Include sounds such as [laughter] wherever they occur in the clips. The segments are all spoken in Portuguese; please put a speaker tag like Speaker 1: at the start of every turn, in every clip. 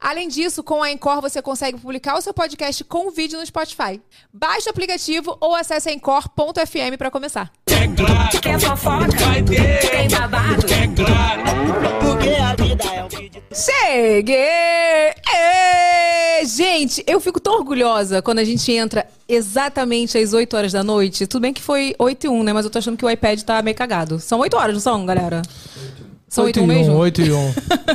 Speaker 1: Além disso, com a Encore você consegue publicar o seu podcast com vídeo no Spotify. Baixe o aplicativo ou acesse encore.fm para começar.
Speaker 2: É claro,
Speaker 3: Quer fofoca?
Speaker 2: vai ter,
Speaker 3: Tem babado?
Speaker 2: é claro.
Speaker 4: Porque a vida é um vídeo.
Speaker 1: Cheguei! Ê! Gente, eu fico tão orgulhosa quando a gente entra exatamente às 8 horas da noite. Tudo bem que foi 8 e 1, né? Mas eu tô achando que o iPad tá meio cagado. São 8 horas, não são, galera? São 8 e
Speaker 5: 8
Speaker 1: 1
Speaker 5: e 1,
Speaker 1: mesmo?
Speaker 5: 8 e 1.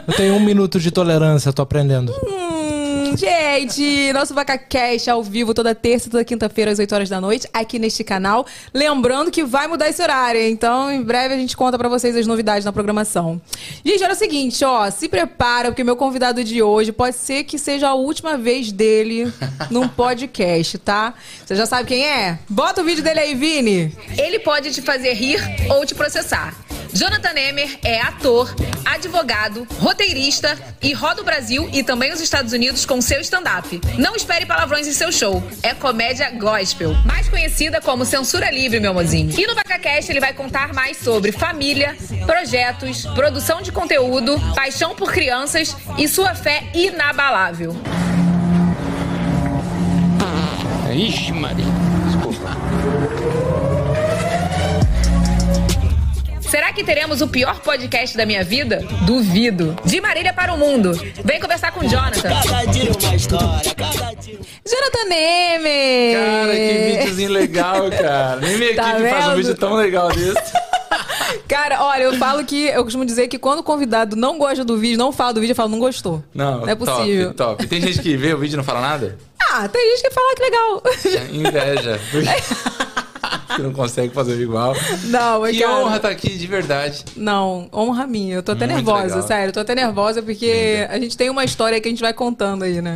Speaker 5: Eu tenho um minuto de tolerância, tô aprendendo.
Speaker 1: Hum, gente, nosso VacaCast ao vivo toda terça e toda quinta-feira às 8 horas da noite aqui neste canal. Lembrando que vai mudar esse horário, então em breve a gente conta pra vocês as novidades na programação. Gente, olha o seguinte, ó, se prepara porque meu convidado de hoje pode ser que seja a última vez dele [laughs] num podcast, tá? Você já sabe quem é? Bota o vídeo dele aí, Vini. Ele pode te fazer rir ou te processar. Jonathan Emer é ator, advogado, roteirista e roda o Brasil e também os Estados Unidos com seu stand-up. Não espere palavrões em seu show. É comédia gospel, mais conhecida como Censura Livre, meu mozinho. E no VacaCast ele vai contar mais sobre família, projetos, produção de conteúdo, paixão por crianças e sua fé inabalável.
Speaker 6: Ixi, Maria. Desculpa.
Speaker 1: Será que teremos o pior podcast da minha vida? Duvido. De Marília para o Mundo. Vem conversar com Jonathan.
Speaker 4: Cada dia uma história, cada dia.
Speaker 1: Jonathan Neme!
Speaker 7: Cara, que videozinho legal, cara. Nem minha
Speaker 1: É. [laughs] Tá
Speaker 7: equipe faz um
Speaker 1: vendo?
Speaker 7: vídeo tão legal desse.
Speaker 1: Cara, olha, eu falo que. Eu costumo dizer que quando o convidado não gosta do vídeo, não fala do vídeo, eu falo, não gostou.
Speaker 7: Não,
Speaker 1: Não é possível.
Speaker 7: Top, top. E tem gente que vê o vídeo e não fala nada? É
Speaker 1: Ah, tem gente que fala que legal.
Speaker 7: Inveja. que não consegue fazer igual.
Speaker 1: [laughs] Não, é
Speaker 7: que
Speaker 1: cara,
Speaker 7: honra estar aqui, de verdade.
Speaker 1: Não, honra minha. Eu tô até
Speaker 7: Muito
Speaker 1: nervosa,
Speaker 7: legal.
Speaker 1: sério. Eu tô até nervosa porque a gente tem uma história que a gente vai contando aí, né?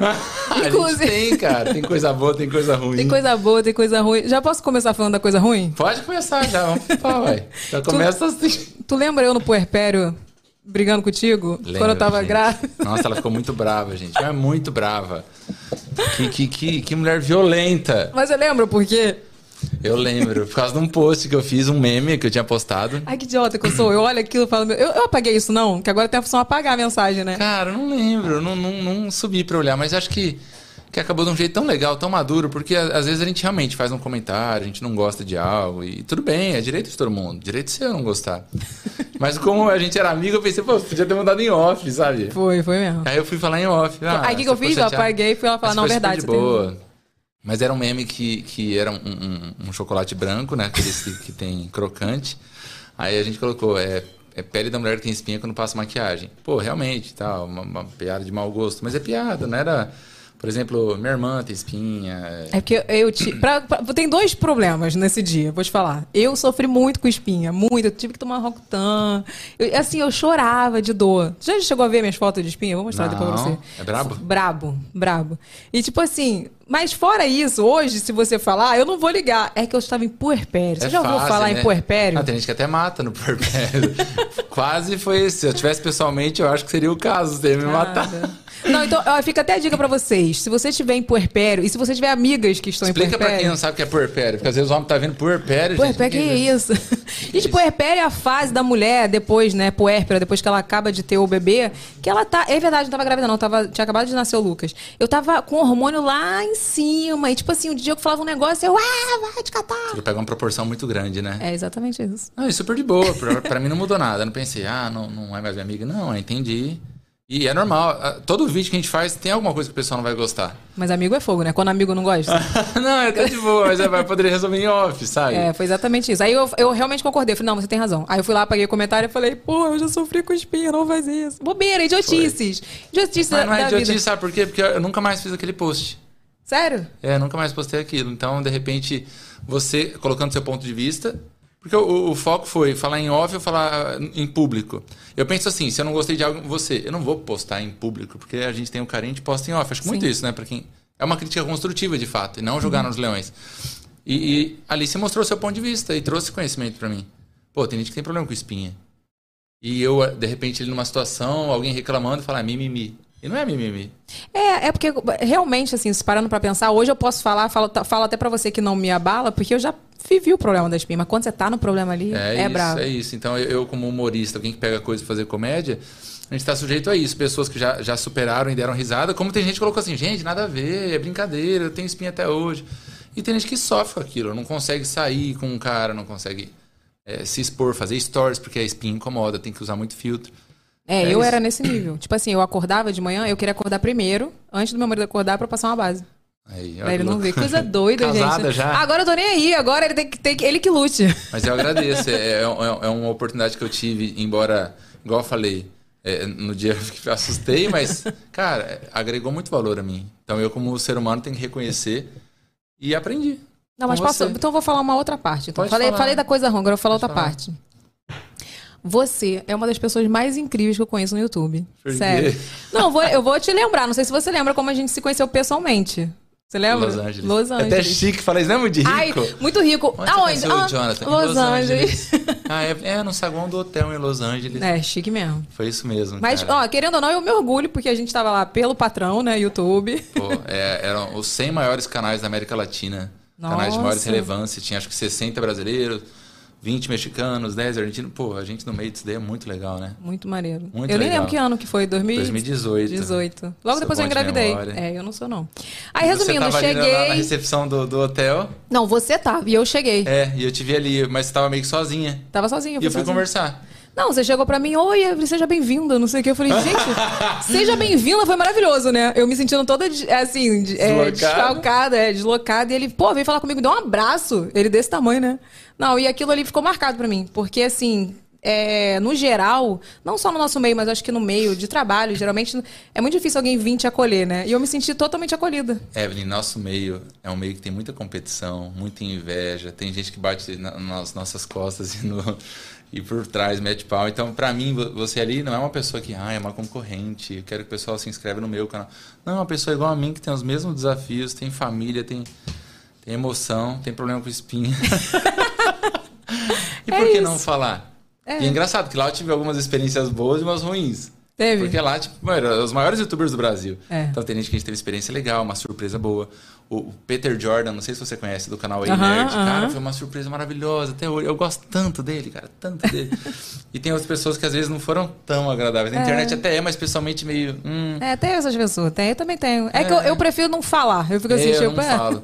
Speaker 1: Inclusive.
Speaker 7: [laughs] Ah, A gente tem, cara. Tem coisa boa, tem coisa
Speaker 1: [laughs]
Speaker 7: ruim.
Speaker 1: Tem coisa boa, tem coisa ruim. Já posso começar falando da coisa ruim?
Speaker 7: Pode começar já, vamos falar, ué. Já começa assim.
Speaker 1: Tu lembra eu no puerpério brigando contigo? quando eu
Speaker 7: Lembro,
Speaker 1: tava
Speaker 7: gente.
Speaker 1: grávida?
Speaker 7: Nossa, ela ficou muito brava, gente. Mas muito brava. Que, que, que, que mulher violenta.
Speaker 1: Mas eu lembro por quê?
Speaker 7: Eu lembro. Por causa de um post que eu fiz, um meme que eu tinha postado.
Speaker 1: Ai, que idiota que eu sou. Eu olho aquilo e falo, meu, eu, eu apaguei isso não? Que agora tem a função apagar a mensagem, né?
Speaker 7: Cara, eu não lembro, eu não, não, não subi pra olhar, mas acho que, que acabou de um jeito tão legal, tão maduro, porque a- às vezes a gente realmente faz um comentário, a gente não gosta de algo, e tudo bem, é direito de todo mundo, direito seu não gostar.
Speaker 1: [laughs]
Speaker 7: mas como a gente era amigo, eu pensei, pô, podia ter mandado em off, sabe?
Speaker 1: Foi, foi mesmo.
Speaker 7: Aí eu fui falar em off. Ah,
Speaker 1: Aí o que que eu
Speaker 7: você
Speaker 1: fiz?
Speaker 7: ficou
Speaker 1: Eu
Speaker 7: chateado.
Speaker 1: apaguei e fui lá falar,
Speaker 7: Mas
Speaker 1: não,
Speaker 7: foi super
Speaker 1: verdade,
Speaker 7: De
Speaker 1: você tem
Speaker 7: boa. Mas era um meme que, que era um, um- um chocolate branco, né? Aqueles que, que tem crocante. Aí a gente colocou, é, é pele da mulher que tem espinha quando passa maquiagem. Pô, realmente, tá, uma, uma piada de mau gosto. Mas é piada, não era... Por exemplo, minha irmã tem espinha.
Speaker 1: É porque eu te. pra- pra- tem dois problemas nesse dia, vou te falar. Eu sofri muito com espinha, muito. Eu tive que tomar Rocutan. Eu- assim, eu chorava de dor. Já chegou a ver minhas fotos de espinha? Eu Vou mostrar
Speaker 7: Não.
Speaker 1: depois pra você.
Speaker 7: É brabo?
Speaker 1: Brabo, brabo. E tipo assim, mas fora isso, hoje, se você falar, eu não vou ligar. É que eu estava em puerpério. Você
Speaker 7: É
Speaker 1: já ouviu
Speaker 7: fase,
Speaker 1: falar em
Speaker 7: né?
Speaker 1: puerpério?
Speaker 7: Ah, tem gente que até mata
Speaker 1: [laughs]
Speaker 7: no puerpério. Quase foi esse. Se eu tivesse pessoalmente, eu acho que seria o caso. Teria me matado.
Speaker 1: Não, então, ó, fica até a dica pra vocês. Se você estiver em puerpério e se você tiver amigas que estão em
Speaker 7: Explica pra
Speaker 1: puerpério...
Speaker 7: quem não sabe o que é puerpério, porque às vezes o homem tá vendo puerpério,
Speaker 1: Puerpério, que
Speaker 7: gente.
Speaker 1: isso? [laughs] Gente, puerpério é a fase da mulher depois, né? Puerpera, depois que ela acaba de ter o bebê, que ela tá. É verdade, não tava grávida, não. Tava, tinha acabado de nascer o Lucas. Eu tava com o hormônio lá em cima. E tipo assim, o Diogo falava um negócio, eu, ah, vai te catar.
Speaker 7: Ele pega uma proporção muito grande, né?
Speaker 1: É exatamente isso.
Speaker 7: Não, e super de boa. Pra, pra mim não mudou nada. Eu não pensei, ah, não, não é mais minha amiga. Não, eu entendi. E é normal. ah, Todo vídeo que a gente faz tem alguma coisa que o pessoal não vai gostar. [laughs]
Speaker 1: Mas amigo é fogo, né? Quando amigo não gosta.
Speaker 7: não, é até de boa, mas é, vai poder resolver em off, sabe?
Speaker 1: É, foi exatamente isso. Aí eu, eu realmente concordei. Falei, não, você tem razão. Aí eu fui lá, apaguei o comentário e falei, pô, eu já sofri com espinha, não faz isso. Bobeira, idiotices. Idiotices da,
Speaker 7: mas não é
Speaker 1: da vida.
Speaker 7: idiotice, sabe por quê? Porque eu nunca mais fiz aquele post.
Speaker 1: Sério?
Speaker 7: É, eu nunca mais postei aquilo. Então, de repente, você colocando seu ponto de vista. Porque o, o foco foi falar em off ou falar ah, em público. Eu penso assim, se eu não gostei de algo com você, eu não vou postar em público, porque a gente tem um carente posta em off. Acho que muito isso, né? Pra quem. É uma crítica construtiva, de fato, e não jogar nos leões. E, e ali você mostrou seu ponto de vista e trouxe conhecimento pra mim. Pô, tem gente que tem problema com espinha. E eu, de repente, ele numa situação, alguém reclamando, falar mimimi. E não é mimimi.
Speaker 1: É, é porque realmente, assim, se parando pra pensar, hoje eu posso falar, falo, ta- falo até pra você que não me abala, porque eu já vivi o problema da espinha, mas quando você tá no problema ali,
Speaker 7: É,
Speaker 1: é,
Speaker 7: isso,
Speaker 1: bravo.
Speaker 7: é isso. Então, eu, eu como humorista, alguém que pega coisa pra fazer comédia, a gente tá sujeito a isso. Pessoas que já, já superaram e deram risada, como tem gente que colocou assim, gente, nada a ver, é brincadeira, eu tenho espinha até hoje. E tem gente que sofre com aquilo, não consegue sair com um cara, não consegue eh, se expor, fazer stories, porque a espinha incomoda, tem que usar muito filtro.
Speaker 1: É,
Speaker 7: É
Speaker 1: eu
Speaker 7: isso.
Speaker 1: era nesse nível. Tipo assim, eu acordava de manhã, eu queria acordar primeiro, antes do meu marido acordar, pra eu passar uma base.
Speaker 7: Aí, olha
Speaker 1: Pra ele
Speaker 7: que
Speaker 1: não
Speaker 7: louco.
Speaker 1: ver. Coisa doida,
Speaker 7: [laughs] Casada
Speaker 1: gente.
Speaker 7: já?
Speaker 1: Agora eu tô nem aí, agora ele tem que. Tem que ele que lute.
Speaker 7: Mas eu agradeço. É, é- é uma oportunidade que eu tive, embora, igual eu falei, é, no dia eu fiquei- assustei, mas, cara, é, agregou muito valor a mim. Então eu, como ser humano, tenho que reconhecer e aprendi.
Speaker 1: Não, mas
Speaker 7: Com
Speaker 1: posso.
Speaker 7: você.
Speaker 1: Então eu vou falar uma outra parte. Então.
Speaker 7: Pode
Speaker 1: Falei,
Speaker 7: falar.
Speaker 1: falei da coisa ruim, agora eu vou falar
Speaker 7: Pode
Speaker 1: outra
Speaker 7: falar.
Speaker 1: parte. Você é uma das pessoas mais incríveis que eu conheço no YouTube.
Speaker 7: Por quê?
Speaker 1: Sério. Não, eu vou, eu vou te lembrar. Não sei se você lembra como a gente se conheceu pessoalmente. Você lembra?
Speaker 7: Los Angeles.
Speaker 1: Los
Speaker 7: É Até
Speaker 1: Angeles.
Speaker 7: chique falar isso, lembra de rico?
Speaker 1: Ai, muito rico.
Speaker 7: Onde
Speaker 1: Aonde?
Speaker 7: Você conheceu
Speaker 1: Ah,
Speaker 7: o Jonathan? Em
Speaker 1: Los Angeles.
Speaker 7: ah, é, é, no saguão do hotel em Los Angeles.
Speaker 1: É, chique mesmo.
Speaker 7: Foi isso mesmo.
Speaker 1: Mas,
Speaker 7: cara.
Speaker 1: ó, querendo ou não, eu me orgulho, porque a gente tava lá pelo patrão, né, YouTube.
Speaker 7: Pô, é, eram os 100 maiores canais da América Latina. Canais de maior
Speaker 1: Nossa.
Speaker 7: relevância. Tinha acho que 60 brasileiros, 20 mexicanos, 10 argentinos. Pô, a gente no meio disso daí é muito legal, né?
Speaker 1: Muito maneiro.
Speaker 7: Muito
Speaker 1: eu nem
Speaker 7: legal.
Speaker 1: lembro que ano que foi, 2018.
Speaker 7: 2018.
Speaker 1: 18. Logo
Speaker 7: Sou
Speaker 1: depois eu
Speaker 7: bom de
Speaker 1: engravidei.
Speaker 7: memória.
Speaker 1: É, eu não sou, não. Aí,
Speaker 7: você
Speaker 1: resumindo, eu
Speaker 7: tava ali na- na,
Speaker 1: cheguei.
Speaker 7: recepção do, do hotel.
Speaker 1: Não, você tava, e eu cheguei.
Speaker 7: É, e eu te vi ali, mas você tava meio que sozinha.
Speaker 1: Tava sozinha.
Speaker 7: E eu fui
Speaker 1: sozinha.
Speaker 7: conversar.
Speaker 1: Não, você chegou pra mim, oi, Evelyn, seja bem-vinda, não sei o que. Eu falei,
Speaker 7: [laughs]
Speaker 1: gente, seja bem-vinda, foi maravilhoso, né? Eu me sentindo toda, de- assim, de- é,
Speaker 7: Deslocada.
Speaker 1: desfalcada, é, deslocada. E ele, pô, veio falar comigo, me deu um abraço. Ele desse tamanho, né? Não, e aquilo ali ficou marcado pra mim, porque, assim... é, no geral, não só no nosso meio, mas acho que no meio de trabalho, geralmente é muito difícil alguém vir te acolher, né? E eu me senti totalmente acolhida.
Speaker 7: Evelyn, nosso meio é um meio que tem muita competição, muita inveja, tem gente que bate na- nas nossas costas [laughs] e, no- e por trás mete pau. Então, pra mim, vo- você ali não é uma pessoa que, ah, é uma concorrente, eu quero que o pessoal se inscreva no meu canal. Não, é uma pessoa igual a mim que tem os mesmos desafios, tem família, tem, tem emoção, tem problema com espinha. [laughs] e
Speaker 1: É
Speaker 7: por que
Speaker 1: isso.
Speaker 7: não falar? E é engraçado que lá eu tive algumas experiências boas e umas ruins.
Speaker 1: Teve?
Speaker 7: Porque lá, tipo, mano, eram os maiores youtubers do Brasil.
Speaker 1: É.
Speaker 7: Então tem gente que a gente teve experiência legal, uma surpresa boa. O o Peter Jordan, não sei se você conhece do canal aí,
Speaker 1: Aham,
Speaker 7: Nerd, cara,
Speaker 1: aham.
Speaker 7: foi uma surpresa maravilhosa até hoje. Eu gosto tanto dele, cara, tanto
Speaker 1: [laughs]
Speaker 7: dele. e tem outras pessoas que às vezes não foram tão agradáveis. Na internet até é, mas pessoalmente meio. Hum,
Speaker 1: É, tem essas pessoas, tem, eu também tenho. É, que eu, eu prefiro não falar. Eu fico assim,
Speaker 7: eu
Speaker 1: tipo,
Speaker 7: não
Speaker 1: é. [laughs]
Speaker 7: falo.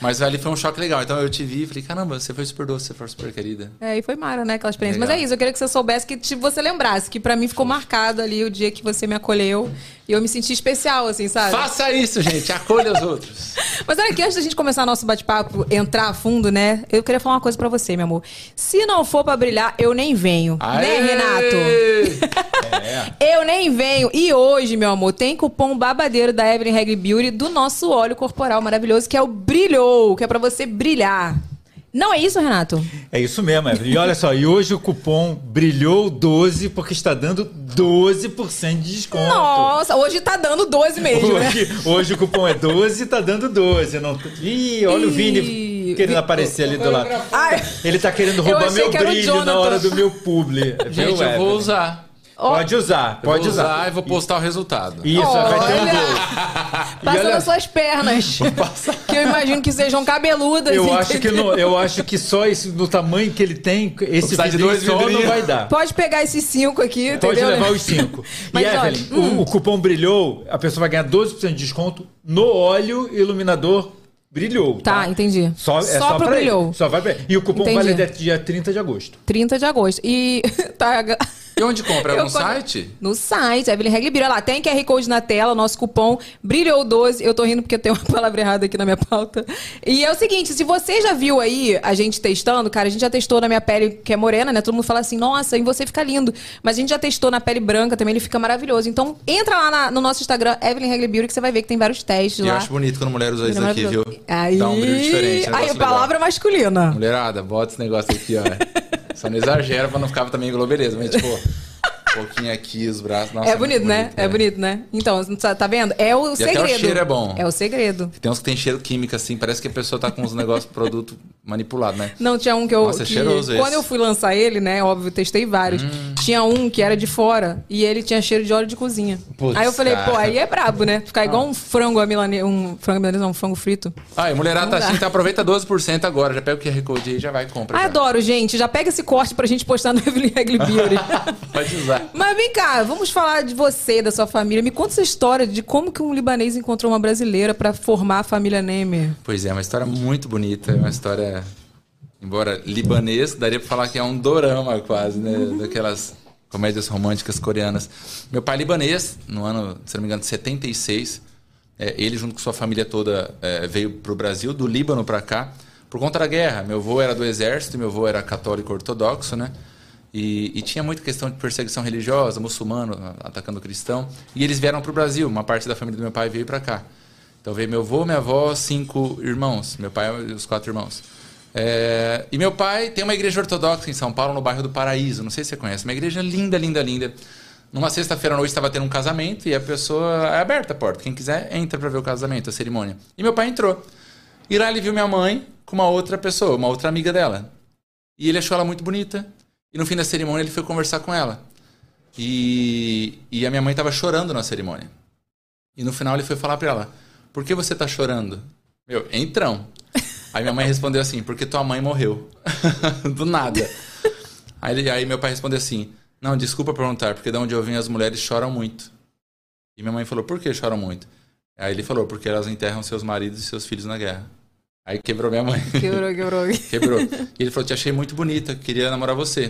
Speaker 7: Mas ali foi um choque legal. Então eu te vi e falei, caramba, você foi super doce, você foi super querida.
Speaker 1: É, e foi mara, né, aquela experiência.
Speaker 7: Legal.
Speaker 1: Mas é isso, eu queria que você soubesse, que tipo, você lembrasse, que pra mim ficou marcado ali o dia que você me acolheu. E eu me senti especial, assim, sabe?
Speaker 7: Faça isso, gente, acolha os outros.
Speaker 1: Mas olha aqui, antes da gente começar nosso bate-papo, entrar a fundo, né? Eu queria falar uma coisa pra você, meu amor. Se não for pra brilhar, eu nem venho.
Speaker 7: Aê!
Speaker 1: [laughs] Né, Renato? [laughs] Eu nem venho. E hoje, meu amor, tem cupom babadeiro da Evelyn Regli Beauty do nosso óleo corporal maravilhoso, que é o Brilhou, que é pra você brilhar. Não é isso, Renato?
Speaker 2: É isso mesmo, Evelyn. E olha só, e hoje o cupom brilhou 12 porque está dando 12% de desconto.
Speaker 1: Nossa, hoje tá dando 12 mesmo, né?
Speaker 2: Hoje, hoje o cupom é 12 e tá dando 12. Não... Ih, olha o
Speaker 1: Ih,
Speaker 2: Vini querendo
Speaker 1: Vi-
Speaker 2: aparecer ali do lado.
Speaker 1: [laughs] Ai,
Speaker 2: Ele tá querendo
Speaker 1: Eu
Speaker 2: roubar
Speaker 1: achei
Speaker 2: meu
Speaker 1: que era o
Speaker 2: brilho na
Speaker 1: Jonathan.
Speaker 2: hora do
Speaker 1: [laughs]
Speaker 2: meu publi. viu,
Speaker 7: Gente, eu
Speaker 2: Evelyn?
Speaker 7: vou usar.
Speaker 2: Pode usar,
Speaker 7: Eu
Speaker 2: pode
Speaker 7: vou
Speaker 2: usar.
Speaker 7: e vou postar o resultado.
Speaker 2: Isso, vai ter um
Speaker 1: Olha! [laughs]
Speaker 2: gol.
Speaker 1: passando
Speaker 2: olha-
Speaker 1: as suas
Speaker 2: [laughs]
Speaker 1: pernas. que eu imagino que sejam cabeludas.
Speaker 2: Eu acho, que
Speaker 1: entendeu?
Speaker 2: não, eu acho que só esse, no tamanho que ele tem, esse
Speaker 7: precisar de
Speaker 2: vidrinho
Speaker 7: dois
Speaker 2: só não
Speaker 7: vidrinhos.
Speaker 2: vai dar.
Speaker 1: Pode pegar esses cinco aqui,
Speaker 2: é. Pode
Speaker 1: entendeu? né?
Speaker 2: levar
Speaker 1: [laughs]
Speaker 2: os cinco.
Speaker 1: Mas
Speaker 2: e Evelyn,
Speaker 1: olha, hum.
Speaker 2: o, o cupom brilhou, a pessoa vai ganhar 12% de desconto no óleo iluminador brilhou. Tá,
Speaker 1: Tá, entendi.
Speaker 2: Só, é só,
Speaker 1: pro
Speaker 2: pra ele.
Speaker 1: brilhou.
Speaker 2: Só vai pra ele. E o cupom
Speaker 1: Entendi.
Speaker 2: vale até dia 30 de agosto.
Speaker 1: 30 de agosto. E [laughs] tá
Speaker 7: E onde compra?
Speaker 1: [laughs]
Speaker 7: É
Speaker 1: Eu
Speaker 7: no
Speaker 1: quando-
Speaker 7: site?
Speaker 1: no site, Evelyn Regli Olha lá, tem QR Code na tela, o nosso cupom Brilhou12. Eu tô rindo porque tem uma [laughs] palavra errada aqui na minha pauta. E é o seguinte, se você já viu aí a gente testando, cara, a gente já testou na minha pele, que é morena, né? Todo mundo fala assim, nossa, em você fica lindo. Mas a gente já testou na pele branca também, ele fica maravilhoso. Então, entra lá na- no nosso Instagram, Evelyn Regli Beauty, que você vai ver que tem vários testes
Speaker 7: E eu
Speaker 1: lá.
Speaker 7: acho bonito quando mulher usa
Speaker 1: Ele é
Speaker 7: isso aqui, viu?
Speaker 1: maravilhoso. Aí,
Speaker 7: Dá um brilho diferente. é um
Speaker 1: aí
Speaker 7: negócio
Speaker 1: palavra
Speaker 7: legal.
Speaker 1: masculina. [laughs]
Speaker 7: Mulherada, bota esse negócio aqui, ó. Só não exagera pra não ficar também igual beleza, mas tipo... pouquinho aqui, os braços. Nossa,
Speaker 1: é
Speaker 7: muito
Speaker 1: bonito, né? É
Speaker 7: velho.
Speaker 1: bonito, né? Então, tá tá vendo? É o
Speaker 7: até o
Speaker 1: segredo.
Speaker 7: cheiro é bom.
Speaker 1: É o segredo.
Speaker 7: Tem uns que tem cheiro químico, assim, parece que a pessoa tá com uns negócios, produto manipulado, né?
Speaker 1: Não, tinha um que eu.
Speaker 7: Nossa, é
Speaker 1: que,
Speaker 7: cheiroso esse. Hum.
Speaker 1: quando eu fui lançar ele, né? Óbvio, eu testei vários. Tinha um que era de fora e ele tinha cheiro de óleo de cozinha.
Speaker 7: Putz,
Speaker 1: aí eu falei, pô,
Speaker 7: cara.
Speaker 1: aí é brabo, né? Ficar igual um frango a milanesa. Um frango à milanesa, não, um frango frito.
Speaker 7: Ah, e mulherada tá
Speaker 1: dá.
Speaker 7: assim, então aproveita 12% agora. Já pega o QR Code aí e já vai e compra.
Speaker 1: Ah,
Speaker 7: já.
Speaker 1: adoro, gente. Já pega esse corte pra gente postar no [laughs] Evelyn Regli
Speaker 7: [laughs]
Speaker 1: Beauty.
Speaker 7: Pode usar.
Speaker 1: Mas vem cá, vamos falar de você, da sua família. Me conta essa história de como que um libanês encontrou uma brasileira pra formar a família
Speaker 7: [laughs]
Speaker 1: Neme.
Speaker 7: Pois é, é uma história muito bonita, é uma história, embora libanês, daria pra falar que é um dorama quase, né? Daquelas comédias românticas coreanas. Meu pai é libanês, no ano, se não me engano, de 76, é, ele junto com sua família toda é, veio pro Brasil, do Líbano pra cá, por conta da guerra. Meu avô era do exército, meu avô era católico ortodoxo, né? E, e tinha muita questão de perseguição religiosa, muçulmano a- atacando o cristão. E eles vieram pro Brasil, uma parte da família do meu pai veio pra cá. Então veio meu avô, minha avó, cinco irmãos. Meu pai e os quatro irmãos. É, e meu pai tem uma igreja ortodoxa em São Paulo, no bairro do Paraíso. Não sei se você conhece. Uma igreja linda, linda, linda. Numa sexta-feira à noite estava tendo um casamento e a pessoa. É aberta a porta. Quem quiser entra para ver o casamento, a cerimônia. E meu pai entrou. E lá ele viu minha mãe com uma outra pessoa, uma outra amiga dela. E ele achou ela muito bonita. E no fim da cerimônia ele foi conversar com ela. E, e a minha mãe estava chorando na cerimônia. E no final ele foi falar pra ela: Por que você tá chorando? Meu, entrão. Aí minha mãe respondeu assim: Porque tua mãe morreu. [laughs] Do nada. Aí, ele- aí meu pai respondeu assim: Não, desculpa perguntar, porque de onde eu vim as mulheres choram muito. E minha mãe falou: Por que choram muito? Aí ele falou: Porque elas enterram seus maridos e seus filhos na guerra. Aí quebrou minha mãe.
Speaker 1: Quebrou, quebrou.
Speaker 7: quebrou. E ele falou: Te achei muito bonita, queria namorar você.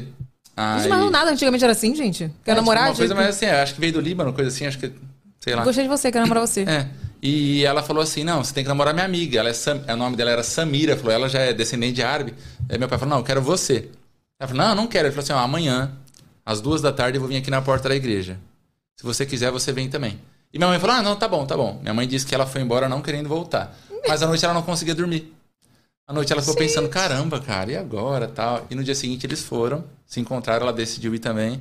Speaker 1: Isso
Speaker 7: Aí,
Speaker 1: não é nada, antigamente era assim, gente. Quer
Speaker 7: é, tipo,
Speaker 1: namorar?
Speaker 7: Uma coisa
Speaker 1: gente?
Speaker 7: mais assim, eu acho que veio do Líbano, coisa assim, acho que. Sei lá.
Speaker 1: Gostei de você, quero namorar você.
Speaker 7: É. E ela falou assim: não, você tem que namorar minha amiga. Ela é Sam- O nome dela era Samira. Falou, ela já é descendente de árabe. Aí meu pai falou: não, eu quero você. Ela falou: não, eu não quero. Ele falou assim: ó, amanhã, às duas da tarde, eu vou vir aqui na porta da igreja. Se você quiser, você vem também. E minha mãe falou: ah, não, tá bom, tá bom. Minha mãe disse que ela foi embora não querendo voltar. Mas à noite ela não conseguia dormir. À noite ela ficou pensando: caramba, cara, e agora? tal. E no dia seguinte eles foram, se encontraram, ela decidiu ir também.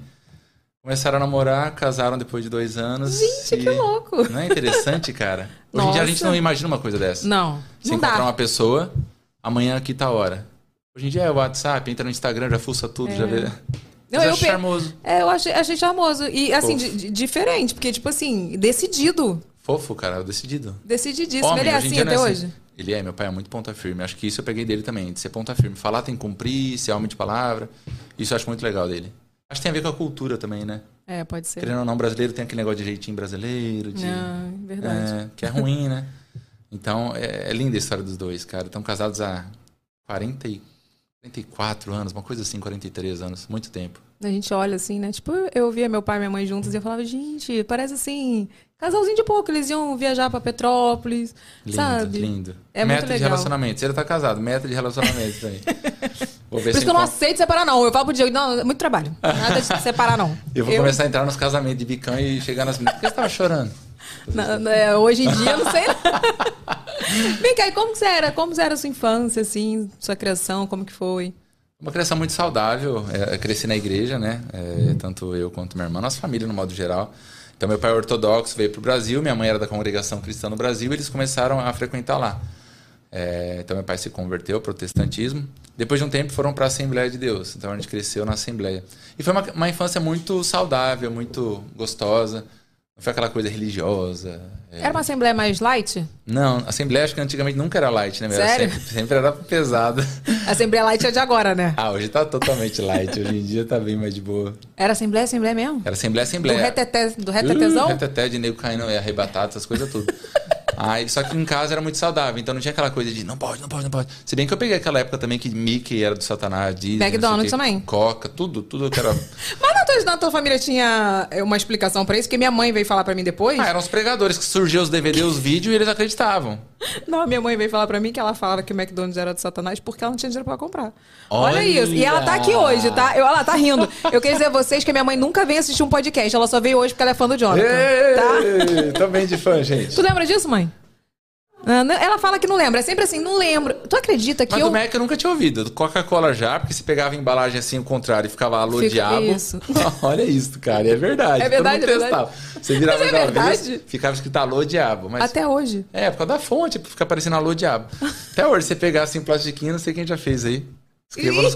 Speaker 7: Começaram a namorar, casaram depois de dois anos.
Speaker 1: Gente, que louco.
Speaker 7: Não é interessante, cara? Hoje em dia a gente
Speaker 1: Nossa.
Speaker 7: não imagina uma coisa dessa.
Speaker 1: Não,
Speaker 7: Você
Speaker 1: não
Speaker 7: encontrar
Speaker 1: dá.
Speaker 7: uma pessoa, amanhã aqui tá a hora. Hoje em dia é o WhatsApp, entra no Instagram, já fuça tudo, já
Speaker 1: É.
Speaker 7: vê.
Speaker 1: Não,
Speaker 7: Mas
Speaker 1: eu
Speaker 7: acho
Speaker 1: pe-
Speaker 7: charmoso.
Speaker 1: É, eu achei, achei charmoso. E, assim, di- di- diferente, porque, tipo assim, decidido.
Speaker 7: Fofo, cara, eu decidido.
Speaker 1: Decidido.
Speaker 7: Homem,
Speaker 1: Ele é
Speaker 7: hoje em
Speaker 1: assim
Speaker 7: dia não
Speaker 1: até
Speaker 7: é assim.
Speaker 1: hoje?
Speaker 7: Ele é, meu pai é muito ponta firme. Acho que isso eu peguei dele também, de ser ponta firme. Falar tem que cumprir, ser homem de palavra. Isso eu acho muito legal dele. Acho que tem a ver com a cultura também, né?
Speaker 1: É, pode ser.
Speaker 7: Querendo ou não, brasileiro tem aquele negócio de jeitinho brasileiro, de.
Speaker 1: Ah, verdade.
Speaker 7: É, que é ruim, né? Então, é, é linda a história dos dois, cara. Estão casados há 40 e 44 anos, uma coisa assim, 43 anos, muito tempo.
Speaker 1: A gente olha assim, né? Tipo, eu via meu pai e minha mãe juntos e eu falava, gente, parece assim, casalzinho de pouco. Eles iam viajar pra Petrópolis,
Speaker 7: Lindo,
Speaker 1: sabe?
Speaker 7: lindo.
Speaker 1: É
Speaker 7: meta
Speaker 1: muito
Speaker 7: de
Speaker 1: legal.
Speaker 7: relacionamento. Você já tá casado, meta de
Speaker 1: [laughs]
Speaker 7: relacionamento também. Vou ver
Speaker 1: Por isso que
Speaker 7: se
Speaker 1: eu não
Speaker 7: eu, encontro-
Speaker 1: aceito separar, não. Eu falo pro Diego, não, é muito trabalho. Nada de separar, não.
Speaker 7: [laughs] eu vou começar a entrar nos casamentos de bicão e chegar nas meninas. Por que você tava chorando?
Speaker 1: Na- na- hoje em dia, eu não sei. [laughs] Vem cá, e como que você era? Como que era a sua infância, assim, sua criação, como que foi?
Speaker 7: Uma criação muito saudável. É, eu cresci na igreja, né? É, tanto eu quanto minha irmã, nossa família no modo geral. Então, meu pai é ortodoxo, veio para o Brasil, minha mãe era da congregação cristã no Brasil, e eles começaram a frequentar lá. É, então, meu pai se converteu ao protestantismo. Depois de um tempo, foram para a Assembleia de Deus. Então, a gente cresceu na Assembleia. E foi uma, uma infância muito saudável, muito gostosa. Não foi aquela coisa religiosa. é,
Speaker 1: Era uma assembleia mais light?
Speaker 7: Não, a Assembleia acho que antigamente nunca era light, né? meu? Era
Speaker 1: Sério?
Speaker 7: Sempre, sempre era pesada.
Speaker 1: A assembleia light é de agora, né?
Speaker 7: Ah, hoje tá totalmente light. Hoje em dia tá bem mais de boa.
Speaker 1: Era assembleia, assembleia mesmo?
Speaker 7: Era Assembleia,
Speaker 1: Do
Speaker 7: Assembleia.
Speaker 1: reteté, tá do
Speaker 7: Uh,
Speaker 1: retetezão?
Speaker 7: reteté de nego caindo, é, arrebatado, essas coisas tudo. Aí, só que em casa era muito saudável, então não tinha aquela coisa de não pode, não pode, não pode. Se bem que eu peguei aquela época também que Mickey era do Satanás, Disney, não sei o
Speaker 1: McDonald's
Speaker 7: quê,
Speaker 1: também.
Speaker 7: Coca, tudo, tudo que era.
Speaker 1: [laughs] Mas na tua, na tua família tinha é, uma explicação pra isso? Porque minha mãe veio falar pra mim depois.
Speaker 7: Ah, eram os pregadores que surgiam os DVD, os vídeos e eles acreditavam.
Speaker 1: Não, minha mãe veio falar pra mim que ela falava que o McDonald's era do satanás porque ela não tinha dinheiro pra comprar. Olha,
Speaker 7: Olha!
Speaker 1: isso. E ela tá aqui hoje, tá? Eu- ela tá rindo. Eu queria dizer a vocês que a minha mãe nunca vem assistir um podcast. Ela só veio hoje porque ela é fã do Jonathan. Tá?
Speaker 7: Também de fã, gente.
Speaker 1: Tu lembra disso, mãe? Ah, não- Ela fala que não lembra. É sempre assim, não lembro. Tu acredita que
Speaker 7: Mas
Speaker 1: eu.
Speaker 7: do Mac eu nunca tinha ouvido. Do Coca-Cola já, porque se pegava a embalagem assim, o contrário, e ficava alô
Speaker 1: Fica-
Speaker 7: diabo. [laughs]
Speaker 1: isso.
Speaker 7: Olha isso, cara. e É verdade.
Speaker 1: É verdade,
Speaker 7: Todo mundo
Speaker 1: é verdade.
Speaker 7: testava. Você virava
Speaker 1: Mas é
Speaker 7: aquela vez,
Speaker 1: verdade?
Speaker 7: ficava escrito alô diabo. Mas
Speaker 1: Até hoje.
Speaker 7: É, por causa da fonte, fica parecendo alô diabo. Até hoje, você pegar assim, um plastiquinho, não sei quem já fez aí. Escreva nos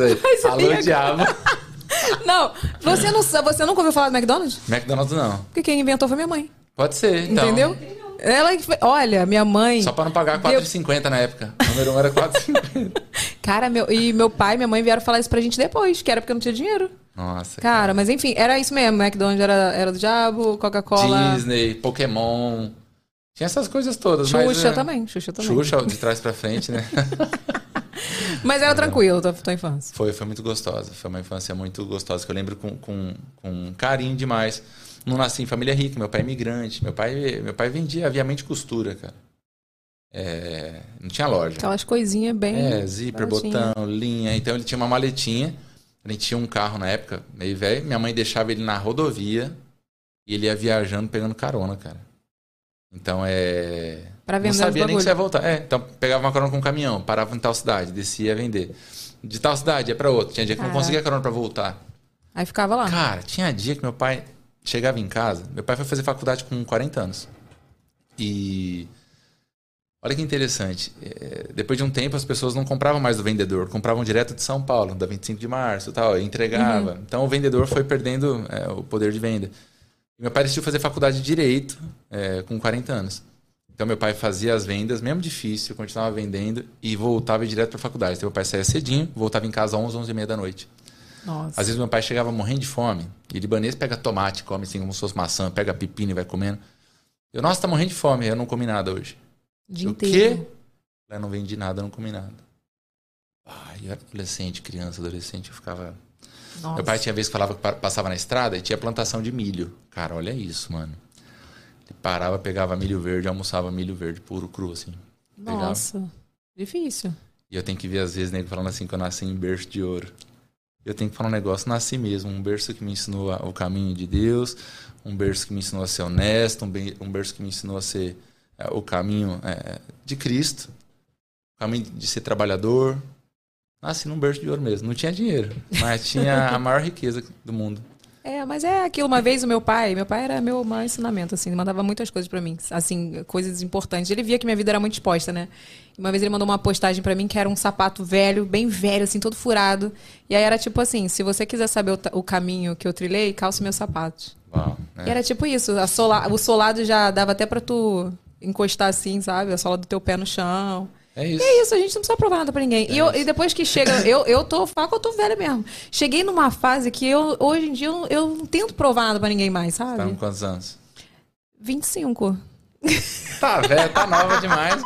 Speaker 1: [laughs]
Speaker 7: aí.
Speaker 1: Mas eu
Speaker 7: alô
Speaker 1: vi agora.
Speaker 7: diabo.
Speaker 1: Não, você não, sa- você nunca ouviu falar do McDonald's?
Speaker 7: McDonald's não.
Speaker 1: Porque quem inventou foi minha mãe.
Speaker 7: Pode ser, então.
Speaker 1: Entendeu? Ela. que foi- Olha, minha mãe.
Speaker 7: Só pra não pagar
Speaker 1: Deu-
Speaker 7: 4,50 na época. O número 1 era
Speaker 1: [laughs]
Speaker 7: 4,50.
Speaker 1: Cara, meu, e meu pai e minha mãe vieram falar isso pra gente depois, que era porque eu não tinha dinheiro.
Speaker 7: Nossa.
Speaker 1: Cara, mas enfim, era isso mesmo. McDonald's era, era do diabo, Coca-Cola.
Speaker 7: Disney, Pokémon. Tinha essas coisas todas. mas,
Speaker 1: Xuxa
Speaker 7: né,
Speaker 1: também, Xuxa também.
Speaker 7: Xuxa, de trás pra frente, né? [laughs]
Speaker 1: Mas era tranquilo tua, tua infância.
Speaker 7: Foi, foi muito gostosa. Foi uma infância muito gostosa, que eu lembro com, com, com carinho demais. Não nasci em família rica, meu pai é imigrante. Meu pai, meu pai vendia aviamente de costura, cara. É, não tinha loja.
Speaker 1: Aquelas coisinhas bem.
Speaker 7: É, zíper,
Speaker 1: baratinhas.
Speaker 7: botão, linha. Então ele tinha uma maletinha. A gente tinha um carro na época, meio velho. Minha mãe deixava ele na rodovia e ele ia viajando pegando carona, cara. Então é.
Speaker 1: Pra vender
Speaker 7: Não
Speaker 1: os
Speaker 7: sabia nem
Speaker 1: bagulho.
Speaker 7: que você ia voltar. É, então pegava uma carona com um caminhão, parava em tal cidade, descia ia vender. De tal cidade ia pra outra. Tinha dia que eu não
Speaker 1: Caraca.
Speaker 7: conseguia carona pra voltar.
Speaker 1: Aí ficava lá.
Speaker 7: Cara, tinha dia que meu pai chegava em casa. Meu pai foi fazer faculdade com 40 anos. E. Olha que interessante. é, depois de um tempo, as pessoas não compravam mais do vendedor, compravam direto de São Paulo, da 25 de março e tal, e entregava. Então o vendedor foi perdendo é, o poder de venda. E meu pai decidiu fazer faculdade de direito é, com 40 anos. Então meu pai fazia as vendas, mesmo difícil, continuava vendendo e voltava direto para faculdade. Então meu pai saía cedinho, voltava em casa às 11, 11 e meia da noite.
Speaker 1: Nossa.
Speaker 7: Às vezes meu pai chegava morrendo de fome. E libanês pega tomate, come assim como se fosse maçã, pega pepino e vai comendo. Eu, nossa, tá morrendo de fome, eu não comi nada hoje.
Speaker 1: o dia
Speaker 7: o
Speaker 1: inteiro.
Speaker 7: quê? Eu não vendi nada, eu não comi nada. Ai, eu era adolescente, criança, adolescente, eu ficava.
Speaker 1: Nossa.
Speaker 7: Meu pai tinha vez que falava que pa- passava na estrada e tinha plantação de milho. Cara, olha isso, mano. Ele parava, pegava milho verde, almoçava milho verde puro, cru, assim. Pegava.
Speaker 1: Nossa. Difícil.
Speaker 7: E eu tenho que ver, às vezes, nego falando assim que eu nasci em berço de ouro. Eu tenho que falar um negócio, nasci mesmo. Um berço que me ensinou a- o caminho de Deus, um berço que me ensinou a ser honesto, um, ben- um berço que me ensinou a ser é, o caminho é, de Cristo, o caminho de ser trabalhador. Nasci num berço de ouro mesmo. Não tinha dinheiro, mas [laughs] tinha a maior riqueza do mundo.
Speaker 1: É, mas é aquilo. Uma vez o meu pai, meu pai era meu maior ensinamento, assim, ele mandava muitas coisas pra mim, assim, coisas importantes. Ele via que minha vida era muito exposta, né? E Uma vez ele mandou uma postagem pra mim que era um sapato velho, bem velho, assim, todo furado. E aí era tipo assim: se você quiser saber o, ta- o caminho que eu trilhei, calce meus sapatos.
Speaker 7: Uau,
Speaker 1: E era tipo isso: a sola- o solado já dava até pra tu encostar assim, sabe? A sola do teu pé no chão.
Speaker 7: É
Speaker 1: E
Speaker 7: isso.
Speaker 1: é isso, a gente não precisa provar nada pra ninguém.
Speaker 7: É
Speaker 1: e, eu- e depois que chega, eu, eu tô, falo que eu tô velha mesmo. Cheguei numa fase que eu, hoje em dia, eu, eu não tento provar nada pra ninguém mais, sabe?
Speaker 7: Tá com quantos anos?
Speaker 1: 25.
Speaker 7: Tá velha, tá nova demais.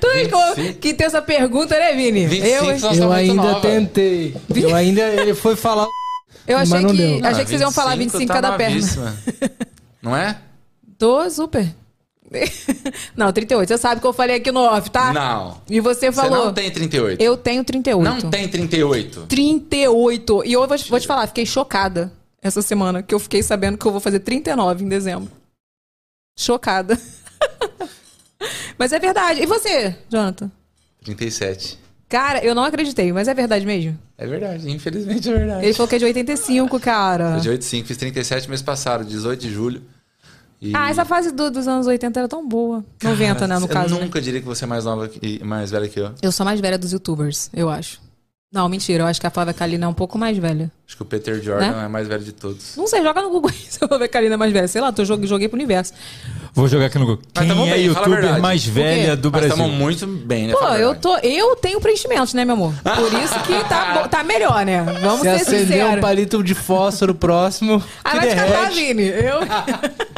Speaker 1: Tu vê como-
Speaker 7: 25?
Speaker 1: que tem essa pergunta, né, Vini?
Speaker 7: 25,
Speaker 1: eu,
Speaker 7: Nossa, tá
Speaker 5: eu
Speaker 7: muito
Speaker 5: ainda
Speaker 7: nova.
Speaker 5: tentei. Eu ainda. Ele foi falar.
Speaker 1: eu achei
Speaker 5: mas não
Speaker 1: que,
Speaker 5: deu.
Speaker 1: achei
Speaker 7: Ah,
Speaker 1: que vocês iam falar 25
Speaker 7: tá
Speaker 1: cada perna. [laughs]
Speaker 7: novíssima. Não é?
Speaker 1: Tô super. [laughs] não, 38. Você sabe que eu falei aqui no off, tá?
Speaker 7: Não.
Speaker 1: E você
Speaker 7: Você
Speaker 1: falou.
Speaker 7: não tem 38.
Speaker 1: Eu tenho 38.
Speaker 7: Não tem 38.
Speaker 1: 38. E eu vou, vou te falar, fiquei chocada essa semana, que eu fiquei sabendo que eu vou fazer 39 em dezembro. Chocada. [laughs] mas é verdade. E você, Jonathan?
Speaker 7: 37.
Speaker 1: Cara, eu não acreditei, mas é verdade mesmo.
Speaker 7: É verdade, infelizmente é verdade.
Speaker 1: Ele falou que é de 85, cara.
Speaker 7: Eu É de 85, fiz 37 mês passado, 18 de julho. E-
Speaker 1: Ah, essa fase do- dos anos 80 era tão boa. 90, né, no
Speaker 7: eu
Speaker 1: caso. né?
Speaker 7: nunca diria que você é mais nova que, mais velha que eu.
Speaker 1: Eu sou a mais velha dos youtubers, eu acho. Não, mentira, eu acho que a Flávia Kalina é um pouco mais velha.
Speaker 7: Acho que o Peter Jordan
Speaker 1: Né?
Speaker 7: é mais velho de todos.
Speaker 1: Não sei, joga no Google aí [laughs] se a Flávia Kalina é mais velha. Sei lá, tô, jo- joguei pro universo.
Speaker 2: Vou jogar aqui no Google.
Speaker 7: Mas
Speaker 2: Quem
Speaker 7: tamo
Speaker 2: é a
Speaker 7: bem, fala a
Speaker 2: youtuber
Speaker 7: verdade.
Speaker 2: mais velha do
Speaker 7: Mas
Speaker 2: Brasil?
Speaker 7: estamos muito bem, né?
Speaker 1: Pô,
Speaker 7: fala a
Speaker 1: eu,
Speaker 7: verdade.
Speaker 1: tô, eu tenho preenchimentos, né, meu amor?
Speaker 7: Ah.
Speaker 1: Por isso que tá, bo- tá melhor, né? Vamos
Speaker 5: Se
Speaker 1: ser
Speaker 5: acender um
Speaker 1: sinceros.
Speaker 5: palito de fósforo próximo.
Speaker 1: Ah,
Speaker 5: que
Speaker 1: vai te catar,
Speaker 5: derrete.
Speaker 1: Vini. Eu...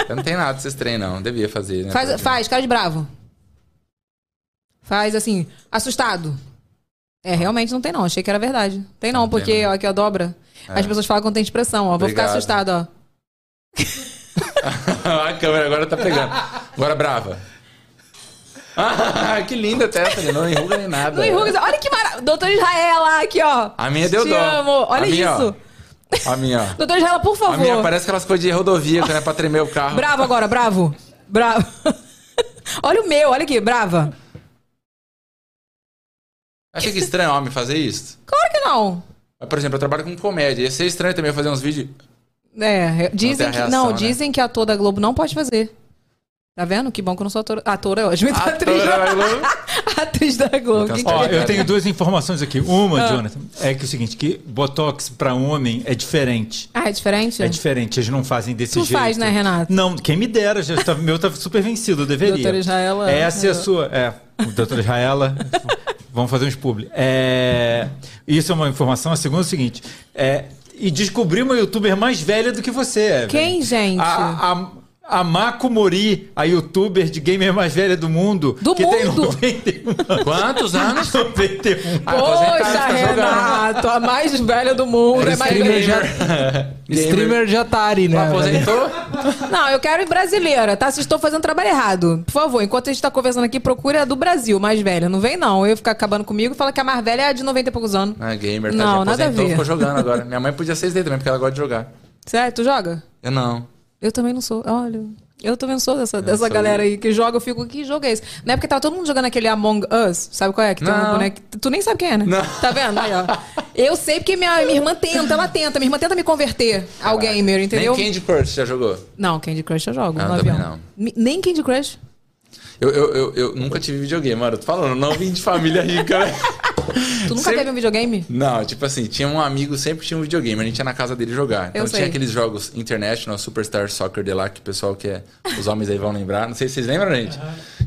Speaker 7: Eu não tenho nada desses treinos, não. Devia fazer, né?
Speaker 1: faz, faz, cara de bravo. Faz assim, assustado. É, realmente não tem não. Achei que era verdade. Tem não, porque
Speaker 7: tem, É.
Speaker 1: ó, aqui, ó, dobra. As pessoas falam quando tem expressão, ó. Vou
Speaker 7: Obrigado.
Speaker 1: ficar assustado, ó.
Speaker 7: [laughs] a câmera agora tá pegando. Agora brava. [laughs] Ah, que linda a testa, né? não enruga nem nada.
Speaker 1: Não enruga, olha que maravilha. Doutor Israel lá, aqui, ó.
Speaker 7: A minha deu
Speaker 1: Te
Speaker 7: dó.
Speaker 1: amo. Olha
Speaker 7: A minha,
Speaker 1: isso.
Speaker 7: A minha,
Speaker 1: [laughs]
Speaker 7: ó.
Speaker 1: Doutor Israel, por favor. [laughs]
Speaker 7: A minha parece aquelas coisas de rodovia, quando é pra tremer o carro.
Speaker 1: Bravo agora, bravo. Bravo. [laughs] Olha o meu, olha aqui, brava.
Speaker 7: Achei que estranho homem fazer isso.
Speaker 1: Claro que não.
Speaker 7: Mas, por exemplo, eu trabalho com comédia. Ia ser estranho também eu fazer uns vídeos.
Speaker 1: É, dizem
Speaker 7: a
Speaker 1: que.
Speaker 7: reação,
Speaker 1: não,
Speaker 7: né?
Speaker 1: dizem que ator da Globo não pode fazer. Tá vendo? Que bom que eu não sou ator, atora hoje. mas atriz, [laughs] atriz da Globo.
Speaker 7: Vou
Speaker 1: Que- é?
Speaker 2: Ó,
Speaker 7: Tá
Speaker 2: eu
Speaker 7: ligado.
Speaker 2: tenho duas informações aqui.
Speaker 1: Ah.
Speaker 2: Uma, Jonathan, é que é o seguinte, que botox pra homem é diferente.
Speaker 1: Ah, é diferente?
Speaker 2: É diferente, eles não fazem desse
Speaker 1: Tu
Speaker 2: jeito.
Speaker 1: faz, né, Renato?
Speaker 2: Não, quem me dera, já tá, meu tá super vencido, eu deveria.
Speaker 1: Doutora Israela-
Speaker 2: Essa é a sua. É, o doutora Israela. vamos fazer uns publi. É, isso é uma informação. A segunda é o seguinte. é, e descobri uma youtuber mais velha do que você, Evelyn.
Speaker 1: Quem, gente?
Speaker 2: A, a, a Mako Mori, a youtuber de gamer mais velha do mundo.
Speaker 1: Do
Speaker 2: que tem
Speaker 1: mundo? É.
Speaker 2: 91
Speaker 7: Quantos
Speaker 1: [laughs]
Speaker 7: anos?
Speaker 2: 91.
Speaker 7: Ah, aposentado,
Speaker 1: Poxa,
Speaker 7: tá jogando.
Speaker 1: Renato, a mais velha do mundo. É mais velha.
Speaker 5: Streamer já,
Speaker 7: [laughs]
Speaker 5: streamer já tá ali, né?
Speaker 7: Aposentou?
Speaker 1: Não, eu quero em brasileira, tá? Vocês estão fazendo trabalho errado. Por favor, enquanto a gente tá conversando aqui, procura a do Brasil, mais velha. Não vem, não. Eu ia ficar acabando comigo e fala que a mais velha é a de 90 e poucos anos.
Speaker 7: Ah, gamer, tá?
Speaker 1: Não,
Speaker 7: já
Speaker 1: nada a
Speaker 7: aposentou,
Speaker 1: ver.
Speaker 7: ficou jogando
Speaker 1: [laughs]
Speaker 7: agora. Minha mãe podia ser isso daí também, porque ela gosta de jogar.
Speaker 1: Sério, tu joga?
Speaker 7: Eu não.
Speaker 1: Eu também não sou. Olha, eu também não sou dessa, dessa
Speaker 7: sou-
Speaker 1: galera aí que joga, eu fico, que jogo é esse? Na época tava todo mundo jogando aquele Among Us, sabe qual é? Que tem um
Speaker 7: Não.
Speaker 1: boneco. Tu nem sabe quem é, né? Tá vendo? Aí, ó. Eu sei porque minha, minha irmã tenta, ela tenta, minha irmã tenta me converter ao gamer, entendeu?
Speaker 7: Nem Candy Crush já jogou.
Speaker 1: Não, Candy Crush eu jogo,
Speaker 7: Ah,
Speaker 1: no
Speaker 7: também
Speaker 1: avião.
Speaker 7: não.
Speaker 1: Mi- Nem Candy Crush?
Speaker 7: Eu, eu, eu, eu nunca tive videogame, mano. Eu tô falando, eu não vim de família rica,
Speaker 1: [laughs]
Speaker 7: né?
Speaker 1: Tu nunca
Speaker 7: Sempre-
Speaker 1: teve um videogame?
Speaker 7: Não, tipo assim, tinha um amigo, sempre tinha um videogame, a gente ia na casa dele jogar. Então
Speaker 1: Eu
Speaker 7: tinha
Speaker 1: sei.
Speaker 7: aqueles jogos International, Superstar Soccer de lá, que o pessoal que é. Os homens aí vão lembrar. Não sei se vocês lembram, gente.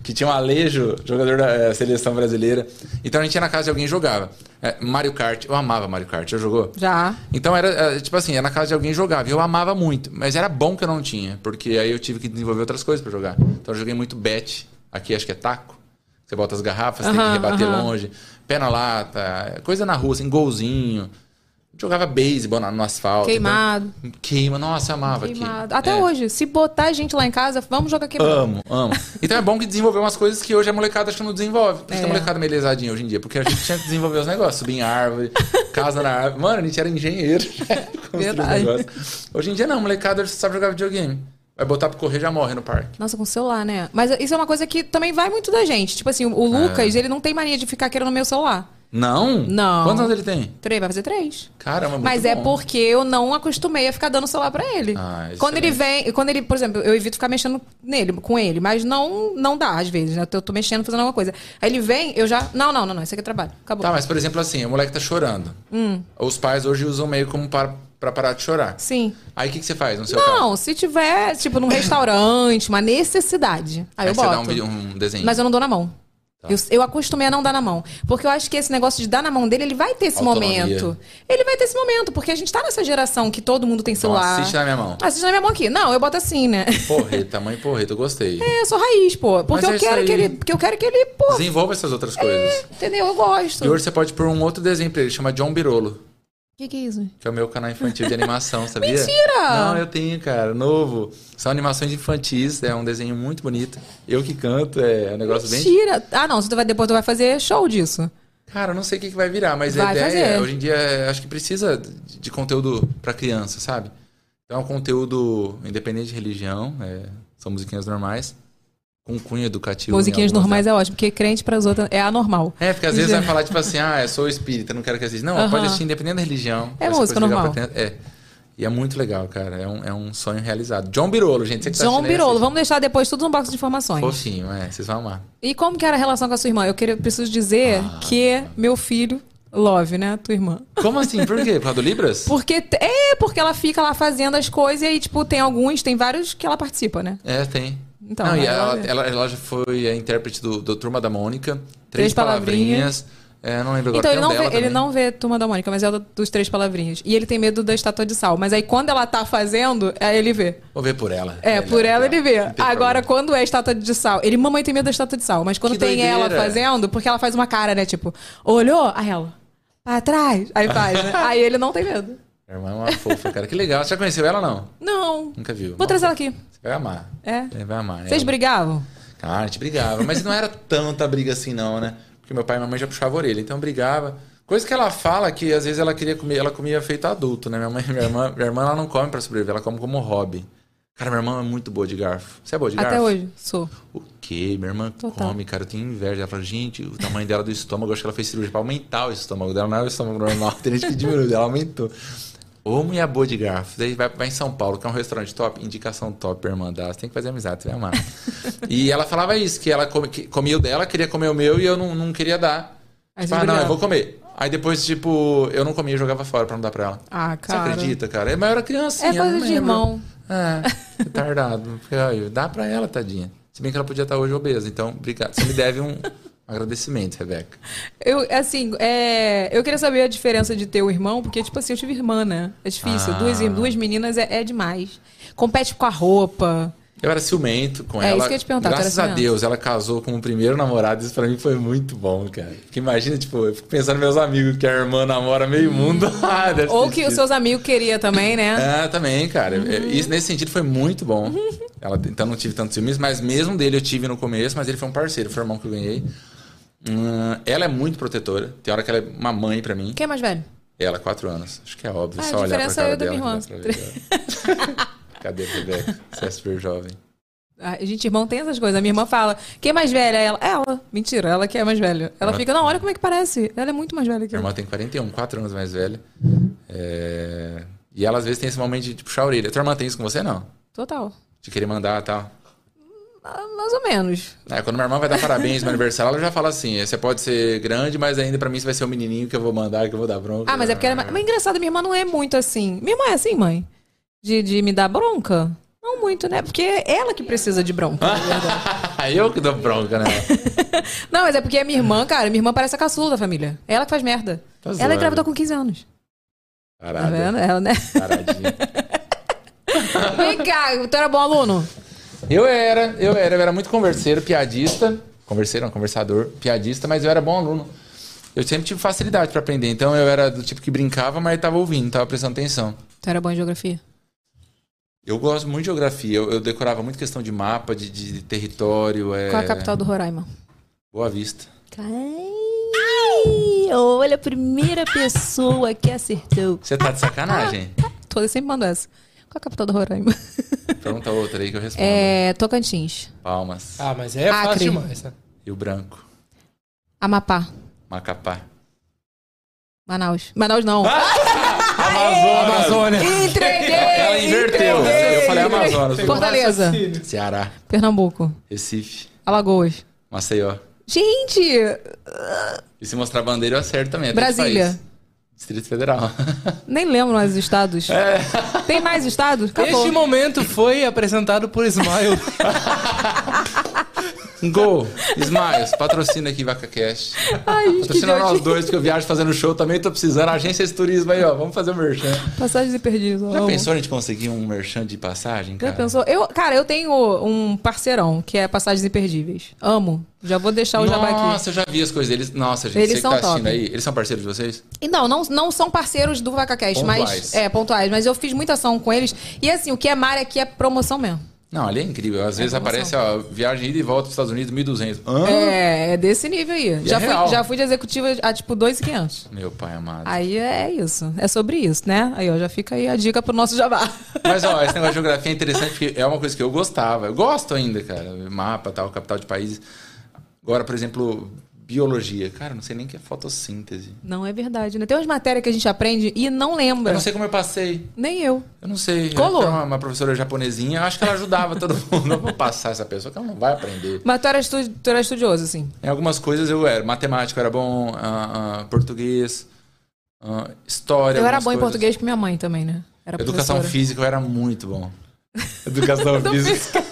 Speaker 7: Que tinha um Alejo, jogador da eh, seleção brasileira. Então a gente ia na casa de alguém e jogava. Eh, Mario Kart, eu amava Mario Kart, já jogou?
Speaker 1: Já.
Speaker 7: Então era, eh, tipo assim, era na casa de alguém e jogava. E eu amava muito, mas era bom que eu não tinha, porque aí eu tive que desenvolver outras coisas pra jogar. Então eu joguei muito bet, aqui acho que é taco. Você bota as garrafas, tem que
Speaker 1: Aham,
Speaker 7: rebater
Speaker 1: aham.
Speaker 7: longe, pé na lata, coisa na rua, assim, golzinho. Jogava beisebol na- no asfalto.
Speaker 1: Queimado.
Speaker 7: então- queima, nossa, amava
Speaker 1: Queimado.
Speaker 7: queima.
Speaker 1: Até
Speaker 7: É.
Speaker 1: hoje, se botar a gente lá em casa, vamos jogar queimado.
Speaker 7: Amo, amo. Então é bom que desenvolveu umas coisas que hoje a molecada acho que não desenvolve. Por isso que
Speaker 1: É.
Speaker 7: a molecada é meio lesadinha hoje em dia. Porque a gente tinha que desenvolver os negócios. Subir em árvore, casa na árvore. Mano, a gente era engenheiro. né, [laughs] construir os
Speaker 1: Verdade.
Speaker 7: negócios. Hoje em dia não, a molecada só sabe jogar videogame. Vai botar pra correr, já morre no parque.
Speaker 1: Nossa, com celular, né? Mas isso é uma coisa que também vai muito da gente. Tipo assim, o o
Speaker 7: É.
Speaker 1: Lucas, ele não tem mania de ficar querendo o meu celular.
Speaker 7: Não?
Speaker 1: Não.
Speaker 7: Quantos anos ele tem?
Speaker 1: Três, vai fazer três.
Speaker 7: Caramba, Ah, muito
Speaker 1: Mas é
Speaker 7: bom.
Speaker 1: porque eu não acostumei a ficar dando o celular pra ele.
Speaker 7: Ah, excelente.
Speaker 1: quando ele vem, quando ele, por exemplo, eu evito ficar mexendo nele, com ele, mas não não dá às vezes, né? Eu tô- tô mexendo, fazendo alguma coisa. Aí ele vem, eu já, não, não, não, não, isso aqui é trabalho. Acabou.
Speaker 7: Tá, mas por exemplo assim, o moleque tá chorando.
Speaker 1: Hum.
Speaker 7: Os pais hoje usam meio como para, pra parar de chorar.
Speaker 1: Sim.
Speaker 7: Aí o que, que você faz no seu caso?
Speaker 1: Não, se tiver, tipo, num restaurante, uma necessidade, aí,
Speaker 7: Aí
Speaker 1: eu
Speaker 7: você
Speaker 1: boto.
Speaker 7: dá um, Tá. vídeo- um desenho.
Speaker 1: Mas eu não dou na mão. Eu, eu acostumei a não dar na mão. Porque eu acho que esse negócio de dar na mão dele, ele vai ter esse
Speaker 7: Autonomia.
Speaker 1: momento. Ele vai ter esse momento, porque a gente tá nessa geração que todo mundo tem celular.
Speaker 7: Então, assiste na minha mão.
Speaker 1: Assiste na minha mão aqui. Ah, Não, eu boto assim, né? [laughs]
Speaker 7: Porreta, mãe porreta, eu gostei.
Speaker 1: É, eu sou raiz, pô. Porque
Speaker 7: Mas é
Speaker 1: eu
Speaker 7: isso
Speaker 1: quero
Speaker 7: aí.
Speaker 1: que ele. Porque eu quero que ele, pô,
Speaker 7: Desenvolva essas outras coisas.
Speaker 1: entendeu? Eu gosto.
Speaker 7: E
Speaker 1: O
Speaker 7: hoje você pode pôr um outro desenho pra ele, chama John Birolo,
Speaker 1: que, que é isso?
Speaker 7: que é o meu canal infantil de
Speaker 1: [laughs]
Speaker 7: animação, sabia?
Speaker 1: Mentira!
Speaker 7: Não, eu tenho, cara, novo. São animações infantis, é um desenho muito bonito. Eu que canto, é um negócio bem.
Speaker 1: Mentira. Ah, não. Você vai, depois tu vai fazer show disso.
Speaker 7: Cara, eu não sei o que que vai virar, mas a
Speaker 1: Vai
Speaker 7: ideia,
Speaker 1: fazer.
Speaker 7: hoje em dia, é- acho que precisa de de conteúdo pra criança, sabe? Então é um conteúdo independente de religião, é, são musiquinhas normais, com cunho educativo. em
Speaker 1: Musiquinhas
Speaker 7: algumas
Speaker 1: normais é ótimo, porque crente pras outras é anormal.
Speaker 7: né? É, porque às vezes vai falar, tipo assim, ah, eu sou espírita, não quero que assista. Não,
Speaker 1: Aham.
Speaker 7: pode assistir independente da religião.
Speaker 1: É
Speaker 7: Vai ser
Speaker 1: música
Speaker 7: coisa legal
Speaker 1: normal.
Speaker 7: pra criança. É. E é muito legal, cara. É um, é um sonho realizado. John Birolo, gente. Você que tá
Speaker 1: John
Speaker 7: assistindo aí,
Speaker 1: Birolo,
Speaker 7: assiste.
Speaker 1: vamos deixar depois tudo no box de informações.
Speaker 7: Fofinho, é. Vocês vão amar.
Speaker 1: E como que era a relação com a sua irmã? Eu queria, preciso dizer
Speaker 7: Ah.
Speaker 1: que meu filho, Love, né? Tua irmã.
Speaker 7: Como assim? Por quê? Por causa do Libras?
Speaker 1: Porque t- é porque ela fica lá fazendo as coisas e aí, tipo, tem alguns, tem vários que ela participa, né?
Speaker 7: É, tem.
Speaker 1: Então,
Speaker 7: não, e
Speaker 1: vai lá
Speaker 7: ela,
Speaker 1: ver.
Speaker 7: ela, ela já foi a intérprete do, do Turma da Mônica.
Speaker 1: Três
Speaker 7: Três, palavrinhas. É, não lembro agora.
Speaker 1: então
Speaker 7: Tem
Speaker 1: ele não,
Speaker 7: um dela
Speaker 1: vê, ele
Speaker 7: também.
Speaker 1: não vê Turma da Mônica, mas é o dos três palavrinhas. E ele tem medo da estátua de sal. Mas aí quando ela tá fazendo, aí ele vê.
Speaker 7: Vou ver por ela.
Speaker 1: É, por ela ele vê.
Speaker 7: Não tem
Speaker 1: Agora,
Speaker 7: problema.
Speaker 1: quando é estátua de sal, ele, mamãe tem medo da estátua de sal, mas quando
Speaker 7: Que
Speaker 1: tem ela
Speaker 7: doideira.
Speaker 1: fazendo, porque ela faz uma cara, né? Tipo, olhou, aí ela, pra trás, aí faz,
Speaker 7: [laughs]
Speaker 1: né? Aí ele não tem medo.
Speaker 7: Minha irmã é uma fofa, cara. Que legal. Você já conheceu ela ou não?
Speaker 1: Não.
Speaker 7: Nunca viu.
Speaker 1: Vou trazer ela aqui.
Speaker 7: Você vai amar.
Speaker 1: É.
Speaker 7: Você vai amar.
Speaker 1: Vocês
Speaker 7: Ela-
Speaker 1: brigavam?
Speaker 7: Ah, a gente brigava, mas não era tanta briga assim, não, né? Porque meu pai e minha mãe já puxavam a orelha, então brigava. Coisa que ela fala que às vezes ela queria comer, ela comia feito adulto, né? Minha mãe, minha irmã, minha irmã ela não come pra sobreviver, ela come como hobby. Cara, minha irmã é muito boa de garfo. Você é boa de garfo?
Speaker 1: Até hoje, sou.
Speaker 7: O quê? Minha irmã
Speaker 1: Total.
Speaker 7: come, cara, eu tenho inveja. Ela fala, gente, o tamanho dela do estômago, eu acho que ela fez cirurgia pra aumentar o estômago dela, não era o estômago normal, [laughs] tem gente que diminuiu, ela aumentou. Ô, mulher boa de garfo. Daí vai, vai em São Paulo, que é um restaurante top, indicação top pra irmã dela. Você tem que fazer amizade, você vai
Speaker 1: [laughs]
Speaker 7: amar. e ela falava isso, que ela come- que comia o dela, queria comer o meu e eu não, não queria dar.
Speaker 1: Aí você
Speaker 7: Tipo, ah, não, eu
Speaker 1: brigava.
Speaker 7: vou comer. Aí depois, tipo, eu não comia, eu jogava fora pra não dar pra ela.
Speaker 1: Ah, cara.
Speaker 7: Você acredita, cara? Mas eu era criancinha.
Speaker 1: É coisa
Speaker 7: eu não
Speaker 1: de
Speaker 7: lembro.
Speaker 1: irmão.
Speaker 7: É, retardado. Porque, olha, dá pra ela, tadinha. Se bem que ela podia estar hoje obesa, então obrigado. Você me deve um agradecimento, Rebeca.
Speaker 1: Eu, assim, é, eu queria saber a diferença de ter o irmão, porque, tipo assim, eu tive irmã, né? É difícil.
Speaker 7: Ah.
Speaker 1: Duas, ir- duas meninas é, é demais. Compete com a roupa.
Speaker 7: Eu era ciumento com
Speaker 1: É,
Speaker 7: ela.
Speaker 1: isso que eu ia te perguntar, tu era
Speaker 7: Graças a
Speaker 1: ciumento?
Speaker 7: Deus, ela casou com o primeiro namorado. Isso pra mim foi muito bom, cara. Porque imagina, tipo, eu fico pensando nos meus amigos que a irmã namora meio mundo. [laughs] Ah, deve
Speaker 1: Hum. Ou
Speaker 7: ter
Speaker 1: que Hum.
Speaker 7: sido.
Speaker 1: os seus amigos queriam também, né?
Speaker 7: Ah, também, cara. É, Isso nesse sentido foi
Speaker 1: [laughs]
Speaker 7: muito bom. Ela, então não tive tantos ciúmes, mas mesmo dele eu tive no começo, mas ele foi um parceiro, foi o irmão que eu ganhei. Hum, ela é muito protetora. Tem hora que ela é uma mãe pra mim.
Speaker 1: Quem é mais velho?
Speaker 7: Ela, quatro anos. Acho que é óbvio,
Speaker 1: Ah,
Speaker 7: só
Speaker 1: a
Speaker 7: olhar pra
Speaker 1: diferença
Speaker 7: cara
Speaker 1: é eu da
Speaker 7: dela.
Speaker 1: minha
Speaker 7: que dá pra ver dela.
Speaker 1: [laughs]
Speaker 7: Cadê o Rebeca? Você é super jovem.
Speaker 1: A gente, irmão, tem essas coisas. A minha irmã fala, quem é mais velha? Ela, ela. Mentira, ela que é mais velha. Ela
Speaker 7: Ah.
Speaker 1: fica, não, olha como é que parece. Ela é muito mais velha que
Speaker 7: Minha
Speaker 1: eu.
Speaker 7: irmã tem 41, quatro anos mais velha. É, E ela às vezes tem esse momento de puxar a orelha. Tua irmã tem isso com você, não?
Speaker 1: Total.
Speaker 7: De querer mandar e tal.
Speaker 1: Ah, Mais ou menos.
Speaker 7: É, quando minha irmã vai dar parabéns no aniversário, ela já fala assim: você pode ser grande, mas ainda pra mim você vai ser o menininho que eu vou mandar, que eu vou dar bronca.
Speaker 1: Ah, mas é porque ela é mais... Mas engraçado, minha irmã não é muito assim. Minha irmã é assim, mãe? De, de me dar bronca? Não muito, né? Porque é ela que precisa de bronca.
Speaker 7: eu que dou
Speaker 1: [laughs]
Speaker 7: bronca, né?
Speaker 1: Tá Não, mas é porque a minha irmã, cara, minha irmã parece a caçula da família. Ela que faz merda.
Speaker 7: Tá
Speaker 1: ela
Speaker 7: zoando. Ah,
Speaker 1: engravidou com 15 anos. Tá
Speaker 7: Parada.
Speaker 1: vendo?
Speaker 7: [laughs]
Speaker 1: Ela, né?
Speaker 7: Paradinha.
Speaker 1: Vem cá, tu era bom aluno?
Speaker 7: Eu era, eu era, eu era muito converseiro, piadista. Converseiro, não, conversador, piadista, mas eu era bom aluno. Eu sempre tive facilidade pra aprender, então eu era do tipo que brincava, mas tava ouvindo, tava prestando atenção.
Speaker 1: Tu era bom em geografia?
Speaker 7: Eu gosto muito de geografia, eu, eu decorava muito questão de mapa, de, de território. É...
Speaker 1: Qual a capital do Roraima?
Speaker 7: Boa Vista.
Speaker 1: Ai, olha a primeira pessoa que acertou.
Speaker 7: Você tá
Speaker 1: [laughs]
Speaker 7: de sacanagem?
Speaker 1: Toda eu sempre mando essa. Qual a capital do Roraima? [laughs]
Speaker 7: Pergunta outra aí que eu respondo.
Speaker 1: É. Tocantins.
Speaker 7: Palmas.
Speaker 5: Ah, mas é
Speaker 1: Acre.
Speaker 5: fácil demais. né?
Speaker 7: Rio Branco.
Speaker 1: Amapá.
Speaker 7: Macapá.
Speaker 1: Manaus. Manaus não.
Speaker 7: Ah! Amazonas.
Speaker 5: Amazônia.
Speaker 1: [laughs] Entreguei!
Speaker 7: Ela inverteu.
Speaker 1: entreguei.
Speaker 7: Eu falei Amazonas.
Speaker 1: Fortaleza.
Speaker 7: Ceará.
Speaker 1: Pernambuco.
Speaker 7: Recife.
Speaker 1: Alagoas.
Speaker 7: Maceió.
Speaker 1: Gente!
Speaker 7: E se mostrar bandeira, eu acerto também. até de
Speaker 1: Brasília.
Speaker 7: país. Distrito Federal. [laughs]
Speaker 1: Nem lembro mais os estados.
Speaker 7: É.
Speaker 1: Tem mais estados? Acabou.
Speaker 5: Este momento foi apresentado por Smile.
Speaker 7: Gol. Smiles. Patrocina aqui, VacaCast.
Speaker 1: Ai, gente, que
Speaker 7: Patrocina Tá nós
Speaker 1: idiotice.
Speaker 7: dois que eu viajo fazendo show também. Tô precisando. Agências de turismo aí, ó. Vamos fazer o merchan.
Speaker 1: Passagens e perdidos.
Speaker 7: Já pensou a gente conseguir um merchan de passagem,
Speaker 1: Já
Speaker 7: cara?
Speaker 1: pensou? Eu, cara, eu tenho um parceirão que é Passagens Imperdíveis. Amo. Já vou deixar o jabá aqui.
Speaker 7: Nossa, eu já vi as coisas deles. Nossa, gente,
Speaker 1: Eles
Speaker 7: você que
Speaker 1: são
Speaker 7: tá assistindo
Speaker 1: top.
Speaker 7: aí. Eles são parceiros de vocês?
Speaker 1: E não, não, não são parceiros do VacaCast, mas.
Speaker 7: Pontuais.
Speaker 1: É, pontuais. Mas eu fiz muita ação com eles. E assim, o que é mara aqui é promoção mesmo.
Speaker 7: Não, ali é incrível. Às vezes
Speaker 1: promoção.
Speaker 7: aparece, ó, viagem ida e volta para os Estados Unidos, 1.200. Hã?
Speaker 1: É, é desse nível aí. Já,
Speaker 7: Ah. é
Speaker 1: fui,
Speaker 7: real.
Speaker 1: já fui de executiva a tipo 2,500.
Speaker 7: Meu pai amado.
Speaker 1: Aí é isso. É sobre isso, né? Aí, ó, já fica aí a dica pro nosso jabá.
Speaker 7: Mas, ó, esse negócio de geografia é interessante porque é uma coisa que eu gostava. Eu gosto ainda, cara. Mapa, tal, capital de países. Agora, por exemplo, biologia. Cara, eu não sei nem o que é fotossíntese.
Speaker 1: Não é verdade, né? Tem umas matérias que a gente aprende e não
Speaker 7: Eu
Speaker 1: lembra.
Speaker 7: não sei como eu passei.
Speaker 1: Nem eu.
Speaker 7: Eu não sei.
Speaker 1: É. Colou.
Speaker 7: Era Uma, uma professora japonesinha. Eu acho que ela ajudava todo [laughs] mundo. Eu vou passar essa pessoa que ela não vai aprender.
Speaker 1: Mas tu era, estu- tu era estudioso, assim.
Speaker 7: Em algumas coisas eu era. Matemática eu era bom. ah, ah, português. ah, história.
Speaker 1: Eu era
Speaker 7: algumas
Speaker 1: bom em
Speaker 7: coisas.
Speaker 1: português com minha mãe também, né? Era
Speaker 7: Educação
Speaker 1: professora.
Speaker 7: física eu era muito bom. Educação física.
Speaker 1: [laughs]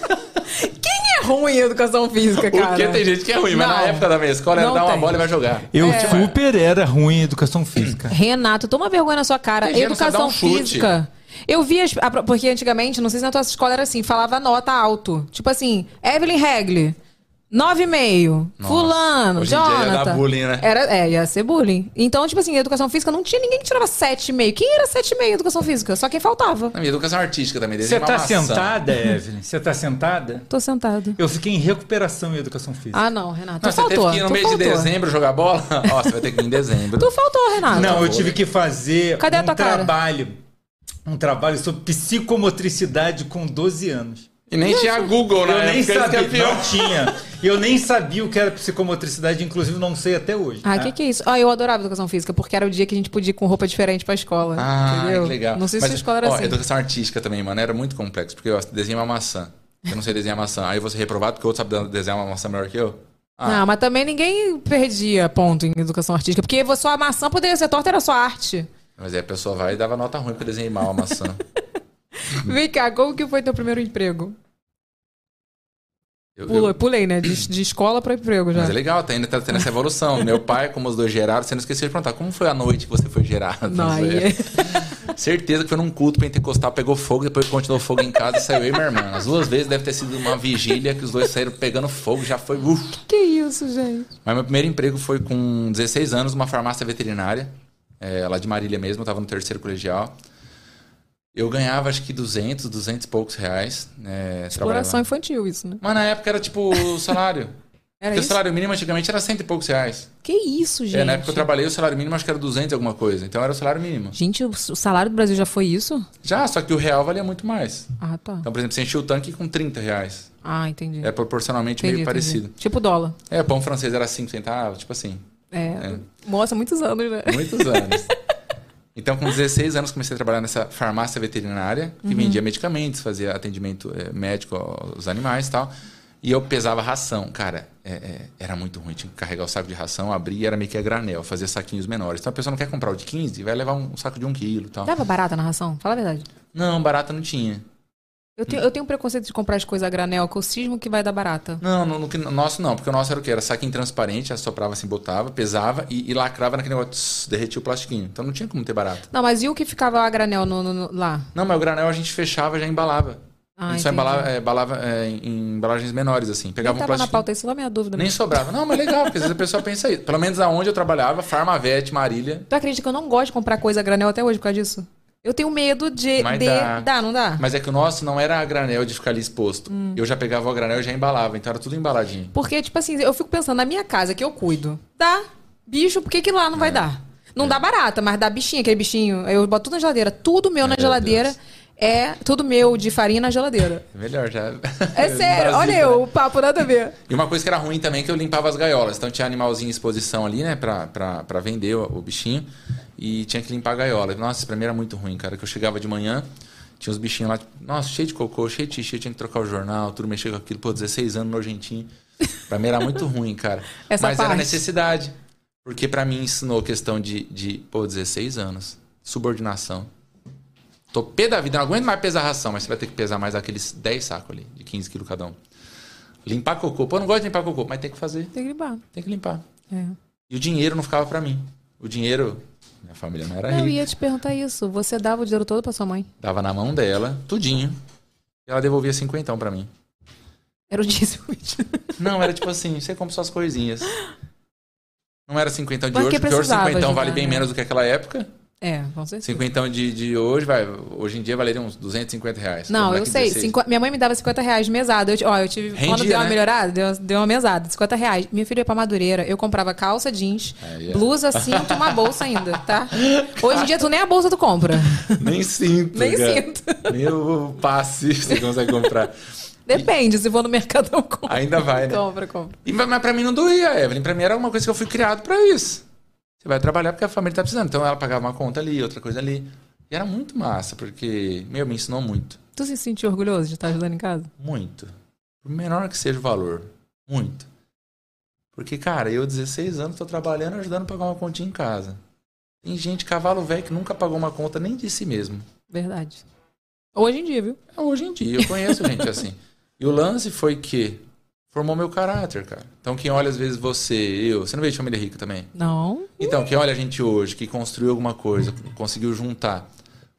Speaker 1: Quem é ruim em educação física, cara?
Speaker 7: Porque tem gente que é ruim, mas
Speaker 1: Não.
Speaker 7: na época da minha escola era
Speaker 1: Não
Speaker 7: dar uma
Speaker 1: tem.
Speaker 7: bola e vai jogar.
Speaker 2: Eu
Speaker 1: É.
Speaker 2: super era ruim em educação física.
Speaker 1: Renato, toma vergonha na sua cara.
Speaker 7: Tem gente que
Speaker 1: Educação
Speaker 7: só dá um chute.
Speaker 1: física. Eu vi as. a pro- porque antigamente, não sei se na tua escola era assim, falava nota alto. Tipo assim, Evelyn Regli. 9,5.
Speaker 7: Nossa.
Speaker 1: Fulano,
Speaker 7: Hoje em dia ia dar
Speaker 1: Jonathan.
Speaker 7: bullying, né?
Speaker 1: Era, é, ia ser bullying. Então, tipo assim, educação física não tinha ninguém que tirava 7,5. Quem era 7,5 em educação física? Só quem faltava.
Speaker 7: Na minha educação artística também.
Speaker 2: Você
Speaker 7: desenhar
Speaker 2: tá
Speaker 7: uma maçã.
Speaker 2: sentada, Evelyn? Você tá sentada?
Speaker 1: Tô sentado.
Speaker 2: Eu fiquei em recuperação em educação física.
Speaker 1: Ah, não, Renato.
Speaker 7: Não,
Speaker 1: tu
Speaker 7: você
Speaker 1: faltou.
Speaker 7: teve que ir no
Speaker 1: tu
Speaker 7: mês
Speaker 1: faltou.
Speaker 7: de dezembro jogar bola? [laughs] Ó, você vai ter que ir em dezembro.
Speaker 1: Tu faltou, Renato.
Speaker 2: não, eu
Speaker 7: favor.
Speaker 2: tive que fazer
Speaker 1: Ah, então Cadê a
Speaker 2: um
Speaker 1: tua cara?
Speaker 2: trabalho um trabalho sobre psicomotricidade com 12 anos.
Speaker 7: E nem tinha Google na
Speaker 2: Eu
Speaker 7: época.
Speaker 2: nem
Speaker 7: isso que é
Speaker 2: sabia,
Speaker 7: pior.
Speaker 2: não tinha. E eu nem sabia o que era psicomotricidade, inclusive não sei até hoje.
Speaker 1: Ah, o
Speaker 2: né?
Speaker 1: que, que é isso? Ah, eu adorava educação física, porque era o dia que a gente podia ir com roupa diferente pra escola.
Speaker 7: Ah,
Speaker 1: entendeu?
Speaker 7: que legal.
Speaker 1: Não sei se
Speaker 7: Mas,
Speaker 1: sua escola era
Speaker 7: ó,
Speaker 1: assim.
Speaker 7: Educação artística também, mano, era muito complexo, porque eu desenho uma maçã. Eu não sei desenhar maçã. Aí eu vou ser reprovado porque o outro sabe desenhar uma maçã melhor que eu. Ah,
Speaker 1: Não, mas também ninguém perdia ponto em educação artística, porque sua maçã poderia ser torta, era só arte.
Speaker 7: mas aí a pessoa vai e dava nota ruim porque eu desenhei mal
Speaker 1: [laughs]
Speaker 7: a maçã. Uhum.
Speaker 1: Vem cá, como que foi teu primeiro emprego?
Speaker 7: Eu- eu-
Speaker 1: Pulou, pulei, né? De, de escola pra emprego já.
Speaker 7: Mas é legal, tá ainda tá tendo essa evolução. Meu pai, como os dois geraram, você não esqueceu de perguntar como foi a noite que [laughs] você foi gerado.
Speaker 1: Não, aí é-
Speaker 7: Certeza que foi num culto pentecostal, pegou fogo, depois continuou fogo em casa e saiu eu e minha irmã. As duas vezes deve ter sido uma vigília que os dois saíram pegando fogo, já foi. uf.
Speaker 1: [laughs] Que isso, gente?
Speaker 7: Mas meu primeiro emprego foi com 16 anos, numa farmácia veterinária, é, lá de Marília mesmo, eu tava no terceiro colegial. Eu ganhava acho que 200, 200 e poucos reais. Né,
Speaker 1: Exploração
Speaker 7: trabalhava.
Speaker 1: infantil, isso, né?
Speaker 7: Mas na época era tipo o salário.
Speaker 1: [laughs] Era
Speaker 7: Porque o
Speaker 1: isso?
Speaker 7: salário mínimo antigamente era cento e poucos reais.
Speaker 1: Que isso, gente?
Speaker 7: É, na época eu trabalhei, o salário mínimo acho que era 200 e alguma coisa. Então era o salário mínimo.
Speaker 1: Gente, o o salário do Brasil já foi isso?
Speaker 7: Já, só que o real valia muito mais.
Speaker 1: Ah, tá.
Speaker 7: Então, por exemplo, você enchia o tanque com 30 reais.
Speaker 1: Ah, entendi.
Speaker 7: É proporcionalmente
Speaker 1: Entendi, entendi.
Speaker 7: meio parecido.
Speaker 1: Tipo dólar.
Speaker 7: É, pão francês era 5 centavos, tipo assim.
Speaker 1: É. Nossa, muitos anos, né?
Speaker 7: Muitos anos. Então, com 16 anos, comecei a trabalhar nessa farmácia veterinária, que vendia medicamentos, fazia atendimento eh, médico aos animais e tal. E eu pesava ração. Cara, é, é, era muito ruim. Tinha que carregar o saco de ração, abrir, era meio que a granel, fazia saquinhos menores. Então, a pessoa não quer comprar o de 15, vai levar um saco de 1 quilo e tal.
Speaker 1: Dava barata na ração? Fala a verdade.
Speaker 7: Não, barata não tinha.
Speaker 1: Eu
Speaker 7: Hum.
Speaker 1: tenho, eu tenho um preconceito de comprar as coisas a granel, que eu cismo que vai dar barata.
Speaker 7: Não, no, no que- no nosso não, porque o nosso era o quê? Era saquinho transparente, assoprava assim, botava, pesava e, e lacrava naquele negócio, tss, derretia o plastiquinho. Então não tinha como ter barato.
Speaker 1: Não, mas e o que ficava a granel no, no- no- lá?
Speaker 7: Não, mas o granel a gente fechava e já embalava.
Speaker 1: Ah,
Speaker 7: a gente só
Speaker 1: entendi.
Speaker 7: embalava, é, embalava, é, em- em embalagens menores, assim.
Speaker 1: Nem
Speaker 7: Pegava um
Speaker 1: tava na
Speaker 7: plástico.
Speaker 1: pauta, isso é só minha dúvida.
Speaker 7: Nem
Speaker 1: mesmo.
Speaker 7: sobrava. Não, mas legal, porque às vezes a pessoa pensa isso. Pelo menos aonde eu trabalhava, Farmavete, Marília.
Speaker 1: Tu acredita que eu não gosto de comprar coisa a granel até hoje por causa disso? Eu tenho medo de.
Speaker 7: Mas
Speaker 1: de-
Speaker 7: dá.
Speaker 1: não dá?
Speaker 7: Mas é que o nosso não era a granel de ficar ali exposto.
Speaker 1: Hum.
Speaker 7: Eu já pegava o granel e já embalava, então era tudo embaladinho.
Speaker 1: Porque, tipo assim, eu fico pensando, na minha casa que eu cuido, dá bicho, por que que lá não
Speaker 7: É.
Speaker 1: vai dar? Não dá barata, mas dá bichinho, aquele bichinho. Eu boto tudo na geladeira. Tudo meu na
Speaker 7: Meu
Speaker 1: geladeira é tudo meu de farinha na geladeira.
Speaker 7: É melhor já. [laughs]
Speaker 1: É sério,
Speaker 7: Brasília,
Speaker 1: olha
Speaker 7: né?
Speaker 1: eu, o papo nada a ver.
Speaker 7: E uma coisa que era ruim também é que eu limpava as gaiolas. Então tinha animalzinho em exposição ali, né, pra, pra, pra vender o, o bichinho. E tinha que limpar a gaiola. Nossa, isso pra mim era muito ruim, cara. Que eu chegava de manhã, tinha os bichinhos lá, tipo, nossa, cheio de cocô, cheio de xixi, eu tinha que trocar o jornal, tudo mexer com aquilo. Pô, 16 anos, nojentinho. Pra mim era
Speaker 1: [laughs]
Speaker 7: muito ruim, cara.
Speaker 1: Essa
Speaker 7: Mas era
Speaker 1: parte.
Speaker 7: necessidade. Porque pra mim ensinou questão de, de, pô, 16 anos, subordinação. Tô pé da vida, não aguento mais pesar ração, mas você vai ter que pesar mais aqueles 10 sacos ali, de 15 quilos cada um. Limpar cocô. Pô, eu não gosto de limpar cocô, mas tem que fazer,
Speaker 1: Tem que limpar.
Speaker 7: tem que limpar.
Speaker 1: É.
Speaker 7: E o dinheiro não ficava pra mim. O dinheiro, minha família não era
Speaker 1: Não, eu
Speaker 7: rica.
Speaker 1: ia te perguntar isso. Você dava o dinheiro todo pra sua mãe?
Speaker 7: Dava na mão dela, tudinho. E ela devolvia cinquentão pra mim.
Speaker 1: Era o [laughs] dízimo. mentira.
Speaker 7: Não, era tipo assim, você compra suas coisinhas. Não era cinquentão de
Speaker 1: Mas
Speaker 7: hoje,
Speaker 1: que
Speaker 7: porque hoje
Speaker 1: precisava
Speaker 7: cinquentão
Speaker 1: ajudar,
Speaker 7: vale bem
Speaker 1: né?
Speaker 7: menos do que aquela época.
Speaker 1: É, com certeza.
Speaker 7: Cinquentão de, de hoje, vai, hoje em dia valeria uns 250 reais.
Speaker 1: Não,
Speaker 7: Como
Speaker 1: eu
Speaker 7: daqui
Speaker 1: sei.
Speaker 7: 16.
Speaker 1: cinqua- Minha mãe me dava 50 reais mesada. Eu, ti- ó, eu tive.
Speaker 7: Rendia,
Speaker 1: quando deu uma
Speaker 7: né?
Speaker 1: melhorada, deu, deu uma mesada. 50 reais. Minha filha ia pra Madureira. Eu comprava calça, jeans,
Speaker 7: Aí, é.
Speaker 1: blusa, cinto, uma bolsa ainda, tá? Hoje em dia, tu nem a bolsa tu compra.
Speaker 7: [laughs] Nem
Speaker 1: [laughs]
Speaker 7: sinto.
Speaker 1: Nem
Speaker 7: cara.
Speaker 1: sinto.
Speaker 7: Nem o passe você consegue comprar.
Speaker 1: Depende. Se for no mercadão, compra.
Speaker 7: Ainda vai, né?
Speaker 1: Compra, compra.
Speaker 7: E, mas mas pra mim não doía, Evelyn. Pra mim era uma coisa que eu fui criado pra isso. Você vai trabalhar porque a família tá precisando. Então ela pagava uma conta ali, outra coisa ali. E era muito massa, porque, meu, me ensinou muito.
Speaker 1: Tu se sentiu orgulhoso de estar ajudando em casa?
Speaker 7: Muito. Por menor que seja o valor. Muito. Porque, cara, eu, 16 anos, tô trabalhando ajudando a pagar uma continha em casa. Tem gente, cavalo velho, que nunca pagou uma conta nem de si mesmo.
Speaker 1: Verdade. Hoje em dia, viu?
Speaker 7: É Hoje em dia, eu conheço gente assim. E o lance foi que formou meu caráter, cara. Então, quem olha, às vezes, você, eu. Você não veio de família rica também?
Speaker 1: Não.
Speaker 7: Então, quem olha a gente hoje, que construiu alguma coisa, conseguiu juntar,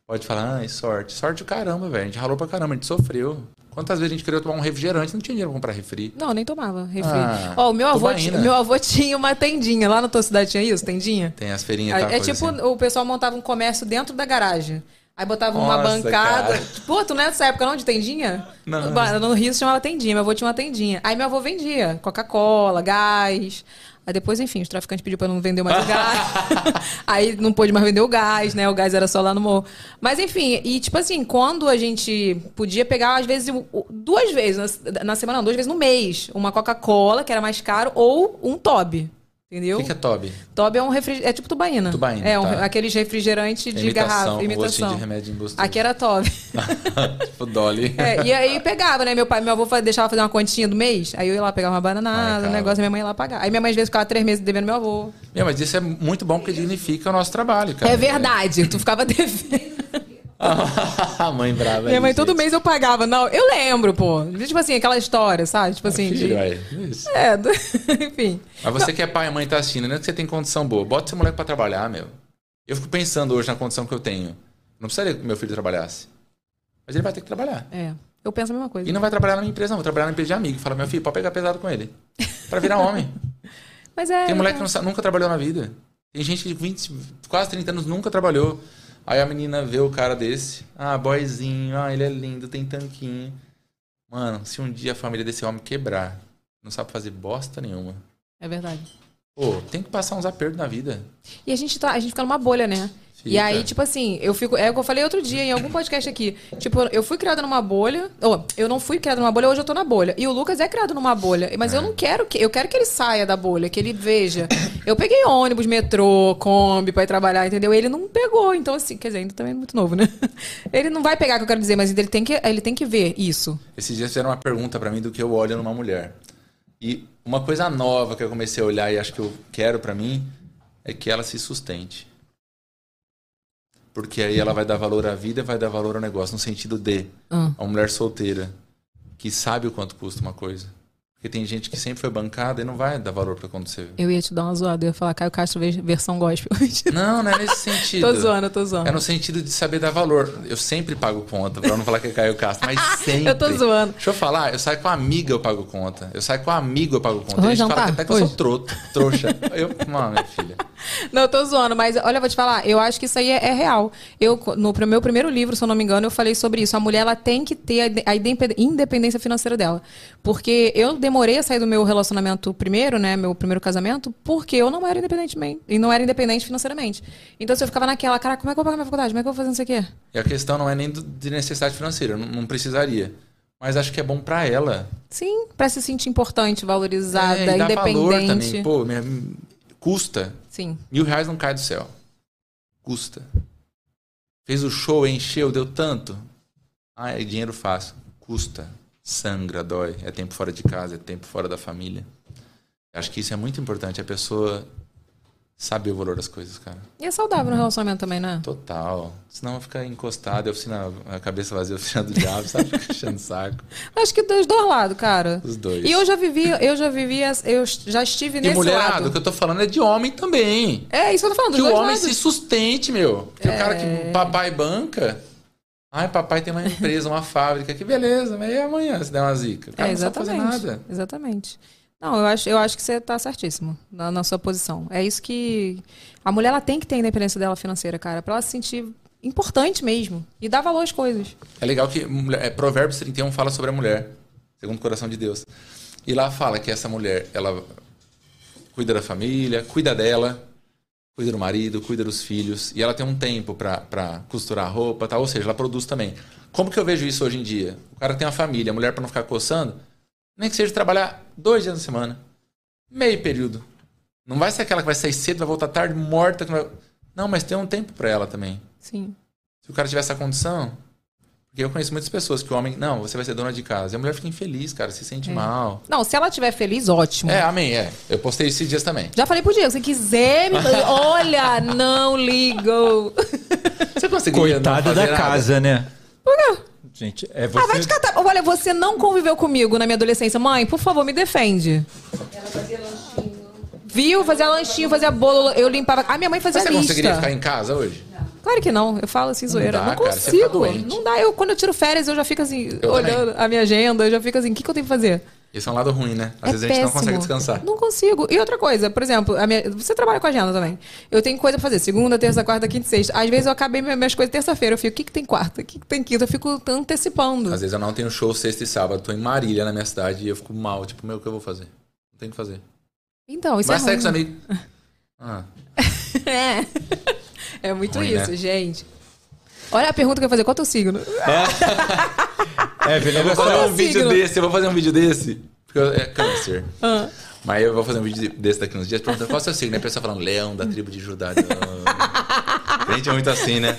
Speaker 7: pode falar, ai, sorte. Sorte o caramba, velho. A gente ralou pra caramba, a gente sofreu. Quantas vezes a gente queria tomar um refrigerante, não tinha dinheiro pra comprar refri.
Speaker 1: Não, nem tomava refri.
Speaker 7: Ah,
Speaker 1: Ó, o meu avô,
Speaker 7: tubaína.
Speaker 1: tinha, meu avô tinha uma tendinha. Lá na tua cidade tinha isso? Tendinha?
Speaker 7: Tem as feirinhas e tal,
Speaker 1: É, é
Speaker 7: coisa
Speaker 1: tipo,
Speaker 7: assim.
Speaker 1: o pessoal montava um comércio dentro da garagem. Aí botava uma
Speaker 7: Nossa,
Speaker 1: bancada.
Speaker 7: cara.
Speaker 1: Pô, tu não é dessa época não de tendinha?
Speaker 7: Não.
Speaker 1: No, no Rio se chamava tendinha, meu avô tinha uma tendinha. Aí meu avô vendia Coca-Cola, gás. Aí depois, enfim, os traficantes pediu pra não vender mais
Speaker 7: [laughs]
Speaker 1: o gás. Aí não pôde mais vender o gás, né? O gás era só lá no morro. Mas enfim, e tipo assim, quando a gente podia pegar, às vezes, o- o- duas vezes na, na semana, não, duas vezes no mês, uma Coca-Cola, que era mais caro, ou um Tob. Entendeu?
Speaker 7: O que, que é Toby?
Speaker 1: Tob é um refrigerante. É tipo tubaína.
Speaker 7: Tubaína,
Speaker 1: É, um,
Speaker 7: tá.
Speaker 1: aqueles refrigerantes de
Speaker 7: Imitação, um
Speaker 1: garrafa,
Speaker 7: gostinho
Speaker 1: imitação.
Speaker 7: de remédio embustido.
Speaker 1: Aqui era Tob.
Speaker 7: [laughs] tipo
Speaker 1: [laughs]
Speaker 7: Dolly.
Speaker 1: É, e aí pegava, né? Meu pai, meu avô fa- deixava fazer uma continha do mês. Aí eu ia lá pegar uma
Speaker 7: Ai,
Speaker 1: bananada,
Speaker 7: cara.
Speaker 1: um negócio, e minha mãe ia lá pagar. Aí minha mãe às vezes ficava três meses devendo meu avô.
Speaker 7: Meu, mas isso é muito bom porque dignifica o nosso trabalho, cara.
Speaker 1: É verdade, tu ficava devendo.
Speaker 7: [laughs] a mãe brava.
Speaker 1: Minha
Speaker 7: aí,
Speaker 1: mãe todo
Speaker 7: gente.
Speaker 1: mês eu pagava. Não, eu lembro, pô. Tipo assim, aquela história, sabe? Tipo assim. de-
Speaker 7: Ah, Filho, aí.
Speaker 1: [laughs]
Speaker 7: Isso.
Speaker 1: É, do- [laughs] enfim.
Speaker 7: Mas você que é pai e mãe e tá assistindo, não é que você tem condição boa. Bota seu moleque pra trabalhar, meu. Eu fico pensando hoje na condição que eu tenho. Não precisaria que meu filho trabalhasse. Mas ele vai ter que trabalhar.
Speaker 1: É. Eu penso a mesma coisa.
Speaker 7: E não vai trabalhar na minha empresa, não. Vou trabalhar na empresa de amigo. Fala, meu filho, pode pegar pesado com ele. Pra virar homem.
Speaker 1: Mas é.
Speaker 7: Tem moleque que não sa- nunca trabalhou na vida. Tem gente que de 20, quase 30 anos nunca trabalhou. Aí a menina vê o cara desse. Ah, boyzinho. Ah, ele é lindo, tem tanquinho. Mano, se um dia a família desse homem quebrar, não sabe fazer bosta nenhuma.
Speaker 1: É verdade.
Speaker 7: Pô, tem que passar uns apertos na vida.
Speaker 1: E a gente, tá, a gente fica numa bolha, né? E
Speaker 7: Fica.
Speaker 1: aí, tipo assim, eu fico. É o que eu falei outro dia em algum podcast aqui. Tipo, eu fui criada numa bolha. Ou, eu não fui criada numa bolha, hoje eu tô na bolha. E o Lucas é criado numa bolha. Mas eu não quero que. Eu quero que ele saia da bolha, que ele veja. Eu peguei ônibus, metrô, Kombi pra ir trabalhar, entendeu? Ele não pegou. Então, assim, quer dizer, ainda também é muito novo, né? [laughs] Ele não vai pegar o que eu quero dizer, mas ele tem que, ele tem que ver isso.
Speaker 7: Esses dias fizeram uma pergunta pra mim do que eu olho numa mulher. E uma coisa nova que eu comecei a olhar e acho que eu quero pra mim é que ela se sustente. Porque aí ela vai dar valor à vida, vai dar valor ao negócio, no sentido de
Speaker 1: Ah.
Speaker 7: a mulher solteira que sabe o quanto custa uma coisa. Porque tem gente que sempre foi bancada e não vai dar valor pra quando você.
Speaker 1: Eu ia te dar uma zoada, eu ia falar Caio Castro ve- versão gospel. [laughs]
Speaker 7: Não, não é nesse sentido.
Speaker 1: tô zoando, tô zoando.
Speaker 7: É no sentido de saber dar valor. Eu sempre pago conta, pra não falar que é Caio Castro, mas
Speaker 1: [laughs]
Speaker 7: sempre.
Speaker 1: Eu tô zoando.
Speaker 7: Deixa eu falar, eu saio com amiga, eu pago conta. Eu saio com amigo, eu pago conta.
Speaker 1: Vamos
Speaker 7: Tem gente que fala
Speaker 1: jantar?
Speaker 7: que até que eu
Speaker 1: tá? Hoje?
Speaker 7: sou troto,
Speaker 1: [laughs]
Speaker 7: trouxa. Eu, não, minha filha.
Speaker 1: Não, eu tô zoando, mas olha, eu vou te falar, eu acho que isso aí é, é real. Eu, no pr- meu primeiro livro, se eu não me engano, eu falei sobre isso. A mulher, ela tem que ter a inde- a independ- independência financeira dela. Porque eu demorei a sair do meu relacionamento primeiro, né, meu primeiro casamento, porque eu não era independentemente, e não era independente financeiramente. Então, se eu ficava naquela, cara, como é que eu vou pagar minha faculdade? Como é que eu vou fazer não sei o quê?
Speaker 7: E a questão não é nem do- de necessidade financeira, eu não, não precisaria. Mas acho que é bom pra ela.
Speaker 1: Sim, pra se sentir importante, valorizada,
Speaker 7: É, e dá valor
Speaker 1: independente.
Speaker 7: também. Pô, minha- custa.
Speaker 1: Sim.
Speaker 7: Mil reais não cai do céu. Custa. Fez o show, encheu, deu tanto. Ah, é dinheiro fácil. Custa. Sangra, dói. É tempo fora de casa, é tempo fora da família. Acho que isso é muito importante. A pessoa sabe o valor das coisas, cara.
Speaker 1: E é saudável no relacionamento também, né?
Speaker 7: Total. Senão vai ficar encostado, é oficina, a cabeça vazia, a oficina do diabo, sabe? Fica [laughs] enchendo o saco.
Speaker 1: Acho que dos dois lados, cara.
Speaker 7: Os dois.
Speaker 1: E eu já vivi, eu já vivi, as- eu já estive
Speaker 7: E
Speaker 1: nesse
Speaker 7: mulherado, o
Speaker 1: lado.
Speaker 7: que eu tô falando é de homem também.
Speaker 1: É isso que eu tô falando,
Speaker 7: Que
Speaker 1: dos
Speaker 7: o
Speaker 1: dois
Speaker 7: homem
Speaker 1: lados. É.
Speaker 7: se sustente, meu. Porque o cara que papai banca. Ai, papai tem uma empresa, uma fábrica, que beleza, mas e amanhã se der uma zica? O cara
Speaker 1: É,
Speaker 7: não sabe fazer
Speaker 1: exatamente.
Speaker 7: nada.
Speaker 1: Exatamente. Não, eu acho, eu acho que você tá certíssimo na, na sua posição. É isso que. A mulher ela tem que ter a independência dela financeira, cara, pra ela se sentir importante mesmo. E dar valor às coisas.
Speaker 7: É legal que mulher- é, Provérbios 31 fala sobre a mulher, segundo o coração de Deus. E lá fala que essa mulher, ela cuida da família, cuida dela, cuida do marido, cuida dos filhos, e ela tem um tempo pra- pra costurar roupa, tá? ou seja, ela produz também. Como que eu vejo isso hoje em dia? O cara tem uma família, a mulher pra não ficar coçando, nem que seja trabalhar dois dias na semana, meio período. Não vai ser aquela que vai sair cedo, vai voltar tarde, morta. que não vai- Não, mas tem um tempo pra ela também.
Speaker 1: Sim.
Speaker 7: Se o cara tivesse essa condição. Porque eu conheço muitas pessoas que o homem. Não, você vai ser dona de casa. E a mulher fica infeliz, cara, se
Speaker 1: É.
Speaker 7: sente mal.
Speaker 1: Não, se ela estiver feliz, ótimo.
Speaker 7: É, amém, é. Eu postei esses dias também.
Speaker 1: Já falei pro Diego, se quiser, me...
Speaker 7: [laughs]
Speaker 1: olha, não ligo. [laughs]
Speaker 7: Você conseguiria
Speaker 2: Coitada
Speaker 7: não
Speaker 2: da
Speaker 7: fazer nada?
Speaker 2: casa, né? Gente, é você.
Speaker 1: Ah, vai te catar. Olha, você não conviveu comigo na minha adolescência. Mãe, por favor, me defende. Viu? Fazia lanchinho, fazia bolo, eu limpava. Ah, minha mãe fazia
Speaker 7: Mas você
Speaker 1: lista.
Speaker 7: conseguiria ficar em casa hoje?
Speaker 1: Claro que não. Eu falo assim, zoeira.
Speaker 7: dá,
Speaker 1: Não,
Speaker 7: cara, você fica
Speaker 1: consigo.
Speaker 7: doente.
Speaker 1: não dá. Eu, quando eu tiro férias, eu já fico assim,
Speaker 7: Eu
Speaker 1: olhando a minha agenda, eu já fico assim, o que, que eu tenho que fazer?
Speaker 7: Eu Esse é um lado ruim, né? Às
Speaker 1: É
Speaker 7: vezes a gente não
Speaker 1: péssimo.
Speaker 7: consegue descansar.
Speaker 1: Não consigo. E outra coisa, por exemplo, a minha- você trabalha com agenda também. Eu tenho coisa pra fazer. Segunda, terça, quarta, quinta e sexta. Às vezes eu acabei minha- minhas coisas terça-feira. Eu fico, o que, que tem quarta? O que, que tem quinta? Eu fico antecipando.
Speaker 7: Às vezes eu não tenho show sexta e sábado, tô em Marília, na minha cidade, e eu fico mal, tipo, meu, o que eu vou fazer? Não tem o que fazer.
Speaker 1: Então, isso
Speaker 7: Mas
Speaker 1: é ruim.
Speaker 7: sexo, amigo. Ah,
Speaker 1: É. É muito
Speaker 7: Ruim,
Speaker 1: isso,
Speaker 7: né?
Speaker 1: gente. Olha a pergunta que eu ia fazer. Qual é o teu signo?
Speaker 2: É, Vini,
Speaker 7: eu vou fazer
Speaker 2: olha só.
Speaker 1: Qual é
Speaker 7: um
Speaker 1: o
Speaker 7: vídeo
Speaker 1: signo?
Speaker 7: desse, eu vou fazer um vídeo desse. Porque eu- é câncer.
Speaker 1: Ah.
Speaker 7: Mas eu vou fazer um vídeo desse daqui uns dias perguntando qual é o seu signo. Aí a pessoa falando, leão da tribo de Judá. A gente é muito assim, né?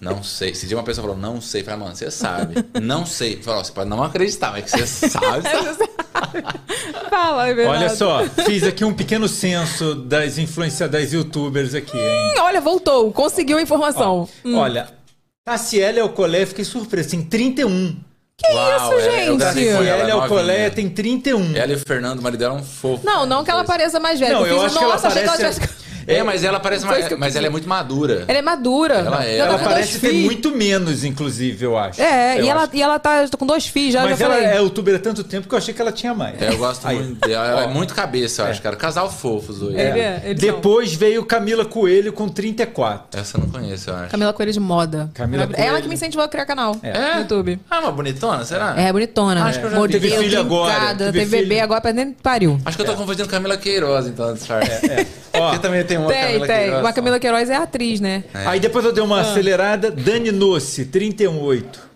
Speaker 7: Não sei. Se dia uma pessoa falou, não sei, fala, mano, você sabe. Não sei. Fala, ó, você pode não acreditar, mas é que
Speaker 1: [laughs]
Speaker 7: você sabe.
Speaker 1: Fala, é verdade.
Speaker 2: Olha só, fiz aqui um pequeno censo das influências das youtubers aqui, hein?
Speaker 1: Hum, Olha, voltou. Conseguiu a informação. Hum.
Speaker 2: Olha, é Tassiele Alcolé, fiquei surpreso, tem 31.
Speaker 7: Que
Speaker 1: isso,
Speaker 7: é,
Speaker 1: gente?
Speaker 2: Tassiele Alcolé
Speaker 7: Ela,
Speaker 2: é tem 31.
Speaker 7: ela e o Fernando, o marido dela, é um fofo.
Speaker 1: Não, não que ela pareça mais velha.
Speaker 2: Não, eu
Speaker 1: fiz,
Speaker 2: acho que ela
Speaker 1: nossa, achei
Speaker 2: parece.
Speaker 1: tivesse-
Speaker 7: É, mas ela parece
Speaker 1: Não foi
Speaker 7: mais.
Speaker 1: isso que eu
Speaker 7: Mas
Speaker 1: quis
Speaker 7: ela é muito madura.
Speaker 1: Ela é madura.
Speaker 7: Ela é.
Speaker 1: Já tá
Speaker 2: Ela
Speaker 1: com
Speaker 2: parece
Speaker 1: dois
Speaker 2: ter
Speaker 1: filhos.
Speaker 2: muito menos, inclusive, eu acho.
Speaker 1: É,
Speaker 2: Eu
Speaker 1: e ela,
Speaker 2: acho.
Speaker 1: e ela tá com dois filhos, já, já
Speaker 2: Mas ela
Speaker 1: falei.
Speaker 2: é youtuber há tanto tempo que eu achei que ela tinha mais.
Speaker 7: É, eu gosto
Speaker 2: Aí.
Speaker 7: muito dela. Ela é
Speaker 2: Ó.
Speaker 7: muito cabeça, eu acho, cara. Casal fofo, Zoe.
Speaker 1: Ele é, eles são.
Speaker 2: Depois veio Camila Coelho com 34.
Speaker 7: Essa eu não conheço, eu acho.
Speaker 1: Camila Coelho de moda.
Speaker 2: Camila
Speaker 1: é ela
Speaker 2: Coelho.
Speaker 1: que me incentivou a criar canal
Speaker 2: É.
Speaker 1: no YouTube.
Speaker 7: Ah, uma bonitona, será?
Speaker 1: É, bonitona.
Speaker 7: Acho que eu já
Speaker 1: Modelo,
Speaker 2: tive filho agora,
Speaker 1: trincada,
Speaker 2: tive
Speaker 1: teve bebê
Speaker 2: filho.
Speaker 1: agora, parece nem pariu.
Speaker 7: Acho que eu tô confundindo Camila Queiroz, então, disfarce.
Speaker 2: Ó,
Speaker 7: Você também tem uma
Speaker 1: Tem,
Speaker 7: Camila
Speaker 1: tem.
Speaker 7: Queiroz.
Speaker 1: Mas Camila Queiroz é atriz, né?
Speaker 2: Aí depois eu dei uma
Speaker 1: Ah.
Speaker 2: acelerada. Dani Noce, 38.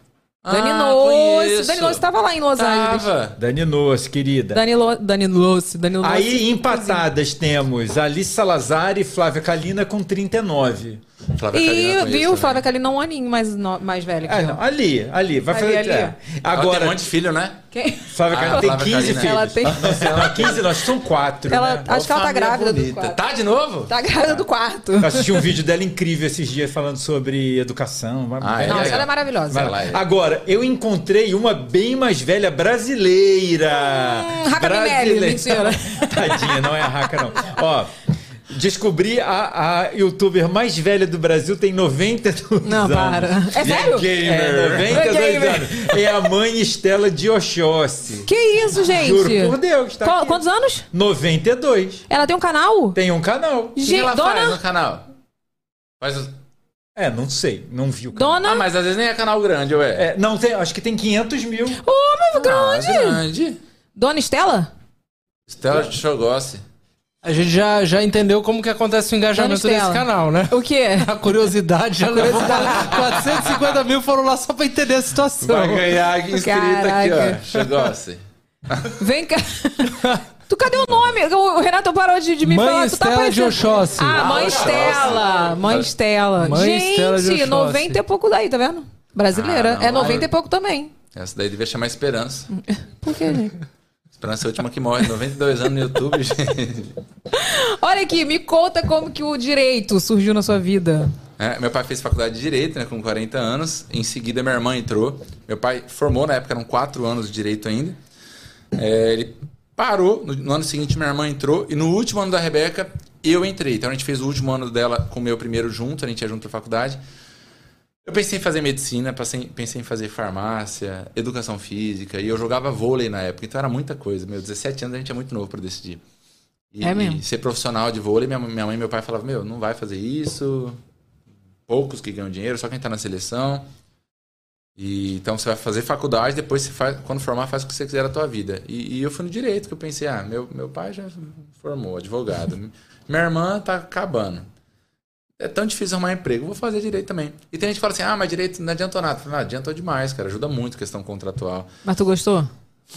Speaker 7: Ah,
Speaker 1: Dani Noce.
Speaker 7: conheço.
Speaker 1: Dani Noce tava lá em Los Angeles.
Speaker 7: Tava.
Speaker 2: Dani Noce, querida.
Speaker 1: Dani, Lo... Dani Noce. Dani Noce.
Speaker 2: Aí empatadas temos Alice Salazar e Flávia Kalina com 39.
Speaker 7: Flávia Kalina eu
Speaker 1: E viu,
Speaker 7: conheço também.
Speaker 5: né?
Speaker 1: Flávia Kalina é um aninho mais, no- mais velha
Speaker 7: É,
Speaker 1: que
Speaker 2: Ah,
Speaker 1: eu.
Speaker 2: não, ali, ali. Vai
Speaker 1: Ali,
Speaker 2: fazer.
Speaker 1: ali.
Speaker 2: é.
Speaker 7: Ela
Speaker 2: Agora.
Speaker 7: tem um monte de filho, né?
Speaker 1: Quem?
Speaker 2: Flávia
Speaker 7: Ah,
Speaker 2: Kalina tem
Speaker 7: Flávia
Speaker 2: 15
Speaker 7: Kalina.
Speaker 2: filhos.
Speaker 1: Ela tem-
Speaker 2: Nossa, ela- 15, nós são 4.
Speaker 1: Ela-
Speaker 2: Né?
Speaker 1: acho que ela tá
Speaker 7: Família
Speaker 1: grávida do
Speaker 7: bonita.
Speaker 1: quarto.
Speaker 7: Tá de novo?
Speaker 1: Tá grávida do quarto.
Speaker 2: Eu assisti um vídeo dela incrível esses dias falando sobre educação. uma-
Speaker 7: Ah, é?
Speaker 1: Nossa,
Speaker 7: legal.
Speaker 1: ela é maravilhosa.
Speaker 7: Vai lá.
Speaker 2: Agora, eu encontrei uma bem mais velha brasileira.
Speaker 1: Hum, Raca Minelli, mentira.
Speaker 2: [laughs] Tadinha, não é a Raca, não. Ó, descobri a, a youtuber mais velha do Brasil, tem 92
Speaker 1: Não,
Speaker 2: anos.
Speaker 1: para. [laughs] É sério?
Speaker 2: É, 92
Speaker 1: É gamer.
Speaker 2: anos. É a mãe Estela de Oxóssi.
Speaker 1: Que isso, gente?
Speaker 2: Juro por Deus, tá
Speaker 1: Qual-
Speaker 2: aqui.
Speaker 1: Quantos anos?
Speaker 2: 92.
Speaker 1: Ela tem um canal?
Speaker 2: Tem um canal.
Speaker 7: O que
Speaker 1: Gente,
Speaker 7: ela faz
Speaker 1: dona.
Speaker 7: no canal? Faz os-
Speaker 2: É, não sei, não vi o canal.
Speaker 1: Dona.
Speaker 7: Ah, mas às vezes nem é canal grande, ué. Ah,
Speaker 2: É, não, tem, acho que tem 500 mil.
Speaker 1: Ô, mas grande.
Speaker 7: é grande.
Speaker 1: Dona Estela?
Speaker 7: Estela Chogosse.
Speaker 5: A gente já, já entendeu como que acontece o engajamento
Speaker 1: Dona Estela.
Speaker 5: desse canal, né?
Speaker 1: O quê?
Speaker 5: A curiosidade já levou 450 mil foram lá só pra entender a situação.
Speaker 7: Vai ganhar inscrito aqui,
Speaker 1: Caraca.
Speaker 7: ó. Chogosse.
Speaker 1: Vem
Speaker 7: [laughs]
Speaker 1: cá. Tu cadê o nome? O o Renato parou de, de me
Speaker 5: Mãe
Speaker 1: falar. tu
Speaker 5: Estela
Speaker 1: tá aparecendo.
Speaker 5: de Oxóssi.
Speaker 1: Ah, Mãe
Speaker 7: Ah,
Speaker 1: Estela.
Speaker 7: Oxóssi.
Speaker 1: Mãe Estela.
Speaker 5: Mãe
Speaker 1: Gente,
Speaker 5: Estela de Oxóssi.
Speaker 1: 90 e pouco daí, tá vendo? Brasileira.
Speaker 7: Ah, não,
Speaker 1: é
Speaker 7: não.
Speaker 1: 90 e pouco também.
Speaker 7: Essa daí devia chamar Esperança.
Speaker 1: [laughs] Por quê, gente?
Speaker 7: Esperança é a última que morre. 92 anos no YouTube, [laughs] gente.
Speaker 1: Olha aqui, me conta como que o direito surgiu na sua vida.
Speaker 7: É, meu pai fez faculdade de Direito, né, com 40 anos. Em seguida, minha irmã entrou. Meu pai formou, na época eram 4 anos de Direito ainda. É, ele parou, no, no ano seguinte minha irmã entrou. E no último ano da Rebeca, eu entrei. Então a gente fez o último ano dela com o meu primeiro junto, a gente ia junto pra faculdade. Eu pensei em fazer medicina, passei- pensei em fazer farmácia, educação física. E eu jogava vôlei na época, então era muita coisa. Meu, 17 anos a gente é muito novo pra decidir. E,
Speaker 1: É mesmo?
Speaker 7: e ser profissional de vôlei, minha, minha mãe e meu pai falavam, meu, não vai fazer isso, poucos que ganham dinheiro, só quem tá na seleção. E, então você vai fazer faculdade, depois você faz, quando formar, faz o que você quiser da tua vida. E, e eu fui no direito, que eu pensei, ah, meu, meu pai já
Speaker 1: [laughs]
Speaker 7: formou, advogado. Minha irmã tá acabando. É tão difícil arrumar emprego, vou fazer direito também. E tem gente que fala assim, ah, mas direito não adiantou nada. Eu falo, Não, adiantou demais, cara, ajuda muito a questão contratual.
Speaker 1: Mas tu gostou?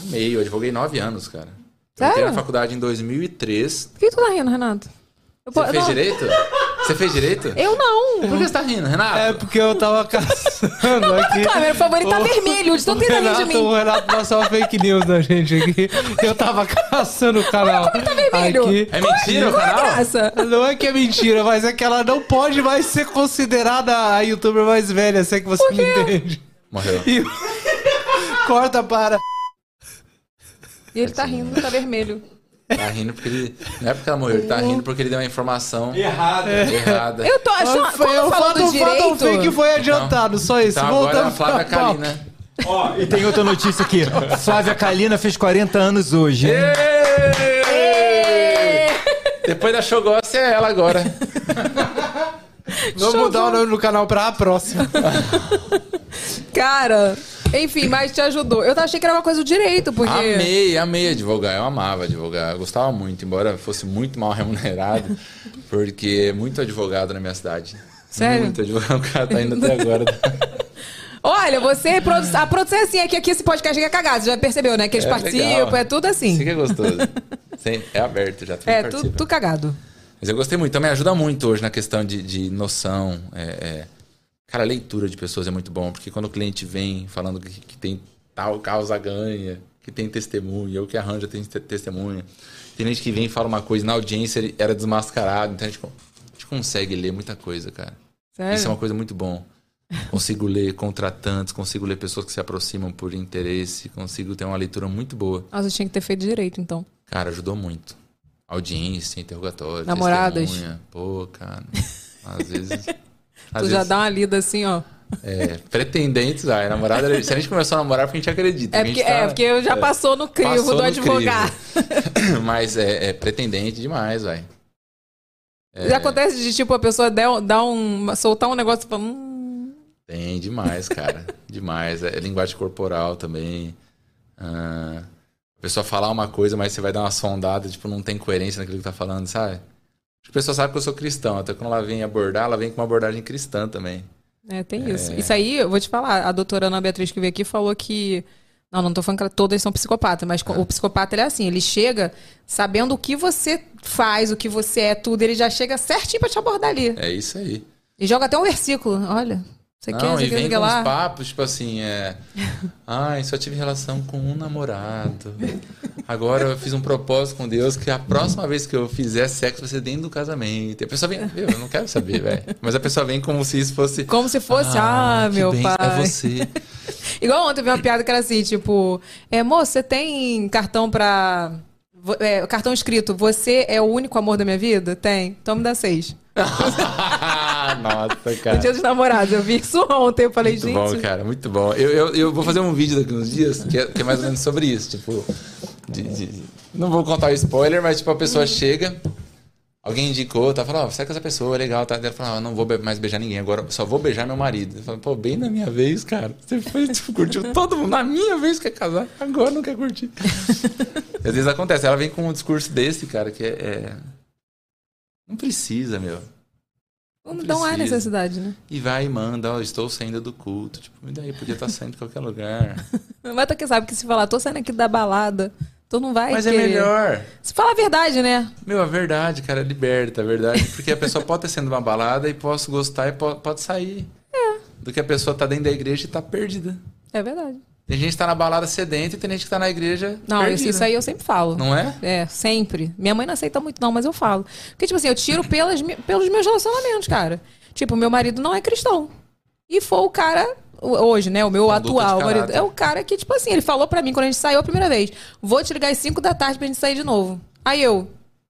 Speaker 7: Meio, eu advoguei nove anos, cara. Eu
Speaker 1: Sério?
Speaker 7: entrei na faculdade em 2003.
Speaker 1: Por que tu tá rindo, Renato? Eu,
Speaker 7: Você
Speaker 1: po-
Speaker 7: fez
Speaker 1: não,
Speaker 7: direito? Você fez direito?
Speaker 1: eu
Speaker 7: Por
Speaker 1: não.
Speaker 7: [laughs] que você tá rindo, Renato?
Speaker 5: É porque eu tava [laughs] caçando aqui.
Speaker 1: Claro, meu favorito tá
Speaker 5: O-
Speaker 1: vermelho, de tanto que
Speaker 5: o
Speaker 1: tá rindo de
Speaker 5: Renato,
Speaker 1: mim.
Speaker 5: o Renato passou uma fake news na gente aqui. Eu tava caçando o canal.
Speaker 1: Tá vermelho.
Speaker 5: Aqui.
Speaker 7: É mentira o
Speaker 1: Qual é a
Speaker 7: canal?
Speaker 1: graça?
Speaker 5: Não é que é mentira, mas é que ela não pode mais ser considerada a youtuber mais velha, se é que você me entende.
Speaker 7: Morreu.
Speaker 5: E... [laughs] Corta para.
Speaker 1: E ele tá rindo, tá vermelho.
Speaker 7: Tá rindo porque ele. Não é porque ela morreu, ele tá rindo porque ele deu uma informação
Speaker 2: Errado.
Speaker 7: errada.
Speaker 1: Eu tô achando.
Speaker 5: Foi
Speaker 1: Quando eu
Speaker 5: o
Speaker 1: falo
Speaker 5: fato,
Speaker 1: do
Speaker 5: o fato fake
Speaker 1: direito.
Speaker 5: foi adiantado, só isso.
Speaker 7: Então
Speaker 5: Voltando
Speaker 1: tá
Speaker 7: agora a Flávia
Speaker 5: pra pauta.
Speaker 7: Kalina.
Speaker 2: [laughs] Ó, e tem outra
Speaker 5: [laughs]
Speaker 2: notícia aqui. Flávia Kalina fez 40 anos hoje. hein?
Speaker 7: Depois da show gosta é ela agora.
Speaker 5: Vamos mudar o nome do canal pra a próxima.
Speaker 1: Cara, enfim, mas te ajudou. Eu achei que era uma coisa do direito, porque.
Speaker 7: Amei, amei advogar. Eu amava advogar. Eu gostava muito, embora fosse muito mal remunerado, porque é muito advogado na minha cidade.
Speaker 1: Sério?
Speaker 7: Muito advogado. O cara tá indo
Speaker 1: [laughs]
Speaker 7: até agora.
Speaker 1: Olha, você. produ- A produção é assim, é que aqui esse podcast é cagado, você já percebeu, né? Que eles
Speaker 7: É
Speaker 1: participam,
Speaker 7: legal.
Speaker 1: é tudo assim.
Speaker 7: Isso que é gostoso. Sim, é aberto já. Tudo
Speaker 1: É,
Speaker 7: participa.
Speaker 1: tudo, tudo cagado.
Speaker 7: Mas eu gostei muito. Então me ajuda muito hoje na questão de, de noção. é, é. Cara, a leitura de pessoas é muito bom, porque quando o cliente vem falando que, que tem tal causa ganha, que tem testemunha, eu que arranjo tem te- testemunha. Tem gente que vem e fala uma coisa, na audiência ele era desmascarado. Então a gente, con- a gente consegue ler muita coisa, cara.
Speaker 1: Sério?
Speaker 7: Isso é uma coisa muito bom. Consigo ler contratantes, consigo ler pessoas que se aproximam por interesse, consigo ter uma leitura muito boa.
Speaker 1: Nossa, eu tinha que ter feito direito, então.
Speaker 7: Cara, ajudou muito. Audiência, interrogatório,
Speaker 1: Namoradas?
Speaker 7: testemunha. Pô, cara.
Speaker 1: [laughs]
Speaker 7: Às vezes. às
Speaker 1: tu já
Speaker 7: vezes,
Speaker 1: dá uma lida assim, ó.
Speaker 7: É, pretendentes, ah, namorada. Se a gente começou a namorar, porque a gente acredita.
Speaker 1: É
Speaker 7: a gente
Speaker 1: porque,
Speaker 7: tá-
Speaker 1: é, porque eu já passou no crivo
Speaker 7: passou
Speaker 1: do
Speaker 7: no
Speaker 1: advogado.
Speaker 7: crivo. [laughs] Mas é, é pretendente demais, vai.
Speaker 1: [laughs]
Speaker 7: É.
Speaker 1: Já acontece de, tipo, a pessoa dar, dar um, soltar um negócio e falar, hum,
Speaker 7: Tem demais, cara. [laughs] demais. É, linguagem corporal também. Ah, a pessoa falar uma coisa, mas você vai dar uma sondada, tipo, não tem coerência naquilo que tá falando, sabe? Acho que a pessoa sabe que eu sou cristão, até quando ela vem abordar, ela vem com uma abordagem cristã também.
Speaker 1: É, tem isso. Isso aí, eu vou te falar, a doutora Ana Beatriz que veio aqui falou que. Não, não tô falando que ela- todas são psicopatas, mas co- o psicopata ele é assim, ele chega sabendo o que você faz, o que você é, tudo, ele já chega certinho pra te abordar ali.
Speaker 7: É isso aí.
Speaker 1: E joga até um versículo. Olha, você quer,
Speaker 7: Não,
Speaker 1: você
Speaker 7: e
Speaker 1: quer,
Speaker 7: vem
Speaker 1: você quer
Speaker 7: com uns
Speaker 1: lá.
Speaker 7: papos, tipo assim, é. Ai, só tive relação com um namorado. Agora eu fiz um propósito com Deus que a próxima vez que eu fizer sexo vai ser dentro do casamento. E a pessoa vem, meu, eu não quero saber, velho. Mas a pessoa vem como se isso fosse.
Speaker 1: Como se fosse, ah,
Speaker 7: que
Speaker 1: meu
Speaker 7: bem,
Speaker 1: pai.
Speaker 7: É você.
Speaker 1: Igual ontem eu vi uma piada que era assim, tipo, é, moço, você tem cartão pra. vo- é, cartão escrito, você é o único amor da minha vida? Tem. Então me dá seis.
Speaker 7: [laughs] Nossa,
Speaker 1: No dia
Speaker 7: cara.
Speaker 1: dos namorados, eu vi isso ontem, eu falei,
Speaker 7: Muito
Speaker 1: gente.
Speaker 7: bom, cara, muito bom. Eu, eu, eu vou fazer um vídeo daqui uns dias que é, que é mais ou menos sobre isso. Tipo, de- de- não vou contar o spoiler, mas tipo, a pessoa chega, alguém indicou, tá falando, ó, sai com essa pessoa, é legal, tá? Ela fala, ah, não vou be- mais beijar ninguém, agora só vou beijar meu marido. Eu falo, pô, bem na minha vez, cara. Você foi, tipo, curtiu todo mundo, na minha vez quer casar, agora não quer curtir. Às vezes acontece, ela vem com um discurso desse, cara, que é. é, Não precisa, meu.
Speaker 1: Não Então há
Speaker 7: precisa.
Speaker 1: necessidade, né?
Speaker 7: E vai e manda, ó, estou saindo do culto. Tipo, e daí? Podia estar saindo de qualquer lugar.
Speaker 1: Mas tu que sabe que se falar, tô saindo aqui da balada, tu não [laughs] vai
Speaker 7: Mas é
Speaker 1: querer.
Speaker 7: melhor.
Speaker 1: Se falar a verdade, né?
Speaker 7: Meu, a verdade, cara, é liberta a verdade. Porque a pessoa pode estar sendo uma balada e posso gostar e po- pode sair. Do que a pessoa tá dentro da igreja e tá perdida.
Speaker 1: É verdade.
Speaker 7: Tem gente que tá na balada sedenta e tem gente que tá na igreja
Speaker 1: Não,
Speaker 7: perdida.
Speaker 1: isso, isso aí eu sempre falo.
Speaker 7: Não é?
Speaker 1: É, sempre. Minha mãe não aceita muito, não, mas eu falo. Porque, tipo assim, eu tiro pelas, mi- pelos meus relacionamentos, cara. Tipo, meu marido não é cristão. E foi o cara, o- hoje, né? O meu
Speaker 7: Conduta de
Speaker 1: atual marido.
Speaker 7: caráter.
Speaker 1: É o cara que, tipo assim, ele falou pra mim quando a gente saiu a primeira vez: vou te ligar às 5 da tarde pra gente sair de novo. Aí eu,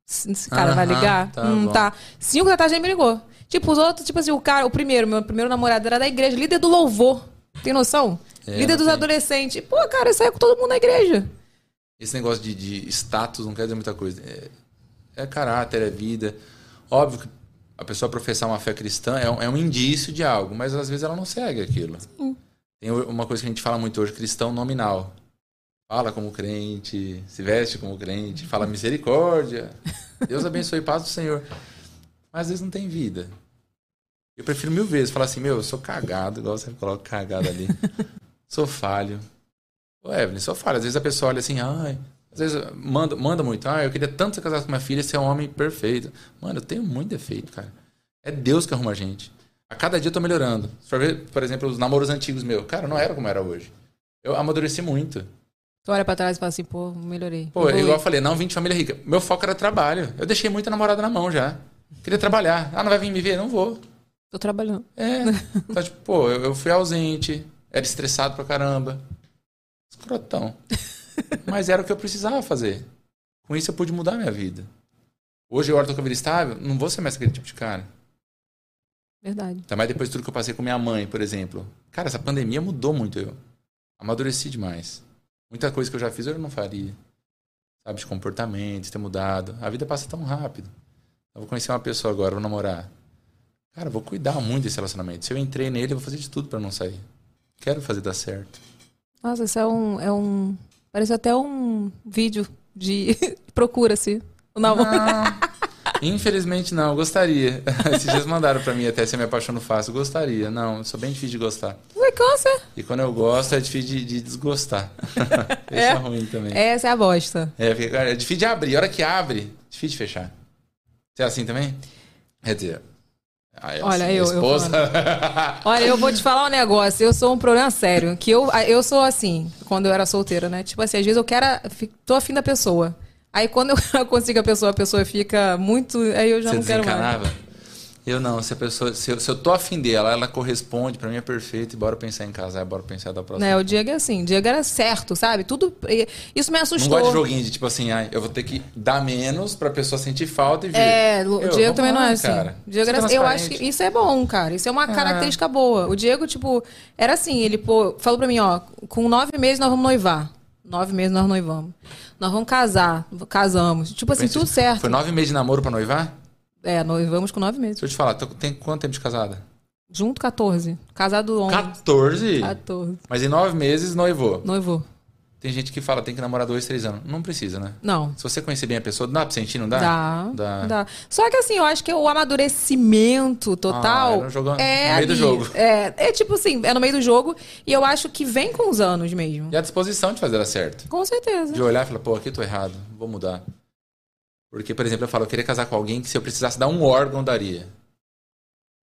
Speaker 1: "S- esse cara vai
Speaker 7: Aham,
Speaker 1: ligar?
Speaker 7: tá
Speaker 1: hum,
Speaker 7: bom.
Speaker 1: tá. 5 da tarde ele me ligou. Tipo, os outros, tipo assim, o cara, o primeiro, meu primeiro namorado era da igreja, líder do louvor. Tem noção?
Speaker 7: É,
Speaker 1: líder
Speaker 7: não
Speaker 1: dos
Speaker 7: tem.
Speaker 1: adolescentes. Pô, cara, eu saio com todo mundo na igreja.
Speaker 7: Esse negócio de, de status não quer dizer muita coisa. É, é caráter, é vida. Óbvio que a pessoa professar uma fé cristã é um, é um indício de algo, mas às vezes ela não segue aquilo. Tem o- uma coisa que a gente fala muito hoje, cristão nominal. Fala como crente, se veste como crente, fala misericórdia. Deus abençoe, paz do Senhor. Mas às vezes não tem vida. Eu prefiro mil vezes falar assim, meu, eu sou cagado, igual você coloca cagado ali. sou falho. Ô, Evelyn, só fala. Às vezes a pessoa olha assim, ai. Às vezes manda, manda muito. Ah, eu queria tanto ser casado com minha filha, ser um homem perfeito. Mano, eu tenho muito defeito, cara. É Deus que arruma a gente. A cada dia eu tô melhorando. Se for ver, por exemplo, os namoros antigos meus. Cara, não era como era hoje. Eu amadureci muito.
Speaker 1: Tu olha pra trás e fala assim, pô, melhorei.
Speaker 7: Pô, é
Speaker 1: Evolui.
Speaker 7: igual eu falei, não vim de família rica. Meu foco era trabalho. Eu deixei muita namorada na mão já. Queria trabalhar. Ah, não vai vir me ver? Não vou.
Speaker 1: Tô trabalhando.
Speaker 7: É. Então, tipo, pô, eu, eu fui ausente, era estressado pra caramba. Escrotão. Mas era o que eu precisava fazer. Com isso eu pude mudar a minha vida. Hoje eu olho tô com a vida estável, não vou ser mais aquele tipo de cara.
Speaker 1: Verdade.
Speaker 7: Ainda mais depois de tudo que eu passei com minha mãe, por exemplo. Cara, essa pandemia mudou muito eu. amadureci demais. Muita coisa que eu já fiz eu não faria. Sabe, de comportamento, de ter mudado. A vida passa tão rápido. Eu vou conhecer uma pessoa agora, vou namorar. Cara, eu vou cuidar muito desse relacionamento. Se eu entrei nele, eu vou fazer de tudo pra não sair. Quero fazer dar certo.
Speaker 1: Nossa, isso é um. É um... Parece até um vídeo de [laughs] procura-se. o namoro.
Speaker 7: [laughs] Infelizmente não, gostaria. [laughs] Esses dias mandaram pra mim até se eu me apaixono fácil. Gostaria. Não, eu sou bem difícil de gostar.
Speaker 1: Ué, câncer.
Speaker 7: E quando eu gosto, é difícil de,
Speaker 1: [laughs]
Speaker 7: de desgostar. Isso é,
Speaker 1: É?
Speaker 7: ruim também. É.
Speaker 1: Essa é a bosta.
Speaker 7: porque, cara, é difícil de abrir. A hora que abre, difícil de fechar. Você é assim também? Quer dizer. ah, é
Speaker 1: Olha,
Speaker 7: assim, minha
Speaker 1: eu- eu
Speaker 7: esposa.
Speaker 1: Olha, eu vou te falar um negócio. Eu sou um problema sério. Que eu, eu sou assim, quando eu era solteira, né? Tipo assim, às vezes eu quero. a- fi- tô afim da pessoa. Aí quando eu [laughs] consigo a pessoa, a pessoa fica muito. Aí
Speaker 7: [laughs]
Speaker 1: eu já
Speaker 7: Você
Speaker 1: não quero mais.
Speaker 7: desencanava? Eu não, se a pessoa. Se eu, se eu tô afim dela, ela corresponde, pra mim é perfeito, e bora pensar em casar, bora pensar da próxima.
Speaker 1: Né, o Diego é assim, o Diego era certo, sabe? Tudo. e- Isso me
Speaker 7: Não
Speaker 1: assustou.
Speaker 7: gosto de joguinho de tipo assim, ai, eu vou ter que dar menos pra pessoa sentir falta e vir.
Speaker 1: É, o
Speaker 7: Eu,
Speaker 1: Diego também não é
Speaker 7: vambora,
Speaker 1: assim.
Speaker 7: cara.
Speaker 1: O Diego era-
Speaker 7: Sou
Speaker 1: eu acho
Speaker 7: transparente. Ah.
Speaker 1: que isso é bom, cara. Isso é uma característica boa. O Diego, tipo, era assim, ele pô, falou pra mim, ó, com nove meses nós vamos noivar. Nove meses nós noivamos. Nós vamos casar, casamos. Tipo assim, tudo certo.
Speaker 7: Foi nove meses de namoro pra noivar?
Speaker 1: É, noivamos com nove meses.
Speaker 7: Deixa eu te falar, tô- tem quanto tempo de casada?
Speaker 1: Junto 14. Casado 11.
Speaker 7: 14?
Speaker 1: 14.
Speaker 7: Mas em nove meses noivou.
Speaker 1: Noivou.
Speaker 7: Tem gente que fala, tem que namorar dois, três anos. Não precisa, né?
Speaker 1: Não.
Speaker 7: Se você conhecer bem a pessoa, dá pra sentir, não dá?
Speaker 1: Dá,
Speaker 7: Dá.
Speaker 1: dá. Só que assim, eu acho que o amadurecimento
Speaker 7: Ah,
Speaker 1: total.
Speaker 7: era um jogo no
Speaker 1: é
Speaker 7: meio do
Speaker 1: ali.
Speaker 7: jogo.
Speaker 1: É, é tipo assim, é no meio do jogo. E eu acho que vem com os anos mesmo.
Speaker 7: E a disposição de fazer dar certo.
Speaker 1: Com certeza.
Speaker 7: De olhar e falar, pô, aqui eu tô errado, vou mudar. Porque, por exemplo, eu falo, eu queria casar com alguém que se eu precisasse dar um órgão, daria.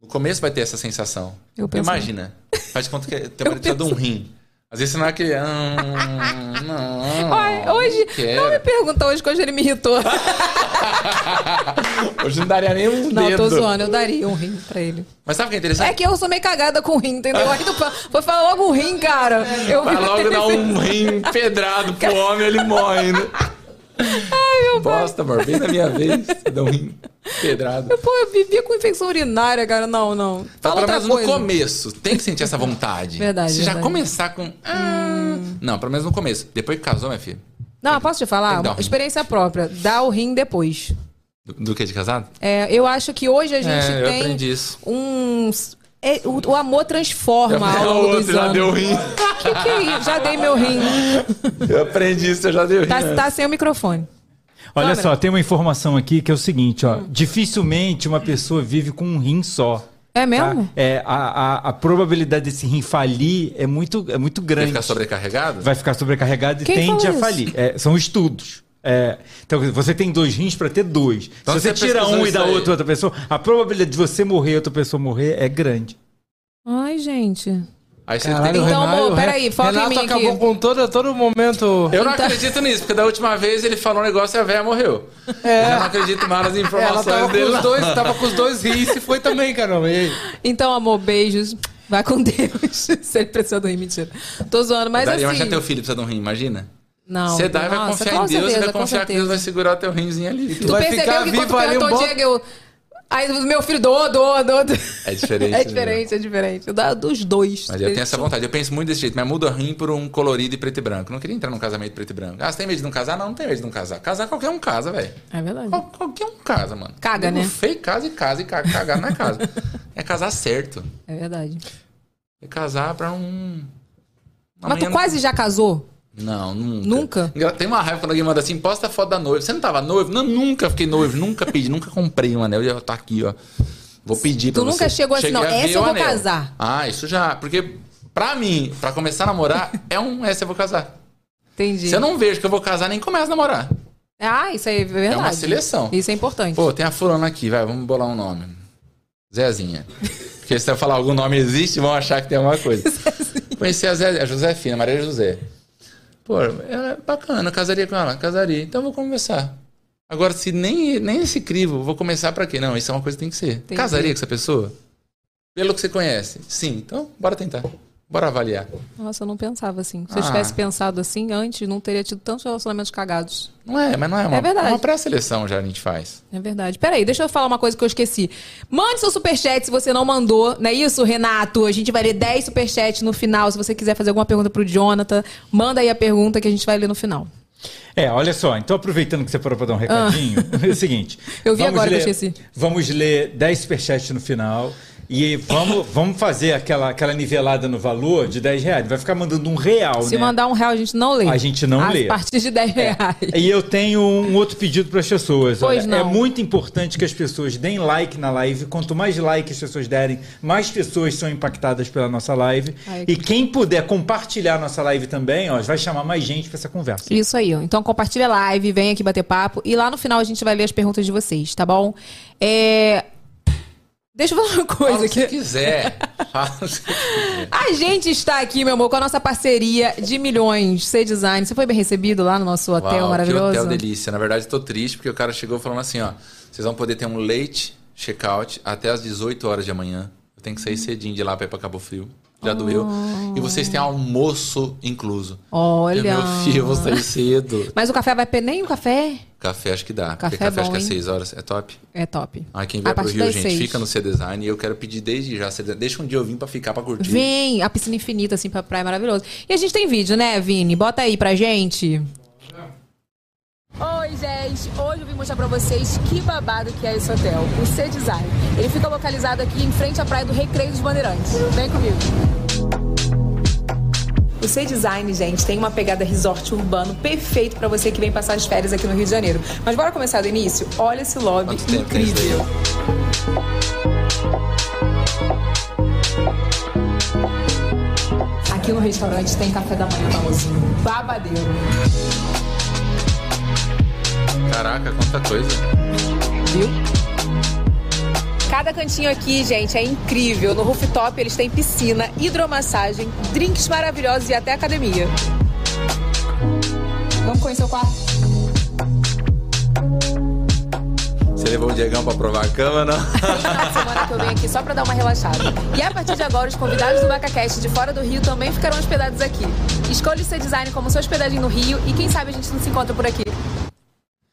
Speaker 7: No começo vai ter essa sensação.
Speaker 1: Eu penso-
Speaker 7: Imagina. Faz de conta
Speaker 1: [laughs]
Speaker 7: que teu marido precisa de um rim. Às vezes você não é aquele. "Hum, não,
Speaker 1: Olha, hoje. Não,
Speaker 7: Não,
Speaker 1: me
Speaker 7: quero."
Speaker 1: pergunta hoje que hoje ele me irritou.
Speaker 7: Tá Hoje não daria nem um
Speaker 1: Não,
Speaker 7: dedo.
Speaker 1: tô zoando, eu daria um rim pra ele.
Speaker 7: Mas sabe o que é interessante?
Speaker 1: É que eu sou meio cagada com rim, entendeu? Aí tu fa- foi falar logo o rim, cara. Eu
Speaker 7: Ah. Vai
Speaker 1: vi-
Speaker 7: logo
Speaker 1: [laughs]
Speaker 7: dar um rim pedrado pro homem, ele morre, né? Ai, meu Bosta, amor, vem na minha vez. Você dá um rim pedrado.
Speaker 1: Pô, eu vivia com infecção urinária, cara. Não, não.
Speaker 7: Tá,
Speaker 1: Fala
Speaker 7: pelo
Speaker 1: outra
Speaker 7: menos no
Speaker 1: coisa.
Speaker 7: começo, tem que sentir essa vontade.
Speaker 1: Verdade,
Speaker 7: Se já
Speaker 1: verdade. Hum.
Speaker 7: começar com. "Ah", Não, pelo menos no começo. Depois que casou, minha filha.
Speaker 1: Não, posso te
Speaker 7: Tem
Speaker 1: falar?
Speaker 7: que dar um rim.
Speaker 1: Experiência própria. Dá o rim depois.
Speaker 7: Do, do que de casado?
Speaker 1: É, eu acho que hoje a gente
Speaker 7: É, eu
Speaker 1: tem
Speaker 7: aprendi isso.
Speaker 1: um. é, o, o amor transforma
Speaker 7: É,
Speaker 1: ao
Speaker 7: [laughs]
Speaker 1: longo
Speaker 7: outro
Speaker 1: dos
Speaker 7: já
Speaker 1: anos.
Speaker 7: deu rim.
Speaker 1: [laughs] Que que é isso? Já dei meu rim.
Speaker 7: Eu aprendi isso, eu já dei o rim.
Speaker 1: Tá, tá sem o microfone.
Speaker 2: Olha
Speaker 1: Câmera. Hum.
Speaker 2: só, tem uma informação aqui que é o seguinte, ó. Dificilmente uma pessoa vive com um rim só.
Speaker 1: É
Speaker 2: tá?
Speaker 1: mesmo?
Speaker 2: É, a, a, a probabilidade desse rim falir é muito, é muito
Speaker 7: Vai
Speaker 2: grande.
Speaker 7: ficar sobrecarregado?
Speaker 2: Vai ficar sobrecarregado e
Speaker 1: Quem
Speaker 2: tende
Speaker 1: falou
Speaker 2: a
Speaker 1: isso?
Speaker 2: falir. É, são estudos. É, então, você tem dois rins para ter dois.
Speaker 7: Então
Speaker 2: Se você
Speaker 7: você
Speaker 2: tira
Speaker 7: pesquisou
Speaker 2: um e
Speaker 7: isso
Speaker 2: dá
Speaker 7: aí.
Speaker 2: outro a outra pessoa, a probabilidade de você morrer e outra pessoa morrer é grande.
Speaker 1: Ai, gente.
Speaker 7: Aí você
Speaker 5: Caralho,
Speaker 7: tem.
Speaker 1: Então,
Speaker 5: Renato,
Speaker 1: amor, peraí, foca em
Speaker 5: Renato
Speaker 1: mim aqui.
Speaker 5: acabou com todo, todo momento.
Speaker 7: Eu não
Speaker 1: Então-
Speaker 7: acredito nisso, porque da última vez ele falou um negócio e a véia morreu. Eu já não acredito mais nas
Speaker 5: É, Ela
Speaker 7: informações
Speaker 5: tava com,
Speaker 7: dele.
Speaker 5: os
Speaker 7: não.
Speaker 5: dois, tava com os dois rins e foi também, caramba. E aí?
Speaker 1: Então, amor, beijos. Vai com Deus. [laughs] Se ele precisar do rim, mentira. Tô zoando, mas
Speaker 7: Daria,
Speaker 1: assim.
Speaker 7: imagina teu filho precisa de um rim, imagina.
Speaker 1: Não.
Speaker 7: Você dá e vai
Speaker 1: Nossa,
Speaker 7: confiar
Speaker 1: com
Speaker 7: em Deus, você
Speaker 1: certeza,
Speaker 7: vai
Speaker 1: com
Speaker 7: confiar que Deus
Speaker 1: certeza.
Speaker 7: vai segurar teu rinzinho ali.
Speaker 1: Tu
Speaker 5: vai
Speaker 1: percebeu
Speaker 5: ficar
Speaker 1: que quando
Speaker 5: vivo ali um
Speaker 1: perguntou
Speaker 5: bom-
Speaker 1: Diego, eu. Aí o meu filho doa, doa, doa. doa.
Speaker 7: É diferente,
Speaker 1: [laughs] É
Speaker 7: né?
Speaker 1: diferente, é diferente. Eu dá dos dois.
Speaker 7: Mas eu tenho essa vontade. Eu penso muito desse jeito, mas muda o rim por um colorido e preto e branco. Não queria entrar num casamento preto e branco. Ah, você tem medo de não casar? Não, não tem medo de não casar. Casar qualquer um casa, velho.
Speaker 1: É verdade.
Speaker 7: Qual- qualquer um casa, mano.
Speaker 1: Caga,
Speaker 7: Nego
Speaker 1: né?
Speaker 7: Feio casa e casa e caga, cagar não é casa. É casar certo.
Speaker 1: É verdade.
Speaker 7: É casar pra um. uma
Speaker 1: Mas tu
Speaker 7: manhã-
Speaker 1: quase já casou?
Speaker 7: Não, nunca.
Speaker 1: Nunca?
Speaker 7: Engra- Tem uma raiva quando alguém manda assim, posta a foto da noiva. Você não tava noivo? Não, nunca fiquei noivo, nunca pedi, nunca comprei um anel. Já tá aqui, ó. Vou pedir pra
Speaker 1: Tu
Speaker 7: você.
Speaker 1: nunca chegou assim,
Speaker 7: Cheguei
Speaker 1: não,
Speaker 7: a
Speaker 1: essa
Speaker 7: ver
Speaker 1: eu
Speaker 7: o
Speaker 1: vou
Speaker 7: anel.
Speaker 1: casar.
Speaker 7: Ah, isso já. Porque pra mim, pra começar a namorar, é um essa eu vou casar.
Speaker 1: Entendi.
Speaker 7: Se eu não vejo que eu vou casar, nem começo a namorar.
Speaker 1: Ah, isso aí é verdade.
Speaker 7: É uma seleção.
Speaker 1: Isso é importante.
Speaker 7: Pô, tem a fulana aqui, vai, vamos bolar um nome. Zezinha. Porque se eu falar algum nome existe, vão achar que tem
Speaker 1: [laughs]
Speaker 7: alguma coisa. Conheci a, Zé, a Josefina, Maria José. Pô, ela é bacana, eu casaria com ela, casaria. Então eu vou conversar. Agora, se nem, nem esse crivo, vou começar pra quê? Não, isso é uma coisa que tem que ser.
Speaker 1: Entendi.
Speaker 7: Casaria com essa pessoa? Pelo que você conhece? Sim, então bora tentar. Bora avaliar.
Speaker 1: Nossa, eu não pensava assim. Se eu
Speaker 7: Ah.
Speaker 1: tivesse pensado assim antes, não teria tido tantos relacionamentos cagados.
Speaker 7: Não é, mas não é uma,
Speaker 1: É verdade.
Speaker 7: uma pré-seleção já a gente faz.
Speaker 1: É verdade. Peraí, deixa eu falar uma coisa que eu esqueci. Mande seu superchat se você não mandou, não é isso, Renato? A gente vai ler 10 superchats no final. Se você quiser fazer alguma pergunta pro Jonathan, manda aí a pergunta que a gente vai ler no final.
Speaker 2: É, olha só, então aproveitando que você parou para dar um recadinho, [laughs] é o seguinte.
Speaker 1: Ah. [laughs] Eu vi agora que eu
Speaker 2: ler,
Speaker 1: esqueci.
Speaker 2: Vamos ler 10 superchats no final e vamos, vamos fazer aquela, aquela nivelada no valor de 10 reais. Vai ficar mandando um real,
Speaker 1: Se
Speaker 2: né?
Speaker 1: mandar um real, a gente não lê.
Speaker 2: A gente não
Speaker 1: a
Speaker 2: lê.
Speaker 1: A partir de 10 reais.
Speaker 2: E eu tenho um outro pedido para as pessoas.
Speaker 1: Pois não.
Speaker 2: É muito importante que as pessoas deem like na live. Quanto mais like as pessoas derem, mais pessoas são impactadas pela nossa live.
Speaker 1: Ai,
Speaker 2: e quem puder compartilhar a nossa live também, ó, vai chamar mais gente para essa conversa.
Speaker 1: Isso aí. ó. Então compartilha a live, vem aqui bater papo. E lá no final a gente vai ler as perguntas de vocês, tá bom? É... Deixa eu falar uma
Speaker 7: Fala
Speaker 1: coisa
Speaker 7: o que você
Speaker 1: aqui. [laughs]
Speaker 7: quiser. Fala o que você quiser.
Speaker 1: A gente está aqui, meu amor, com a nossa parceria de milhões, C-Design. Você foi bem recebido lá no nosso hotel
Speaker 7: Uau,
Speaker 1: maravilhoso?
Speaker 7: Que hotel delícia. Na verdade, eu tô triste porque o cara chegou falando assim, ó. Vocês vão poder ter um late check-out até as 18 horas de amanhã. Eu tenho que sair cedinho de lá pra ir pra Cabo Frio. Já doeu. E vocês têm almoço incluso.
Speaker 1: Oh. Olha.
Speaker 7: Eu, É Meu filho, eu vou sair cedo.
Speaker 1: Mas o café vai pe- nem o café?
Speaker 7: Café acho que dá.
Speaker 1: Café
Speaker 7: porque
Speaker 1: é
Speaker 7: café acho
Speaker 1: bom,
Speaker 7: que é
Speaker 1: hein?
Speaker 7: 6 horas. É top.
Speaker 1: É top.
Speaker 7: Ah, quem
Speaker 1: A
Speaker 7: vier pro
Speaker 1: partir
Speaker 7: Rio,
Speaker 1: das
Speaker 7: gente,
Speaker 1: seis.
Speaker 7: fica no C-Design. E eu quero pedir desde já. C Design. Deixa um dia eu vim pra ficar, pra curtir.
Speaker 1: Vem, a piscina infinita, assim, pra praia é maravilhoso. E a gente tem vídeo, né, Vini? Bota aí pra gente.
Speaker 3: Oi, gente! Hoje eu vim mostrar pra vocês que babado que é esse hotel, o C-Design. Ele fica localizado aqui em frente à praia do Recreio dos Bandeirantes. Vem comigo! O Sea Design, gente, tem uma pegada resort urbano perfeito pra você que vem passar as férias aqui no Rio de Janeiro. Mas bora começar do início? Olha esse lobby
Speaker 7: Quanto tempo tem isso aí?
Speaker 3: incrível. Aqui no restaurante tem café da manhã famosinho. Babadeiro.
Speaker 7: Caraca, quanta coisa.
Speaker 3: viu? Cada cantinho aqui, gente, é incrível. No rooftop eles têm piscina, hidromassagem, drinks maravilhosos e até academia. Vamos conhecer o [laughs] quarto?
Speaker 7: Você levou o Diegão pra provar a cama, não?
Speaker 3: final de semana que eu venho aqui só pra dar uma relaxada. E a partir de agora, os convidados do BacaCast de fora do Rio também ficarão hospedados aqui. Escolha o seu design como sua hospedagem no Rio e quem sabe a gente não se encontra por aqui.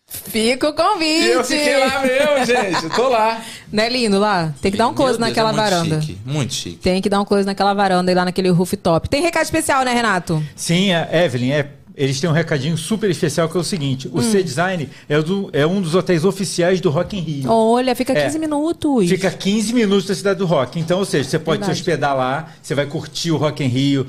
Speaker 1: Fica o convite.
Speaker 7: mesmo, gente. Tô lá.
Speaker 1: Né, lindo lá? Tem que dar um
Speaker 7: Meu
Speaker 1: close
Speaker 7: Deus, é
Speaker 1: naquela
Speaker 7: muito
Speaker 1: varanda.
Speaker 7: Chique, muito chique.
Speaker 1: Tem que dar um close naquela varanda e lá naquele rooftop. Tem recado especial, né, Renato?
Speaker 2: Sim, a Evelyn, é- eles têm um recadinho super especial que é o seguinte:
Speaker 1: Hum.
Speaker 2: o C-Design é, do- é um dos hotéis oficiais do Rock in
Speaker 7: Hum.
Speaker 2: Rio.
Speaker 1: Olha, fica
Speaker 2: É.
Speaker 1: 15 minutos.
Speaker 2: Fica 15 minutos da cidade do rock. Então, ou seja, você pode
Speaker 1: Verdade.
Speaker 2: se hospedar lá, você vai curtir o Rock in Rio,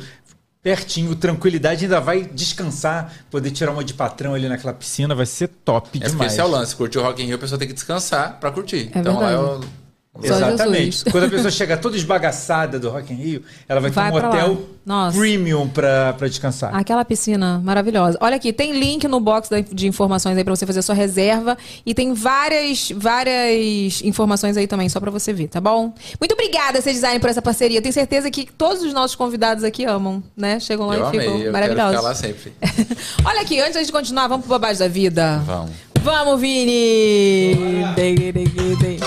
Speaker 2: pertinho, tranquilidade, ainda vai descansar, poder tirar uma de patrão ali naquela piscina, vai ser top
Speaker 7: É porque
Speaker 2: demais.
Speaker 7: esse é o lance. Curtir o Rock in Rio, a pessoa tem que descansar pra curtir.
Speaker 1: É
Speaker 7: então lá
Speaker 1: verdade.
Speaker 7: eu...
Speaker 1: Só
Speaker 2: Exatamente.
Speaker 1: Jesus.
Speaker 2: Quando a pessoa chegar toda esbagaçada do Rock in Rio, ela vai,
Speaker 1: Vai
Speaker 2: ter
Speaker 1: pra
Speaker 2: um
Speaker 1: lá.
Speaker 2: hotel
Speaker 1: Nossa.
Speaker 2: premium pra, pra descansar.
Speaker 1: Aquela piscina maravilhosa. Olha aqui, tem link no box da- de informações aí pra você fazer a sua reserva. E tem várias, várias informações aí também, só pra você ver, tá bom? Muito obrigada, C Design, por essa parceria. Tenho certeza que todos os nossos convidados aqui amam, né? Chegam lá
Speaker 7: Eu
Speaker 1: e ficam
Speaker 7: amei, eu quero
Speaker 1: maravilhosos.
Speaker 7: ficar lá sempre.
Speaker 1: [laughs] Olha aqui, antes de continuar, vamos pro babado da vida.
Speaker 7: Vamos.
Speaker 1: Vamos, Vini! Dei, dei, dei, dei.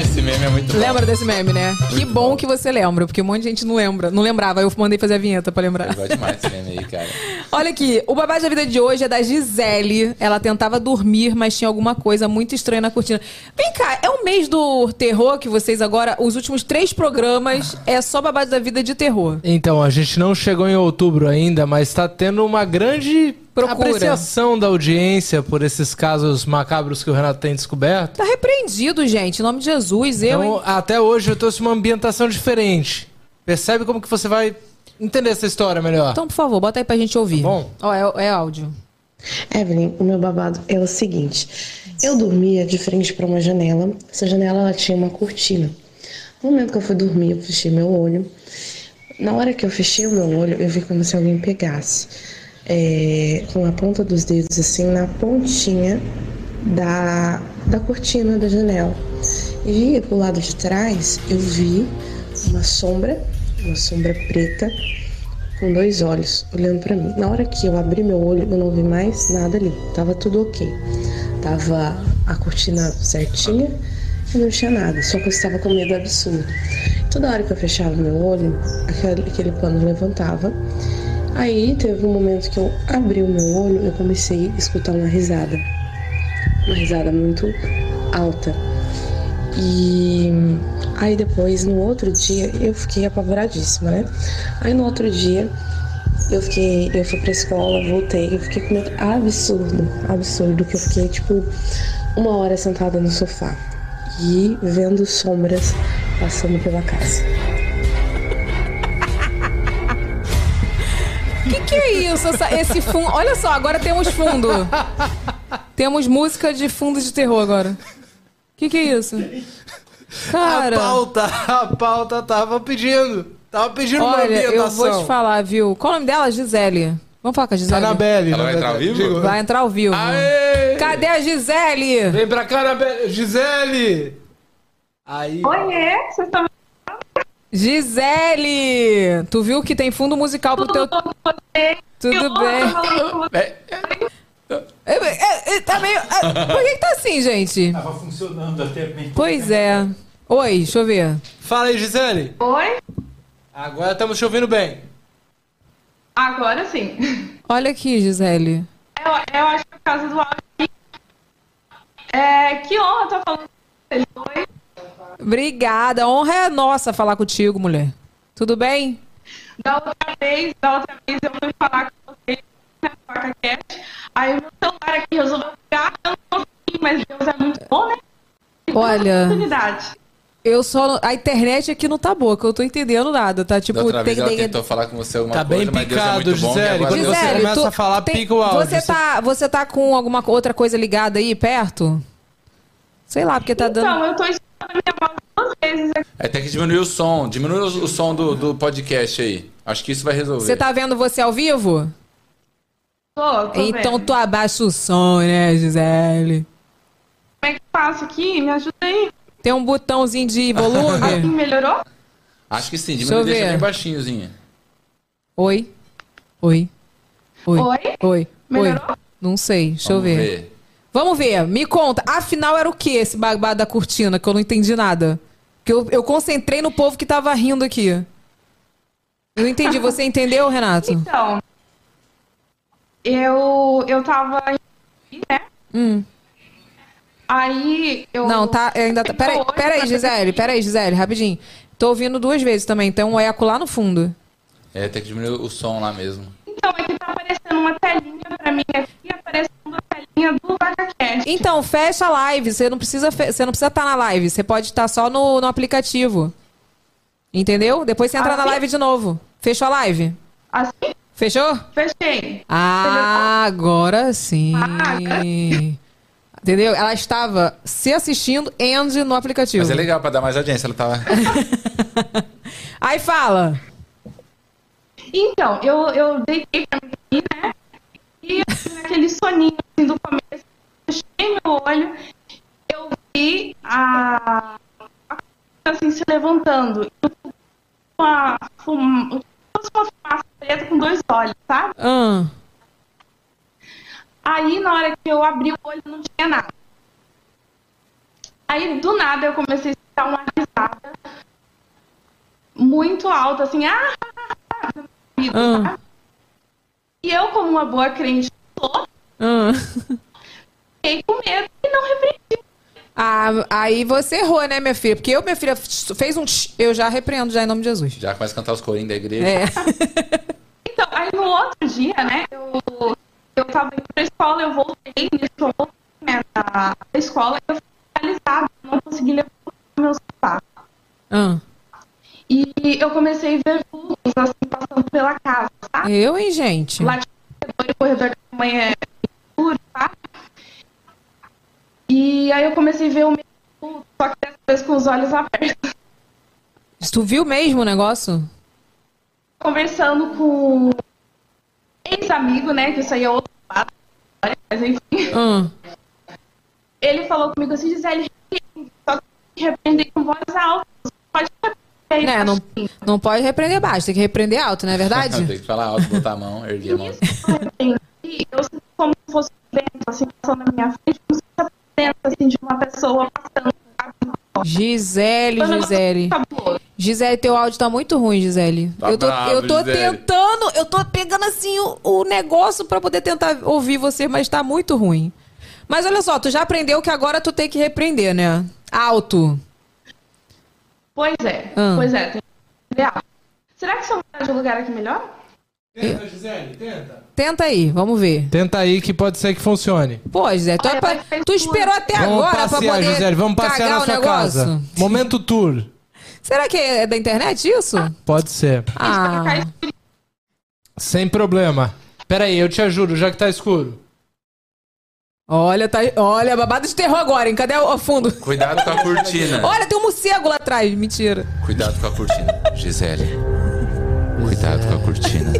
Speaker 7: Esse meme é muito bom.
Speaker 1: Lembra desse meme, né? que bom que você lembra, porque um monte de gente não lembra. Não lembrava, eu mandei fazer a vinheta pra lembrar.
Speaker 7: Eu gosto demais desse meme aí, cara.
Speaker 1: [laughs] Olha aqui, o babado da vida de hoje é da Gisele. Ela tentava dormir, mas tinha alguma coisa muito estranha na cortina. Vem cá, é o mês do terror que vocês agora, os últimos três programas, é só babado da vida de terror.
Speaker 5: Então, a gente não chegou em outubro ainda, mas tá tendo uma grande
Speaker 1: Procura.
Speaker 5: apreciação da audiência por esses casos macabros que o Renato tem descoberto.
Speaker 1: Tá repreendido, gente. Em nome de Jesus, eu.
Speaker 5: então,
Speaker 1: hein?
Speaker 5: até hoje eu trouxe uma ambientação diferente. Percebe como que você vai entender essa história melhor.
Speaker 1: Então, por favor, bota aí pra gente ouvir.
Speaker 5: bom.
Speaker 1: Ó, é, é áudio.
Speaker 8: Evelyn, o meu babado é o seguinte. Eu dormia de frente para uma janela. Essa janela ela tinha uma cortina. No momento que eu fui dormir, eu fechei meu olho. Na hora que eu fechei o meu olho, eu vi como se alguém pegasse é, com a ponta dos dedos assim na pontinha da, da cortina da janela. E pro lado de trás eu vi uma sombra, uma sombra preta com dois olhos olhando pra mim. Na hora que eu abri meu olho, eu não vi mais nada ali. Tava tudo ok. Tava a cortina certinha, e não tinha nada, só que eu estava com medo absurdo. Toda hora que eu fechava meu olho, aquele, aquele pano levantava. Aí teve um momento que eu abri o meu olho, eu comecei a escutar uma risada. Uma risada muito alta. E aí depois, no outro dia, eu fiquei apavoradíssima, né? Aí no outro dia, eu fiquei, eu fui pra escola, voltei, eu fiquei com medo absurdo, absurdo, que eu fiquei tipo uma hora sentada no sofá e vendo sombras passando pela casa.
Speaker 1: Que que é isso? Essa- esse fundo. Olha só, agora temos fundo. Temos música de fundo de terror agora. Que que é isso? Cara.
Speaker 5: A pauta, [laughs] a pauta tava pedindo. Tava pedindo uma
Speaker 1: Olha, eu
Speaker 5: ambientação.
Speaker 1: vou te falar, viu? Qual o nome dela? Gisele. Vamos falar com a Gisele.
Speaker 5: Anabelle.
Speaker 7: Ela
Speaker 5: na
Speaker 7: vai entrar ao
Speaker 5: verdade.
Speaker 7: vivo?
Speaker 5: Digo,
Speaker 1: Vai entrar ao vivo.
Speaker 5: Aê!
Speaker 1: Cadê a Gisele?
Speaker 5: Vem pra cá, Anabelle. Gisele! Aí.
Speaker 1: Gisele! Tu viu que tem fundo musical pro teu. Tudo bem. É, é, é, Tá meio. é, Por que, que tá assim, gente?
Speaker 2: Tava funcionando até bem.
Speaker 1: Pois é. Oi, deixa eu ver.
Speaker 5: Fala aí, Gisele. Oi? Agora estamos chovendo bem.
Speaker 9: Agora sim.
Speaker 1: Olha aqui, Gisele.
Speaker 9: Eu, eu acho que é por causa do áudio. É, que honra estar falando com vocês dois.
Speaker 1: Obrigada. Honra é nossa falar contigo, mulher. Tudo bem?
Speaker 9: Da outra vez, da outra vez eu fui falar com vocês na podcast. Aí meu celular aqui resolveu ficar, eu não consegui, mas Deus é muito bom, né?
Speaker 1: Olha,
Speaker 9: Oportunidade.
Speaker 1: eu só. A internet aqui não tá boa, que eu tô entendendo nada. Tá tipo.
Speaker 7: Da outra vez ela
Speaker 1: tem- tem-
Speaker 7: tentou falar com você alguma
Speaker 5: Tá bem
Speaker 7: coisa, mas Deus é
Speaker 5: picado,
Speaker 7: muito bom.
Speaker 5: Gisele,
Speaker 7: E agora
Speaker 5: quando
Speaker 7: Deus
Speaker 5: você-
Speaker 7: é...
Speaker 5: começa a falar, pica o áudio.
Speaker 1: Você tá, você tá com alguma outra coisa ligada aí perto? Sei lá, porque tá dando.
Speaker 9: Então, eu tô escutando a minha voz duas vezes aqui.
Speaker 7: é, tem que diminuir o som. Diminui o, o som do, do podcast aí. Acho que isso vai resolver.
Speaker 1: Você tá vendo você ao vivo?
Speaker 9: Tô, tô
Speaker 1: então
Speaker 9: vendo.
Speaker 1: tu abaixa o som, né, Gisele?
Speaker 9: Como é que faço aqui? Me ajuda aí.
Speaker 1: Tem um botãozinho de
Speaker 9: Assim,
Speaker 1: volume?
Speaker 9: [laughs] melhorou?
Speaker 7: Acho que sim,
Speaker 1: Deixa
Speaker 7: diminui
Speaker 1: eu
Speaker 7: deixa
Speaker 1: ver.
Speaker 7: bem baixinhozinho.
Speaker 1: Oi? Oi? Oi?
Speaker 9: Oi?
Speaker 1: Oi?
Speaker 9: Melhorou?
Speaker 1: Oi? Não sei, deixa eu
Speaker 7: Vamos
Speaker 1: ver. Vamos ver, me conta. Afinal, era o que esse babado da cortina? Que eu não entendi nada. Que eu, eu concentrei no povo que tava rindo aqui. Eu não entendi. Você entendeu, Renato?
Speaker 9: Então, eu, eu tava em né?
Speaker 1: Hum.
Speaker 9: Aí eu.
Speaker 1: Não, tá. Ainda tá.
Speaker 9: então,
Speaker 1: Peraí, peraí, Gisele. Peraí, Gisele, rapidinho. Tô ouvindo duas vezes também. Tem um eco lá no fundo.
Speaker 7: É, tem que diminuir o som lá mesmo.
Speaker 9: Então, é que tá aparecendo uma telinha pra mim aqui, aparecendo a telinha do VacaCast.
Speaker 1: Então, fecha a live. Você não precisa fe- você não precisa estar na live. Você pode estar só no, no aplicativo. Entendeu? Depois você entra na
Speaker 9: Assim?
Speaker 1: live de novo. Fechou a live?
Speaker 9: Assim,
Speaker 1: Fechou?
Speaker 9: fechei.
Speaker 1: Ah, agora sim.
Speaker 9: Ah.
Speaker 1: Entendeu? Ela estava se assistindo and no aplicativo.
Speaker 7: Mas é legal pra dar mais audiência. Ela tá
Speaker 1: [laughs]
Speaker 7: tava.
Speaker 1: Aí fala.
Speaker 9: Então, eu, eu deitei pra mim aqui, né? E assim, naquele soninho assim, do começo, eu fechei meu olho, eu vi a. a assim, se levantando. Uma fumaça, uma fumaça preta com dois olhos, sabe?
Speaker 1: Ah,
Speaker 9: Aí, na hora que eu abri o olho, não tinha nada. Aí, do nada, eu comecei a escutar uma risada muito alta, assim, ah,
Speaker 1: ah,
Speaker 9: e eu, como uma boa crente, sou, [laughs]
Speaker 1: ah.
Speaker 9: fiquei com medo e não repreendi.
Speaker 1: Ah, aí você errou, né, minha filha? Porque eu, minha filha, f- fez um tch, eu já repreendo já em nome de Jesus.
Speaker 7: Já começa a cantar os corinhos da igreja.
Speaker 1: É.
Speaker 7: [laughs]
Speaker 9: Então, aí no outro dia, né, eu, eu tava indo pra escola, eu voltei nisso, eu voltei né, da, da escola, eu fiquei paralisada, não consegui levantar meu sofá.
Speaker 1: Ah.
Speaker 9: E eu comecei a ver vultos, assim, passando pela casa, sabe?
Speaker 1: Eu, hein, gente?
Speaker 9: Lá tinha um corredor, e o corredor da minha mãe é escuro, tá? E aí eu comecei a ver o mesmo, só que dessa vez com os olhos abertos. [laughs]
Speaker 1: Tu viu mesmo o negócio?
Speaker 9: Conversando com um ex-amigo, né? Que isso aí é outro lado, da história, mas enfim.
Speaker 1: Ah.
Speaker 9: Ele falou comigo assim, Gisele, repreende, só que repreender com voz alta. você Pode repreender aí, assim,
Speaker 1: Né, não,
Speaker 9: baixinho."
Speaker 1: não pode repreender baixo, tem que repreender alto, não é
Speaker 7: tem
Speaker 1: verdade?
Speaker 7: [laughs] que falar alto, botar a mão, erguer a mão.
Speaker 9: Isso, eu repreendi, eu senti como se um fosse dentro, assim, passando na minha frente, como se fosse dentro, assim, de uma pessoa passando, sabe?
Speaker 1: Gisele,
Speaker 9: Foi um negócio
Speaker 1: Gisele.
Speaker 9: cabuloso.
Speaker 1: Gisele, teu áudio tá muito ruim, Gisele.
Speaker 7: Tá
Speaker 1: eu tô,
Speaker 7: brava,
Speaker 1: eu tô
Speaker 7: Gisele.
Speaker 1: tentando, eu tô pegando assim o, o negócio pra poder tentar ouvir você, mas tá muito ruim. Mas olha só, tu já aprendeu que agora tu tem que repreender, né? Alto.
Speaker 9: Pois é,
Speaker 1: Ah.
Speaker 9: pois é. Tem... Será que se eu mudar de um lugar aqui melhor?
Speaker 5: Tenta, Gisele, tenta.
Speaker 1: Tenta aí, vamos ver.
Speaker 5: Tenta aí que pode ser que funcione.
Speaker 1: Pô, Gisele, tu,
Speaker 9: Olha,
Speaker 1: é pra-
Speaker 9: vai ser
Speaker 1: tu
Speaker 9: tudo.
Speaker 1: esperou até
Speaker 5: vamos
Speaker 1: agora pra
Speaker 5: passear,
Speaker 1: poder
Speaker 5: Gisele. Vamos passear
Speaker 1: cagar
Speaker 5: na
Speaker 1: o
Speaker 5: sua
Speaker 1: negócio.
Speaker 5: casa. Momento tour.
Speaker 1: Será que é da internet isso?
Speaker 5: Pode ser.
Speaker 1: Ah,
Speaker 9: Ficar escuro.
Speaker 5: Sem problema. Pera aí, eu te ajudo, já que tá escuro.
Speaker 1: olha, tá, olha, babado de terror agora, hein? Cadê o o
Speaker 5: [laughs]
Speaker 1: fundo?
Speaker 7: Cuidado com a cortina.
Speaker 1: Olha, tem um morcego lá atrás, mentira.
Speaker 7: Cuidado com a cortina. Gisele. Cuidado com a cortina.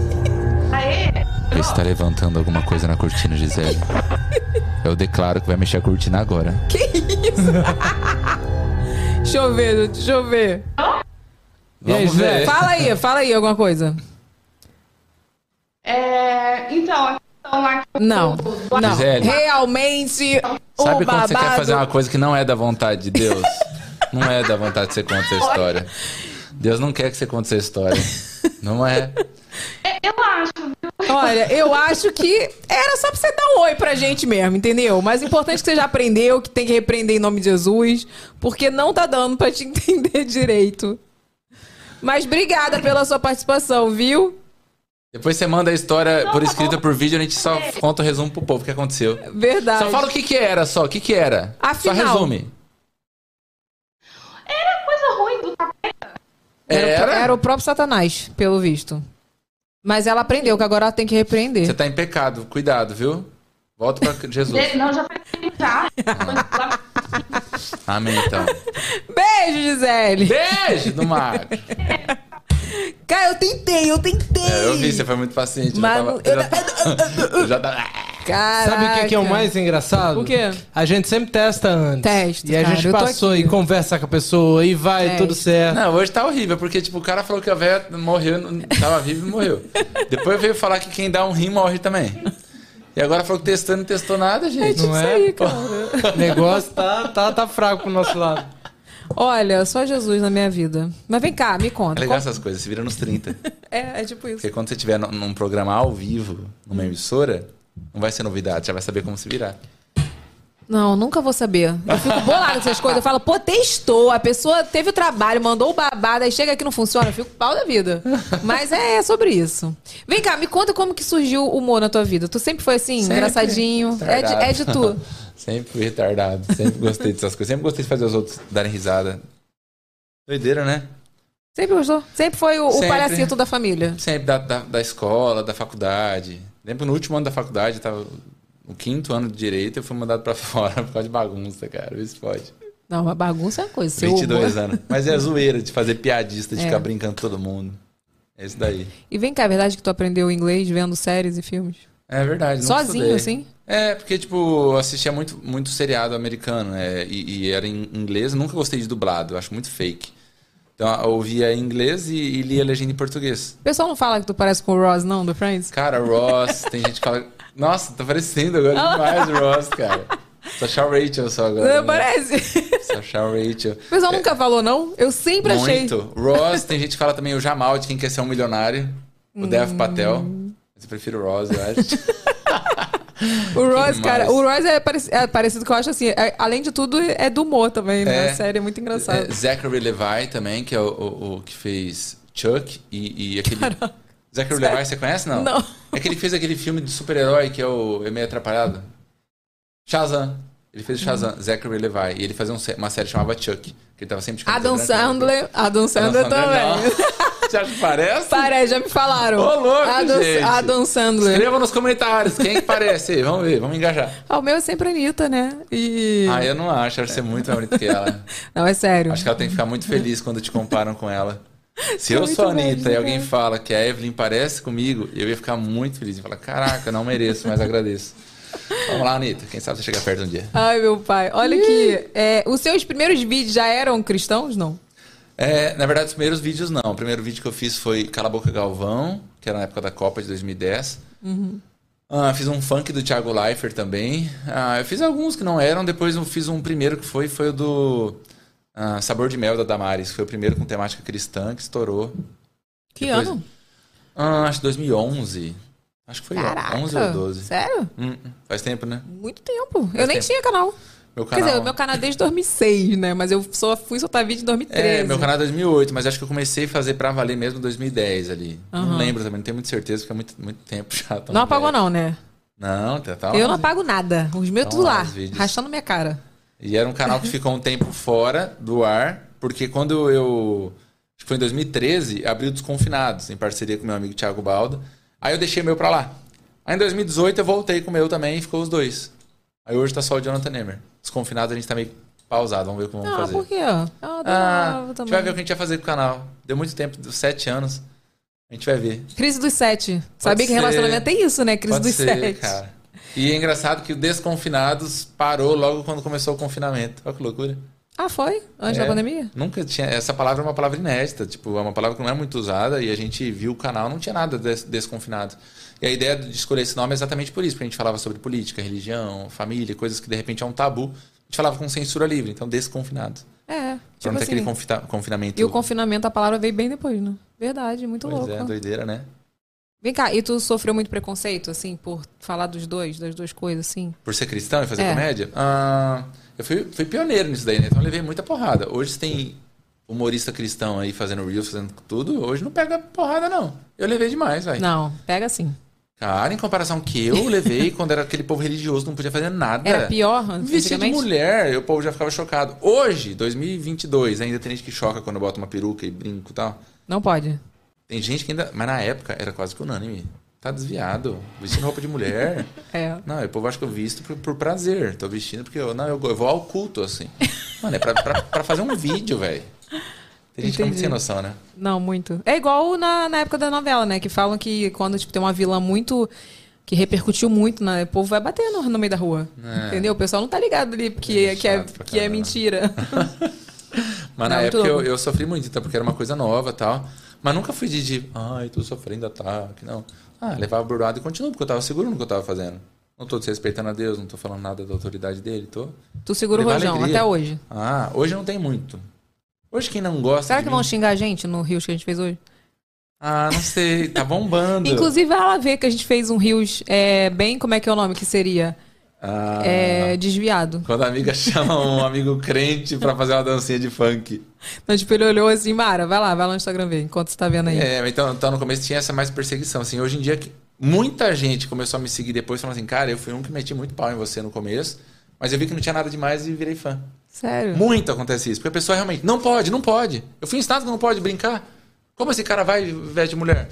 Speaker 9: Aê!
Speaker 7: Vê se tá levantando alguma coisa na cortina, Gisele. Eu declaro que vai mexer a cortina agora.
Speaker 1: Deixa eu ver, deixa eu ver.
Speaker 5: E aí,
Speaker 7: Vamos
Speaker 5: Zé?
Speaker 7: ver.
Speaker 1: Fala aí, fala aí alguma coisa.
Speaker 9: É, então, a questão lá que eu-
Speaker 1: Não, não.
Speaker 7: Gisele.
Speaker 1: Realmente,
Speaker 7: Sabe
Speaker 1: o
Speaker 7: quando
Speaker 1: babado...
Speaker 7: você quer fazer uma coisa que não é da vontade de Deus? não é da vontade de você contar a história. Deus não quer que você conte essa história. Não é.
Speaker 9: eu acho, viu?
Speaker 1: Olha, eu acho que era só pra você dar um oi pra gente mesmo, entendeu? Mas o importante é que você já aprendeu que tem que repreender em nome de Jesus, porque não tá dando pra te [laughs] entender direito. Mas obrigada pela sua participação, viu?
Speaker 7: Depois você manda a história por escrita, por vídeo, a gente só conta o resumo pro povo o que aconteceu.
Speaker 1: Verdade.
Speaker 7: Só fala o que que era, só. O que que era?
Speaker 1: Afinal.
Speaker 7: Só resume.
Speaker 9: Era é coisa ruim do capeta.
Speaker 1: era, o,
Speaker 7: Era?
Speaker 1: pró- era o próprio Satanás, pelo visto. Mas ela aprendeu que agora ela tem que repreender.
Speaker 7: Você tá em pecado. Cuidado, viu? Volta [laughs] pra Jesus.
Speaker 9: Não, já faz tempo já.
Speaker 1: [laughs]
Speaker 9: Lá-
Speaker 7: Amém, então.
Speaker 1: Beijo, Gisele!
Speaker 7: Beijo do Marco.
Speaker 1: Cara, eu tentei, eu tentei!
Speaker 7: É, eu vi, você foi muito paciente.
Speaker 1: Manu-
Speaker 7: eu já tava... [laughs] Eu já tava...
Speaker 1: Caraca.
Speaker 5: Sabe o que, que é o mais engraçado?
Speaker 1: O quê?
Speaker 5: A gente sempre testa antes.
Speaker 1: Testa,
Speaker 5: E a
Speaker 1: cara,
Speaker 5: gente
Speaker 1: eu tô
Speaker 5: passou
Speaker 1: aqui.
Speaker 5: e conversa com a pessoa e vai,
Speaker 1: Testa.
Speaker 5: tudo certo.
Speaker 7: Não, hoje tá horrível, porque tipo, o cara falou que a velha morreu, não- tava viva e morreu. Depois veio falar que quem dá um rim morre também. E agora falou que testando não testou nada, gente.
Speaker 5: Não é?
Speaker 1: tipo Isso aí, cara.
Speaker 5: O negócio tá, tá, tá fraco pro nosso lado.
Speaker 1: Olha, só Jesus na minha vida. Mas vem cá, me
Speaker 7: É
Speaker 1: conta.
Speaker 7: legal
Speaker 1: Qual-
Speaker 7: essas coisas, se vira nos 30.
Speaker 1: É, é, tipo isso.
Speaker 7: Porque quando você estiver num programa ao vivo, numa emissora, não vai ser novidade, já vai saber como se virar.
Speaker 1: Não, nunca vou saber. Eu fico bolada com essas coisas. Eu falo, pô, testou. A pessoa teve o trabalho, mandou o babado, aí chega aqui e não funciona. Eu fico pau da vida. Mas é, é sobre isso. Vem cá, me conta como que surgiu o humor na tua vida. Tu sempre foi assim,
Speaker 7: Sempre.
Speaker 1: engraçadinho. É de, é de tu.
Speaker 7: sempre fui retardado, sempre gostei dessas coisas, sempre gostei de fazer os outros darem risada. Doideira, né?
Speaker 1: Sempre gostou? Sempre foi o, o
Speaker 7: Sempre.
Speaker 1: palhacito da família.
Speaker 7: Sempre da, da, da escola, da faculdade. Lembro no último ano da faculdade, eu tava no quinto ano de direito, eu fui mandado pra [laughs] fora por causa de bagunça, cara. Isso pode.
Speaker 1: Não, a bagunça é uma coisa. Seu
Speaker 7: 22
Speaker 1: humor-
Speaker 7: anos. Mas é a zoeira de fazer piadista, de
Speaker 1: É.
Speaker 7: ficar brincando com todo mundo. É isso daí.
Speaker 1: E vem cá, é verdade que tu aprendeu inglês vendo séries e filmes?
Speaker 7: É verdade. nunca
Speaker 1: Sozinho,
Speaker 7: estudei.
Speaker 1: assim?
Speaker 7: É, porque, tipo, eu assistia muito, muito seriado americano, né? E, e era em inglês, eu nunca gostei de dublado, eu acho muito fake. Então, eu ouvia em inglês e, e lia legenda em português.
Speaker 1: O pessoal não fala que tu parece com o Ross, não, do Friends? [laughs]
Speaker 7: Cara, Ross, tem gente que fala. Nossa, tá parecendo agora demais, Ross, cara. Só achar Rachel só agora.
Speaker 1: Não,
Speaker 7: né?
Speaker 1: parece.
Speaker 7: Só achar Rachel.
Speaker 1: O pessoal nunca falou, não? Eu sempre achei.
Speaker 7: Muito. Ross, tem gente que fala também o Jamal de quem quer ser um milionário. O Dev
Speaker 1: Hum.
Speaker 7: Patel. Mas eu prefiro o Ross, eu acho.
Speaker 1: O Ross,
Speaker 7: Quem
Speaker 1: cara,
Speaker 7: mais?
Speaker 1: o Ross é, pareci- é parecido que eu acho assim. é- além de tudo, é do humor também, né?
Speaker 7: É.
Speaker 1: A série é muito engraçada.
Speaker 7: É, Zachary Levi também, que é o, o- o que fez Chuck e, e aquele. Zachary Levi, você conhece? Não.
Speaker 1: Não.
Speaker 7: É que ele fez aquele filme de super-herói que é o É Meio Atrapalhado. Shazam. Ele fez o
Speaker 1: Uhum.
Speaker 7: Shazam, Zachary Levi. E ele fazia um sé- uma série que chamava Chuck. Que ele tava sempre de camisa
Speaker 1: Adam
Speaker 7: branca, né?
Speaker 1: Sandler, Adam
Speaker 7: Adam é
Speaker 1: Sandler também. [laughs]
Speaker 7: não. [laughs] Você acha que parece?
Speaker 1: Parece, já me falaram.
Speaker 7: Ô, louco,
Speaker 1: Adam,
Speaker 7: gente.
Speaker 1: Adam Sandler.
Speaker 7: Escreva nos comentários quem é que parece. aí. Vamos ver, vamos engajar.
Speaker 1: Ah, o meu é sempre a Anitta, né? E.
Speaker 7: Ah, eu não acho. Acho que você é muito mais bonito que ela.
Speaker 1: Não, é sério.
Speaker 7: Acho que ela tem que ficar muito feliz quando te comparam
Speaker 1: [laughs]
Speaker 7: com ela. Se
Speaker 1: é
Speaker 7: eu
Speaker 1: muito
Speaker 7: sou a
Speaker 1: bom,
Speaker 7: Anitta e
Speaker 1: né?
Speaker 7: alguém fala que a Evelyn parece comigo, eu ia ficar muito feliz. e falar, caraca, não mereço, mas agradeço. Vamos lá, Anitta. Quem sabe você chega perto um dia.
Speaker 1: Ai, meu pai. Olha aqui. é, os seus primeiros vídeos já eram cristãos, não?
Speaker 7: É, na verdade, os primeiros vídeos não. O primeiro vídeo que eu fiz foi Cala a Boca Galvão, que era na época da Copa de 2010.
Speaker 1: Uhum.
Speaker 7: Ah, fiz um funk do Thiago Leifert também. Ah, eu fiz alguns que não eram, depois eu fiz um primeiro que foi, foi o do ah, Sabor de Mel da Damares, que foi o primeiro com temática cristã que estourou.
Speaker 1: Que
Speaker 7: Depois-
Speaker 1: ano?
Speaker 7: Ah, acho que 2011. Acho que foi
Speaker 1: Caraca.
Speaker 7: 11 ou 12.
Speaker 1: Sério?
Speaker 7: Hum, faz tempo, né?
Speaker 1: Muito tempo. Eu nem
Speaker 7: tempo.
Speaker 1: tinha canal.
Speaker 7: Meu
Speaker 1: Quer
Speaker 7: canal.
Speaker 1: dizer, o meu canal é desde 2006, né? Mas eu só fui soltar vídeo em 2013.
Speaker 7: É, meu canal é 2008, mas acho que eu comecei a fazer pra valer mesmo em 2010 ali. Não lembro também, não tenho muita certeza, porque é muito, muito tempo [laughs] já.
Speaker 1: Não apagou, não, né?
Speaker 7: Não, tá, tá
Speaker 1: eu não
Speaker 7: lá.
Speaker 1: apago nada. Os meus
Speaker 7: Então,
Speaker 1: tudo lá,
Speaker 7: os vídeos.
Speaker 1: rachando minha cara.
Speaker 7: E era um canal que ficou um tempo fora do ar, porque quando eu. Acho que foi em 2013, abriu Desconfinados, em parceria com meu amigo Thiago Baldo. Aí eu deixei meu pra lá. Aí em 2018 eu voltei com o meu também e ficou os dois. Aí hoje tá só o Jonathan Nemer. Desconfinado a gente tá meio pausado, vamos ver como
Speaker 1: Ah,
Speaker 7: vamos
Speaker 1: por
Speaker 7: fazer.
Speaker 1: quê? Ah,
Speaker 7: Ah,
Speaker 1: eu
Speaker 7: a
Speaker 1: também.
Speaker 7: gente vai ver o que a gente vai fazer com o canal. Deu muito tempo, deu sete anos. A gente vai ver.
Speaker 1: Crise dos sete. Sabia que
Speaker 7: ser.
Speaker 1: relacionamento tem isso, né? Crise
Speaker 7: Pode
Speaker 1: dos
Speaker 7: ser,
Speaker 1: sete.
Speaker 7: cara. E é engraçado que o Desconfinados parou logo quando começou o confinamento. Olha que loucura.
Speaker 1: Ah, foi? Antes da
Speaker 7: É,
Speaker 1: pandemia?
Speaker 7: Nunca tinha. Essa palavra é uma palavra inédita, tipo, é uma palavra que não é muito usada e a gente viu o canal, não tinha nada des desconfinado. E a ideia de escolher esse nome é exatamente por isso, porque a gente falava sobre política, religião, família, coisas que de repente é um tabu. A gente falava com censura livre, então desconfinado.
Speaker 1: É.
Speaker 7: Pra
Speaker 1: Tipo
Speaker 7: não ter aquele
Speaker 1: assim.
Speaker 7: confita- confinamento.
Speaker 1: E o confinamento, a palavra veio bem depois, né? Verdade, muito
Speaker 7: Pois
Speaker 1: louco.
Speaker 7: é, doideira, né?
Speaker 1: Vem cá, e tu sofreu muito preconceito, assim, por falar dos dois, das duas coisas, assim?
Speaker 7: Por ser cristão e fazer
Speaker 1: É.
Speaker 7: comédia? Ah, eu fui, fui pioneiro nisso daí, né? Então eu levei muita porrada. Hoje você tem humorista cristão aí fazendo reels, fazendo tudo. Hoje não pega porrada, não. Eu levei demais, velho.
Speaker 1: Não, pega assim.
Speaker 7: Cara, em comparação que eu levei [laughs] quando era aquele povo religioso, não podia fazer nada.
Speaker 1: Era pior
Speaker 7: Vestia É. de
Speaker 1: antigamente?
Speaker 7: mulher, e o povo já ficava chocado. Hoje, 2022, ainda tem gente que choca quando bota uma peruca e brinco e tal.
Speaker 1: Não pode.
Speaker 7: Tem gente que ainda. Mas na época era quase que unânime. Tá desviado. Vestindo roupa
Speaker 1: [laughs]
Speaker 7: de mulher.
Speaker 1: É.
Speaker 7: Não, o povo acha que eu visto por, por prazer. Tô vestindo porque eu, não, eu, go- eu vou ao culto, assim. Mano, é pra, pra, pra fazer um vídeo, velho. Tem gente que é muito
Speaker 1: Entendi.
Speaker 7: sem noção, né?
Speaker 1: Não, muito. É igual na, na época da novela, né? Que falam que quando tipo, tem uma vilã muito. que repercutiu muito, né? O povo vai bater no, no meio da rua. Entendeu? O pessoal não tá ligado ali que,
Speaker 7: É
Speaker 1: que, é,
Speaker 7: chato pra
Speaker 1: que é
Speaker 7: caramba. [laughs]
Speaker 1: mentira. Não,
Speaker 7: Mas na
Speaker 1: muito
Speaker 7: época eu,
Speaker 1: louco.
Speaker 7: eu sofri muito, então, porque era uma coisa nova e tal. Mas nunca fui de, de ai, tô sofrendo ataque, não. Ah, levava burlado e continuo, porque eu tava seguro no que eu tava fazendo. Não tô desrespeitando a Deus, não tô falando nada da autoridade dele, tô.
Speaker 1: tu segura o
Speaker 7: Levar
Speaker 1: rojão
Speaker 7: alegria.
Speaker 1: até hoje.
Speaker 7: Ah, hoje não tem muito. Hoje quem não gosta.
Speaker 1: Será
Speaker 7: de
Speaker 1: que
Speaker 7: mim-
Speaker 1: vão xingar a gente no Rios que a gente fez hoje?
Speaker 7: Ah, não sei, tá bombando.
Speaker 1: [laughs] Inclusive, vai lá ver que a gente fez um Rios é, bem. Como é que é o nome que seria?
Speaker 7: Ah,
Speaker 1: É, desviado.
Speaker 7: Quando a amiga chama um amigo crente pra fazer uma dancinha de funk.
Speaker 1: Mas tipo, ele olhou assim, Mara, vai lá, vai lá no Instagram ver, enquanto você tá vendo aí.
Speaker 7: É, então, então no começo tinha essa mais perseguição. Assim, hoje em dia, que muita gente começou a me seguir depois, falando assim, cara, eu fui um que meti muito pau em você no começo, mas eu vi que não tinha nada demais e virei fã.
Speaker 1: Sério.
Speaker 7: Muito acontece isso, porque a pessoa realmente, não pode, não pode. Eu fui ensinado que não pode brincar. Como esse cara vai e veste mulher?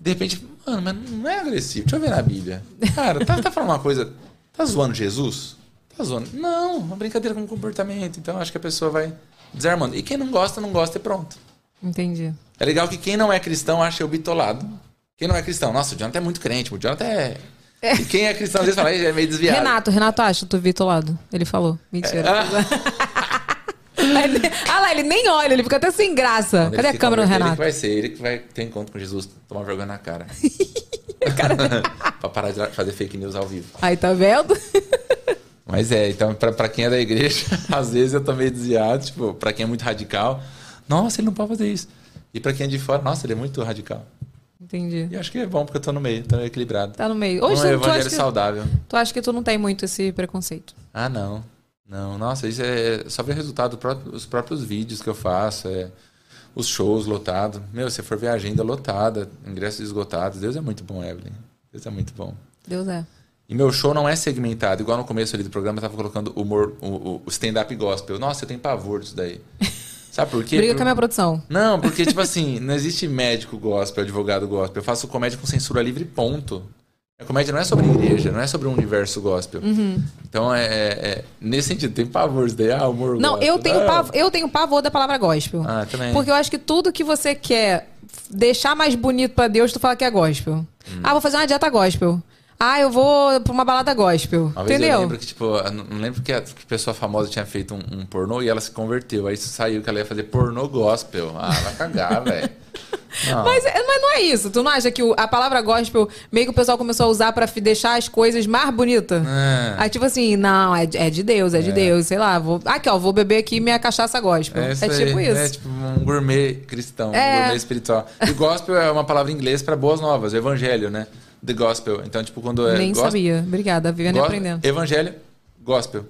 Speaker 7: De repente, mano, mas não é agressivo. Deixa eu ver na Bíblia. Cara, tá, tá falando uma coisa. Tá zoando Jesus? Tá zoando. Não, uma brincadeira com comportamento. Então acho que a pessoa vai desarmando. E quem não gosta, não gosta e pronto.
Speaker 1: Entendi.
Speaker 7: É legal que quem não é cristão acha eu bitolado. Quem não é cristão, nossa, o Jonathan é muito crente, o Jonathan é. E quem é cristão às vezes fala, "Ih, é meio desviado.
Speaker 1: Renato, Renato acha tu vitolado. Ele falou. Mentira. Aí ele- Ah lá, ele nem olha, ele fica até sem graça.
Speaker 7: Quando ele
Speaker 1: Cadê a
Speaker 7: se
Speaker 1: câmera do
Speaker 7: converter,
Speaker 1: Renato?
Speaker 7: Ele que vai ser, ele que vai ter encontro com Jesus, tomar vergonha na cara.
Speaker 1: [laughs]
Speaker 7: [laughs] pra parar de fazer fake news ao vivo.
Speaker 1: Aí tá vendo? [laughs]
Speaker 7: Mas é, então, pra, pra quem é da igreja, [laughs] às vezes eu tô meio desviado, tipo, pra quem é muito radical, nossa, ele não pode fazer isso. E pra quem é de fora, nossa, ele é muito radical.
Speaker 1: Entendi.
Speaker 7: E eu acho que é bom porque eu tô no meio, tô equilibrado.
Speaker 1: Tá no meio.
Speaker 7: Um
Speaker 1: Hoje tu, tu,
Speaker 7: evangelho
Speaker 1: acha que,
Speaker 7: saudável.
Speaker 1: tu acha que tu não tem muito esse preconceito.
Speaker 7: Ah, não. Não, nossa, isso é só ver o resultado dos pró- os próprios vídeos que eu faço, é os shows lotados. Meu, se for ver a agenda lotada, ingressos esgotados, Deus é muito bom, Evelyn. Deus é muito bom.
Speaker 1: Deus é.
Speaker 7: E meu show não é segmentado, igual no começo ali do programa eu tava colocando humor, o, o- o stand-up gospel. Nossa, eu tenho pavor
Speaker 1: [laughs]
Speaker 7: disso daí. Sabe por quê?
Speaker 1: Briga
Speaker 7: Por-
Speaker 1: com a minha produção.
Speaker 7: Não, porque, tipo assim, não existe médico gospel, advogado gospel. Eu faço comédia com censura livre, ponto. A comédia não é sobre igreja, não é sobre o universo gospel.
Speaker 1: Uhum.
Speaker 7: Então, é, é- Nesse sentido, tem pavor disso daí. Ah, humor
Speaker 1: Não,
Speaker 7: gospel.
Speaker 1: eu tenho,
Speaker 7: Não.
Speaker 1: pavor, eu tenho pavor da palavra gospel.
Speaker 7: Ah, também.
Speaker 1: Porque eu acho que tudo que você quer deixar mais bonito pra Deus, tu fala que é
Speaker 7: Hum.
Speaker 1: gospel. Ah, vou fazer uma dieta gospel. Ah, eu vou pra uma balada gospel.
Speaker 7: Uma vez eu
Speaker 1: Entendeu?
Speaker 7: lembro que, tipo, eu não não lembro que a que pessoa famosa tinha feito um, um pornô e ela se converteu. Aí saiu que ela ia fazer pornô gospel. Ah, vai cagar, [laughs] velho.
Speaker 1: Mas, é- mas não é isso. Tu não acha que o- a palavra gospel meio que o pessoal começou a usar pra fi- deixar as coisas mais bonitas?
Speaker 7: É.
Speaker 1: Aí tipo assim, não, é, de- é de Deus, é de Deus, sei lá. Vou, aqui, ó, vou beber aqui minha cachaça gospel. É,
Speaker 7: aí,
Speaker 1: tipo isso.
Speaker 7: É tipo um gourmet cristão,
Speaker 1: É.
Speaker 7: um gourmet espiritual. E gospel é uma palavra em inglês para boas novas, o evangelho, né? The gospel. Então, tipo, quando é
Speaker 1: Nem
Speaker 7: gospel,
Speaker 1: sabia. Obrigada, vivendo e
Speaker 7: Gos-
Speaker 1: aprendendo.
Speaker 7: Evangelho, gospel.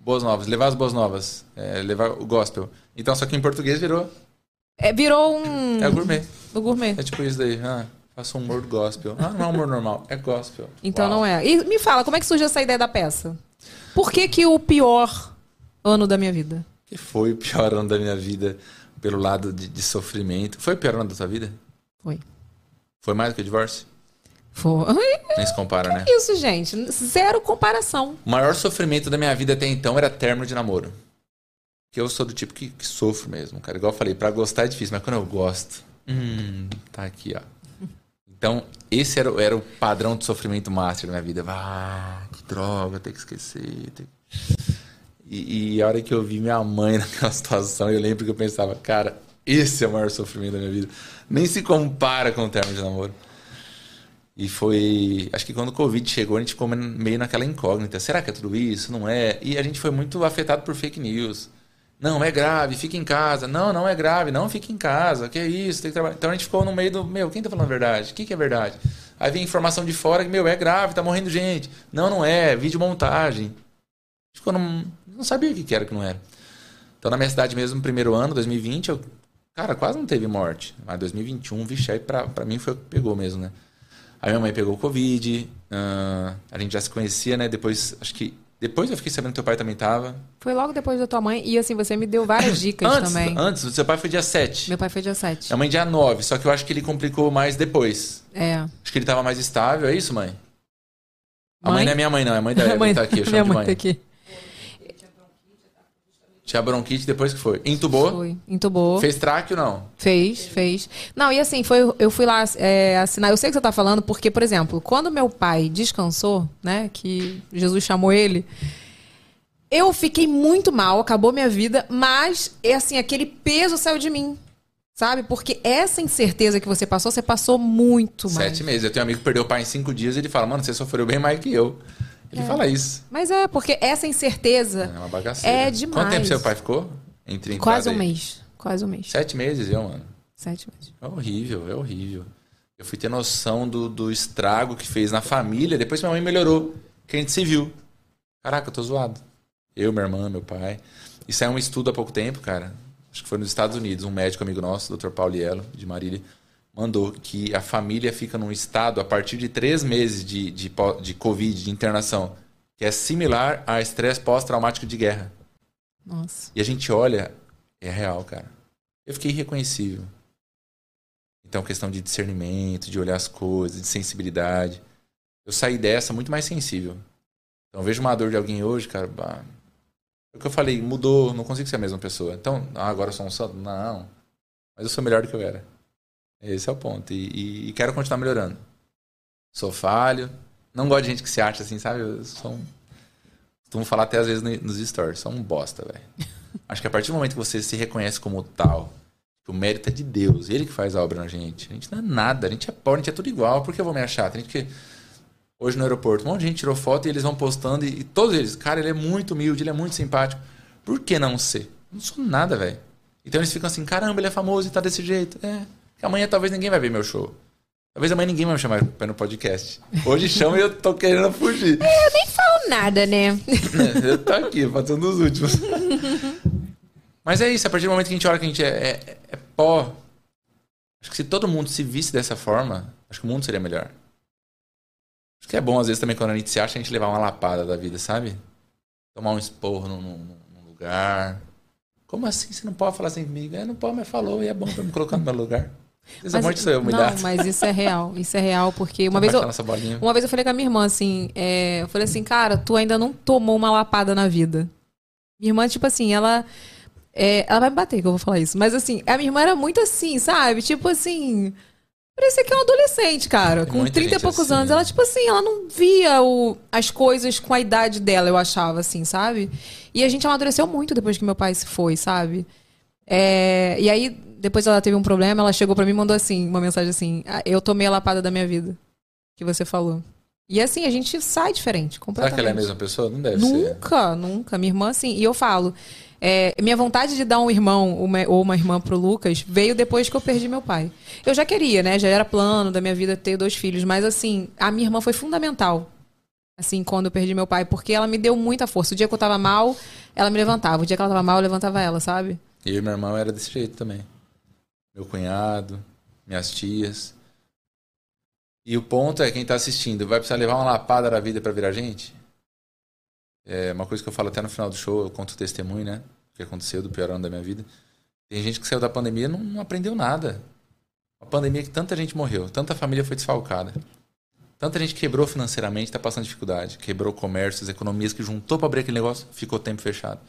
Speaker 7: Boas novas. Levar as boas novas. é, levar o gospel. Então, só que em português virou.
Speaker 1: É, virou um...
Speaker 7: É gourmet.
Speaker 1: do gourmet.
Speaker 7: É tipo isso daí. Ah, faço um humor gospel. Ah, não é um humor normal. É gospel.
Speaker 1: Então não é. E me fala, como é que surgiu essa ideia da peça? Por que que o pior ano da minha vida?
Speaker 7: Que foi o pior ano da minha vida pelo lado de, de sofrimento. Foi o pior ano da tua vida?
Speaker 1: Foi.
Speaker 7: Foi mais do que o divórcio?
Speaker 1: Foi. [laughs] É
Speaker 7: Nem se compara, né?
Speaker 1: Isso, gente. Zero comparação.
Speaker 7: O maior sofrimento da minha vida até então era término de namoro. Porque eu sou do tipo que, que sofro mesmo, cara. Igual eu falei, pra gostar é difícil, mas quando eu gosto. Hum, tá aqui, ó. Então, esse era, o- era o padrão de sofrimento master da minha vida. Ah, que droga, tem que esquecer. tem que- E, e a hora que eu vi minha mãe [laughs] naquela situação, eu lembro que eu pensava, cara, esse é o maior sofrimento da minha vida. Nem se compara com o término de namoro. E foi. Acho que quando o Covid chegou, a gente ficou meio naquela incógnita. Será que é tudo isso? Não é? E a gente foi muito afetado por fake news. Não, é grave, fica em casa. Não, não é grave, não fica em casa. Que é isso? Tem que trabalhar. Então a gente ficou no meio do. Meu, quem tá falando a verdade? O que, que é verdade? Aí vem informação de fora que, meu, é grave, tá morrendo gente. Não, não é, vídeo montagem. A gente ficou num. Não sabia o que que era o que não era. Então na minha cidade mesmo, no primeiro ano, 2020, eu. Cara, quase não teve morte. Mas 2021, vixe, aí pra, pra mim foi o que pegou mesmo, né? Aí minha mãe pegou Covid, ah, a gente já se conhecia, né? Depois, acho que. Depois eu fiquei sabendo que teu pai também tava.
Speaker 1: Foi logo depois da tua mãe. E assim, você me deu várias dicas
Speaker 7: Antes,
Speaker 1: também.
Speaker 7: antes, o seu pai foi dia 7.
Speaker 1: Meu pai foi dia 7.
Speaker 7: Minha mãe dia 9, só que eu acho que ele complicou mais depois.
Speaker 1: É.
Speaker 7: Acho que ele tava mais estável, é isso, mãe? A mãe,
Speaker 1: Mãe?
Speaker 7: não é minha mãe, não.
Speaker 1: [laughs]
Speaker 7: É mãe da Evelyn, tá aqui, eu chamo
Speaker 1: minha
Speaker 7: de
Speaker 1: mãe
Speaker 7: mãe.
Speaker 1: tá aqui.
Speaker 7: Tinha bronquite depois que foi. Entubou?
Speaker 1: Foi. Entubou.
Speaker 7: Fez tráqueo, não?
Speaker 1: Fez, fez. Não, e assim, foi, eu fui lá é, assinar. Eu sei que você tá falando, porque, por exemplo, quando meu pai descansou, né, que Jesus chamou ele, eu fiquei muito mal, acabou minha vida, mas, é assim, aquele peso saiu de mim. Sabe? Porque essa incerteza que você passou, você passou muito mais.
Speaker 7: Sete meses. Eu tenho um amigo que perdeu o pai em cinco dias e ele fala, mano, você sofreu bem mais que eu. Ele fala isso.
Speaker 1: Mas é, porque essa incerteza.
Speaker 7: É uma bagaceira.
Speaker 1: É
Speaker 7: Quanto tempo
Speaker 1: demais.
Speaker 7: seu pai ficou? Entre
Speaker 1: Quase um
Speaker 7: Ah, entrada e-
Speaker 1: mês. Quase um mês.
Speaker 7: Sete meses, eu, mano.
Speaker 1: Sete meses.
Speaker 7: É horrível, é horrível. Eu fui ter noção do, do estrago que fez na família, depois minha mãe melhorou, que a gente se viu. Caraca, eu tô zoado. Eu, minha irmã, meu pai. E saiu um estudo há pouco tempo, cara. Acho que foi nos Estados Unidos, um médico amigo nosso, Dr. Pauliello, de Marília, mandou que a família fica num estado a partir de três meses de, de, pó- de Covid, de internação, que é similar a estresse pós-traumático de guerra.
Speaker 1: Nossa.
Speaker 7: E a gente olha, é real, cara. Eu fiquei irreconhecível. Então, questão de discernimento, de olhar as coisas, de sensibilidade. Eu saí dessa muito mais sensível. Então, eu vejo uma dor de alguém hoje, cara. bah, é o que eu falei, mudou, não consigo ser a mesma pessoa. Então, ah, agora eu sou um santo? Não. Mas eu sou melhor do que eu era. Esse é o ponto. E, e- e quero continuar melhorando. Sou falho. Não gosto de gente que se acha assim, sabe? Eu sou um. Costumo falar até às vezes no- nos stories. Sou um bosta, velho. Acho que a partir do momento que você se reconhece como tal, que o mérito é de Deus, ele que faz a obra na gente. A gente não é nada, a gente é pobre, a gente é tudo igual. Por que eu vou me achar? Tem gente que. Hoje no aeroporto, um monte de gente tirou foto e eles vão postando, e, e todos eles, cara, ele é muito humilde, ele é muito simpático. Por que não ser? Não sou nada, velho. Então eles ficam assim, caramba, ele é famoso e tá desse jeito. É. Porque amanhã talvez ninguém vai ver meu show. Talvez amanhã ninguém vai me chamar pra ir no podcast. Hoje chama e eu tô querendo fugir.
Speaker 1: Ou nada, né?
Speaker 7: É, Eu tô aqui, passando os últimos. [laughs] Mas é isso, a partir do momento que a gente olha que a gente é, é- é pó. Acho que se todo mundo se visse dessa forma, acho que o mundo seria melhor. Acho que é bom, às vezes, também, quando a gente se acha, a gente levar uma lapada da vida, sabe? Tomar um esporro num, num- num lugar. Como assim? Você não pode falar assim comigo? É, não pode, mas falou, e é bom pra eu me colocar no meu lugar. Essa morte sou eu, humilhado.
Speaker 1: não, mas isso é real. Isso é real, porque uma
Speaker 7: Então,
Speaker 1: vez eu,
Speaker 7: bate nessa bolinha.
Speaker 1: Uma vez eu falei com a minha irmã assim, é, eu falei assim, cara, tu ainda não tomou uma lapada na vida. Minha irmã, tipo assim, ela. é, ela vai me bater que eu vou falar isso. Mas assim, a minha irmã era muito assim, sabe? Tipo assim. Parecia que é um adolescente, cara.
Speaker 7: Tem
Speaker 1: Com
Speaker 7: muita
Speaker 1: 30 e
Speaker 7: gente
Speaker 1: poucos
Speaker 7: assim,
Speaker 1: anos.
Speaker 7: né?
Speaker 1: Ela, tipo assim, ela não via o- as coisas com a idade dela, eu achava, assim, sabe? E a gente amadureceu muito depois que meu pai se foi, sabe? É, e aí, Depois ela teve um problema, ela chegou pra mim e mandou assim, uma mensagem assim: "Ah, Eu tomei a lapada da minha vida. Que você falou. E assim, a gente sai diferente,
Speaker 7: Será
Speaker 1: completamente.
Speaker 7: que ela é a mesma pessoa? Não deve ser.
Speaker 1: Nunca, nunca. Minha irmã, assim. E eu falo, é, minha vontade de dar um irmão uma- ou uma irmã pro Lucas veio depois que eu perdi meu pai. Eu já queria, né? Já era plano da minha vida ter dois filhos, mas assim, a minha irmã foi fundamental. Assim, quando eu perdi meu pai, porque ela me deu muita força. O dia que eu tava mal, ela me levantava. O dia que ela tava mal, eu levantava ela, sabe?
Speaker 7: Eu e meu irmão era desse jeito também. Meu cunhado, minhas tias. E o ponto é, quem tá assistindo, vai precisar levar uma lapada da vida pra virar gente? É uma coisa que eu falo até no final do show, eu conto o testemunho, né? O que aconteceu do pior ano da minha vida. Tem gente que saiu da pandemia e não, não aprendeu nada. Uma pandemia que tanta gente morreu, tanta família foi desfalcada. Tanta gente quebrou financeiramente, tá passando dificuldade. Quebrou comércios, economias que juntou pra abrir aquele negócio, ficou tempo fechado.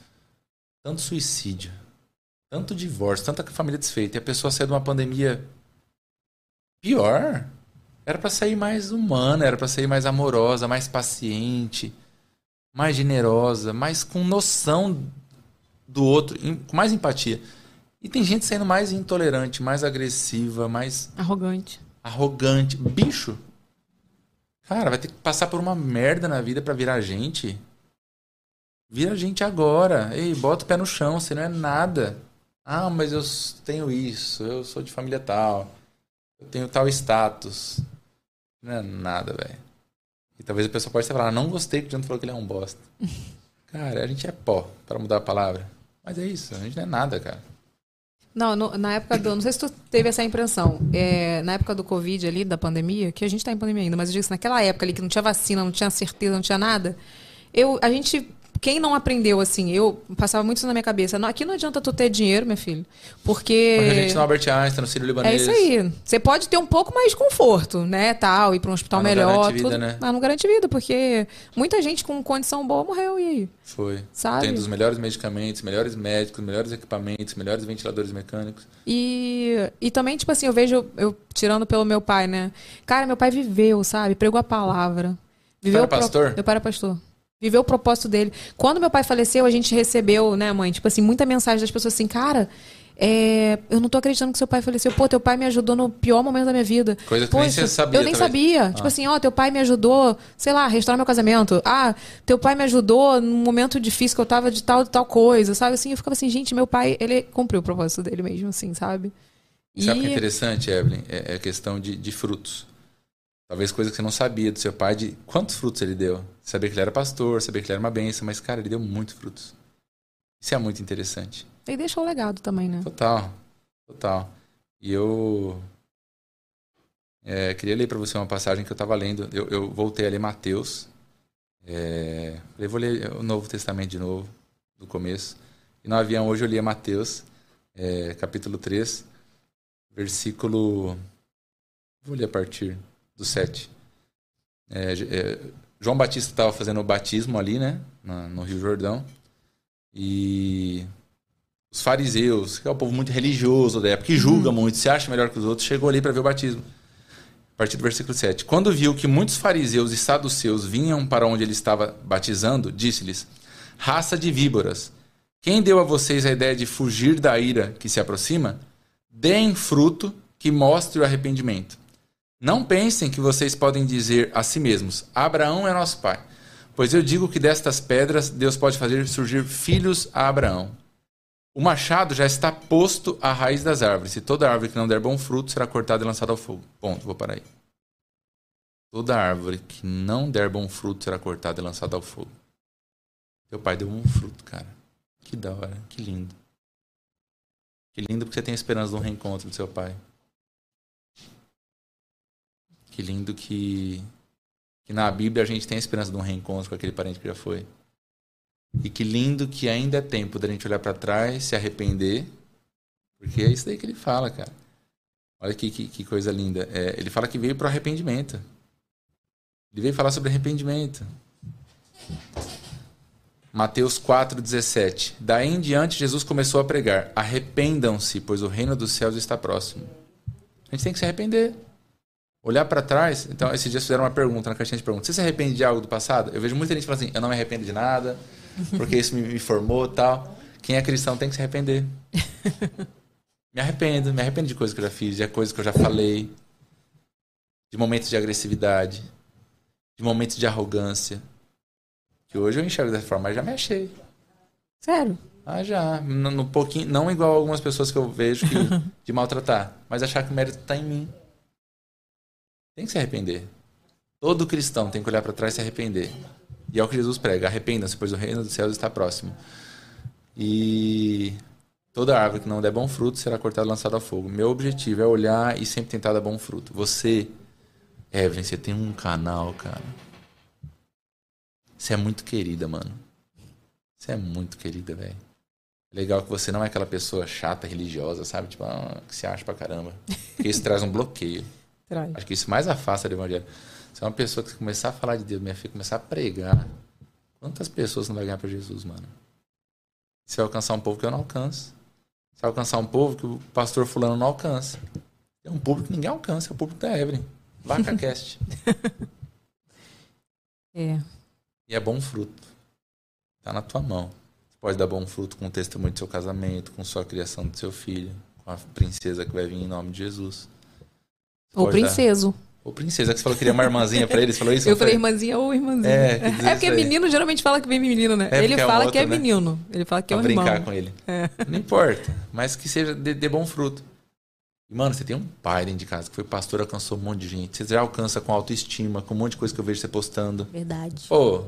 Speaker 7: Tanto suicídio tanto divórcio, tanta família desfeita, e a pessoa saiu de uma pandemia pior. Era pra sair mais humana, era pra sair mais amorosa, mais paciente, mais generosa, mais com noção do outro, em- com mais empatia. E tem gente saindo mais intolerante, mais agressiva, mais
Speaker 1: Arrogante.
Speaker 7: arrogante. Bicho! Cara, vai ter que passar por uma merda na vida pra virar gente? Vira gente agora. Ei, bota o pé no chão, você não é nada. Ah, mas eu s- tenho isso, eu sou de família tal, eu tenho tal status. Não é nada, velho. E talvez a pessoa possa falar, "Ah, não gostei que o Diante falou que ele é
Speaker 1: [laughs]
Speaker 7: um bosta. cara, a gente é pó, pra mudar a palavra. Mas é isso, a gente não é nada, cara.
Speaker 1: Não, no- na época do. Não sei se tu teve essa impressão. É, na época do Covid ali, da pandemia, que a gente tá em pandemia ainda, mas eu digo assim, naquela época ali que não tinha vacina, não tinha certeza, não tinha nada. Eu, a gente. Quem não aprendeu, assim, eu passava muito isso na minha cabeça. Não, aqui não adianta tu ter dinheiro, meu filho. Porque.
Speaker 7: Mas a gente no Albert Einstein, no Sírio
Speaker 1: É
Speaker 7: Libanês.
Speaker 1: isso aí. Você pode ter um pouco mais de conforto, né, tal, ir pra um hospital
Speaker 7: Mas não
Speaker 1: melhor,
Speaker 7: garante vida,
Speaker 1: tudo,
Speaker 7: né?
Speaker 1: mas não garante vida, porque muita gente com condição boa morreu e aí.
Speaker 7: Foi.
Speaker 1: Sabe?
Speaker 7: Tendo os melhores medicamentos, melhores médicos, melhores equipamentos, melhores ventiladores mecânicos.
Speaker 1: E, e também, tipo assim, eu vejo, eu tirando pelo meu pai, né? Cara, meu pai viveu, sabe? Pregou a palavra. Viveu
Speaker 7: Era
Speaker 1: o pro-
Speaker 7: pastor?
Speaker 1: Meu pai era pastor. Viveu o propósito dele. Quando meu pai faleceu, a gente recebeu, né, mãe? Tipo assim, muita mensagem das pessoas assim, cara. é, eu não tô acreditando que seu pai faleceu. Pô, teu pai me ajudou no pior momento da minha vida.
Speaker 7: Coisa que nem você sabia, Ah.
Speaker 1: Eu nem
Speaker 7: talvez.
Speaker 1: sabia. Tipo assim, ó, teu pai me ajudou, sei lá, a restaurar meu casamento. Ah, teu pai me ajudou num momento difícil que eu tava de tal, de tal coisa, sabe? Assim, eu ficava assim, gente, meu pai, ele cumpriu o propósito dele mesmo, assim, sabe?
Speaker 7: Sabe o que é
Speaker 1: E-
Speaker 7: interessante, Evelyn? É é a questão de, de frutos. Talvez coisa que você não sabia do seu pai, de quantos frutos ele deu. Sabia que ele era pastor, sabia que ele era uma benção, mas, cara, ele deu muitos frutos. Isso é muito interessante.
Speaker 1: E deixa o legado também, né?
Speaker 7: Total, total. E eu é, queria ler para você uma passagem que eu estava lendo. Eu, eu voltei a ler Mateus. É, eu vou ler o Novo Testamento de novo, do começo. E no avião hoje eu lia Mateus, é, capítulo 3, versículo. Vou ler a partir do 7. É, Je- é, João Batista estava fazendo o batismo ali, né? na- no Rio Jordão. E os fariseus, que é o povo muito religioso da época, que julga muito, se acha melhor que os outros, chegou ali para ver o batismo. A partir do versículo 7. Quando viu que muitos fariseus e saduceus vinham para onde ele estava batizando, disse-lhes: Raça de víboras, quem deu a vocês a ideia de fugir da ira que se aproxima? Deem fruto que mostre o arrependimento. Não pensem que vocês podem dizer a si mesmos: Abraão é nosso pai. Pois eu digo que destas pedras Deus pode fazer surgir filhos a Abraão. O machado já está posto à raiz das árvores, e toda árvore que não der bom fruto será cortada e lançada ao fogo. Ponto, vou parar aí. Toda árvore que não der bom fruto será cortada e lançada ao fogo. Teu pai deu um fruto, cara. Que da hora, que lindo. Que lindo porque você tem a esperança de um reencontro do seu pai. Que lindo que, que na Bíblia a gente tem a esperança de um reencontro com aquele parente que já foi. E que lindo que ainda é tempo da gente olhar pra trás, se arrepender. Porque é isso daí que ele fala, cara. Olha que, que, que coisa linda. É, ele fala que veio pro arrependimento. Ele veio falar sobre arrependimento. Mateus 4,17. Daí em diante, Jesus começou a pregar: Arrependam-se, pois o reino dos céus está próximo. A gente tem que se arrepender. Olhar pra trás. Então, esses dias fizeram uma pergunta na caixinha de perguntas: Você se arrepende de algo do passado? Eu vejo muita gente falando assim: Eu não me arrependo de nada porque isso me, me formou tal. Quem é cristão tem que se arrepender. Me arrependo, me arrependo de coisas que eu já fiz, de coisas que eu já falei, de momentos de agressividade, de momentos de arrogância. Que hoje eu enxergo dessa forma, mas já me achei.
Speaker 1: Sério?
Speaker 7: Ah, já. No, no pouquinho, não igual algumas pessoas que eu vejo que, de maltratar, mas achar que o mérito tá em mim. Tem que se arrepender. Todo cristão tem que olhar para trás e se arrepender. E é o que Jesus prega: arrependam-se, pois o reino dos céus está próximo. E toda árvore que não der bom fruto será cortada e lançada ao fogo. Meu objetivo é olhar e sempre tentar dar bom fruto. Você, Evelyn, você tem um canal, cara. Você é muito querida, mano. Você é muito querida, velho. Legal que você não é aquela pessoa chata, religiosa, sabe? Tipo, ah, que se acha pra caramba. Porque isso traz um bloqueio.
Speaker 1: Traz.
Speaker 7: Acho que isso mais afasta do evangelho. Você é uma pessoa que se começar a falar de Deus, minha filha, começar a pregar. Quantas pessoas não vai ganhar pra Jesus, mano? Você vai alcançar um povo que eu não alcanço. Você vai alcançar um povo que o pastor fulano não alcança. É um público que ninguém alcança, é o público da Evelyn. VacaCast.
Speaker 1: É.
Speaker 7: E é bom fruto. Tá na tua mão. Você pode dar bom fruto com o testemunho do seu casamento, com sua criação do seu filho, com a princesa que vai vir em nome de Jesus.
Speaker 1: Ou
Speaker 7: Pode dar.
Speaker 1: princeso.
Speaker 7: Ô, princesa, que você falou que queria uma irmãzinha pra ele, você falou isso?
Speaker 1: Eu falei irmãzinha ou irmãzinha.
Speaker 7: É, que diz
Speaker 1: [laughs] é porque
Speaker 7: isso aí.
Speaker 1: menino geralmente fala que vem menino, né?
Speaker 7: É,
Speaker 1: ele
Speaker 7: porque é um
Speaker 1: fala que é
Speaker 7: outro, né?
Speaker 1: menino. Ele fala que é
Speaker 7: Pra
Speaker 1: um
Speaker 7: brincar
Speaker 1: irmão.
Speaker 7: com ele.
Speaker 1: É.
Speaker 7: Não importa, mas que seja dê, dê bom fruto. E, mano, você tem um pai dentro de casa que foi pastor, alcançou um monte de gente. Você já alcança com autoestima, com um monte de coisa que eu vejo você postando.
Speaker 1: Verdade.
Speaker 7: Pô,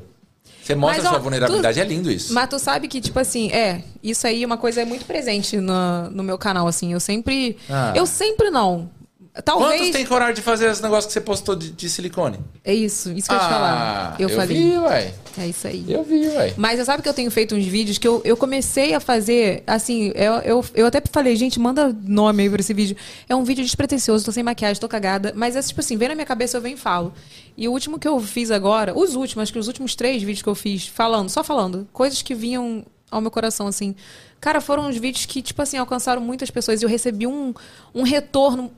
Speaker 7: você mostra
Speaker 1: Mas, ó,
Speaker 7: sua vulnerabilidade, é lindo isso.
Speaker 1: Mas tu sabe que, tipo assim, é, isso aí é uma coisa muito presente no, no meu canal, assim. Eu sempre.
Speaker 7: Ah.
Speaker 1: Eu sempre não.
Speaker 7: Quantos
Speaker 1: Talvez.
Speaker 7: tem coragem de fazer esse negócio que você postou de, de silicone?
Speaker 1: É isso, isso que eu ia te falar. Eu, falei.
Speaker 7: Ah, vi, ué.
Speaker 1: É isso aí.
Speaker 7: Eu vi, ué.
Speaker 1: Mas você sabe que eu tenho feito uns vídeos que eu, eu comecei a fazer, assim, eu, eu, eu até falei, gente, manda nome aí pra esse vídeo. É um vídeo despretensioso, tô sem maquiagem, tô cagada. Mas é tipo assim, vem na minha cabeça, eu venho e falo. E o último que eu fiz agora, os últimos, acho que os últimos três vídeos que eu fiz, falando, só falando, coisas que vinham ao meu coração, assim. Cara, foram uns vídeos que, tipo assim, alcançaram muitas pessoas e eu recebi um, um retorno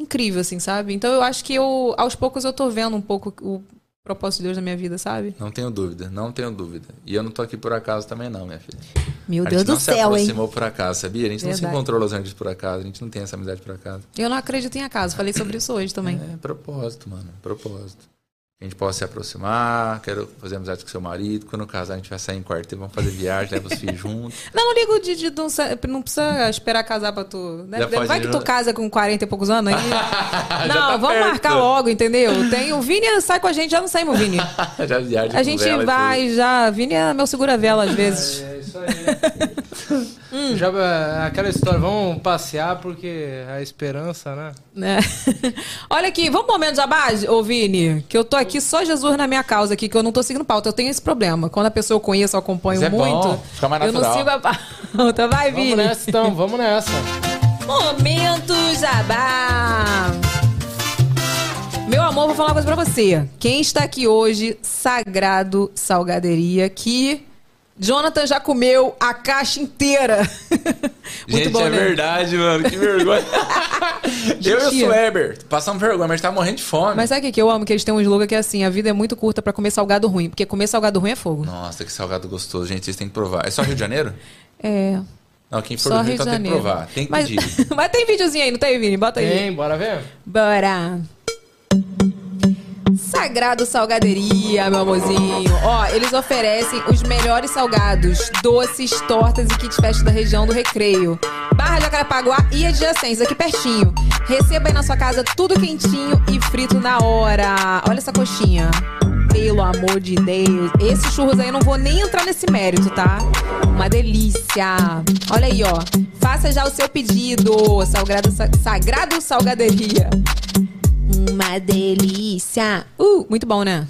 Speaker 1: incrível, assim, sabe? Então eu acho que eu, aos poucos, eu tô vendo um pouco o propósito de Deus na minha vida, sabe?
Speaker 7: Não tenho dúvida, não tenho dúvida. E eu não tô aqui por acaso também, não, minha filha.
Speaker 1: Meu
Speaker 7: a
Speaker 1: Deus
Speaker 7: gente
Speaker 1: do
Speaker 7: não se
Speaker 1: céu, hein?
Speaker 7: aproximou por acaso, sabia? A gente não
Speaker 1: Verdade.
Speaker 7: se encontrou em Los Angeles por acaso, a gente não tem essa amizade por acaso.
Speaker 1: Eu não acredito em acaso, falei sobre isso hoje também.
Speaker 7: É propósito, mano. Propósito. A gente possa se aproximar, quero fazer amizade com seu marido. Quando casar, a gente vai sair em quarto e vamos fazer viagem, leva os
Speaker 1: [laughs]
Speaker 7: filhos juntos.
Speaker 1: Não, não ligo de, de- não, sa- não precisa esperar casar pra tu. né?
Speaker 7: Já pode
Speaker 1: Vai que
Speaker 7: ir
Speaker 1: tu
Speaker 7: junto.
Speaker 1: casa com 40 e poucos anos
Speaker 7: [laughs]
Speaker 1: aí. não,
Speaker 7: tá
Speaker 1: vamos
Speaker 7: perto.
Speaker 1: marcar logo, entendeu? Tem o Vini, sai com a gente, já não saímos,
Speaker 7: [laughs]
Speaker 1: Vini.
Speaker 7: já viagem
Speaker 1: A gente vai já. Vini é meu segura-vela às vezes.
Speaker 5: É isso aí. [laughs]
Speaker 1: Hum.
Speaker 5: Já, é, aquela história, vamos passear porque a esperança, né?
Speaker 1: né? [laughs] Olha aqui, vamos pro momento jabá, ô Vini? Que eu tô aqui só Jesus na minha causa aqui, que eu não tô seguindo pauta. Eu tenho esse problema. Quando a pessoa eu conheço, eu acompanho
Speaker 7: Mas é bom,
Speaker 1: muito.
Speaker 7: fica mais
Speaker 1: eu não
Speaker 7: natural.
Speaker 1: sigo a [laughs] pauta. Vai,
Speaker 5: Vamos
Speaker 1: Vini.
Speaker 5: nessa então, vamos
Speaker 1: [laughs]
Speaker 5: nessa.
Speaker 1: Momento Jabá! Meu amor, vou falar uma coisa pra você. Quem está aqui hoje, Sagrado Salgaderia, que Jonathan já comeu a caixa inteira. [laughs] Muito
Speaker 7: gente,
Speaker 1: bom,
Speaker 7: é
Speaker 1: né?
Speaker 7: verdade, mano.
Speaker 1: [laughs]
Speaker 7: Que vergonha. eu e o
Speaker 1: Mentira.
Speaker 7: Sweber. Passamos vergonha, mas a gente tá morrendo de fome.
Speaker 1: Mas sabe o que que eu amo? Que eles têm um slogan que é assim, a vida é muito curta pra comer salgado ruim, porque comer salgado ruim é fogo.
Speaker 7: Nossa, que salgado gostoso, gente. Vocês têm que provar. É só Rio de Janeiro?
Speaker 1: É,
Speaker 7: Não, quem for
Speaker 1: só
Speaker 7: do
Speaker 1: Rio
Speaker 7: Rio,
Speaker 1: de
Speaker 7: então tem que
Speaker 1: Janeiro.
Speaker 7: provar. Tem que
Speaker 1: mas, [laughs]
Speaker 7: pedir. É,
Speaker 1: mas tem videozinho aí, não tem, Vini? Bota aí.
Speaker 5: Tem, bora ver?
Speaker 1: Bora! Sagrado Salgaderia, meu amorzinho. Ó, eles oferecem os melhores salgados, doces, tortas e kit fest da região do Recreio. Barra de Acarapaguá e adjacentes, aqui pertinho. Receba aí na sua casa tudo quentinho e frito na hora. Olha essa coxinha. Pelo amor de Deus. Esses churros aí eu não vou nem entrar nesse mérito, tá? Uma delícia. Olha aí, ó. Faça já o seu pedido. Salgado, sa- sagrado Salgaderia. Uma delícia. Uh, muito bom, né?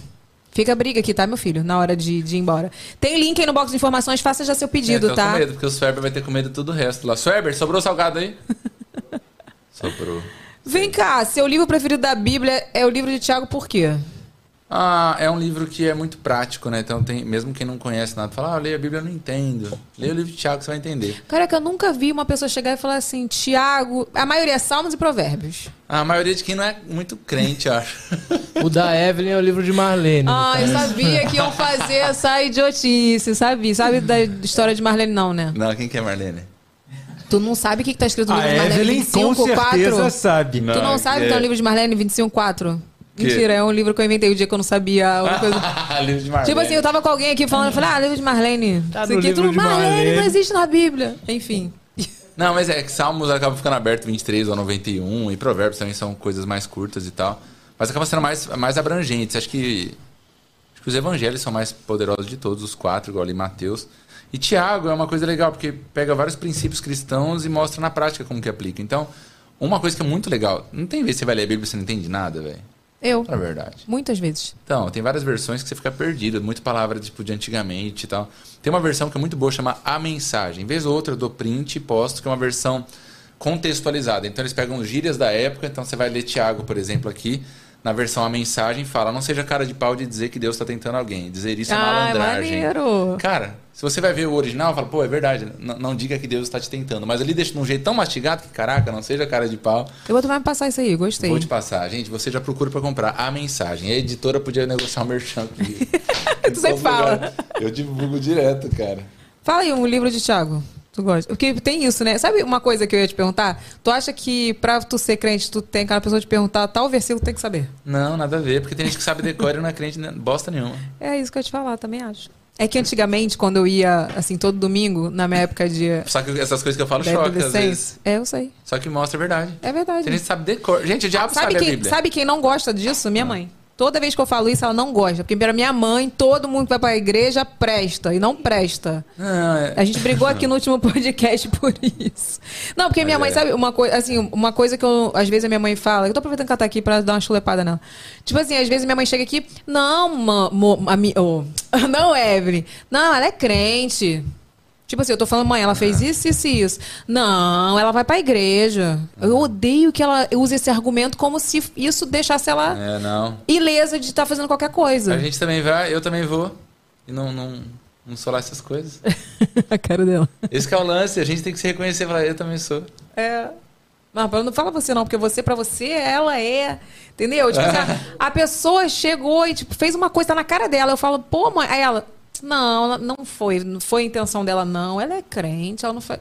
Speaker 1: Fica a briga aqui, tá, meu filho? Na hora de, de ir embora. Tem link aí no box de informações, faça já seu pedido,
Speaker 7: É, tô
Speaker 1: tá?
Speaker 7: com medo, porque o Sweber vai ter comido todo o resto lá. Sweber, sobrou salgado
Speaker 1: [laughs]
Speaker 7: aí? sobrou.
Speaker 1: Vem cá, seu livro preferido da Bíblia é o livro de Tiago, por quê?
Speaker 7: Ah, é um livro que é muito prático, né? Então tem, mesmo quem não conhece nada, fala, ah, eu leio a Bíblia, eu não entendo. Leia o livro de Tiago, você vai entender.
Speaker 1: Caraca, eu nunca vi uma pessoa chegar e falar assim, Tiago. A maioria é Salmos e Provérbios.
Speaker 7: A maioria de quem não é muito crente, eu acho. [laughs]
Speaker 5: O da Evelyn é o livro de Marlene.
Speaker 1: Ah, eu sabia que iam fazer essa idiotice, sabia? Sabe da história de Marlene, não, né?
Speaker 7: Não, quem que é Marlene? [laughs]
Speaker 1: Tu não sabe o que, que tá escrito no
Speaker 7: Ah,
Speaker 2: A
Speaker 1: livro
Speaker 7: é,
Speaker 1: de Marlene
Speaker 2: Evelyn com
Speaker 1: 25, 4?
Speaker 2: certeza sabe.
Speaker 1: Tu não sabe o que tá no livro de Marlene 25, 4? Mentira, é um livro que eu inventei o dia que eu não sabia. uma coisa-
Speaker 7: tá Ah, livro de Marlene.
Speaker 1: tipo assim, eu tava com alguém aqui falando, eu falei, ah, livro de Marlene.
Speaker 5: Tá
Speaker 1: Isso
Speaker 5: no
Speaker 1: aqui, é
Speaker 5: livro
Speaker 1: tudo
Speaker 5: de
Speaker 1: Marlene, não
Speaker 5: Marlene.
Speaker 1: existe na Bíblia. Enfim.
Speaker 7: Não, mas é que Salmos acaba ficando aberto 23 ou 91, e Provérbios também são coisas mais curtas e tal. Mas acaba sendo mais, mais abrangentes. Acho que, acho que os evangelhos são mais poderosos de todos, os quatro, igual ali Mateus. E Tiago é uma coisa legal, porque pega vários princípios cristãos e mostra na prática como que aplica. Então, uma coisa que é muito legal, não tem vez que você vai ler a Bíblia e você não entende nada, velho.
Speaker 1: Eu,
Speaker 7: Na verdade.
Speaker 1: muitas vezes.
Speaker 7: Então, tem várias versões que você fica perdido, muita palavra tipo, de antigamente e tal. Tem uma versão que é muito boa, chama A Mensagem. Vez ou outra eu dou print e posto, que é uma versão contextualizada. Então, eles pegam gírias da época, então você vai ler Tiago, por exemplo, aqui. Na versão A Mensagem fala, não seja cara de pau de dizer que Deus está tentando alguém. Dizer isso é
Speaker 1: Ah, é
Speaker 7: malandragem.
Speaker 1: maneiro.
Speaker 7: Cara, se você vai ver o original, fala, pô, é verdade, n- não diga que Deus está te tentando. Mas ele deixa de um jeito tão mastigado que, caraca, não seja cara de pau.
Speaker 1: Eu vou tomar passar isso aí, gostei.
Speaker 7: Vou te passar, gente. Você já procura pra comprar a mensagem. A editora podia negociar o merchan comigo.
Speaker 1: [laughs]
Speaker 7: Em
Speaker 1: Tu sempre
Speaker 7: todo
Speaker 1: fala.
Speaker 7: lugar. Eu divulgo direto, cara.
Speaker 1: Fala aí um livro de Thiago. Tu gosta? Porque tem isso, né? Sabe uma coisa que eu ia te perguntar? Tu acha que pra tu ser crente, tu tem cada pessoa te perguntar tal versículo, tu tem que saber?
Speaker 7: Não, nada a ver, porque tem gente que sabe decorar e não é crente né? bosta nenhuma.
Speaker 1: É isso que eu ia te falar, também acho. É que antigamente, quando eu ia, assim, todo domingo, na minha época de
Speaker 7: Só que essas coisas que eu falo
Speaker 1: da
Speaker 7: choca às vezes.
Speaker 1: adolescência. É, eu sei.
Speaker 7: Só que mostra a verdade.
Speaker 1: É verdade.
Speaker 7: Tem gente que sabe decor. Gente, o diabo sabe,
Speaker 1: Sabe
Speaker 7: a
Speaker 1: quem,
Speaker 7: Bíblia. Ah.
Speaker 1: sabe quem não gosta disso? Minha mãe. Toda vez que eu falo isso, ela não gosta. Porque pra minha mãe, todo mundo que vai pra igreja presta e não presta.
Speaker 7: Não, é-
Speaker 1: A gente brigou aqui no último [laughs] podcast por isso. Não, porque minha mãe,
Speaker 7: é.
Speaker 1: sabe, uma coisa, assim, uma coisa que eu, às vezes a minha mãe fala, eu tô aproveitando que ela tá aqui pra dar uma chulepada nela. Tipo assim, às vezes minha mãe chega aqui, não, ma, mo- a mi- ô, [laughs] não, Evelyn, não, ela é crente. Tipo assim, eu tô falando, mãe, ela fez
Speaker 7: É.
Speaker 1: isso, isso e isso. Não, ela vai pra igreja.
Speaker 7: É.
Speaker 1: Eu odeio que ela use esse argumento como se isso deixasse ela
Speaker 7: É, não.
Speaker 1: ilesa de estar fazendo qualquer coisa.
Speaker 7: A
Speaker 1: [laughs]
Speaker 7: gente também vai, eu também vou. E não, não, não sou lá essas coisas.
Speaker 1: a cara dela.
Speaker 7: Esse que é o lance, a gente tem que se reconhecer e falar, eu também sou.
Speaker 1: É. Mas não fala você não, porque você, pra você, ela é. Entendeu? Tipo, assim,
Speaker 7: É.
Speaker 1: a, a pessoa chegou e tipo, fez uma coisa tá na cara dela. Eu falo, pô, mãe. Aí ela, não, ela não foi. Não foi a intenção dela, não. Ela é crente, ela não foi.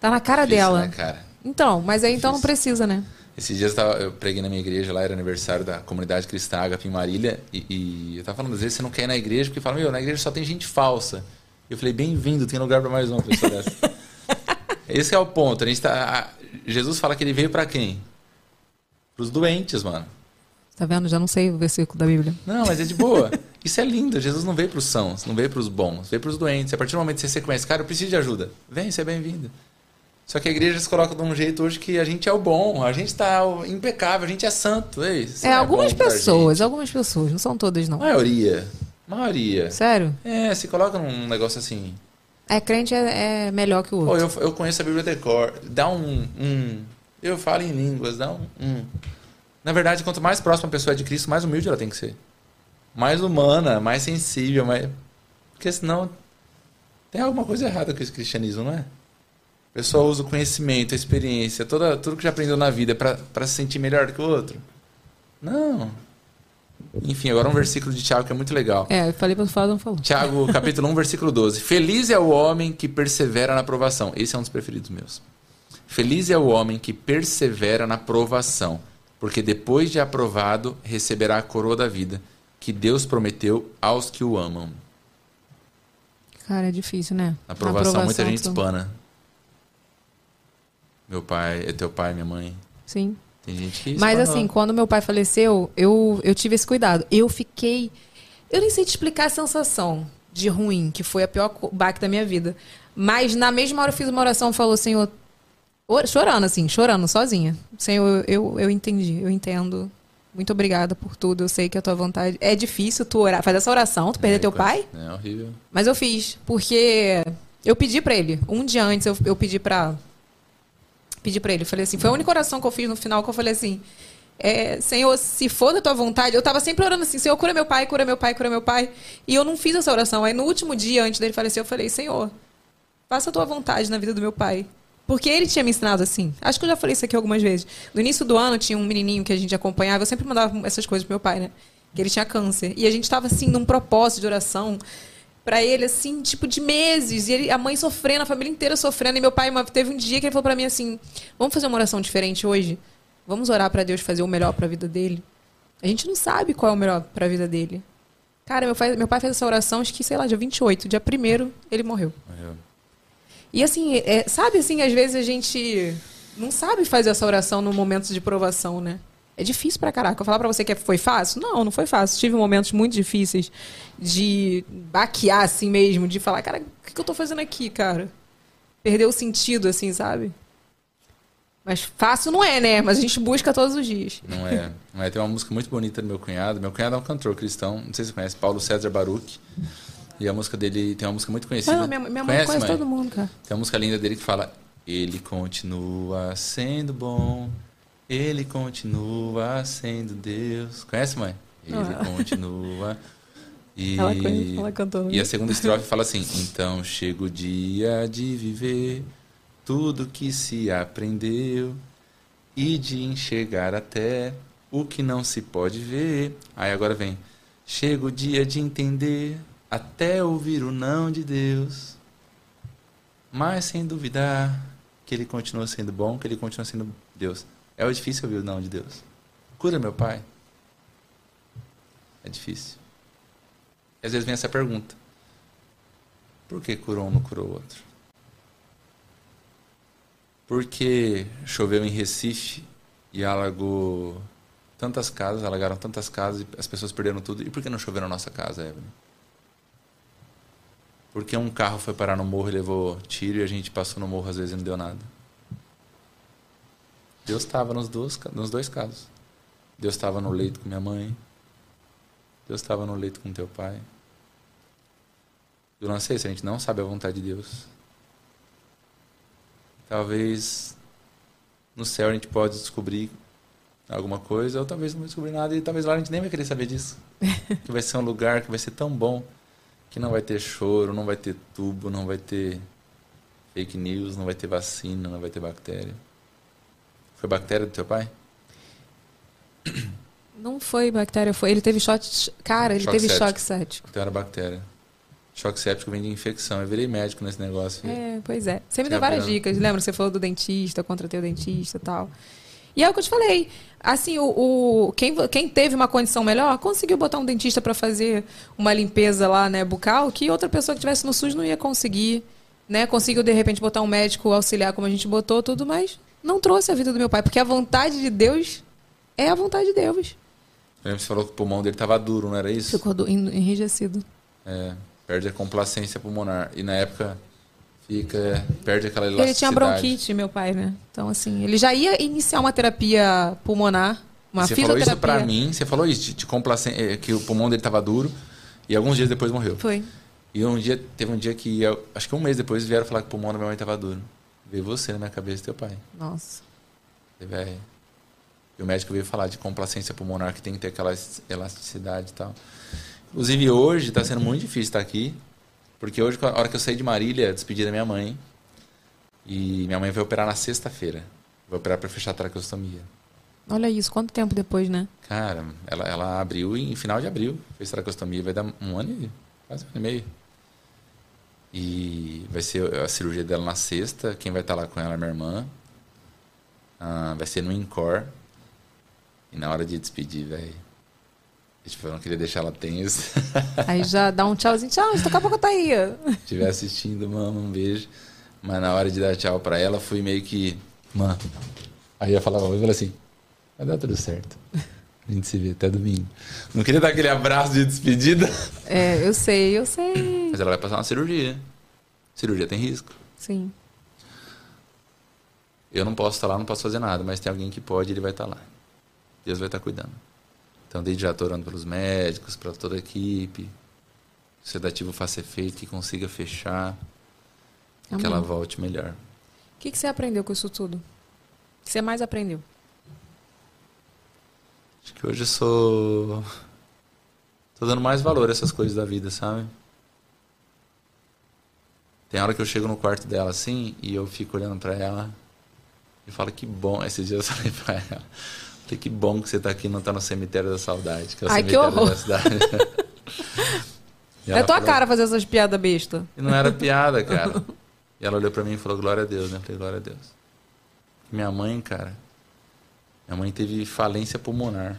Speaker 1: Tá na cara
Speaker 7: Difícil,
Speaker 1: dela.
Speaker 7: né, cara?
Speaker 1: Então, mas aí então não precisa, né?
Speaker 7: Esses dias eu, tava, eu preguei na minha igreja, lá era aniversário da comunidade cristã Agape em Marília, e, e eu tava falando, às vezes você não quer ir na igreja, porque fala, meu, na igreja só tem gente falsa. Eu falei, bem-vindo, tem lugar pra mais uma pessoa dessa. Esse é o ponto, a gente tá... a- Jesus fala que ele veio pra quem? Pros doentes, mano.
Speaker 1: Tá vendo? Já não sei o versículo da Bíblia.
Speaker 7: Não, mas é de boa. [laughs] Isso é lindo, Jesus não veio pros sãos, não veio pros bons, veio pros doentes. A partir do momento que você reconhece, cara, eu preciso de ajuda, vem, você é bem-vindo. Só que a igreja se coloca de um jeito hoje que a gente é o bom, a gente tá o impecável, a gente é santo. Ei, você
Speaker 1: É,
Speaker 7: não
Speaker 1: algumas
Speaker 7: bom pra É.
Speaker 1: pessoas, algumas pessoas, não são todas,
Speaker 7: gente.
Speaker 1: não.
Speaker 7: Maioria. Maioria.
Speaker 1: Sério?
Speaker 7: É, se coloca num negócio assim.
Speaker 1: É crente é, é melhor que o
Speaker 7: Pô,
Speaker 1: outro.
Speaker 7: eu, eu conheço a Bíblia Decor, dá um, um. Eu falo em línguas, dá um, um. Na verdade, quanto mais próxima a pessoa é de Cristo, mais humilde ela tem que ser. Mais humana, mais sensível, mais. Porque senão. Tem alguma coisa errada com esse cristianismo, não é? A pessoa usa o conhecimento, a experiência, toda, tudo que já aprendeu na vida pra pra se sentir melhor que o outro. Não. Enfim, agora um versículo de Tiago que é muito legal.
Speaker 1: É, eu falei pra tu falar, não falou.
Speaker 7: Tiago, capítulo 1, versículo 12. Feliz é o homem que persevera na provação. Esse é um dos preferidos meus. Feliz é o homem que persevera na provação, porque depois de aprovado, receberá a coroa da vida, que Deus prometeu aos que o amam.
Speaker 1: Cara, é difícil, né?
Speaker 7: Na provação, muita gente
Speaker 1: tu-
Speaker 7: espana. Meu pai, é teu pai, minha mãe.
Speaker 1: Sim.
Speaker 7: Tem gente que
Speaker 1: Mas
Speaker 7: espanou.
Speaker 1: assim, quando meu pai faleceu, eu, eu tive esse cuidado. Eu fiquei. Eu nem sei te explicar a sensação de ruim, que foi a pior co- baque da minha vida. Mas na mesma hora eu fiz uma oração e falou, Senhor. or- Chorando, assim, chorando, sozinha. Senhor, eu, eu, eu entendi, eu entendo. Muito obrigada por tudo. Eu sei que a tua vontade. É difícil tu orar. Faz essa oração, tu perder
Speaker 7: É,
Speaker 1: teu
Speaker 7: quase-
Speaker 1: pai.
Speaker 7: É horrível.
Speaker 1: Mas eu fiz, porque eu pedi pra ele. Um dia antes eu, eu pedi pra. Pedi pra ele. Falei assim, foi a única oração que eu fiz no final que eu falei assim. é, Senhor, se for da tua vontade, eu tava sempre orando assim, Senhor, cura meu pai, cura meu pai, cura meu pai. E eu não fiz essa oração. Aí no último dia antes dele falecer, eu falei, Senhor, faça a tua vontade na vida do meu pai. Porque ele tinha me ensinado assim. Acho que eu já falei isso aqui algumas vezes. No início do ano tinha um menininho que a gente acompanhava, eu sempre mandava essas coisas pro meu pai, né? Que ele tinha câncer. E a gente tava assim num propósito de oração. pra ele, assim, tipo, de meses. E ele- a mãe sofrendo, a família inteira sofrendo. E meu pai uma- teve um dia que ele falou pra mim assim: vamos fazer uma oração diferente hoje? Vamos orar pra Deus fazer o melhor pra vida dele? A gente não sabe qual é o melhor pra vida dele. Cara, meu pai, meu pai fez essa oração, acho que, sei lá, dia 28, dia 1 ele morreu. E assim, é, sabe assim, às vezes a gente não sabe fazer essa oração no momento de provação, né? É difícil pra caraca. Eu falar pra você que foi fácil? Não, não foi fácil. Tive momentos muito difíceis de baquear assim mesmo, de falar, cara, o que que eu tô fazendo aqui, cara? Perdeu o sentido, assim, sabe? Mas fácil não é, né? Mas a gente busca todos os dias.
Speaker 7: Não é. Não é. Tem uma música muito bonita do meu cunhado. Meu cunhado é um cantor cristão, não sei se você conhece, Paulo César Baruch. E a música dele tem uma música muito conhecida.
Speaker 1: Mas Ah, minha, minha mãe conhece todo mundo, cara.
Speaker 7: Tem uma música linda dele que fala: Ele continua sendo bom, ele continua sendo Deus. Conhece, mãe? Ele continua. E,
Speaker 1: Ela conhece, ela cantou, né?
Speaker 7: e a segunda estrofe fala assim: Então chega o dia de viver tudo que se aprendeu e de enxergar até o que não se pode ver. Aí agora vem: Chega o dia de entender até ouvir o não de Deus. Mas sem duvidar que ele continua sendo bom, que ele continua sendo Deus. É o difícil ouvir o não de Deus. Cura meu pai. É difícil. E às vezes vem essa pergunta. Por que curou um não curou o outro? Por que choveu em Recife e alagou tantas casas, alagaram tantas casas e as pessoas perderam tudo? E por que não choveu na nossa casa, Evelyn? Porque um carro foi parar no morro e levou tiro e a gente passou no morro às vezes e não deu nada. Deus estava nos dois, ca- nos dois casos. Deus estava no leito com minha mãe. Deus estava no leito com teu pai. Eu não sei se a gente não sabe a vontade de Deus. Talvez no céu a gente pode descobrir alguma coisa, ou talvez não vai descobrir nada, e talvez lá a gente nem vai querer saber disso. que vai ser um lugar que vai ser tão bom que não vai ter choro, não vai ter tubo, não vai ter fake news, não vai ter vacina, não vai ter bactéria. Foi bactéria do teu pai?
Speaker 1: Não foi bactéria, foi. Ele teve shot. Cara, ele
Speaker 7: Choque
Speaker 1: teve
Speaker 7: séptico.
Speaker 1: choque cético.
Speaker 7: Então era bactéria. Choque séptico vem de infecção. Eu virei médico nesse negócio.
Speaker 1: É, pois é. Você me
Speaker 7: Tá
Speaker 1: deu várias
Speaker 7: vendo?
Speaker 1: dicas, lembra? Você falou do dentista, contra teu dentista e tal. E é o que eu te falei. Assim, o, o- quem, quem teve uma condição melhor conseguiu botar um dentista pra fazer uma limpeza lá, né, bucal, que outra pessoa que tivesse no SUS não ia conseguir, né? Conseguiu de repente botar um médico auxiliar como a gente botou tudo, mas não trouxe a vida do meu pai, porque a vontade de Deus é a vontade de Deus.
Speaker 7: Eu lembro que você falou que o pulmão dele tava duro, não era isso?
Speaker 1: Ficou do- en- enrijecido.
Speaker 7: É, perde a complacência pulmonar. E na época fica. Perde aquela elasticidade.
Speaker 1: Ele tinha bronquite, meu pai, né? Então, assim, ele já ia iniciar uma terapia pulmonar, uma
Speaker 7: você falou
Speaker 1: fisioterapia.
Speaker 7: isso pra mim, você falou isso, de, de complacen- eh, que o pulmão dele tava duro e alguns dias depois morreu.
Speaker 1: Foi.
Speaker 7: E um dia, teve um dia que, eu- acho que um mês depois, vieram falar que o pulmão da minha mãe tava duro. Veio você na minha cabeça e teu pai.
Speaker 1: Nossa.
Speaker 7: Falei, "Véi." E é, o médico veio falar de complacência pulmonar, que tem que ter aquela es- elasticidade e tal. Inclusive, hoje está sendo muito difícil estar aqui, porque hoje, a hora que eu saí de Marília, despedi da minha mãe. E minha mãe vai operar na sexta-feira. Vai operar para fechar a traqueostomia.
Speaker 1: Olha isso, quanto tempo depois, né?
Speaker 7: Cara, ela, ela abriu em final de abril, fez traqueostomia, vai dar um ano e quase um ano e meio. E vai ser a cirurgia dela na sexta, quem vai estar lá com ela é minha irmã. Ah, vai ser no Incor. E na hora de despedir, velho. Tipo, eu não queria deixar ela tensa.
Speaker 1: Aí já dá um tchauzinho, tchau, daqui a pouco tá aí.
Speaker 7: Se estiver assistindo, mama, um beijo. Mas na hora de dar tchau pra ela, fui meio que. Mano. Aí eu falava, eu falava assim: vai dar tudo certo. A gente se vê até domingo. Não queria dar aquele abraço de despedida.
Speaker 1: É, eu sei, eu sei.
Speaker 7: Mas ela vai passar uma cirurgia. Cirurgia tem risco.
Speaker 1: Sim.
Speaker 7: Eu não posso estar lá, não posso fazer nada, mas tem alguém que pode, ele vai estar lá. Deus vai estar cuidando. Então, desde já estou orando pelos médicos, para toda a equipe, que o sedativo faça efeito, que consiga fechar, que ela
Speaker 1: Amém.
Speaker 7: volte melhor.
Speaker 1: O que, que você aprendeu com isso tudo? O que você mais aprendeu?
Speaker 7: Acho que hoje eu sou. Tô dando mais valor a essas coisas da vida, sabe? Tem hora que eu chego no quarto dela assim e eu fico olhando pra ela e falo que bom. Esses dias eu falei [laughs] pra ela. Falei que bom que você tá aqui e não tá no cemitério da saudade, que é o
Speaker 1: Ai, que
Speaker 7: cemitério
Speaker 1: horror.
Speaker 7: da cidade. E
Speaker 1: É
Speaker 7: ela
Speaker 1: tua
Speaker 7: falou-
Speaker 1: cara fazer essas piadas besta.
Speaker 7: E não era piada, cara. E ela olhou pra mim e falou, glória a Deus, né? Eu falei, glória a Deus. Minha mãe, cara, minha mãe teve falência pulmonar.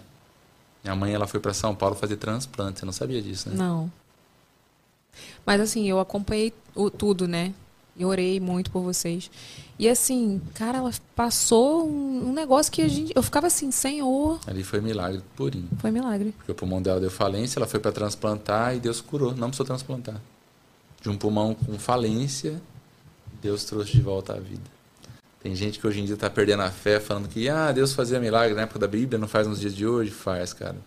Speaker 7: Minha mãe, ela foi pra São Paulo fazer transplante, você não sabia disso, né?
Speaker 1: Não. Mas assim, eu acompanhei o, tudo, né? E orei muito por vocês. E assim, cara, ela passou um, um negócio que a gente. Eu ficava assim, Senhor.
Speaker 7: Ali foi milagre purinho.
Speaker 1: Foi um milagre.
Speaker 7: Porque o pulmão dela deu falência, ela foi pra transplantar e Deus curou. Não precisou transplantar. De um pulmão com falência, Deus trouxe de volta a vida. Tem gente que hoje em dia tá perdendo a fé, falando que ah, Deus fazia milagre na época da Bíblia, não faz nos dias de hoje? Faz, cara.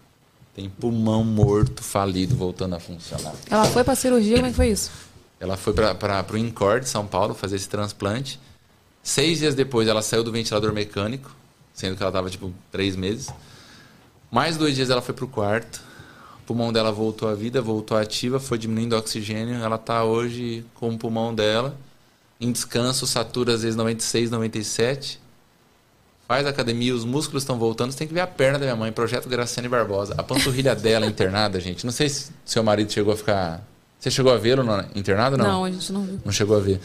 Speaker 7: Tem pulmão morto, falido, voltando a funcionar.
Speaker 1: Ela foi pra cirurgia, como é que foi isso?
Speaker 7: Ela foi para o INCOR de São Paulo fazer esse transplante. Seis dias depois, ela saiu do ventilador mecânico, sendo que ela estava, tipo, três meses. Mais dois dias, ela foi pro quarto. O pulmão dela voltou à vida, voltou ativa, foi diminuindo o oxigênio. Ela tá hoje com o pulmão dela em descanso, satura às vezes 96, 97. Faz academia, os músculos estão voltando. Você tem que ver a perna da minha mãe, projeto Graciane Barbosa. A panturrilha dela é internada, [laughs] gente. Não sei se seu marido chegou a ficar. Você chegou a vê-lo na- internado ou não?
Speaker 1: a gente não viu.
Speaker 7: Não chegou a ver.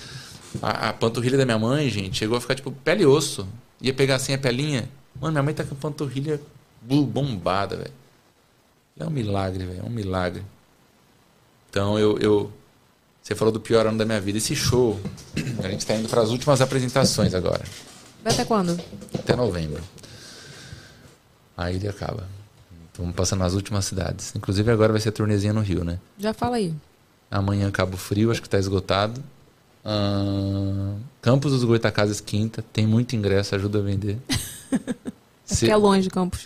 Speaker 7: A, a panturrilha da minha mãe, gente, chegou a ficar tipo pele e osso. Ia pegar assim a pelinha. Mano, minha mãe tá com a panturrilha bu- bombada, velho. É um milagre, velho. É um milagre. Então eu, eu. Você falou do pior ano da minha vida. Esse show. A gente tá indo para as últimas apresentações agora.
Speaker 1: Vai até quando?
Speaker 7: Até novembro. Aí ele acaba. Estamos passando nas últimas cidades. Inclusive agora vai ser a turnezinha no Rio, né?
Speaker 1: Já fala aí.
Speaker 7: Amanhã Cabo Frio, acho que tá esgotado. Ahn, Campos dos Goitacazes, quinta. Tem muito ingresso, ajuda
Speaker 1: [laughs]
Speaker 7: a vender.
Speaker 1: É
Speaker 7: Se-
Speaker 1: porque é longe de
Speaker 7: [laughs]
Speaker 1: Campos.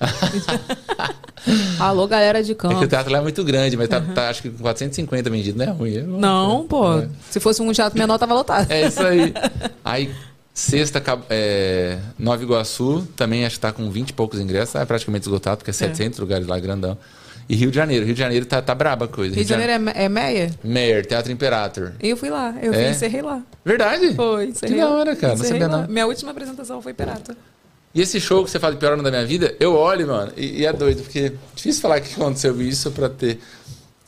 Speaker 1: Alô, galera de
Speaker 7: É que o
Speaker 1: Campos.
Speaker 7: teatro lá é muito grande, mas tá, tá, acho que com 450 vendido, não é ruim. é bom.
Speaker 1: Não, pô. Se fosse um teatro menor, tava lotado.
Speaker 7: né? É isso aí.
Speaker 1: [laughs]
Speaker 7: Aí, sexta, Cabo- é, Nova Iguaçu, também acho que tá com 20 e poucos ingressos. Tá praticamente esgotado, porque é 700 lugares lá, grandão. E Rio de Janeiro. Rio de Janeiro tá, tá braba a coisa.
Speaker 1: Rio de Janeiro é, me- é Meia?
Speaker 7: Meyer, Teatro Imperator.
Speaker 1: Eu fui lá. Eu
Speaker 7: É?
Speaker 1: encerrei lá.
Speaker 7: Verdade?
Speaker 1: Foi,
Speaker 7: Que
Speaker 1: encerrei
Speaker 7: da
Speaker 1: lá.
Speaker 7: hora, cara. Não
Speaker 1: Encerrei
Speaker 7: sabia
Speaker 1: lá.
Speaker 7: não.
Speaker 1: Minha última apresentação foi Perata.
Speaker 7: E esse show que você fala de pior ano da minha vida, eu olho, mano, e, e é doido, porque difícil falar que aconteceu isso pra ter.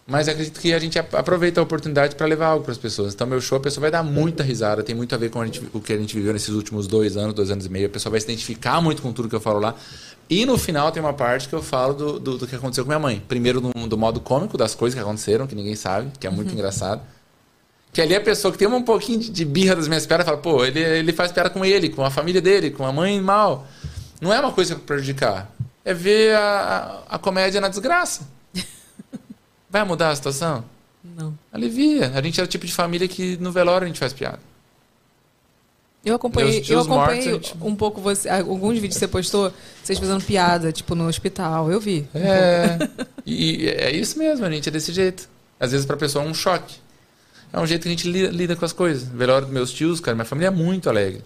Speaker 7: Mas acredito que a gente ap- aproveita a oportunidade pra levar algo pras pessoas. Então, meu show, a pessoa vai dar muita risada, tem muito a ver com a gente- o que a gente viveu nesses últimos dois anos, dois anos e meio. A pessoa vai se identificar muito com tudo que eu falo lá. E no final tem uma parte que eu falo do, do, do que aconteceu com minha mãe. Primeiro, do, do modo cômico, das coisas que aconteceram, que ninguém sabe, que é muito engraçado. Que ali a pessoa que tem um pouquinho de, de birra das minhas piadas fala, pô, ele, ele faz piada com ele, com a família dele, com a mãe mal. Não é uma coisa pra prejudicar. É ver a, a, a comédia na desgraça. Vai mudar a situação?
Speaker 1: Não.
Speaker 7: Alivia. A gente é o tipo de família que no velório a gente faz piada.
Speaker 1: Eu acompanhei,
Speaker 7: Meus tios
Speaker 1: eu acompanhei
Speaker 7: mortos, gente.
Speaker 1: um pouco você, alguns vídeos que você postou, vocês fazendo piada, tipo, no hospital. Eu vi.
Speaker 7: É. e é isso mesmo, a gente é desse jeito. Às vezes pra pessoa é um choque. É um jeito que a gente li- lida com as coisas. Velório dos meus tios, cara, minha família é muito alegre.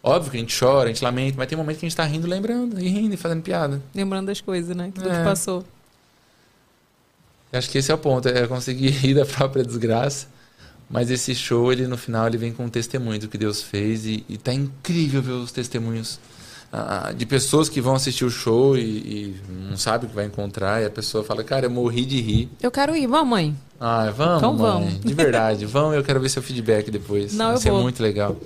Speaker 7: Óbvio que a gente chora, a gente lamenta, mas tem momento que a gente tá rindo, lembrando, e rindo e fazendo piada.
Speaker 1: Lembrando das coisas, né? Tudo
Speaker 7: É.
Speaker 1: que passou.
Speaker 7: Acho que esse é o ponto, é conseguir [laughs] rir da própria desgraça. Mas esse show, ele no final, ele vem com um testemunho do que Deus fez e, e tá incrível ver os testemunhos ah, de pessoas que vão assistir o show e, e não sabe o que vai encontrar e a pessoa fala, cara, eu morri de rir.
Speaker 1: Eu quero ir, vamos, mãe.
Speaker 7: Ah, vamos,
Speaker 1: Então
Speaker 7: mãe,
Speaker 1: vamos.
Speaker 7: de verdade, vamos. Eu quero ver seu feedback depois.
Speaker 1: Não,
Speaker 7: vai
Speaker 1: eu
Speaker 7: ser
Speaker 1: vou.
Speaker 7: muito legal.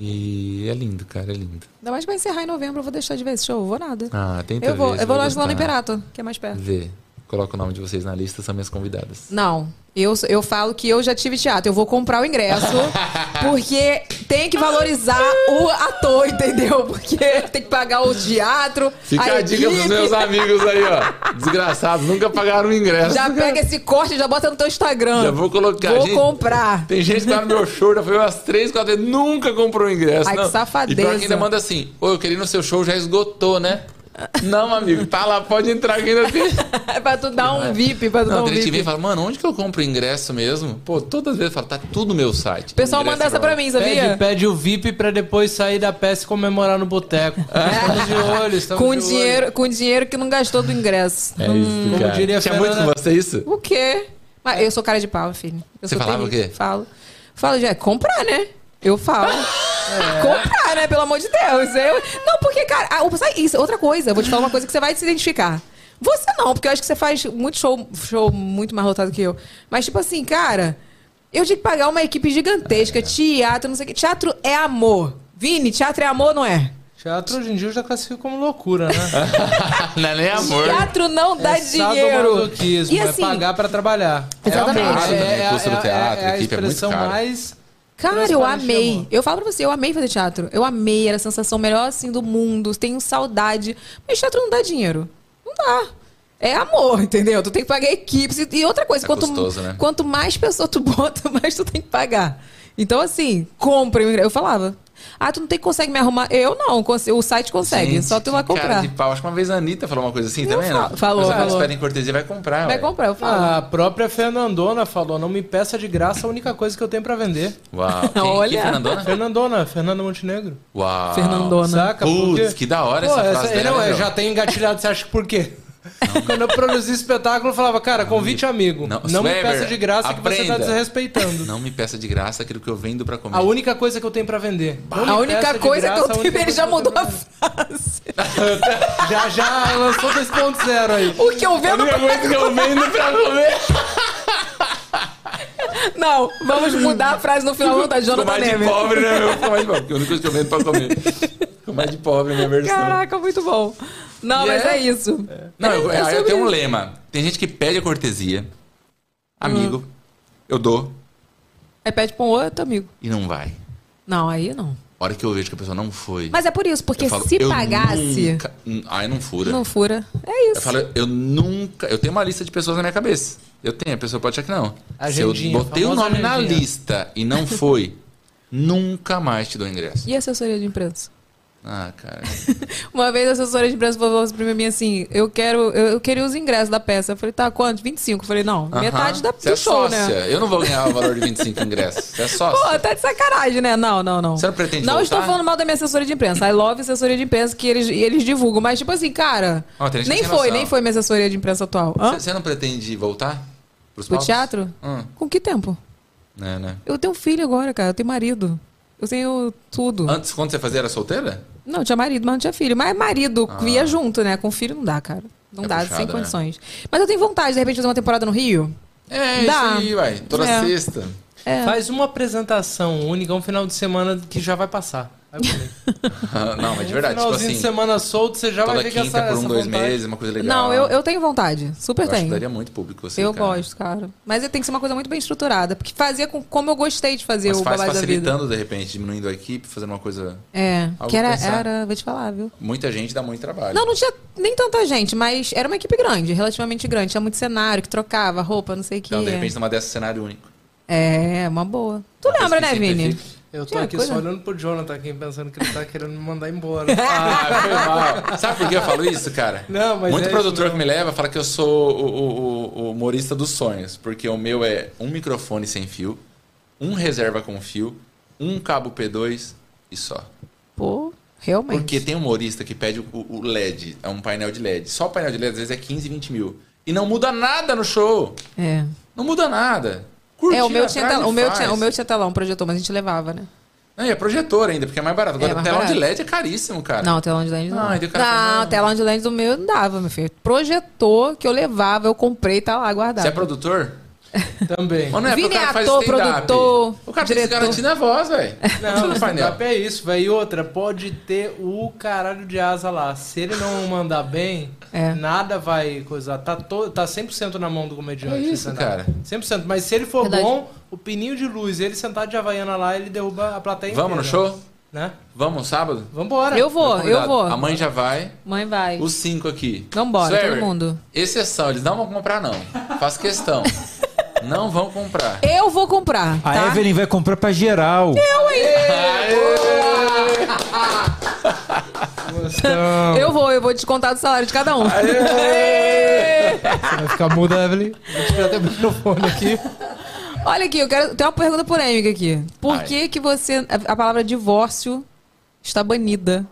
Speaker 7: E é lindo, cara, é lindo.
Speaker 1: Ainda mais que vai encerrar em novembro, eu vou deixar de ver esse show. Eu vou nada.
Speaker 7: Ah, tenta
Speaker 1: eu vou,
Speaker 7: ver,
Speaker 1: eu vou lá
Speaker 7: lá
Speaker 1: no Imperato, que é mais perto.
Speaker 7: Vê, coloca o nome de vocês na lista, são minhas convidadas.
Speaker 1: Não. Eu, eu falo que eu já tive teatro. Eu vou comprar o ingresso.
Speaker 7: [laughs]
Speaker 1: porque tem que valorizar o ator, entendeu? Porque tem que pagar o teatro.
Speaker 7: Fica a, dica pros
Speaker 1: equipe.
Speaker 7: meus amigos aí, ó. Desgraçados, nunca pagaram o ingresso.
Speaker 1: Já pega esse corte e já bota no teu Instagram.
Speaker 7: Já vou colocar,
Speaker 1: Vou
Speaker 7: gente.
Speaker 1: comprar.
Speaker 7: Tem gente que tá no meu show, já foi umas três, quatro vezes, nunca comprou o ingresso.
Speaker 1: Ai, que
Speaker 7: não.
Speaker 1: safadeza.
Speaker 7: E pior que ainda manda assim, ô, eu queria ir no seu show, já esgotou, né? Não, amigo, tá lá, pode entrar que
Speaker 1: [laughs]
Speaker 7: ainda tem...
Speaker 1: pra tu dar um VIP, pra tu dar
Speaker 7: Não,
Speaker 1: um
Speaker 7: tem gente que vem e
Speaker 1: VIP.
Speaker 7: fala, mano, onde que eu compro o ingresso mesmo? Pô, todas as vezes eu falo, tá tudo no meu site.
Speaker 1: O pessoal
Speaker 7: Ingresso
Speaker 1: manda essa pra mim,
Speaker 5: Pede,
Speaker 1: sabia?
Speaker 5: pede o VIP pra depois sair da peça e comemorar
Speaker 1: [laughs]
Speaker 5: no boteco. Estamos de olho, estamos
Speaker 1: Com
Speaker 5: de olho.
Speaker 1: dinheiro, com dinheiro que não gastou do ingresso.
Speaker 7: É isso, cara.
Speaker 5: diria
Speaker 7: Tinha
Speaker 5: Fernanda-
Speaker 7: muito com você isso?
Speaker 1: O quê? Mas eu sou cara de pau, filho. Eu
Speaker 7: É. Você
Speaker 1: sou
Speaker 7: falava
Speaker 1: terrível.
Speaker 7: o quê?
Speaker 1: Falo. Falo, já, comprar, né? Eu
Speaker 7: [laughs]
Speaker 1: falo.
Speaker 7: É.
Speaker 1: Comprar, né? Pelo amor de Deus. Eu... Não, porque, cara, ah, sabe isso? Outra coisa, eu vou te falar uma coisa que você vai se identificar. Você não, porque eu acho que você faz muito show, show muito mais lotado que eu. Mas, tipo assim, cara, eu tinha que pagar uma equipe
Speaker 7: É.
Speaker 1: gigantesca, teatro, não sei o quê. Teatro é amor. Vini, teatro é amor, não é?
Speaker 5: Teatro hoje em dia eu já classifico como loucura, né?
Speaker 7: Não é nem amor.
Speaker 1: Teatro não [laughs] dá
Speaker 5: é
Speaker 1: dinheiro.
Speaker 5: sadomasoquismo,
Speaker 1: E assim,
Speaker 5: é pagar pra trabalhar.
Speaker 1: Exatamente.
Speaker 5: É,
Speaker 7: caro também, o custo do teatro,
Speaker 5: é
Speaker 7: a
Speaker 5: a
Speaker 7: equipe é muito
Speaker 5: expressão
Speaker 7: cara.
Speaker 5: mais...
Speaker 1: Cara, eu
Speaker 5: transparente de amor.
Speaker 1: amei. Eu falo pra você, eu amei fazer teatro. Eu amei, era a sensação melhor assim do mundo. Tenho saudade. Mas teatro não dá dinheiro. Não dá. É amor, [laughs] entendeu? Tu tem que pagar equipes. E- E outra coisa,
Speaker 7: É
Speaker 1: quanto,
Speaker 7: custoso, né?
Speaker 1: quanto mais pessoa tu [laughs] bota, mais tu tem que pagar. Então, assim, compra. Eu falava. Ah, tu não tem, consegue me arrumar? Eu não, conse- o site consegue.
Speaker 7: Gente,
Speaker 1: só tu vai
Speaker 7: que Cara
Speaker 1: comprar.
Speaker 7: de pau. Acho que uma vez a Anitta falou uma coisa assim
Speaker 1: Não
Speaker 7: também,
Speaker 1: fa-
Speaker 7: né?
Speaker 1: falou,
Speaker 7: Os caras
Speaker 1: falou.
Speaker 7: pedem cortesia e vai comprar,
Speaker 1: Vai
Speaker 7: ué.
Speaker 5: é.
Speaker 1: comprar, eu falo.
Speaker 5: A própria Fernandona falou, não me peça de graça a única coisa que eu tenho pra vender.
Speaker 1: [laughs]
Speaker 7: Uau. Quem,
Speaker 1: Olha.
Speaker 7: Quem, Fernandona?
Speaker 5: Fernandona, Fernanda Montenegro.
Speaker 7: Uau.
Speaker 1: Fernandona.
Speaker 5: Saca?
Speaker 7: Putz,
Speaker 5: Porque-
Speaker 7: que da hora
Speaker 5: Pô,
Speaker 7: essa frase
Speaker 5: essa-
Speaker 7: dela.
Speaker 5: não,
Speaker 7: né,
Speaker 5: eu
Speaker 7: meu?
Speaker 5: já tenho engatilhado, você acha que por quê? Quando eu produzi espetáculo, eu falava, cara, convite amigo.
Speaker 7: Não,
Speaker 5: Não, me
Speaker 7: Weber,
Speaker 5: peça de graça que você tá
Speaker 7: aprenda.
Speaker 5: desrespeitando.
Speaker 7: Não me peça de graça aquilo que eu vendo pra comer. [laughs]
Speaker 5: A única coisa que eu tenho pra vender. Não me
Speaker 1: A única
Speaker 5: peça de
Speaker 1: coisa é
Speaker 5: graça,
Speaker 1: que eu
Speaker 5: a única
Speaker 1: tive, ele já
Speaker 5: coisa é que
Speaker 1: mudou
Speaker 5: eu
Speaker 1: a
Speaker 5: tenho
Speaker 1: frase. [laughs]
Speaker 5: pra vender. Já, já lançou 2.0 aí.
Speaker 1: O que eu vendo.
Speaker 7: coisa que eu vendo pra comer.
Speaker 1: [laughs] Não, vamos mudar a frase no final,
Speaker 5: [laughs]
Speaker 1: não tá?
Speaker 7: Ficou
Speaker 1: Jonathan
Speaker 7: mais de
Speaker 1: Neme.
Speaker 7: pobre, né, meu? Ficou mais de pobre. Porque a única coisa que eu vendo pra comer. Ficou mais de pobre, minha versão.
Speaker 1: Caraca, muito bom. Não,
Speaker 7: E
Speaker 1: mas
Speaker 7: é-
Speaker 1: é isso.
Speaker 7: Não, eu,
Speaker 1: É
Speaker 7: aí eu
Speaker 1: sobre
Speaker 7: tenho um
Speaker 1: isso.
Speaker 7: lema. Tem gente que pede a cortesia. Amigo,
Speaker 1: Hum.
Speaker 7: eu dou
Speaker 1: Aí pede pra um outro amigo.
Speaker 7: e não vai.
Speaker 1: Não, aí não.
Speaker 7: A hora que eu vejo que a pessoa não foi.
Speaker 1: Mas é por isso, porque
Speaker 7: eu falo,
Speaker 1: se
Speaker 7: eu
Speaker 1: pagasse,
Speaker 7: nunca- Hum, Aí não fura.
Speaker 1: não fura. É
Speaker 7: Eu
Speaker 1: isso.
Speaker 7: falo, eu nunca. Eu tenho uma lista de pessoas na minha cabeça. Eu tenho, a pessoa pode achar que não. Se
Speaker 5: Agendinha,
Speaker 7: eu botei o
Speaker 5: famosa
Speaker 7: nome na
Speaker 5: agendinha.
Speaker 7: lista e não foi, nunca mais te dou ingresso.
Speaker 1: E assessoria de imprensa?
Speaker 7: Ah, cara.
Speaker 1: Uma vez a assessoria de imprensa falou pra mim assim: eu quero, eu, eu queria os ingressos da peça. Eu falei, tá, quanto? 25. Eu falei, não, metade da,
Speaker 7: Aham.
Speaker 1: do
Speaker 7: Você é
Speaker 1: show,
Speaker 7: sócia.
Speaker 1: né?
Speaker 7: Eu não vou ganhar o valor de 25 ingressos. Você é sócia.
Speaker 1: Pô, tá de sacanagem, né? Não, não, não.
Speaker 7: Você não pretende
Speaker 1: Não
Speaker 7: voltar?
Speaker 1: estou falando mal da minha assessoria de imprensa. I love assessoria de imprensa que eles, e eles divulgam. Mas, tipo assim, cara,
Speaker 7: Ó, tem gente que
Speaker 1: nem
Speaker 7: tem
Speaker 1: foi,
Speaker 7: noção.
Speaker 1: nem foi minha assessoria de imprensa atual. Hã?
Speaker 7: Você- é Você não pretende voltar? Pros
Speaker 1: Pro
Speaker 7: palcos?
Speaker 1: teatro?
Speaker 7: Hum,
Speaker 1: Com que tempo?
Speaker 7: né, né?
Speaker 1: Eu tenho filho agora, cara. Eu tenho marido. Eu tenho tudo.
Speaker 7: Antes, quando você fazia, era solteira?
Speaker 1: Não, eu tinha marido, mas não tinha filho. Mas marido ia junto, né? Com filho não dá, cara. Não
Speaker 7: Ah. É
Speaker 1: dá,
Speaker 7: puxado,
Speaker 1: sem
Speaker 7: né?
Speaker 1: condições. Mas eu tenho vontade, de repente, fazer uma temporada no Rio. Dá.
Speaker 7: É, isso aí, vai. Toda
Speaker 1: É.
Speaker 7: sexta. [laughs]
Speaker 1: É.
Speaker 5: Faz uma apresentação única, um final de semana que já vai passar.
Speaker 7: [laughs]
Speaker 5: Vai comer.
Speaker 7: Ah, não, mas de
Speaker 5: Um
Speaker 7: verdade, tipo
Speaker 5: finalzinho
Speaker 7: assim,
Speaker 5: de semana solto, você já
Speaker 7: toda
Speaker 5: vai ver que
Speaker 7: quinta
Speaker 5: essa,
Speaker 7: por um,
Speaker 5: essa
Speaker 7: dois
Speaker 5: vontade-
Speaker 7: meses, uma coisa legal.
Speaker 1: Não, eu, eu tenho vontade. Super
Speaker 7: Eu acho que
Speaker 1: tenho.
Speaker 7: daria muito público, assim,
Speaker 1: eu
Speaker 7: cara.
Speaker 1: gosto, cara. Mas tem que ser uma coisa muito bem estruturada. Porque fazia com, como eu gostei de fazer
Speaker 7: Mas
Speaker 1: o
Speaker 7: faz
Speaker 1: Babado um da Vida.
Speaker 7: facilitando, de repente, diminuindo a equipe, fazendo uma coisa...
Speaker 1: É.
Speaker 7: Algo
Speaker 1: Que era,
Speaker 7: pensar.
Speaker 1: era, vou te falar, viu?
Speaker 7: Muita gente dá muito trabalho.
Speaker 1: Não, não tinha nem tanta gente, mas era uma equipe grande, relativamente grande. Tinha muito cenário que trocava, roupa, não sei o que.
Speaker 7: Então, de repente, numa dessa, cenário único.
Speaker 1: É, uma boa. Tu lembra,
Speaker 7: Coisa
Speaker 1: né,
Speaker 7: que
Speaker 1: Vini?
Speaker 7: simplifica.
Speaker 1: [laughs]
Speaker 5: Eu tô
Speaker 1: Tinha
Speaker 5: aqui
Speaker 1: coisa?
Speaker 5: só olhando pro Jonathan aqui, pensando que ele tá querendo me mandar embora.
Speaker 7: [laughs] Ah, foi mal. Sabe por que eu falo isso, cara?
Speaker 5: Não, mas
Speaker 7: Muito
Speaker 5: é isso
Speaker 7: produtor que
Speaker 5: mesmo.
Speaker 7: me leva fala que eu sou o, o- o- o humorista dos sonhos, porque o meu é um microfone sem fio, um reserva com fio, um cabo P2 e só.
Speaker 1: Pô, realmente.
Speaker 7: Porque tem humorista que pede o, o LED, é um painel de LED. Só o painel de LED às vezes é 15, 20 mil. E não muda nada no show.
Speaker 1: É.
Speaker 7: Não muda nada. Curte
Speaker 1: É, o meu,
Speaker 7: um atrás
Speaker 1: tinha telão,
Speaker 7: e
Speaker 1: o, meu
Speaker 7: faz.
Speaker 1: tinha, o meu tinha telão, projetor, mas a gente levava, né?
Speaker 7: Não, e é projetor ainda, porque é mais barato. Agora,
Speaker 1: É, mais
Speaker 7: telão de
Speaker 1: barato.
Speaker 7: LED é caríssimo, cara.
Speaker 1: Não, telão de lente não.
Speaker 7: Ah, e daí o cara fala,
Speaker 1: não,
Speaker 7: não.
Speaker 1: telão de lente do meu não dava, meu filho. Projetor que eu levava, eu comprei, tá lá, guardado.
Speaker 7: Você é produtor?
Speaker 5: Também.
Speaker 7: Ou não é?
Speaker 1: Vini
Speaker 7: Porque o cara
Speaker 1: é
Speaker 7: faz
Speaker 1: ator,
Speaker 7: stand-up.
Speaker 1: produtor,
Speaker 7: O cara precisa
Speaker 1: diretor.
Speaker 7: garantir na voz,
Speaker 1: [laughs]
Speaker 7: velho.
Speaker 5: Não,
Speaker 7: Não,
Speaker 5: o
Speaker 7: no painel.
Speaker 5: stand-up é isso, velho. E outra, pode ter o caralho de asa lá. Se ele não mandar bem,
Speaker 1: É.
Speaker 5: nada vai coisar. Tá, to... tá 100% na mão do comediante.
Speaker 7: É isso,
Speaker 5: stand-up.
Speaker 7: cara.
Speaker 5: 100%. Mas se ele for
Speaker 1: Verdade.
Speaker 5: bom, o pininho de luz, ele sentado de Havaiana lá, ele derruba a plateia
Speaker 7: Vamos no
Speaker 5: inteira,
Speaker 7: show?
Speaker 5: Né?
Speaker 7: Vamos sábado?
Speaker 5: Vambora.
Speaker 1: Eu vou, eu
Speaker 7: É Convidado.
Speaker 1: vou.
Speaker 7: A mãe já vai.
Speaker 1: Mãe vai.
Speaker 7: Os cinco aqui.
Speaker 1: Vambora,
Speaker 7: Swear,
Speaker 1: todo mundo.
Speaker 7: Exceção, eles não vão comprar, não.
Speaker 1: [laughs]
Speaker 7: Faço questão. não vão comprar.
Speaker 1: Eu vou comprar,
Speaker 2: A
Speaker 1: tá?
Speaker 2: Evelyn vai comprar pra geral.
Speaker 1: Eu vou, eu vou descontar do salário de cada um.
Speaker 5: Vai ficar muda, Evelyn. Vou tirar até o microfone aqui.
Speaker 1: [laughs] Olha aqui, eu quero. Tem uma pergunta polêmica aqui. Por
Speaker 7: Ai.
Speaker 1: que, que você. A, a palavra divórcio está banida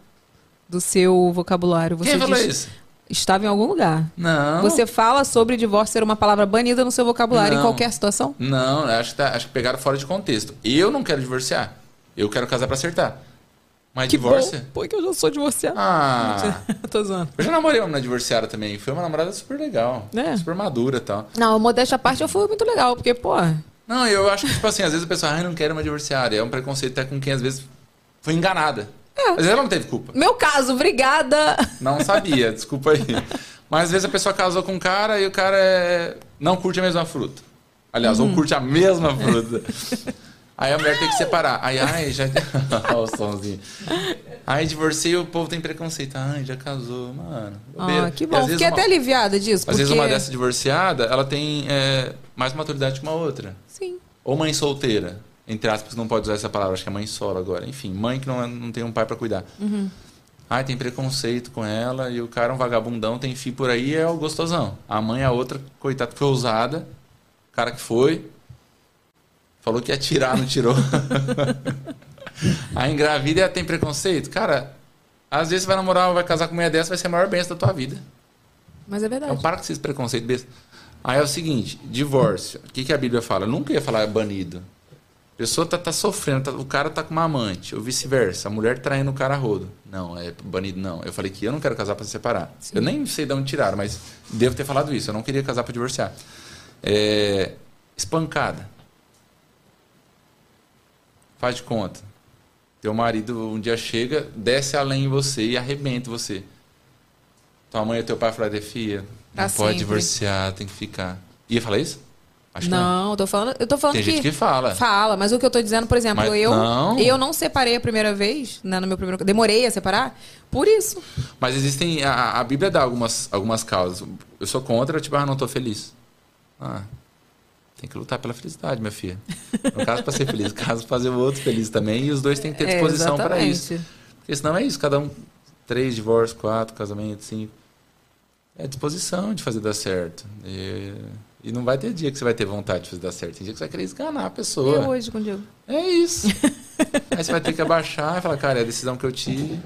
Speaker 1: do seu vocabulário? Você
Speaker 7: Quem falou
Speaker 1: diz-
Speaker 7: isso?
Speaker 1: Estava em algum lugar.
Speaker 7: Não.
Speaker 1: Você fala sobre divórcio ser uma palavra banida no seu vocabulário em
Speaker 7: Não.
Speaker 1: qualquer situação?
Speaker 7: Não, acho que, tá- acho que pegaram fora de contexto. Eu não quero divorciar. Eu quero casar pra acertar. Mas
Speaker 1: Que
Speaker 7: divórcio?
Speaker 1: bom. Pô, que eu já sou divorciada.
Speaker 7: Ah.
Speaker 1: [laughs] Tô zoando.
Speaker 7: Eu já namorei uma divorciada também. Foi uma namorada super legal.
Speaker 1: É.
Speaker 7: Super madura e tal.
Speaker 1: Não, modéstia à parte, eu fui muito legal, porque, pô...
Speaker 7: Não, eu acho que, tipo assim, às vezes o pessoal, ah, eu não quero uma divorciada. É um preconceito até com quem às vezes foi enganada.
Speaker 1: É.
Speaker 7: Às vezes ela não teve culpa.
Speaker 1: Meu caso, obrigada!
Speaker 7: Não sabia, [laughs] desculpa aí. Mas às vezes a pessoa casou com um cara e o cara é... não curte a mesma fruta. Aliás,
Speaker 1: Uhum.
Speaker 7: ou curte a mesma fruta. Aí a mulher tem que separar. Aí, ai, já. [laughs] Olha o somzinho. Aí divorciei, o povo tem preconceito. Ai, já casou, mano. bobeira.
Speaker 1: Ah, que
Speaker 7: E, às
Speaker 1: bom.
Speaker 7: vezes,
Speaker 1: Fiquei
Speaker 7: uma-
Speaker 1: até aliviada disso,
Speaker 7: Às
Speaker 1: porque...
Speaker 7: vezes uma dessa divorciada, ela tem é, mais maturidade que uma outra.
Speaker 1: Sim.
Speaker 7: Ou mãe solteira. Entre aspas, não pode usar essa palavra, acho que é mãe solo agora. Enfim, mãe que não, é- não tem um pai pra cuidar. Ai, tem preconceito com ela e o cara é um vagabundão, tem filho por aí, é o gostosão. A mãe é a outra, coitada, que foi ousada. O cara que foi. Falou que ia tirar, não tirou. [laughs] Aí engravida e ela tem preconceito. Cara, às vezes você vai namorar, vai casar com uma mulher dessa, vai ser a maior benção da tua vida.
Speaker 1: Mas é verdade.
Speaker 7: Então para com esses preconceitos besta. Aí é o seguinte, divórcio. O que, que a Bíblia fala? Eu nunca ia falar banido. A pessoa tá, tá sofrendo, tá- o cara tá com uma amante, ou vice-versa, a mulher traindo o cara a rodo. Não, é banido não. Eu falei que eu não quero casar para separar. Eu nem sei de onde tiraram, mas devo ter falado isso. Eu não queria casar para divorciar. É, espancada. Faz de conta. Teu marido um dia chega, desce além em você e arrebenta você. Tua mãe e teu pai falaram, Fia, não
Speaker 1: Pra
Speaker 7: pode
Speaker 1: Tá sempre.
Speaker 7: divorciar, tem que ficar. Ia falar isso? Acho que
Speaker 1: Não, eu tô falando, eu tô falando
Speaker 7: né? Tem gente que fala.
Speaker 1: Fala, mas o que eu tô dizendo, por exemplo,
Speaker 7: Mas
Speaker 1: eu
Speaker 7: não.
Speaker 1: eu não separei a primeira vez, né, no meu primeiro, demorei a separar, por isso.
Speaker 7: Mas existem. A, a Bíblia dá algumas, algumas causas. Eu sou contra, tipo, ah, não tô feliz. Ah, tem que lutar pela felicidade, minha filha. No caso, pra ser feliz, no caso, pra fazer o outro feliz também. E os dois têm que ter
Speaker 1: É,
Speaker 7: disposição para isso.
Speaker 1: exatamente.
Speaker 7: Porque senão é isso, cada um. Três divórcios, quatro casamentos, cinco. É disposição de fazer dar certo. E, e não vai ter dia que você vai ter vontade de fazer dar certo. Tem dia que você vai querer esganar a
Speaker 1: E
Speaker 7: pessoa.
Speaker 1: eu hoje com o Diego.
Speaker 7: É isso. [laughs] Aí você vai ter que abaixar e falar, cara, é a decisão que eu tive.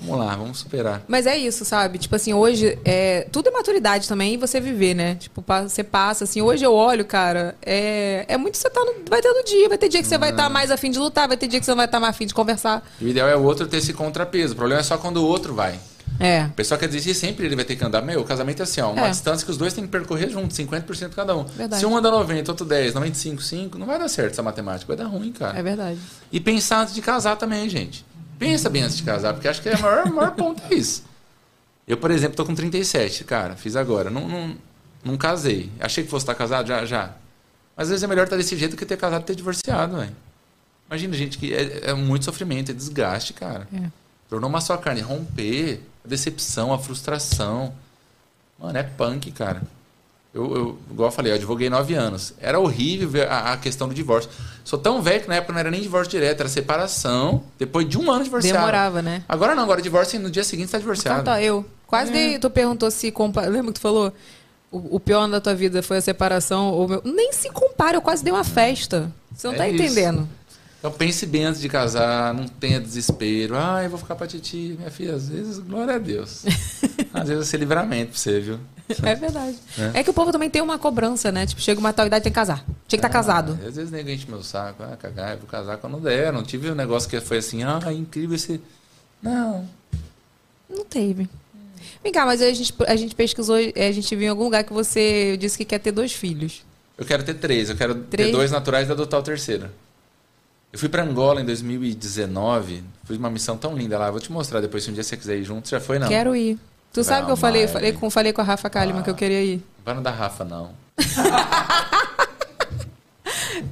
Speaker 7: Vamos lá, vamos superar.
Speaker 1: Mas é isso, sabe? Tipo assim, hoje é tudo é maturidade também e você viver, né? Tipo, pa- você passa assim, hoje eu olho, cara, é, é muito você tá no, vai ter no dia, vai ter dia que você vai
Speaker 7: Uhum.
Speaker 1: estar mais afim de lutar, vai ter dia que você não vai estar mais afim de conversar.
Speaker 7: O ideal é o outro ter esse contrapeso. O problema é só quando o outro vai.
Speaker 1: É.
Speaker 7: O pessoal quer desistir sempre, ele vai ter que andar. Meu, o casamento é assim, ó, uma
Speaker 1: É.
Speaker 7: distância que os dois têm que percorrer juntos, 50% cada um.
Speaker 1: Verdade.
Speaker 7: Se um anda 90, outro 10, 95, 5, não vai dar certo essa matemática, vai dar ruim, cara.
Speaker 1: É verdade.
Speaker 7: E pensar antes de casar também, gente. Pensa bem antes de casar, porque acho que é o maior, maior ponto é isso. Eu, por exemplo, tô com 37, cara, fiz agora. Não, não, não casei. Achei que fosse estar casado, já, já. Mas às vezes é melhor estar desse jeito do que ter casado e ter divorciado, velho. Imagina, gente, que é, é muito sofrimento, é desgaste, cara.
Speaker 1: É.
Speaker 7: Tornou uma só carne. Romper, a decepção, a frustração. Mano, é punk, cara. Eu, eu igual eu falei, eu advoguei nove anos. Era horrível ver a, a questão do divórcio. Sou tão velho que na época não era nem divórcio direto, era separação. Depois de um ano divorciado.
Speaker 1: Demorava, né?
Speaker 7: Agora não, agora divórcio e no dia seguinte está divorciado.
Speaker 1: Então tá, eu. Quase dei, tu perguntou se compara. Lembra que tu falou? O, o pior ano da tua vida foi a separação. Ou meu... Nem se compara, eu quase dei uma festa. Você não
Speaker 7: É
Speaker 1: tá
Speaker 7: isso. [laughs]
Speaker 1: entendendo.
Speaker 7: Então pense bem antes de casar, não tenha desespero. Ah, eu vou ficar pra titi. Minha filha, às vezes, glória a Deus.
Speaker 1: [laughs]
Speaker 7: às vezes vai ser livramento pra você, viu?
Speaker 1: É verdade. É. que o povo também tem uma cobrança, né? Tipo, chega uma tal idade tem que casar. Tinha que
Speaker 7: É.
Speaker 1: estar casado.
Speaker 7: Ah, Às vezes nego enche meu saco, ah, cagar, eu vou casar quando der. Não tive um negócio que foi assim, ah, incrível esse. Não.
Speaker 1: Não teve. Vem cá, mas a gente, a gente pesquisou, é, a gente viu em algum lugar que você disse que quer ter dois filhos.
Speaker 7: Eu quero ter três, eu quero
Speaker 1: Três?
Speaker 7: ter dois naturais e adotar o terceiro. Eu fui pra Angola em 2019, fiz uma missão tão linda lá. Vou te mostrar depois se um dia você quiser ir junto. Você já foi, não?
Speaker 1: Quero ir. Tu sabe
Speaker 7: Não, Ah.
Speaker 1: que eu falei, eu
Speaker 7: vai.
Speaker 1: falei com, falei com a Rafa Kalimann que eu queria ir.
Speaker 7: Não vai no da Rafa, não.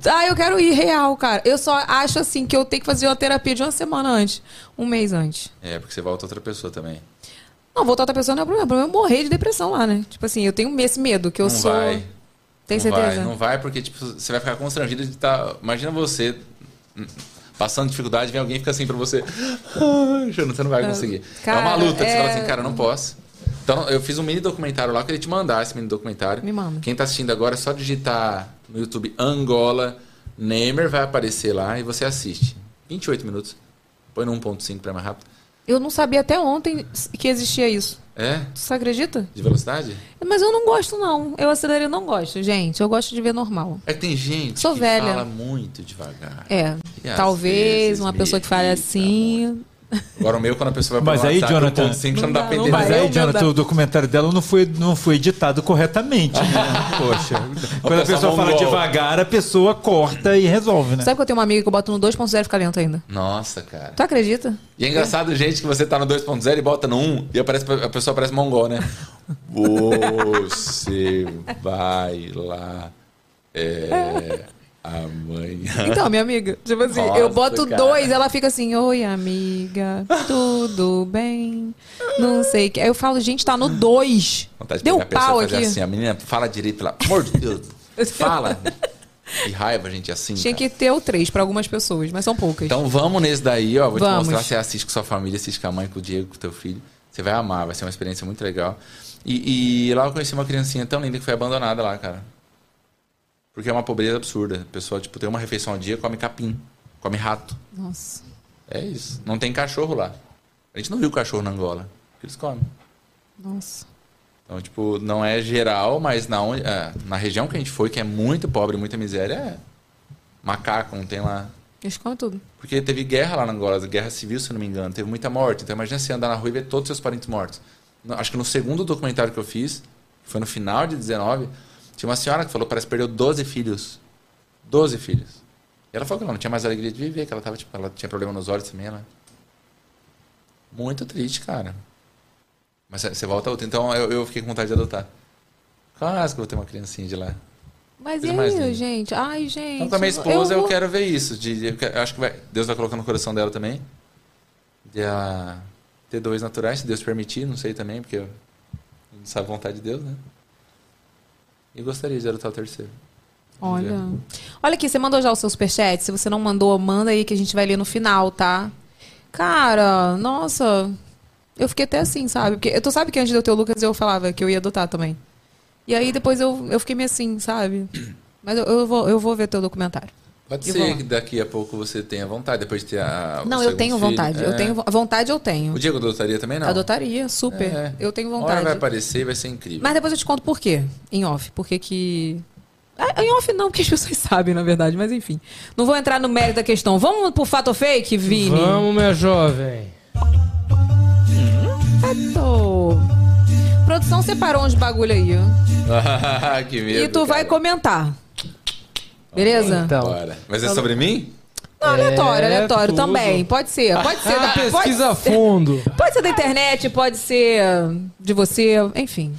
Speaker 1: Ah, eu quero ir real, cara. Eu só acho assim que eu tenho que fazer uma terapia de uma semana antes, um mês antes.
Speaker 7: É, porque você volta outra pessoa também.
Speaker 1: Não, voltar outra pessoa não é problema. O problema é eu morrer de depressão lá, né? Tipo assim, eu tenho esse medo que eu
Speaker 7: não
Speaker 1: sou.
Speaker 7: vai.
Speaker 1: Tem
Speaker 7: não
Speaker 1: certeza?
Speaker 7: Vai, não vai, porque tipo, você vai ficar constrangido de estar. Imagina você hum, passando dificuldade, vem alguém e fica assim pra você. Ah, Júnior, você não vai conseguir. é uma
Speaker 1: cara,
Speaker 7: luta. Você
Speaker 1: é-
Speaker 7: fala assim, cara, eu não posso. Então, eu fiz um mini documentário lá, eu queria te mandar esse mini documentário.
Speaker 1: Me manda.
Speaker 7: Quem tá assistindo agora é só digitar no YouTube Angola, Neymar vai aparecer lá e você assiste. 28 minutos. Põe no 1.5 pra mais rápido.
Speaker 1: Eu não sabia até ontem que existia isso.
Speaker 7: É?
Speaker 1: Você acredita?
Speaker 7: De velocidade?
Speaker 1: Mas eu não gosto, não. Eu acelerei, eu não gosto, gente. Eu gosto de ver normal.
Speaker 7: É que tem gente
Speaker 1: Sou
Speaker 7: que
Speaker 1: velha.
Speaker 7: fala muito devagar.
Speaker 1: É.
Speaker 7: E às
Speaker 1: talvez
Speaker 7: vezes
Speaker 1: uma
Speaker 7: me
Speaker 1: pessoa que fale
Speaker 7: irrita
Speaker 1: assim.
Speaker 7: Agora o meu, quando a pessoa vai
Speaker 2: Mas
Speaker 7: um
Speaker 2: aí,
Speaker 7: WhatsApp,
Speaker 2: Jonathan,
Speaker 7: um ponto cinco, já não dá pra
Speaker 1: não
Speaker 7: entender.
Speaker 2: Mas
Speaker 1: vai.
Speaker 2: aí,
Speaker 1: eu mandar.
Speaker 2: Jonathan, o documentário dela não foi, não foi editado corretamente, né?
Speaker 1: [laughs]
Speaker 2: Poxa. Quando a
Speaker 7: pessoa
Speaker 2: pessoa fala
Speaker 7: mongol.
Speaker 2: devagar, a pessoa corta e resolve, né?
Speaker 7: É.
Speaker 1: Sabe que eu tenho uma amiga que eu boto no 2.0 e fica lento ainda?
Speaker 7: Nossa, cara.
Speaker 1: Tu
Speaker 7: [laughs]
Speaker 1: acredita?
Speaker 7: E é engraçado, gente, que você tá no 2.0 e bota no 1 e aparece, a pessoa parece mongol, né? Você vai lá é, amanhã.
Speaker 1: Então, minha amiga, tipo assim,
Speaker 7: Nossa,
Speaker 1: eu boto
Speaker 7: cara.
Speaker 1: dois, ela fica assim, oi, amiga, tudo bem? Não sei o que. Aí eu falo, gente, tá no dois.
Speaker 7: Vontade de
Speaker 1: Deu
Speaker 7: pegar a pessoa
Speaker 1: pau
Speaker 7: e fazer
Speaker 1: aqui.
Speaker 7: assim, a menina fala direito, pelo amor de
Speaker 1: [laughs]
Speaker 7: Deus, fala. Que raiva, gente, assim,
Speaker 1: Tinha
Speaker 7: cara.
Speaker 1: que ter o três pra algumas pessoas, mas são poucas.
Speaker 7: Então vamos nesse daí, ó. Vou te
Speaker 1: Vamos.
Speaker 7: mostrar. Você assiste com sua família, assiste com a mãe, com o Diego, com o teu filho. Você vai amar, vai ser uma experiência muito legal. E, e lá eu conheci uma criancinha tão linda que foi abandonada lá, cara. Porque é uma pobreza absurda. A pessoa, tipo, tem uma refeição ao dia, come capim, come rato.
Speaker 1: Nossa.
Speaker 7: É isso. Não tem cachorro lá. A gente não viu cachorro na Angola. porque Eles comem.
Speaker 1: Nossa.
Speaker 7: Então, tipo, não é geral, mas na, onde- é, na região que a gente foi, que é muito pobre, muita miséria, é macaco, não tem lá.
Speaker 1: Eles comem tudo.
Speaker 7: Porque teve guerra lá na Angola, guerra civil, se eu não me engano, teve muita morte. Então imagina você andar na rua e ver todos os seus parentes mortos. No- Acho que no segundo documentário que eu fiz, que foi no final de 19, tinha uma senhora que falou que parece que perdeu 12 filhos. 12 filhos. E ela falou que ela não tinha mais alegria de viver, que ela tava, tipo, ela tinha problema nos olhos também, ela. Muito triste, cara. Mas você- você volta a outra. Então eu, eu fiquei com vontade de adotar. Quase que eu vou ter uma criancinha de lá.
Speaker 1: Mas
Speaker 7: Coisa
Speaker 1: e
Speaker 7: mais
Speaker 1: aí,
Speaker 7: linda.
Speaker 1: gente? Ai, gente.
Speaker 7: Então, com a minha esposa, eu,
Speaker 1: vou-
Speaker 7: quero ver isso. De, de- eu quero- eu acho que vai- Deus vai colocar no coração dela também. De ela ter dois naturais, se Deus permitir, não sei também, porque eu não sabe a vontade de Deus, né? E gostaria de adotar o terceiro.
Speaker 1: Olha. Olha aqui, você mandou já o seu superchat? Se você não mandou, manda aí que a gente vai ler no final, tá? Cara, nossa. Eu fiquei até assim, sabe? Porque tu sabe que antes de eu ter o Lucas eu falava que eu ia adotar também. E aí depois eu, eu fiquei meio assim, [clears throat] sabe? Mas eu, eu vou, eu vou ver teu documentário.
Speaker 7: Pode
Speaker 1: E
Speaker 7: ser
Speaker 1: vamos.
Speaker 7: que daqui a pouco você tenha vontade, depois de ter a. o
Speaker 1: não, eu
Speaker 7: segundo
Speaker 1: tenho
Speaker 7: filho.
Speaker 1: vontade.
Speaker 7: É.
Speaker 1: Eu tenho vo- vontade, eu tenho.
Speaker 7: O Diego adotaria também, não?
Speaker 1: Adotaria, super.
Speaker 7: É.
Speaker 1: Eu tenho
Speaker 7: Uma
Speaker 1: vontade.
Speaker 7: Hora vai aparecer e vai ser incrível.
Speaker 1: Mas depois eu te conto por quê, em off. Por que que... Ah, Em off não, porque as pessoas [laughs] sabem, na verdade. Mas enfim. Não vou entrar no mérito da questão. Vamos pro fato ou fake, Vini?
Speaker 5: Vamos, minha jovem.
Speaker 1: Fato. Produção separou uns bagulho aí. ó.
Speaker 7: [laughs] que medo.
Speaker 1: E tu vai
Speaker 7: cara.
Speaker 1: comentar. Beleza?
Speaker 5: Então.
Speaker 7: Bora. Mas é sobre mim?
Speaker 1: Não, aleatório,
Speaker 5: É,
Speaker 1: aleatório
Speaker 5: tudo.
Speaker 1: também. Pode ser. Pode ser. da,
Speaker 5: Ah,
Speaker 1: pode,
Speaker 5: pesquisa
Speaker 1: [laughs]
Speaker 5: a fundo.
Speaker 1: pode ser da internet, pode ser de você, enfim.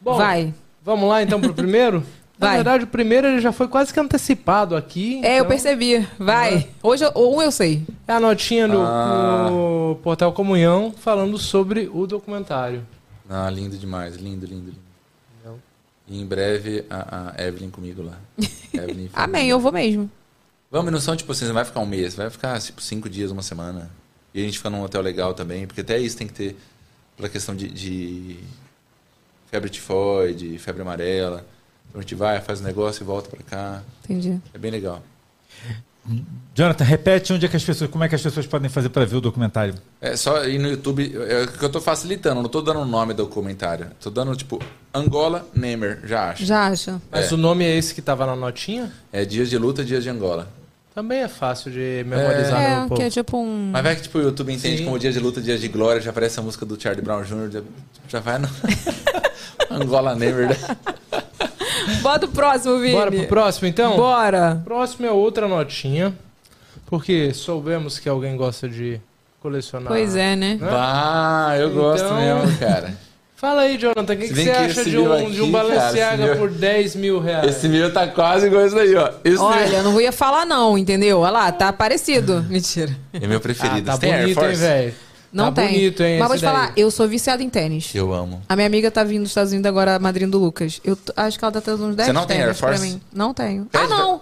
Speaker 5: Bom,
Speaker 1: vai.
Speaker 5: Vamos lá então
Speaker 1: [laughs]
Speaker 5: pro primeiro? Na
Speaker 1: Vai.
Speaker 5: verdade, o primeiro ele já foi quase que antecipado aqui.
Speaker 1: É, eu
Speaker 5: então-
Speaker 1: percebi. Vai. Hoje, eu- um eu sei.
Speaker 5: É a notinha do
Speaker 7: Ah.
Speaker 5: do Portal Comunhão falando sobre o documentário.
Speaker 7: Ah, lindo demais. Lindo, lindo, lindo.
Speaker 5: Não.
Speaker 7: E em breve a, a Evelyn comigo lá. Evelyn
Speaker 1: Amém,
Speaker 7: Ferreira.
Speaker 1: eu vou mesmo.
Speaker 7: Vamos, e não são tipo assim, não vai ficar um mês, vai ficar tipo cinco dias, uma semana. E a gente fica num hotel legal também, porque até isso tem que ter pela questão de, de febre tifoide, febre amarela. Então a gente vai, faz o negócio e volta pra cá.
Speaker 1: Entendi.
Speaker 7: É bem legal.
Speaker 2: Jonathan, repete onde é que as pessoas. Como é que as pessoas podem fazer para ver o documentário?
Speaker 7: É só ir no YouTube, é o que eu tô facilitando, não tô dando o nome do documentário. Tô dando tipo Angola Nemer, já acho.
Speaker 1: Já acha?
Speaker 5: Mas
Speaker 7: É.
Speaker 5: o nome é esse que tava na notinha?
Speaker 7: É Dias de Luta, Dias de Angola.
Speaker 5: Também é fácil de memorizar, né,
Speaker 1: É,
Speaker 5: o povo?
Speaker 1: que é tipo um.
Speaker 7: Mas vai que tipo, o YouTube entende
Speaker 5: Sim.
Speaker 7: como dia de luta, dia de glória, já aparece a música do Charlie Brown Jr., já, já
Speaker 1: [laughs]
Speaker 7: vai no. Angola Never. né?
Speaker 1: Bota o próximo, Vini.
Speaker 5: Bora pro próximo então?
Speaker 1: Bora.
Speaker 5: Próximo é outra notinha. Porque soubemos que alguém gosta de colecionar.
Speaker 1: Pois é, né?
Speaker 5: Né?
Speaker 7: Ah, eu gosto
Speaker 5: Então-
Speaker 7: mesmo, cara.
Speaker 5: Fala aí, Jonathan, o que,
Speaker 7: Se
Speaker 5: que
Speaker 7: bem
Speaker 5: você
Speaker 7: que
Speaker 5: acha
Speaker 7: esse
Speaker 5: de
Speaker 7: meu
Speaker 5: um, de um
Speaker 7: aqui, cara,
Speaker 5: Balenciaga
Speaker 7: esse meu-
Speaker 5: por 10 mil reais?
Speaker 7: Esse meu tá quase igual esse daí, ó. Esse
Speaker 1: Olha, eu não ia falar, não, entendeu? Olha lá, tá
Speaker 5: [laughs]
Speaker 1: parecido. Mentira.
Speaker 7: meu... É meu
Speaker 5: ah,
Speaker 7: preferido.
Speaker 5: tá
Speaker 7: Você tem Air
Speaker 5: bonito, hein,
Speaker 7: Force?
Speaker 5: velho?
Speaker 1: Não
Speaker 5: tá
Speaker 1: tem.
Speaker 5: bonito, hein?
Speaker 1: Mas vou
Speaker 5: esse
Speaker 1: te falar,
Speaker 5: daí.
Speaker 1: eu sou viciada em tênis.
Speaker 7: eu amo.
Speaker 1: A minha amiga tá vindo dos Estados Unidos agora, a madrinha do Lucas. Eu t- acho que ela tá tendo uns 10
Speaker 7: não tem
Speaker 1: tênis
Speaker 7: Air Force?
Speaker 1: pra mim. Não tenho.
Speaker 7: Pede
Speaker 1: ah, não!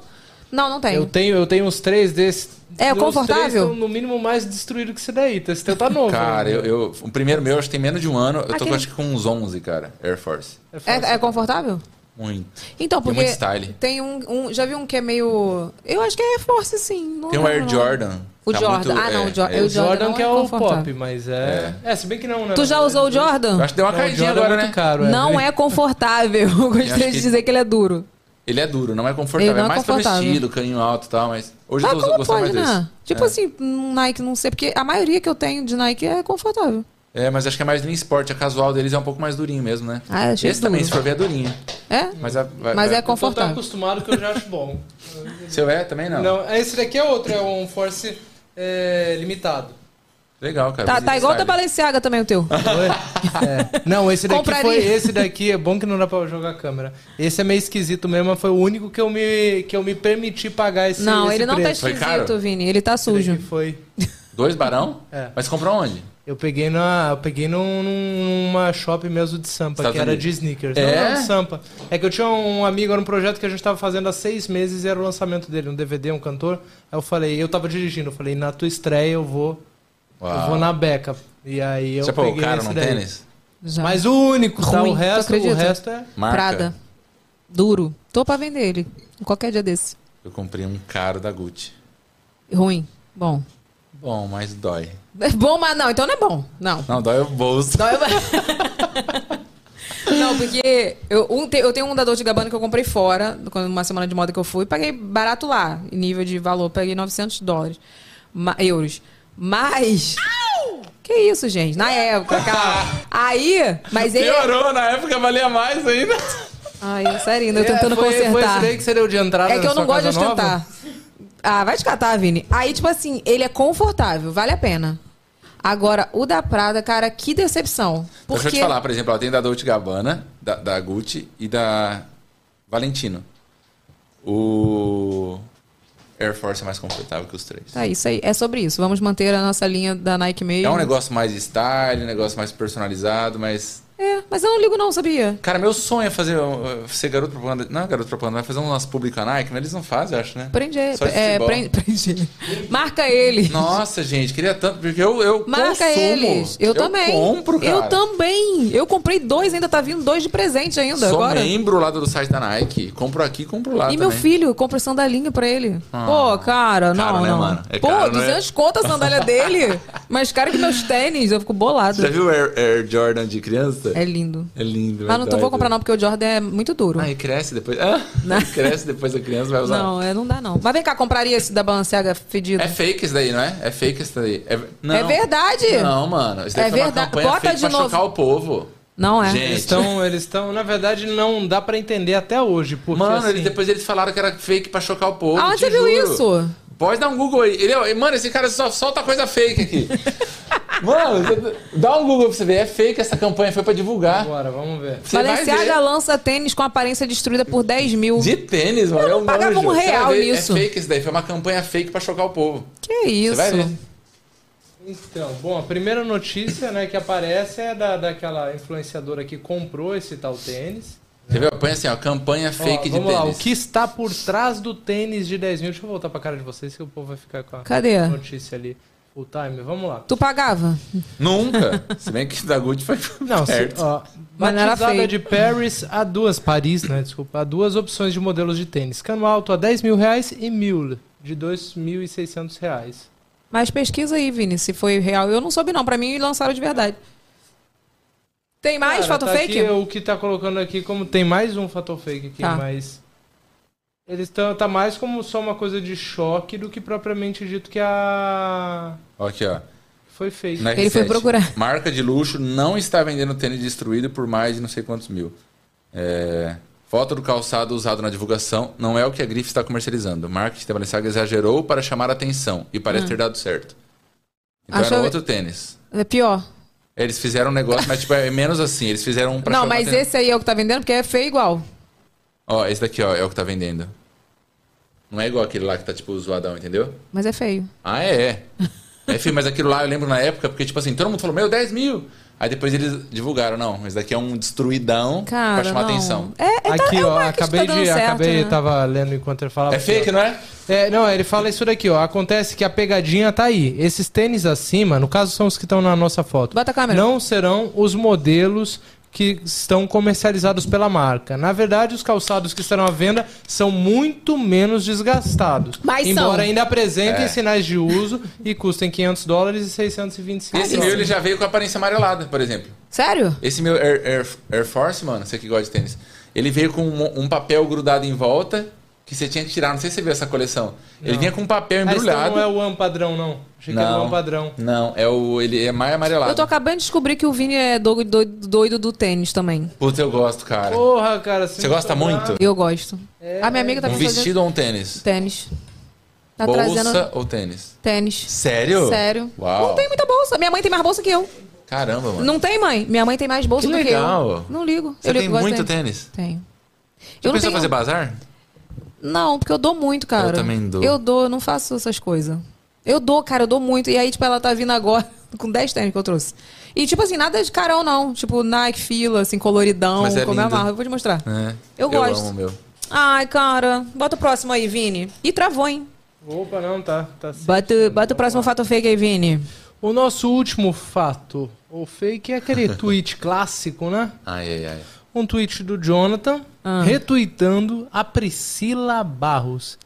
Speaker 1: Não, não tenho.
Speaker 5: Eu tenho, eu tenho uns três desses.
Speaker 1: É,
Speaker 5: Os
Speaker 1: confortável?
Speaker 5: três tão, no mínimo mais destruído que esse daí. Esse teu tá novo.
Speaker 7: Cara,
Speaker 5: ainda.
Speaker 7: eu, eu- o primeiro meu, acho que tem menos de um ano. Eu tô
Speaker 1: Aquele-
Speaker 7: acho que com uns 11, cara. Air Force.
Speaker 5: É fácil.
Speaker 1: É, é confortável?
Speaker 7: Muito.
Speaker 1: Então, porque.
Speaker 7: muito style.
Speaker 1: Tem um, um- Já vi um que é meio. Eu acho que é Air Force, sim. Não
Speaker 7: Tem o
Speaker 1: lembro
Speaker 7: Air
Speaker 1: nome.
Speaker 7: Jordan.
Speaker 1: O
Speaker 7: Tá
Speaker 1: Jordan.
Speaker 7: muito-
Speaker 1: ah, não,
Speaker 7: é,
Speaker 1: o Jo-
Speaker 7: é.
Speaker 1: o
Speaker 5: O Jordan
Speaker 1: não
Speaker 5: que é o
Speaker 1: confortável.
Speaker 5: pop, mas é... é. se bem que não, né?
Speaker 1: Tu já usou o Jordan?
Speaker 7: Eu acho que deu uma
Speaker 5: Não, o
Speaker 7: caidinha
Speaker 5: Jordan
Speaker 7: agora,
Speaker 5: [laughs] é muito
Speaker 7: né?
Speaker 5: caro.
Speaker 1: Não é confortável. [laughs] Eu
Speaker 7: acho
Speaker 1: Gostaria de
Speaker 7: que-
Speaker 1: dizer que ele é duro.
Speaker 7: Ele é duro, não é confortável.
Speaker 1: Ele não é
Speaker 7: é mais
Speaker 1: confortável.
Speaker 7: pelo estilo, canho alto e tal, mas. Hoje eu
Speaker 1: Mas
Speaker 7: tô
Speaker 1: como
Speaker 7: gostando
Speaker 1: pode,
Speaker 7: mais
Speaker 1: né?
Speaker 7: desse. É.
Speaker 1: Tipo assim, um Nike, não sei, porque a maioria que eu tenho de Nike é confortável.
Speaker 7: É, mas acho que é mais lean sport. A casual deles é um pouco mais durinho mesmo, né?
Speaker 1: Ah, eu achei
Speaker 7: Esse também,
Speaker 1: duro.
Speaker 7: se for ver, é durinho.
Speaker 1: É?
Speaker 7: Mas, a- vai-
Speaker 1: Mas
Speaker 7: vai-
Speaker 1: é
Speaker 5: Então tá
Speaker 1: confortável.
Speaker 5: acostumado que eu já acho bom.
Speaker 7: Seu é também não.
Speaker 5: Não, esse daqui é outro, é um Force é, limitado.
Speaker 7: Legal, cara.
Speaker 1: Tá,
Speaker 7: Mas
Speaker 1: tá
Speaker 7: ele
Speaker 1: igual o da
Speaker 7: sabe.
Speaker 1: Balenciaga também, o teu.
Speaker 7: Ah,
Speaker 5: É. Não, esse daqui
Speaker 1: Compraria.
Speaker 5: foi esse daqui, é bom que não dá pra jogar a câmera. Esse é meio esquisito mesmo, mas foi o único que eu me que eu me permiti pagar esse
Speaker 1: Não,
Speaker 5: esse
Speaker 1: ele não tá
Speaker 5: preço.
Speaker 7: Foi
Speaker 1: esquisito,
Speaker 7: caro?
Speaker 1: Vini. Ele tá
Speaker 5: Esse
Speaker 1: sujo.
Speaker 5: daqui foi.
Speaker 7: Dois barão?
Speaker 5: É.
Speaker 7: Mas comprou onde?
Speaker 5: Eu peguei na, eu peguei num, num- numa shop mesmo de sampa,
Speaker 7: Estados
Speaker 5: que era
Speaker 7: Unidos.
Speaker 5: de sneakers.
Speaker 7: É?
Speaker 5: Não, não, de sampa. É que eu tinha um amigo, era um projeto que a gente tava fazendo há seis meses e era o lançamento dele, um DVD, um cantor. Aí eu falei, eu tava dirigindo, eu falei, na tua estreia eu vou, eu
Speaker 7: Uau.
Speaker 5: vou na beca. E aí eu
Speaker 7: Já pô,
Speaker 5: peguei
Speaker 7: o cara
Speaker 5: esse
Speaker 7: no
Speaker 5: daí.
Speaker 7: tênis?
Speaker 1: Já.
Speaker 5: Mas o único, tá?
Speaker 1: Ruim,
Speaker 5: O
Speaker 1: tu
Speaker 5: resto, o
Speaker 1: acredita?
Speaker 5: resto é...
Speaker 7: Marca.
Speaker 1: Prada. Duro. Tô pra vender ele. Qualquer dia desse.
Speaker 7: Eu comprei um caro da Gucci.
Speaker 1: Ruim. Bom.
Speaker 7: Bom, mas dói.
Speaker 1: É bom, mas não. Então não é bom. Não.
Speaker 7: Não, dói o bolso.
Speaker 1: Dói [laughs] Não, porque eu, um te- eu tenho um da Dolce Gabbana que eu comprei fora, quando- uma semana de moda que eu fui, paguei barato lá, em nível de valor, paguei 900 dólares, ma- euros. Mas... Que isso, gente? Na
Speaker 5: [laughs]
Speaker 1: época, calma. Aí, mas ele...
Speaker 7: Piorou, na época valia mais ainda.
Speaker 1: Ai, sério, ainda eu tentando
Speaker 5: É, foi- Foi esse
Speaker 1: consertar.
Speaker 5: daí que você deu de entrada
Speaker 1: É que
Speaker 5: na
Speaker 1: eu não
Speaker 5: sua
Speaker 1: gosto de
Speaker 5: casa nova?
Speaker 1: ostentar. Ah, vai te catar, Vini. Aí, tipo assim, ele é confortável, vale a pena. Agora, o da Prada, cara, que decepção. Porque...
Speaker 7: Deixa eu te falar, por exemplo, ó, tem da Dolce Gabbana, da, da Gucci e da Valentino. O Air Force é mais confortável que os três.
Speaker 1: Tá, isso aí. É sobre isso. Vamos manter a nossa linha da Nike mesmo.
Speaker 7: É um negócio mais style, um negócio mais personalizado, mas...
Speaker 1: É, mas eu não ligo não, sabia?
Speaker 7: Cara, meu sonho é fazer uh, ser garoto propaganda. Não é garoto propaganda, mas fazer um nosso público na Nike, mas eles não fazem, eu acho, né?
Speaker 1: Prende ele.
Speaker 7: Só de
Speaker 1: É,
Speaker 7: futebol.
Speaker 1: prende, [laughs] prende ele. Marca ele.
Speaker 7: Nossa, gente, queria tanto, porque eu, eu
Speaker 1: Marca
Speaker 7: consumo.
Speaker 1: eles. Eu, também.
Speaker 7: compro, cara.
Speaker 1: Eu também. Eu comprei dois, ainda tá vindo dois de presente ainda
Speaker 7: Sou
Speaker 1: agora.
Speaker 7: membro lá do site da Nike. Compro aqui, compro lá
Speaker 1: E
Speaker 7: também. Ah.
Speaker 1: meu filho, compra sandalinha pra ele. Pô, cara, não,
Speaker 7: Caro, né,
Speaker 1: não.
Speaker 7: mano? É
Speaker 1: Pô,
Speaker 7: caro, né?
Speaker 1: 200 conto a sandália
Speaker 7: [laughs]
Speaker 1: dele. Mas cara que meus tênis, eu fico bolado.
Speaker 7: Já viu o Air, Air Jordan de criança?
Speaker 1: É lindo.
Speaker 7: É lindo.
Speaker 1: Mas não tô- vou comprar não, porque o Jordan é muito duro.
Speaker 7: Ah, e cresce depois. Ah,
Speaker 1: Não.
Speaker 7: [laughs] cresce depois a criança vai usar.
Speaker 1: não, é, não dá não. Mas vem cá, compraria esse da Balenciaga fedido?
Speaker 7: É fake esse daí, não é? É fake esse daí. É, não.
Speaker 1: É verdade.
Speaker 7: Não, mano. Isso daí
Speaker 1: É
Speaker 7: foi
Speaker 1: verdade.
Speaker 7: uma campanha
Speaker 1: Bota
Speaker 7: feita
Speaker 1: de
Speaker 7: pra
Speaker 1: novo.
Speaker 7: chocar o povo.
Speaker 1: Não é?
Speaker 7: Gente.
Speaker 5: Eles estão, eles estão, na verdade, não dá pra entender até hoje, porque
Speaker 7: Mano,
Speaker 5: assim,
Speaker 7: eles- depois eles falaram que era fake pra chocar o povo.
Speaker 1: Aonde você
Speaker 7: te
Speaker 1: viu
Speaker 7: juro.
Speaker 1: isso?
Speaker 7: Pode dar um Google aí. Ele, ó, mano, esse cara só solta coisa fake
Speaker 5: [laughs]
Speaker 7: aqui. mano, você- dá um Google pra você ver. É fake essa campanha, foi pra divulgar.
Speaker 5: Agora, vamos ver.
Speaker 7: Você vai
Speaker 1: Balenciaga
Speaker 7: ver.
Speaker 1: lança tênis com aparência destruída por 10 mil.
Speaker 7: De tênis, mano. é Eu
Speaker 1: não pagava um real nisso.
Speaker 7: É fake isso daí. Foi uma campanha fake pra chocar o povo.
Speaker 1: Que
Speaker 7: Você
Speaker 1: isso?
Speaker 7: vai ver.
Speaker 5: Então, bom, a primeira notícia, né, que aparece é da, daquela influenciadora que comprou esse tal tênis.
Speaker 7: Você viu? Põe assim, ó. Campanha
Speaker 5: Ó,
Speaker 7: fake de
Speaker 5: vamos lá, o
Speaker 7: tênis.
Speaker 5: que está por trás do tênis de 10 mil? Deixa eu voltar pra cara de vocês que o povo vai ficar com a
Speaker 1: Cadê?
Speaker 5: notícia ali. O time, vamos lá.
Speaker 1: Tu pagava?
Speaker 7: Nunca. se bem que da Gucci foi
Speaker 5: Não,
Speaker 7: [laughs]
Speaker 5: se,
Speaker 7: certo.
Speaker 5: ó,
Speaker 1: Mas não era feio.
Speaker 5: batizada de Paris há duas, Paris, né? Desculpa, há duas opções de modelos de tênis. Cano alto a 10 mil reais e mule de 2.600 reais.
Speaker 1: Mas pesquisa aí, Vini, se foi real. Eu não soube não, pra mim lançaram de verdade. Tem mais
Speaker 5: Cara,
Speaker 1: foto
Speaker 5: tá
Speaker 1: é fake?
Speaker 5: aqui o que tá colocando aqui, como tem mais um fator fake aqui,
Speaker 1: Tá.
Speaker 5: mas... Eles estão tá mais como só uma coisa de choque do que propriamente dito que a...
Speaker 7: Ó, Aqui, ó.
Speaker 5: Foi fake.
Speaker 7: Na
Speaker 1: Ele foi
Speaker 7: R7.
Speaker 1: procurar.
Speaker 7: Marca de luxo não está vendendo tênis destruído por mais de não sei quantos mil. É, Foto do calçado usado na divulgação não é o que a grife está comercializando. O marketing da Balenciaga exagerou para chamar a atenção e parece ter dado certo. Então
Speaker 1: Hum. Achou-
Speaker 7: era outro tênis.
Speaker 1: É pior.
Speaker 7: Eles fizeram um negócio, mas tipo, é menos assim. Eles fizeram um pra
Speaker 1: não,
Speaker 7: chamar
Speaker 1: mas
Speaker 7: atenção.
Speaker 1: esse aí é o que tá vendendo, porque é feio igual.
Speaker 7: Ó, esse daqui, ó, é o que tá vendendo. Não é igual aquele lá que tá, tipo, zoadão, entendeu?
Speaker 1: Mas é feio.
Speaker 7: Ah, é. é filho, mas aquilo lá eu lembro na época, porque, tipo assim, todo mundo falou, meu, 10 mil. Aí depois eles divulgaram, não, esse daqui é um destruidão
Speaker 1: Cara,
Speaker 7: pra chamar
Speaker 1: não.
Speaker 7: atenção.
Speaker 1: É, é tá,
Speaker 5: Aqui,
Speaker 1: é o
Speaker 5: ó,
Speaker 1: marketing
Speaker 5: acabei
Speaker 1: tá dando
Speaker 5: de...
Speaker 1: certo,
Speaker 5: acabei,
Speaker 1: né?
Speaker 5: tava lendo enquanto ele falava...
Speaker 7: É fake, não é?
Speaker 5: É, não, ele fala isso daqui, ó. Acontece que a pegadinha tá aí. Esses tênis acima, no caso são os que estão na nossa foto.
Speaker 1: Bota a câmera.
Speaker 5: Não serão os modelos que estão comercializados pela marca. Na verdade, os calçados que estarão à venda são muito menos desgastados.
Speaker 1: Mas são.
Speaker 5: embora ainda apresentem
Speaker 7: É.
Speaker 5: sinais de uso e custem 500 dólares e 625
Speaker 1: Ah,
Speaker 7: Esse meu ele já veio com aparência amarelada, por exemplo.
Speaker 1: Sério?
Speaker 7: Esse meu Air, Air, Air Force, mano, você que gosta de tênis. Ele veio com um, um papel grudado em volta que você tinha que tirar. Não sei se você viu essa coleção. Ele vinha com um papel
Speaker 5: Ah, esse
Speaker 7: embrulhado.
Speaker 5: não é o One padrão, não. Achei que era o One padrão.
Speaker 7: Não, é o. Ele é mais amarelado.
Speaker 1: Eu tô acabando de descobrir que o Vini é doido, doido- doido do tênis também.
Speaker 7: Putz, eu gosto, cara.
Speaker 5: Porra, cara. tá- se
Speaker 7: É. Você
Speaker 5: me
Speaker 7: gosta
Speaker 5: sobrar-
Speaker 7: muito?
Speaker 1: Eu gosto. A minha amiga tá
Speaker 7: Um
Speaker 1: me fazendo
Speaker 7: vestido ou um tênis?
Speaker 1: tênis. Tá
Speaker 7: bolsa
Speaker 1: trazendo
Speaker 7: ou tênis?
Speaker 1: tênis.
Speaker 7: Sério?
Speaker 1: Sério.
Speaker 7: Uau.
Speaker 1: Não tem muita bolsa. Minha mãe tem mais bolsa que eu.
Speaker 7: Caramba, mano.
Speaker 1: Não tem, mãe. Minha mãe tem mais bolsa
Speaker 7: Que
Speaker 1: do que
Speaker 7: legal.
Speaker 1: eu. Não ligo.
Speaker 7: Você
Speaker 1: eu ligo
Speaker 7: tem
Speaker 1: gosto de
Speaker 7: muito tênis?
Speaker 1: Tenho.
Speaker 7: Você
Speaker 1: Eu não
Speaker 7: pensou
Speaker 1: tenho...
Speaker 7: em fazer bazar?
Speaker 1: Não, porque eu dou muito, cara.
Speaker 7: Eu também dou.
Speaker 1: Eu dou, eu não faço essas coisas. Eu dou, cara, eu dou muito. E aí, tipo, ela tá vindo agora [laughs] com 10 tênis que eu trouxe. E, tipo assim, nada de carão, não. Tipo, Nike, fila, assim, coloridão,
Speaker 7: Mas é
Speaker 1: como eu
Speaker 7: lindo.
Speaker 1: amarro. Eu vou te mostrar.
Speaker 7: É.
Speaker 1: Eu gosto.
Speaker 7: amo o meu.
Speaker 1: Ai, cara. Bota o próximo aí, Vini. E travou, hein?
Speaker 5: Opa, não, tá. tá certo.
Speaker 1: Bota, bota o próximo fato fake aí, Vini.
Speaker 5: O nosso último fato, ou fake,
Speaker 7: [laughs]
Speaker 5: é aquele tweet clássico, né?
Speaker 7: Ai, ai, ai.
Speaker 5: um tweet do Jonathan
Speaker 1: Ah.
Speaker 5: retweetando a Priscila Barros.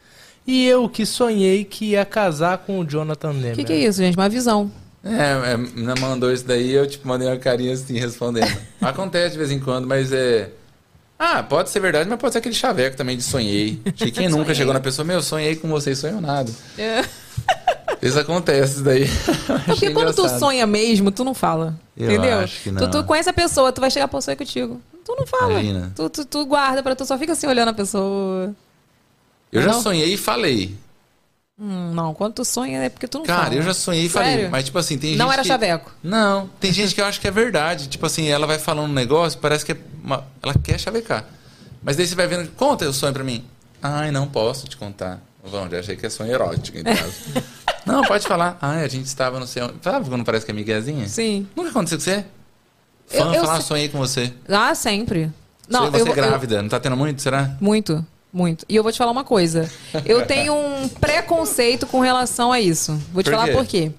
Speaker 5: E eu que sonhei que ia casar com o Jonathan Nemer.
Speaker 1: O que, que é isso, gente? Uma visão.
Speaker 7: É, é, me mandou isso daí eu tipo, mandei uma carinha assim respondendo. [laughs] Acontece de vez em quando, mas é. Ah, pode ser verdade, mas pode ser aquele chaveco também de sonhei. Que quem
Speaker 1: [laughs]
Speaker 7: nunca chegou na pessoa, meu, sonhei com você e sonhou nada. [laughs] Isso acontece isso daí.
Speaker 1: É. [laughs] Porque
Speaker 7: Achei
Speaker 1: quando tu
Speaker 7: engraçado.
Speaker 1: sonha mesmo, tu não fala.
Speaker 7: Eu
Speaker 1: entendeu?
Speaker 7: acho que
Speaker 1: Tu,
Speaker 7: não.
Speaker 1: tu conhece a pessoa, tu vai chegar pro sonho contigo. Tu não fala.
Speaker 7: Imagina.
Speaker 1: Tu, tu, tu guarda pra tu, só fica assim olhando a pessoa.
Speaker 7: Eu já
Speaker 1: Não?
Speaker 7: sonhei e falei.
Speaker 1: Hum, não, quando tu sonha é porque tu não fala.
Speaker 7: Cara, eu já sonhei e falei.
Speaker 1: Sério?
Speaker 7: Mas, tipo assim, tem gente.
Speaker 1: Não era
Speaker 7: que-
Speaker 1: chaveco.
Speaker 7: Não, tem gente que eu acho que é verdade. Tipo assim, ela vai falando um negócio, parece que é uma- ela quer chavecar. Mas daí você vai vendo, conta o sonho pra mim. Ai, não posso te contar. Vão, já achei que é sonho erótico, em
Speaker 1: [laughs]
Speaker 7: caso. não, pode falar. Ai, a gente estava no céu. Sabe quando parece que é miguezinha?
Speaker 1: Sim.
Speaker 7: Nunca aconteceu com você?
Speaker 1: Eu-
Speaker 7: Fã
Speaker 1: eu
Speaker 7: falar,
Speaker 1: sei-
Speaker 7: sonhei com você.
Speaker 1: Ah, sempre. Não,
Speaker 7: Sei, você
Speaker 1: eu, eu,
Speaker 7: grávida, não tá tendo muito, será?
Speaker 1: Muito, muito. E eu vou te falar uma coisa.
Speaker 7: [laughs]
Speaker 1: Eu tenho um preconceito com relação a isso. Vou te
Speaker 7: Por
Speaker 1: falar
Speaker 7: quê?
Speaker 1: por quê.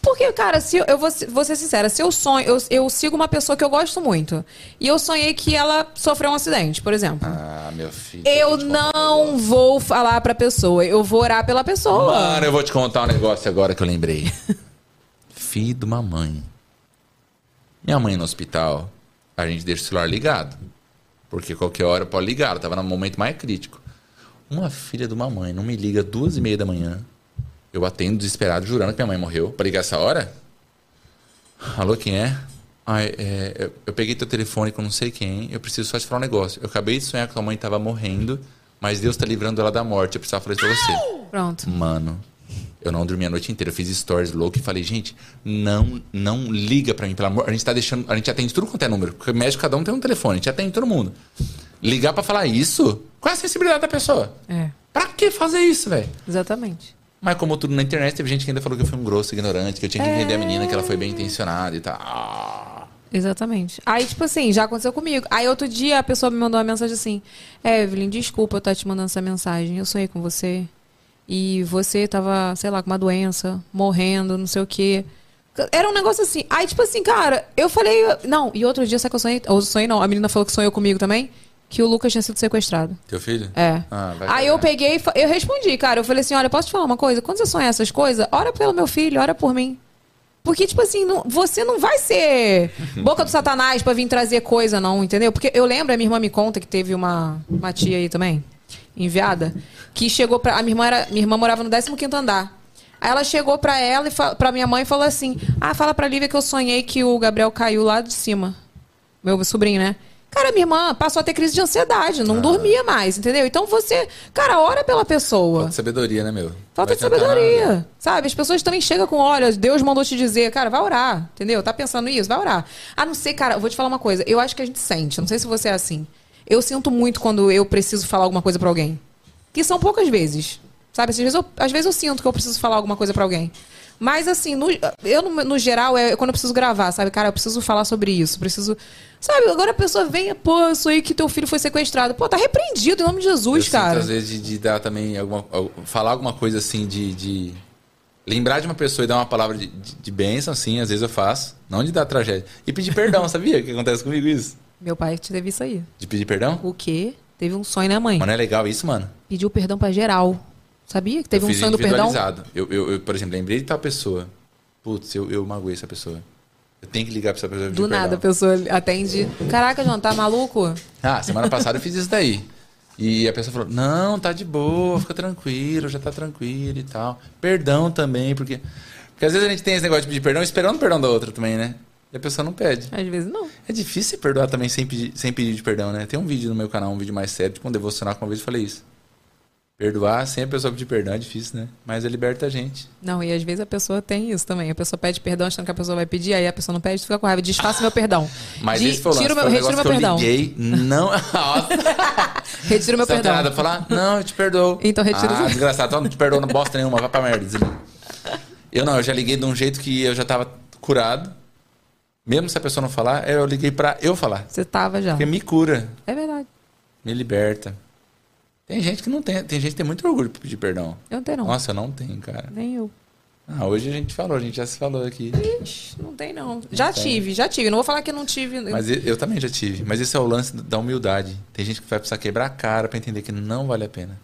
Speaker 1: Porque, cara, se eu, eu vou, se- vou ser sincera, se eu sonho, eu, eu sigo uma pessoa que eu gosto muito. E eu sonhei que ela sofreu um acidente, por exemplo.
Speaker 7: Ah, meu filho.
Speaker 1: eu
Speaker 7: vou te contar um
Speaker 1: não
Speaker 7: negócio.
Speaker 1: vou falar pra pessoa, eu vou orar pela pessoa.
Speaker 7: Mano, eu vou te contar um negócio agora que eu lembrei. [laughs] Filho de uma mãe. Minha mãe no hospital, a gente deixa o celular ligado. Porque qualquer hora pode ligar, ela tava no momento mais crítico. Uma filha de uma mãe não me liga duas e meia da manhã. Eu atendo desesperado, jurando que minha mãe morreu. Pra ligar essa hora? Alô, quem é? Ai, é, eu, eu peguei teu telefone com não sei quem. Eu preciso só te falar um negócio. Eu acabei de sonhar que tua mãe tava morrendo, mas Deus tá livrando ela da morte. Eu precisava falar isso pra você.
Speaker 1: Pronto.
Speaker 7: Mano, eu não dormi a noite inteira. Eu fiz stories louco e falei, gente, não, não liga pra mim, pelo amor. A gente tá deixando. A gente atende tudo quanto é número. Porque médico, cada um tem um telefone, a gente atende todo mundo. Ligar pra falar isso? Qual é a sensibilidade da pessoa?
Speaker 1: É,
Speaker 7: Pra que fazer isso, velho?
Speaker 1: exatamente.
Speaker 7: Mas como tudo na internet, teve gente que ainda falou que eu fui um grosso, ignorante, que eu tinha que entender a menina, que ela foi bem intencionada e tal. Ah.
Speaker 1: Exatamente. Aí, tipo assim, já aconteceu comigo. Aí, outro dia, a pessoa me mandou uma mensagem assim: Evelyn, desculpa eu estar te mandando essa mensagem. Eu sonhei com você. E você tava, sei lá, com uma doença, morrendo, não sei o quê. Era um negócio assim. Aí, tipo assim, cara, eu falei. Não, e outro dia, sabe que eu sonhei? Ou sonhei não, a menina falou que sonhou comigo também. Que o Lucas tinha sido sequestrado.
Speaker 7: Teu filho?
Speaker 1: É.
Speaker 7: Ah, vai
Speaker 1: aí
Speaker 7: cagar.
Speaker 1: eu peguei e fa- eu respondi, cara. Eu falei assim: olha, posso te falar uma coisa? Quando você sonhar essas coisas, ora pelo meu filho, ora por mim. Porque, tipo assim, não- você não vai ser boca do satanás pra vir trazer coisa, não, entendeu? Porque eu lembro, a minha irmã me conta que teve uma, uma tia aí também, enviada, que chegou pra. A minha irmã, era, minha irmã morava no 15 andar. Aí ela chegou pra ela e fa, pra minha mãe e falou assim: Ah, fala pra Lívia que eu sonhei que o Gabriel caiu lá de cima meu sobrinho, né? Cara, minha irmã passou a ter crise de ansiedade, não dormia mais, entendeu? Então você, cara, ora pela pessoa.
Speaker 7: Falta de sabedoria, né, meu?
Speaker 1: Falta
Speaker 7: Vai
Speaker 1: de
Speaker 7: tentar
Speaker 1: sabedoria,
Speaker 7: nada.
Speaker 1: sabe? As pessoas também chegam com, olha, Deus mandou te dizer, cara, vai orar, entendeu? Tá pensando nisso? Vai orar. A não ser, cara, eu vou te falar uma coisa, eu acho que a gente sente, não sei se você é assim. Eu sinto muito quando eu preciso falar alguma coisa pra alguém. Que são poucas vezes, sabe? Às vezes eu, às vezes eu sinto que eu preciso falar alguma coisa pra alguém. Mas, assim, no, eu, no, no geral, é quando eu preciso gravar, sabe? Cara, eu preciso falar sobre isso, preciso... Sabe, agora a pessoa vem, pô, eu aí que teu filho foi sequestrado. Pô, tá repreendido em nome de Jesus,
Speaker 7: eu
Speaker 1: cara.
Speaker 7: Sinto, às vezes de, de dar também alguma. al- falar alguma coisa assim de. de- lembrar de uma pessoa e dar uma palavra de, de, de bênção, assim, às vezes eu faço. Não de dar tragédia. E
Speaker 1: [laughs]
Speaker 7: pedir perdão, sabia que acontece comigo isso?
Speaker 1: Meu pai te teve isso aí.
Speaker 7: De pedir perdão?
Speaker 1: O quê? Teve um sonho na mãe.
Speaker 7: Mano, é legal isso, mano.
Speaker 1: pediu perdão pra geral. Sabia que teve
Speaker 7: eu
Speaker 1: um
Speaker 7: fiz
Speaker 1: sonho do perdão?
Speaker 7: individualizado. Eu, eu, eu, por exemplo, lembrei de tal pessoa. Putz, eu, eu magoei essa pessoa. Eu tenho que ligar pra essa pessoa. pedir
Speaker 1: Do nada a
Speaker 7: perdão.
Speaker 1: pessoa atende. Caraca, João, tá maluco?
Speaker 7: Ah, semana passada eu fiz isso daí. E a pessoa falou: Não, tá de boa, fica tranquilo, já tá tranquilo e tal. Perdão também, porque. Porque às vezes a gente tem esse negócio de pedir perdão esperando o perdão da outra também, né? E a pessoa não pede.
Speaker 1: Às vezes não.
Speaker 7: É difícil perdoar também sem pedir, sem pedir de perdão, né? Tem um vídeo no meu canal, um vídeo mais sério, com um devocional, que uma vez eu falei isso. Perdoar sem a pessoa pedir perdão é difícil, né? Mas ele liberta a gente.
Speaker 1: Não, e às vezes a pessoa tem isso também. A pessoa pede perdão achando que a pessoa vai pedir, aí a pessoa não pede, tu fica com raiva. Diz, faça meu perdão.
Speaker 7: Mas
Speaker 1: Di-
Speaker 7: esse foi o lance,
Speaker 1: tira o meu,
Speaker 7: foi um
Speaker 1: retira o meu
Speaker 7: negócio que eu
Speaker 1: perdão.
Speaker 7: liguei, não... [laughs]
Speaker 1: Retira
Speaker 7: Nossa,
Speaker 1: o meu
Speaker 7: Você não tem
Speaker 1: perdão.
Speaker 7: nada a falar? Não, eu te perdoo.
Speaker 1: Então retira
Speaker 7: Ah,
Speaker 1: o-
Speaker 7: desgraçado. Então não te perdoo, não bosta nenhuma. Vai pra merda. desliga. Eu não, eu já liguei de um jeito que eu já tava curado. Mesmo se a pessoa não falar, eu liguei pra eu falar.
Speaker 1: Você tava já.
Speaker 7: Porque me cura,
Speaker 1: É verdade.
Speaker 7: me liberta. Tem gente que não tem, tem gente que tem muito orgulho pra pedir perdão.
Speaker 1: Eu não tenho, não.
Speaker 7: Nossa, eu não tenho, cara.
Speaker 1: Nem eu.
Speaker 7: Ah, hoje a gente falou, a gente já se falou aqui.
Speaker 1: Não tem, não. Já tive, já tive. Não vou falar que não tive.
Speaker 7: Mas e- eu também já tive. Mas esse é o lance da humildade. Tem gente que vai precisar quebrar a cara pra entender que não vale a pena.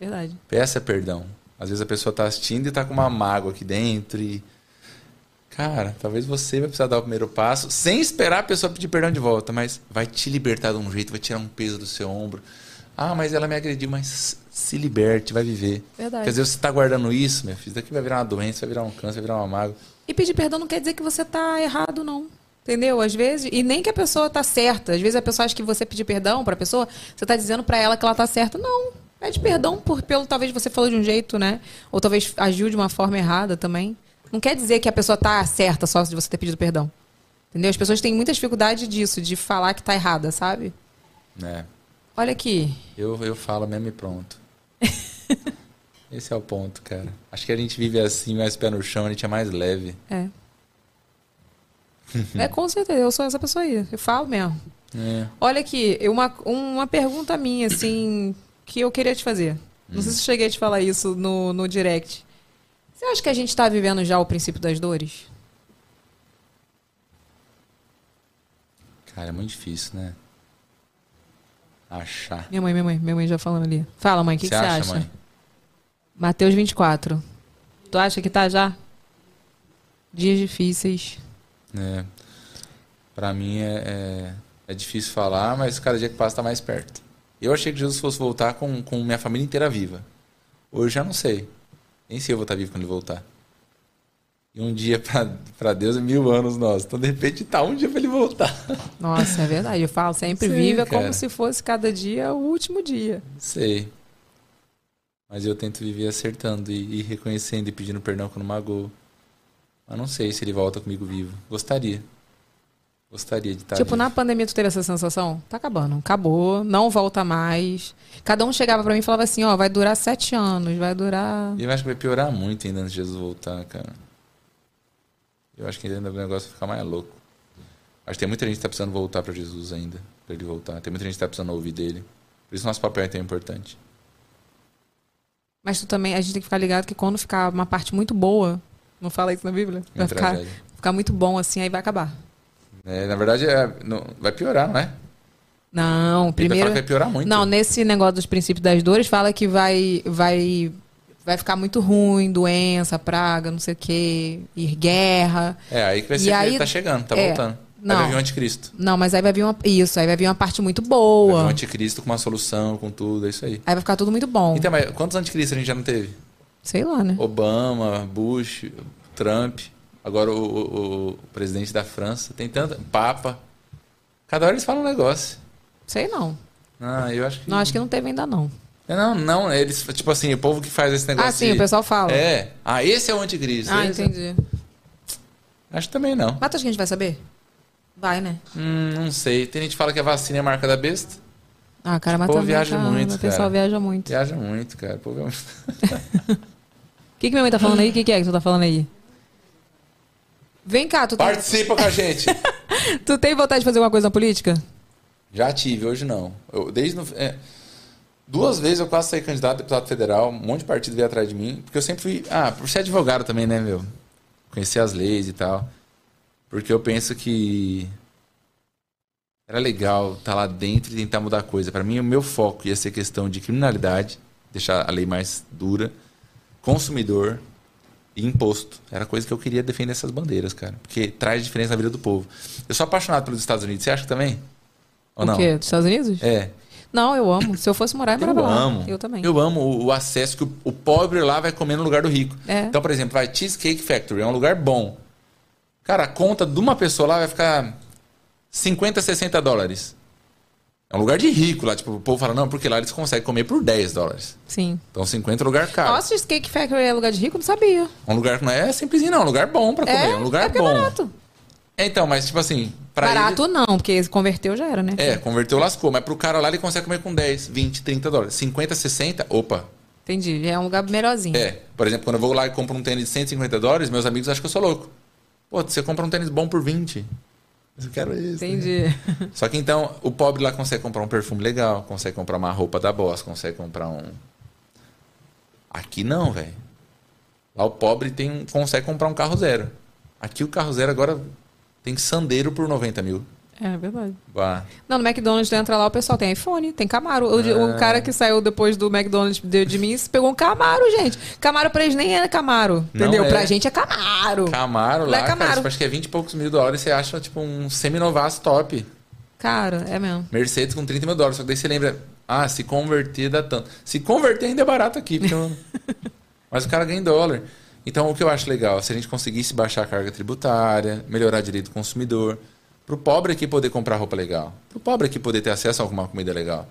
Speaker 1: Verdade.
Speaker 7: Peça perdão. Às vezes a pessoa tá assistindo e tá com uma mágoa aqui dentro e. Cara, talvez você vai precisar dar o primeiro passo sem esperar a pessoa pedir perdão de volta, mas vai te libertar de um jeito, vai tirar um peso do seu ombro. Ah, mas ela me agrediu, mas se liberte, vai viver.
Speaker 1: Verdade.
Speaker 7: Porque às vezes você tá guardando isso, meu filho, isso daqui vai virar uma doença, vai virar um câncer, vai virar uma mágoa.
Speaker 1: E pedir perdão não quer dizer que você tá errado, não. Entendeu? Às vezes, e nem que a pessoa tá certa. Às vezes a pessoa acha que você pedir perdão pra pessoa, você tá dizendo pra ela que ela tá certa. Não. Pede perdão por pelo talvez você falou de um jeito, né? Ou talvez agiu de uma forma errada também. Não quer dizer que a pessoa tá certa só de você ter pedido perdão. Entendeu? As pessoas têm muita dificuldade disso, de falar que tá errada, sabe?
Speaker 7: É,
Speaker 1: Olha aqui.
Speaker 7: eu, eu falo mesmo e pronto. Esse é o ponto, cara. Acho que a gente vive assim, mais pé no chão, a gente é mais leve.
Speaker 1: É. é, com certeza. Eu sou essa pessoa aí. Eu falo mesmo.
Speaker 7: É.
Speaker 1: Olha aqui, uma, uma pergunta minha, assim, que eu queria te fazer. Não sei se eu cheguei a te falar isso no, no direct. Você acha que a gente tá vivendo já o princípio das dores?
Speaker 7: Cara, é muito difícil, né? Achar.
Speaker 1: Minha mãe, minha mãe, minha mãe já falando ali. Fala, mãe, o que, que você acha?
Speaker 7: mãe?
Speaker 1: Mateus 24. Tu acha que tá já? Dias difíceis.
Speaker 7: É. Pra mim é, é, é difícil falar, mas cada dia que passa tá mais perto. Eu achei que Jesus fosse voltar com, com minha família inteira viva. Hoje já não sei. Nem sei eu vou estar vivo quando ele voltar. E um dia pra, pra Deus é mil anos nós. Então de repente tá um dia pra ele voltar.
Speaker 1: Nossa, é verdade. Eu falo, sempre
Speaker 7: Sim,
Speaker 1: vive é
Speaker 7: cara.
Speaker 1: como se fosse cada dia o último dia.
Speaker 7: Não sei. Mas eu tento viver acertando e, e reconhecendo e pedindo perdão quando magoo. Mas não sei se ele volta comigo vivo. Gostaria. Gostaria de estar
Speaker 1: Tipo,
Speaker 7: vivo.
Speaker 1: na pandemia tu teve essa sensação? Tá acabando, acabou, não volta mais. Cada um chegava pra mim e falava assim, ó, vai durar sete anos, vai durar...
Speaker 7: E eu acho que vai piorar muito ainda antes de Jesus voltar, cara. Eu acho que ainda o negócio vai ficar mais louco. Acho que tem muita gente que tá precisando voltar pra Jesus ainda, pra ele voltar. Tem muita gente que tá precisando ouvir dele. Por isso nosso papel é tão importante.
Speaker 1: Mas tu também, a gente tem que ficar ligado que quando ficar uma parte muito boa, não fala isso na Bíblia? Vai ficar,
Speaker 7: tragédia.
Speaker 1: ficar muito bom assim, aí vai acabar.
Speaker 7: É, na verdade, é- não- vai piorar, não é?
Speaker 1: Não,
Speaker 7: Ele
Speaker 1: primeiro...
Speaker 7: fala que vai piorar tá muito. né?
Speaker 1: Não, nesse negócio dos princípios das dores, fala que vai, vai, vai ficar muito ruim, doença, praga, não sei o quê, e guerra...
Speaker 7: É, aí que vai
Speaker 1: E
Speaker 7: ser que
Speaker 1: aí-
Speaker 7: ele tá chegando, tá
Speaker 1: é,
Speaker 7: voltando. Aí
Speaker 1: não.
Speaker 7: vai vir o anticristo.
Speaker 1: Não, mas aí vai vir uma... Isso, aí vai vir uma parte muito
Speaker 7: Vai vir o
Speaker 1: boa.
Speaker 7: anticristo com uma solução, com tudo, é isso aí.
Speaker 1: Aí vai ficar tudo muito bom.
Speaker 7: Então, mas quantos anticristos a gente já não teve?
Speaker 1: Sei lá, né?
Speaker 7: Obama, Bush, Trump, agora o, o- o presidente da França, tem tanta. Papa. Cada hora eles falam um negócio.
Speaker 1: Sei não.
Speaker 7: Ah, eu acho que. É,
Speaker 1: Não, acho que não teve ainda não.
Speaker 7: Não, não, eles. Tipo assim, o povo que faz esse negócio.
Speaker 1: Ah, sim,
Speaker 7: de-
Speaker 1: o pessoal fala.
Speaker 7: É. Ah, esse é o anticristo.
Speaker 1: Ah,
Speaker 7: esse-
Speaker 1: entendi.
Speaker 7: Acho que também não.
Speaker 1: Mas tu acha que a gente vai saber? Vai, né?
Speaker 7: Hum, não sei. Tem gente que fala que a vacina é a marca da besta.
Speaker 1: Ah, cara,
Speaker 7: O
Speaker 1: mas
Speaker 7: povo
Speaker 1: também,
Speaker 7: Tipo, viaja
Speaker 1: cara,
Speaker 7: muito,
Speaker 1: O pessoal
Speaker 7: cara.
Speaker 1: viaja muito.
Speaker 7: Viaja muito, cara. O povo é muito-
Speaker 1: O que, que minha mãe tá falando aí? O que, que é que tu tá falando aí? Vem cá, tu, tem,
Speaker 7: Participa com a gente.
Speaker 1: tu tem vontade de fazer alguma coisa na política?
Speaker 7: Já tive, hoje não. Eu, desde no- é, duas vezes eu quase saí candidato a deputado federal, um monte de partido veio atrás de mim, porque eu sempre fui. Ah, por ser advogado também, né, meu? Conhecer as leis e tal. Porque eu penso que era legal estar lá dentro e tentar mudar coisa. Para mim, o meu foco ia ser questão de criminalidade, deixar a lei mais dura, consumidor, e imposto. Era a coisa que eu queria defender essas bandeiras, cara. Porque traz diferença na vida do povo. Eu sou apaixonado pelos Estados Unidos, você acha também? Ou
Speaker 1: O
Speaker 7: não?
Speaker 1: quê? Dos Estados Unidos?
Speaker 7: É.
Speaker 1: Não, eu amo. Se eu fosse morar, eu morava
Speaker 7: Eu
Speaker 1: lá.
Speaker 7: amo.
Speaker 1: Eu também.
Speaker 7: Eu amo o, o acesso que o, o pobre lá vai comer no lugar do rico.
Speaker 1: É.
Speaker 7: Então, por exemplo, vai Cheesecake Factory, é um lugar bom. Cara, a conta de uma pessoa lá vai ficar 50, 60 dólares. É um lugar de rico lá. Tipo, o povo fala, não, porque lá eles conseguem comer por 10 dólares.
Speaker 1: Sim.
Speaker 7: Então, 50 é um lugar caro.
Speaker 1: Nossa, Cheesecake Factory é lugar de rico? Eu Não sabia.
Speaker 7: É Um lugar que não é simplesinho, não. É um lugar bom pra comer.
Speaker 1: É,
Speaker 7: É, um lugar
Speaker 1: é porque
Speaker 7: bom.
Speaker 1: é barato.
Speaker 7: É, então, mas tipo assim... Pra
Speaker 1: barato
Speaker 7: ele-
Speaker 1: não, porque se converteu já era, né?
Speaker 7: é, converteu, lascou. Mas pro cara lá, ele consegue comer com 10, 20, 30 dólares. 50, 60, opa,
Speaker 1: Entendi. Já é um lugar melhorzinho.
Speaker 7: É, por exemplo, quando eu vou lá e compro um tênis de 150 dólares, meus amigos acham que eu sou louco. Pô, você compra um tênis bom por 20. Eu quero isso.
Speaker 1: Entendi. [laughs]
Speaker 7: Só que então, o pobre lá consegue comprar um perfume legal, consegue comprar uma roupa da Boss, consegue comprar um. Aqui não, velho. Lá o pobre tem, consegue comprar um carro zero. Aqui o carro zero agora tem sandeiro por 90 mil.
Speaker 1: É verdade.
Speaker 7: Bah.
Speaker 1: Não, no McDonald's, tu entra lá, o pessoal tem iPhone, tem Camaro. O,
Speaker 7: É.
Speaker 1: o cara que saiu depois do McDonald's de, de mim pegou um Camaro, gente. Camaro pra eles nem era Camaro.
Speaker 7: Não
Speaker 1: Entendeu?
Speaker 7: é.
Speaker 1: Pra gente é Camaro.
Speaker 7: Camaro
Speaker 1: Lá é
Speaker 7: lá,
Speaker 1: Camaro.
Speaker 7: cara, você acha que é 20 e poucos mil dólares, você acha tipo um seminovaço top.
Speaker 1: Cara, é mesmo.
Speaker 7: Mercedes com 30 mil dólares. Só que daí você lembra, ah, se converter dá tanto. Se converter ainda é barato aqui,
Speaker 1: [laughs]
Speaker 7: porque eu- mas o cara ganha em dólar. Então o que eu acho legal, se a gente conseguisse baixar a carga tributária, melhorar direito do consumidor, pro pobre aqui poder comprar roupa legal, pro pobre aqui poder ter acesso a alguma comida legal.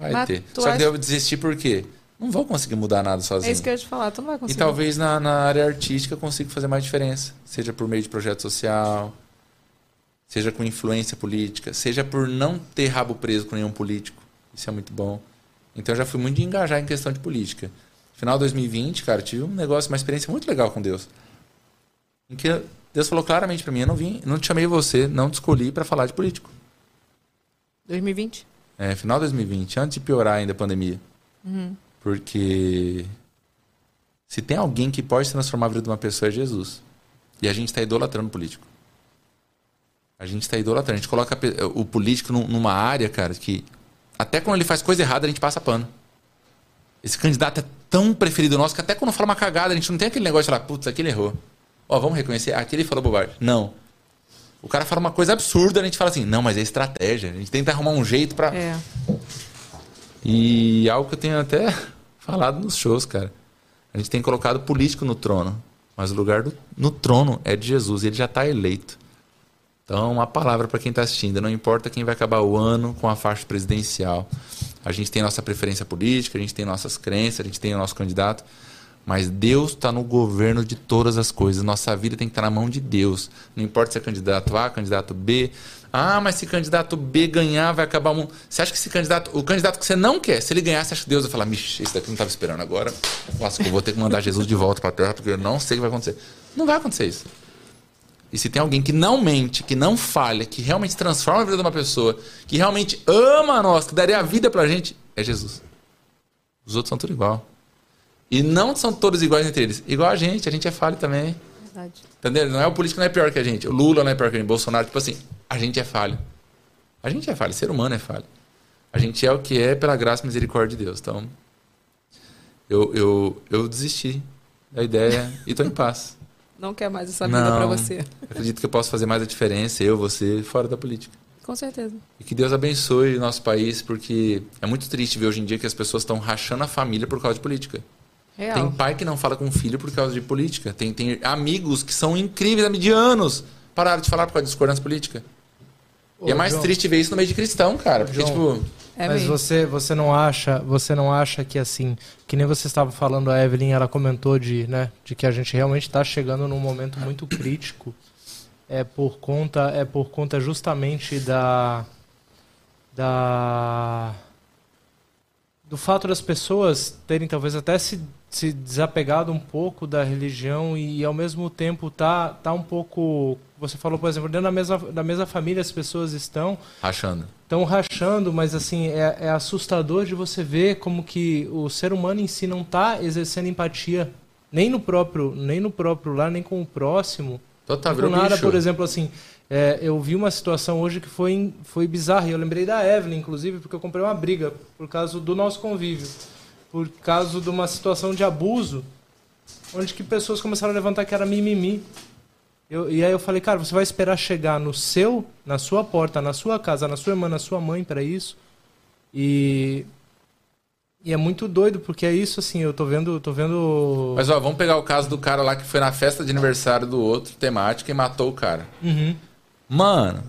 Speaker 7: Vai
Speaker 1: Mas
Speaker 7: ter.
Speaker 1: tu
Speaker 7: Só que
Speaker 1: acha-
Speaker 7: daí eu desisti por quê? Não vou conseguir mudar nada sozinho.
Speaker 1: É isso que eu ia te falar, tu não vai
Speaker 7: E
Speaker 1: conseguir.
Speaker 7: talvez na, na área artística eu consiga fazer mais diferença. Seja por meio de projeto social, seja com influência política, seja por não ter rabo preso com nenhum político. Isso é muito bom. Então eu já fui muito de engajar em questão de política. Final de 2020, cara, eu tive um negócio, uma experiência muito legal com Deus. Em que Deus falou claramente pra mim, eu não vim, não te chamei você, não te escolhi pra falar de político.
Speaker 1: 2020?
Speaker 7: É, final de 2020, antes de piorar ainda a pandemia. Porque se tem alguém que pode transformar a vida de uma pessoa é Jesus. E a gente está idolatrando o político. A gente está idolatrando. A gente coloca a pe- o político num- numa área, cara, que até quando ele faz coisa errada a gente passa pano. Esse candidato é tão preferido nosso que até quando fala uma cagada a gente não tem aquele negócio de falar, putz, aquele errou. Ó, vamos reconhecer, aquele falou bobagem. Não. O cara fala uma coisa absurda, a gente fala assim, não, mas é estratégia. A gente tenta arrumar um jeito pra.
Speaker 1: É.
Speaker 7: E algo que eu tenho até [laughs] falado nos shows, cara. A gente tem colocado político no trono, mas o lugar do- no trono é de Jesus, e ele já está eleito. Então, uma palavra para quem está assistindo, não importa quem vai acabar o ano com a faixa presidencial. A gente tem nossa preferência política, a gente tem nossas crenças, a gente tem o nosso candidato, mas Deus está no governo de todas as coisas. Nossa vida tem que estar na mão de Deus. Não importa se é candidato A, candidato B. Ah, mas se candidato B ganhar, vai acabar o mundo. Você acha que esse candidato, o candidato que você não quer, se ele ganhar, você acha que Deus vai falar, "Mixe, esse daqui não estava esperando agora. Nossa, eu vou ter que mandar Jesus de volta para a terra, porque eu não sei o que vai acontecer. Não vai acontecer isso. E se tem alguém que não mente, que não falha, que realmente transforma a vida de uma pessoa, que realmente ama a nós, que daria a vida pra gente, é Jesus. Os outros são tudo igual. E não são todos iguais entre eles. Igual a gente, a gente é falho também.
Speaker 1: Verdade.
Speaker 7: Entendeu? Não é o político que não é pior que a gente. O Lula não é pior que a gente. Bolsonaro, tipo assim, a gente é falho. A gente é falho, ser humano é falho. A gente é o que é pela graça e misericórdia de Deus. Então, eu, eu, eu desisti da ideia e tô em paz.
Speaker 1: Não quer mais essa vida pra você.
Speaker 7: Acredito que eu posso fazer mais a diferença, eu, você, fora da política.
Speaker 1: Com certeza.
Speaker 7: E que Deus abençoe o nosso país, porque é muito triste ver hoje em dia que as pessoas estão rachando a família por causa de política. Tem
Speaker 1: Real.
Speaker 7: pai que não fala com o filho por causa de política. Tem, tem amigos que são incríveis, de anos, pararam de falar por causa de discordância política. e é mais
Speaker 5: João.
Speaker 7: triste ver isso no meio de cristão, cara. Porque,
Speaker 5: João.
Speaker 7: tipo,
Speaker 1: É
Speaker 5: Mas
Speaker 1: mesmo.
Speaker 5: você, você não acha, você não acha que assim, que nem você estava falando, a Evelyn, ela comentou de, né, de que a gente realmente está chegando num momento muito crítico. É por conta, é por conta justamente da da do fato das pessoas terem talvez até se, se desapegado um pouco da religião e, ao mesmo tempo tá tá um pouco, você falou, por exemplo, dentro da mesma da mesma família as pessoas estão
Speaker 7: rachando.
Speaker 5: estão rachando, mas assim, é, é assustador de você ver como que o ser humano em si não está exercendo empatia, nem no próprio, nem no próprio lar, nem com o próximo.
Speaker 7: Total,
Speaker 5: Do
Speaker 7: virou
Speaker 5: nada,
Speaker 7: bicho.
Speaker 5: por exemplo, assim, é, eu vi uma situação hoje que foi, em- foi bizarra. E eu lembrei da Evelyn, inclusive, porque eu comprei uma briga por causa do nosso convívio. Por causa de uma situação de abuso onde que pessoas começaram a levantar que era mimimi. Eu- e aí eu falei, cara, você vai esperar chegar no seu, na sua porta, na sua casa, na sua irmã, na sua mãe para isso? E e é muito doido porque é isso assim, eu tô vendo, tô vendo
Speaker 7: Mas ó, vamos pegar o caso do cara lá que foi na festa de aniversário do outro, temática, e matou o cara.
Speaker 5: Uhum.
Speaker 7: Mano,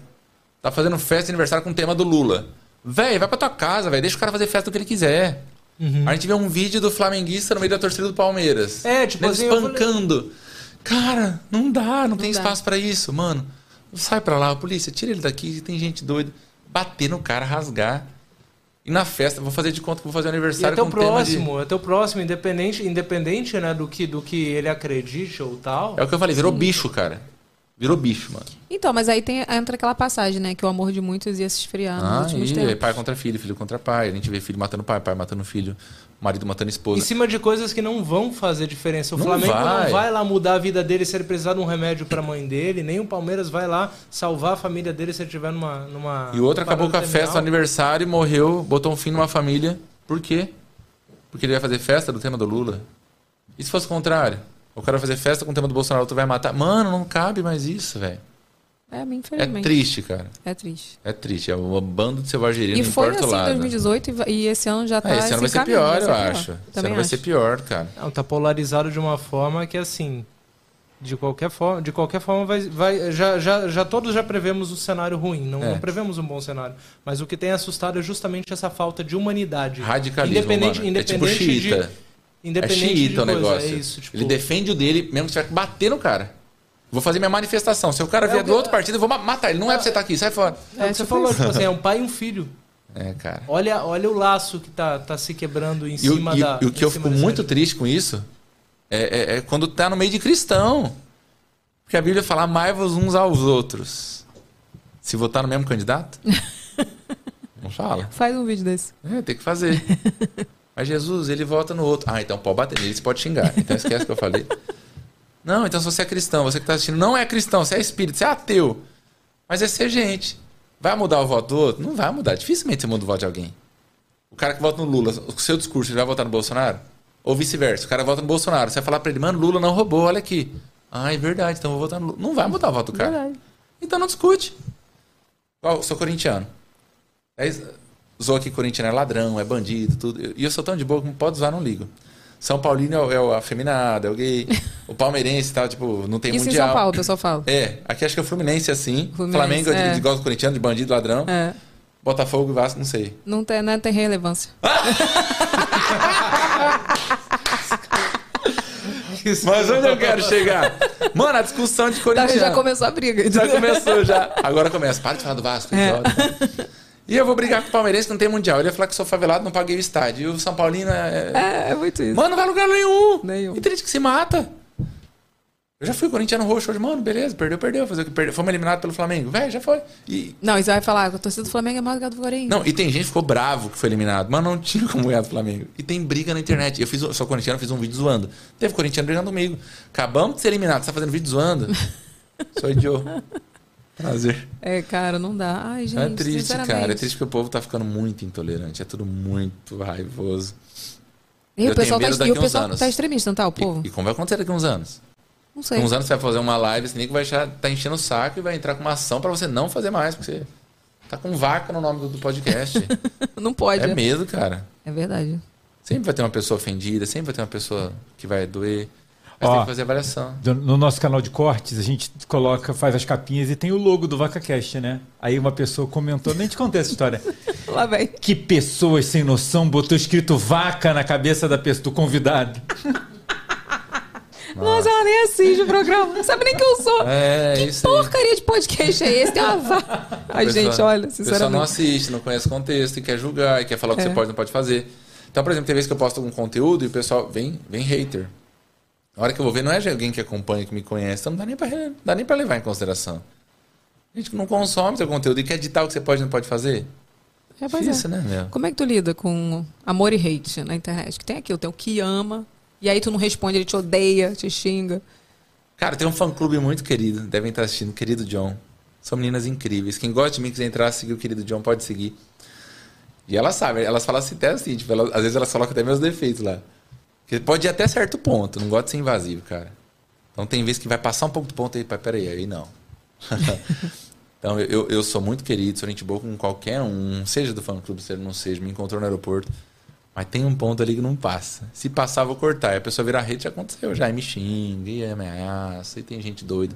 Speaker 7: tá fazendo festa de aniversário com o tema do Lula. Véi, vai pra tua casa, velho. Deixa o cara fazer festa do que ele quiser.
Speaker 5: Uhum.
Speaker 7: A gente vê um vídeo do flamenguista no meio da torcida do Palmeiras.
Speaker 5: É, tipo
Speaker 7: Nego
Speaker 5: assim, eu falei-
Speaker 7: espancando. Cara, não dá, não, tem
Speaker 1: dá.
Speaker 7: espaço pra isso, mano. Sai pra lá, polícia, tira ele daqui, tem gente doida. Bater no cara, rasgar. E na festa, vou fazer de conta que vou fazer
Speaker 5: E
Speaker 7: aniversário
Speaker 5: até o
Speaker 7: com tema de...
Speaker 5: próximo, até o próximo, independente, independente, né, do que, do que ele acredite ou tal.
Speaker 7: É o que eu falei, virou bicho, cara. Virou bicho, mano.
Speaker 1: Então, mas aí tem, entra aquela passagem, né? Que o amor de muitos ia se esfriar nos
Speaker 7: Ah,
Speaker 1: últimos
Speaker 7: e, é
Speaker 1: tempos.
Speaker 7: pai contra filho, filho contra pai. A gente vê filho matando pai, pai matando filho, marido matando
Speaker 5: Em
Speaker 7: esposa.
Speaker 5: cima de coisas que não vão fazer diferença. O
Speaker 7: Não
Speaker 5: Flamengo
Speaker 7: vai.
Speaker 5: não vai lá mudar a vida dele se ele precisar de um remédio pra mãe dele, nem o Palmeiras vai lá salvar a família dele se ele tiver numa. numa
Speaker 7: E o outro acabou com a
Speaker 5: parada
Speaker 7: festa do
Speaker 5: terminal.
Speaker 7: aniversário e morreu, botou um fim numa família. Por quê? Porque ele vai fazer festa do tema do Lula. E se fosse o contrário? O cara vai fazer festa com o tema do Bolsonaro, o outro vai matar. Mano, não cabe mais isso, velho.
Speaker 1: É,
Speaker 7: É
Speaker 1: infelizmente.
Speaker 7: triste, cara.
Speaker 1: É triste.
Speaker 7: É triste. É uma banda de selvageria
Speaker 1: E
Speaker 7: não
Speaker 1: foi
Speaker 7: importa
Speaker 1: assim
Speaker 7: o
Speaker 1: em
Speaker 7: lado.
Speaker 1: 2018 e va- e esse ano já tá.
Speaker 7: Ah, esse ano vai ser
Speaker 1: caminho,
Speaker 7: pior, eu
Speaker 1: pior.
Speaker 7: acho. Esse
Speaker 1: Também
Speaker 7: ano vai
Speaker 1: acho.
Speaker 7: ser pior, cara.
Speaker 5: Não, tá polarizado de uma forma que assim. De qualquer forma, de qualquer forma vai, vai- já, já, já todos já prevemos um cenário ruim, não,
Speaker 7: É.
Speaker 5: não prevemos um bom cenário. Mas o que tem assustado é justamente essa falta de humanidade.
Speaker 7: Radicalismo,
Speaker 5: independente,
Speaker 7: mano. É tipo
Speaker 5: Independente
Speaker 7: xiita.
Speaker 5: de,
Speaker 7: É
Speaker 5: independente de
Speaker 7: xiita o
Speaker 5: coisa,
Speaker 7: negócio.
Speaker 5: É isso, tipo,
Speaker 7: Ele defende o dele, mesmo que tiver que bater no cara. Vou fazer minha manifestação. Se o cara vier do outro partido, eu vou ma- matar ele. Não é pra você estar aqui, sai fora.
Speaker 5: é o que você falou, tipo assim,
Speaker 7: [laughs]
Speaker 5: é um pai e um filho.
Speaker 7: É, cara.
Speaker 5: Olha, olha o laço que tá, tá se quebrando em
Speaker 7: E, o-
Speaker 5: cima
Speaker 7: e-
Speaker 5: da.
Speaker 7: e o que
Speaker 5: em
Speaker 7: eu
Speaker 5: cima
Speaker 7: fico
Speaker 5: dessa
Speaker 7: muito
Speaker 5: religião.
Speaker 7: triste com isso é, é- é quando tá no meio de cristão. Porque a Bíblia fala, amai-vos uns aos outros. Se votar no mesmo
Speaker 5: [laughs]
Speaker 7: candidato? não fala.
Speaker 1: Faz um vídeo desse.
Speaker 7: É, tem que fazer. Mas Jesus, ele vota no outro. Ah, então pode bater nele, você pode xingar. Então esquece que eu falei. Não, então se você é cristão, você que está assistindo, não é cristão, você é espírito, você é ateu. Mas é ser gente. Vai mudar o voto do outro? Não vai mudar. Dificilmente você muda o voto de alguém. O cara que vota no Lula, o seu discurso, ele vai votar no Bolsonaro? Ou vice-versa, o cara vota no Bolsonaro, você vai falar pra ele, mano, Lula não roubou, olha aqui. Ah, é verdade, então eu vou votar no Lula. Não vai mudar o voto do cara. Então não discute. Ó, eu sou corintiano. Aí zoa que corintiano é ladrão, é bandido, tudo. E eu sou tão de boa que não pode zoar, não ligo. São Paulino é o, é o afeminado, é
Speaker 1: [laughs]
Speaker 7: o gay. O palmeirense e tal, tipo, não tem
Speaker 1: Isso em
Speaker 7: mundial.
Speaker 1: São Paulo, o pessoal fala.
Speaker 7: É, aqui acho que é o Fluminense é assim.
Speaker 1: Fluminense,
Speaker 7: Flamengo é.
Speaker 1: é.
Speaker 7: de- igual do corintiano, de bandido, ladrão.
Speaker 1: É.
Speaker 7: Botafogo e Vasco, não sei.
Speaker 1: Não tem, não é, tem relevância.
Speaker 7: Mas onde eu quero chegar? Mano, a discussão de
Speaker 1: Tá, [laughs]
Speaker 7: corintiano.
Speaker 1: já começou a briga.
Speaker 7: Já começou, já. Agora começa. Para de falar do Vasco,
Speaker 1: É.
Speaker 7: idiota. E eu vou brigar com o palmeirense, não tem mundial. Ele ia falar que sou favelado, não paguei o estádio. E o São Paulino é...
Speaker 1: É, é muito isso.
Speaker 7: Mano, não vai a lugar nenhum.
Speaker 1: Nenhum.
Speaker 7: E tem gente que se mata. Eu já fui corintiano roxo hoje, mano, beleza, perdeu, perdeu. Fazer o que perdeu. Fomos eliminados pelo Flamengo. Véi, já foi. E,
Speaker 1: Não, e você vai falar, a torcida do Flamengo é mais do que a do Corinthians.
Speaker 7: não, e tem gente que ficou bravo que foi eliminado, mas não tinha [laughs] como ganhar do Flamengo. E tem briga na internet. Eu fiz, eu sou corintiano, fiz um vídeo zoando. Teve corintiano brigando comigo. Acabamos de ser eliminado, você tá fazendo
Speaker 1: [laughs]
Speaker 7: vídeo zoando? sou idiota. Prazer.
Speaker 1: É, cara, não dá. Ai, gente,
Speaker 7: é triste,
Speaker 1: sinceramente.
Speaker 7: cara. É triste porque o povo tá ficando muito intolerante. É tudo muito raivoso.
Speaker 1: E
Speaker 7: Eu
Speaker 1: o pessoal,
Speaker 7: tenho medo
Speaker 1: tá, e
Speaker 7: daqui
Speaker 1: o
Speaker 7: uns
Speaker 1: pessoal
Speaker 7: anos.
Speaker 1: tá extremista, não tá? O
Speaker 7: E,
Speaker 1: povo?
Speaker 7: e como vai acontecer daqui a uns anos?
Speaker 1: Não sei.
Speaker 7: Uns anos você vai fazer uma live, esse nego vai estar tá enchendo o saco e vai entrar com uma ação pra você não fazer mais, porque você tá com vaca no nome do, do
Speaker 1: [laughs]
Speaker 7: podcast.
Speaker 1: Não pode.
Speaker 7: é
Speaker 1: É,
Speaker 7: medo, cara.
Speaker 1: é verdade.
Speaker 7: Sempre vai ter uma pessoa ofendida, sempre vai ter uma pessoa que vai doer. Mas
Speaker 2: Ó.
Speaker 7: tem que fazer avaliação.
Speaker 2: Do- No nosso canal de cortes, a gente coloca, faz as capinhas e tem o logo do VacaCast, né? Aí uma pessoa comentou, nem te contei
Speaker 1: [laughs]
Speaker 2: essa história.
Speaker 1: Lá vem.
Speaker 2: Que pessoas sem noção botou escrito vaca na cabeça da pessoa, do convidado.
Speaker 1: Nossa, ela nem assiste
Speaker 7: [laughs]
Speaker 1: o programa. Não sabe nem quem eu sou.
Speaker 7: É, isso aí.
Speaker 1: Porcaria de podcast é esse? Tem
Speaker 7: [laughs]
Speaker 1: uma vá. Ai,
Speaker 7: A pessoa-
Speaker 1: gente, olha,
Speaker 7: A pessoa não
Speaker 1: sinceramente.
Speaker 7: assiste, não conhece o contexto e quer julgar, e quer falar o que
Speaker 1: É.
Speaker 7: você pode e não pode fazer. Então, por exemplo, tem vezes que eu posto algum conteúdo e o pessoal vem, vem hater. Na hora que eu vou ver, não é de alguém que acompanha, que me conhece. Então não dá nem pra, re- dá nem pra levar em consideração. A gente que não consome seu conteúdo e quer editar o que você pode e não pode fazer.
Speaker 1: É,
Speaker 7: É
Speaker 1: pois é.
Speaker 7: difícil, né, meu?
Speaker 1: Como é que tu lida com amor e hate na internet? Que tem aquilo, tem o que ama, e aí tu não responde, ele te odeia, te xinga.
Speaker 7: Cara, tem um fã-clube muito querido. Devem estar assistindo. Querido John. São meninas incríveis. Quem gosta de mim, quiser entrar, seguir o querido John, pode seguir. E elas sabem. Elas falam assim, até assim. Tipo, elas- às vezes elas colocam até meus defeitos lá. Porque pode ir até certo ponto, não gosto de ser invasivo, cara. Então tem vezes que vai passar um pouco do ponto aí, pá, peraí, aí não. [laughs] então eu, eu sou muito querido, sou gente boa com qualquer um, seja do fã clube, seja não seja, me encontrou no aeroporto. Mas tem um ponto ali que não passa. Se passar, vou cortar. E a pessoa virar rede, já aconteceu, já e me xinga, e ameaça, e tem gente doida.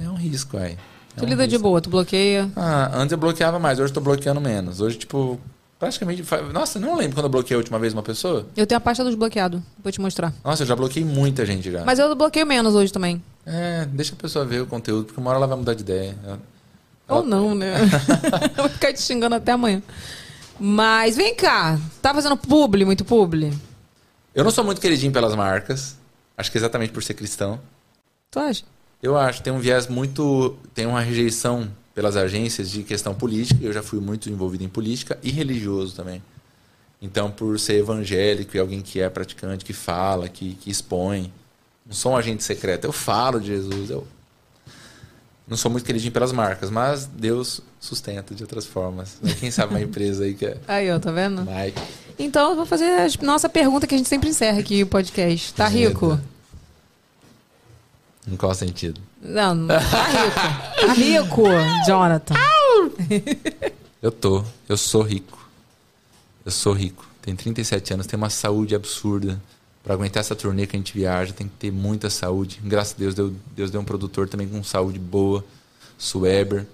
Speaker 7: É um risco, aí. É
Speaker 1: Tu
Speaker 7: um
Speaker 1: lida de
Speaker 7: risco.
Speaker 1: boa, tu bloqueia.
Speaker 7: Ah, antes eu bloqueava mais, hoje eu tô bloqueando menos. Hoje, tipo, praticamente. fa- Nossa, não lembro quando eu bloqueei a última vez uma pessoa.
Speaker 1: Eu tenho a pasta dos bloqueados, vou te mostrar.
Speaker 7: Nossa, eu já bloqueei muita gente já.
Speaker 1: Mas eu bloqueio menos hoje também.
Speaker 7: É, deixa a pessoa ver o conteúdo, porque uma hora ela vai mudar de ideia. Ela- Ah.
Speaker 1: Ou não,
Speaker 7: [laughs]
Speaker 1: né? Vou ficar te xingando até amanhã. Mas vem cá, tá fazendo publi, muito publi?
Speaker 7: Eu não sou muito queridinho pelas marcas. Acho que é exatamente por ser cristão.
Speaker 1: Tu acha?
Speaker 7: Eu acho, tem um viés muito. Tem uma rejeição pelas agências de questão política. Eu já fui muito envolvido em política e religioso também. Então, por ser evangélico e alguém que é praticante, que fala, que, que expõe. Não sou um agente secreto. Eu falo de Jesus. Eu não sou muito queridinho pelas marcas, mas Deus sustenta de outras formas. Quem sabe uma empresa aí que é.
Speaker 1: Aí, ó, tá vendo?
Speaker 7: Mike.
Speaker 1: Então eu vou fazer a nossa pergunta que a gente sempre encerra aqui o podcast. Tá rico?
Speaker 7: Em qual sentido?
Speaker 1: Não, não tá rico. Tá rico, Jonathan.
Speaker 7: Eu tô. Eu sou rico. Eu sou rico. Tenho 37 anos, tenho uma saúde absurda. Pra aguentar essa turnê que a gente viaja, tem que ter muita saúde. Graças a Deus, deu- Deus deu um produtor também com saúde boa, Sueber.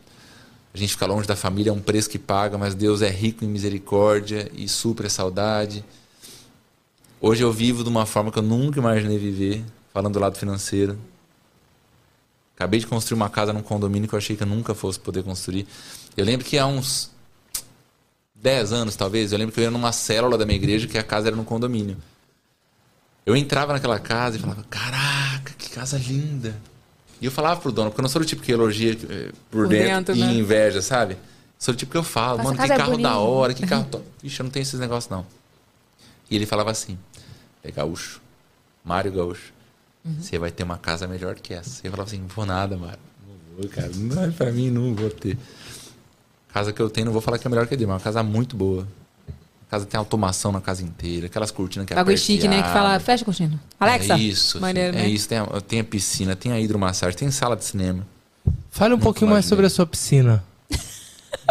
Speaker 7: A gente fica longe da família, é um preço que paga, mas Deus é rico em misericórdia e supra a saudade. Hoje eu vivo de uma forma que eu nunca imaginei viver, falando do lado financeiro. Acabei de construir uma casa num condomínio que eu achei que eu nunca fosse poder construir. Eu lembro que há uns 10 anos, talvez, eu lembro que eu ia numa célula da minha igreja que a casa era num condomínio. Eu entrava naquela casa e falava, caraca, que casa linda. E eu falava pro dono, porque eu não sou do tipo que elogia eh, por,
Speaker 1: Por dentro,
Speaker 7: dentro, e
Speaker 1: né?
Speaker 7: inveja, sabe? Sou do tipo que eu falo,
Speaker 3: Nossa,
Speaker 7: mano,
Speaker 3: a
Speaker 7: que
Speaker 3: casa é
Speaker 7: carro da
Speaker 3: bonita."
Speaker 7: hora, que carro... to-" Vixe, eu não tenho esses negócios, não. E ele falava assim: é gaúcho, Mário Gaúcho,
Speaker 1: Uhum.
Speaker 7: você vai ter uma casa melhor que essa. Eu falava assim: não vou nada, Mário. Não vou, cara. Não é pra mim, não vou ter. Casa que eu tenho, não vou falar que é melhor que a dele, mas é uma casa muito boa. A casa tem automação na casa inteira, aquelas cortinas que
Speaker 1: Bagulho
Speaker 7: aperta e
Speaker 1: chique, né? Que fala,
Speaker 7: abre.
Speaker 1: fecha a cortina. Alexa.
Speaker 7: É isso,
Speaker 1: Maneiro,
Speaker 7: é
Speaker 1: né?
Speaker 7: isso. Tem a, tem a piscina, tem a hidromassagem, tem sala de cinema.
Speaker 5: Fale um pouquinho mais
Speaker 7: imaginei.
Speaker 5: sobre a sua piscina.
Speaker 1: [laughs]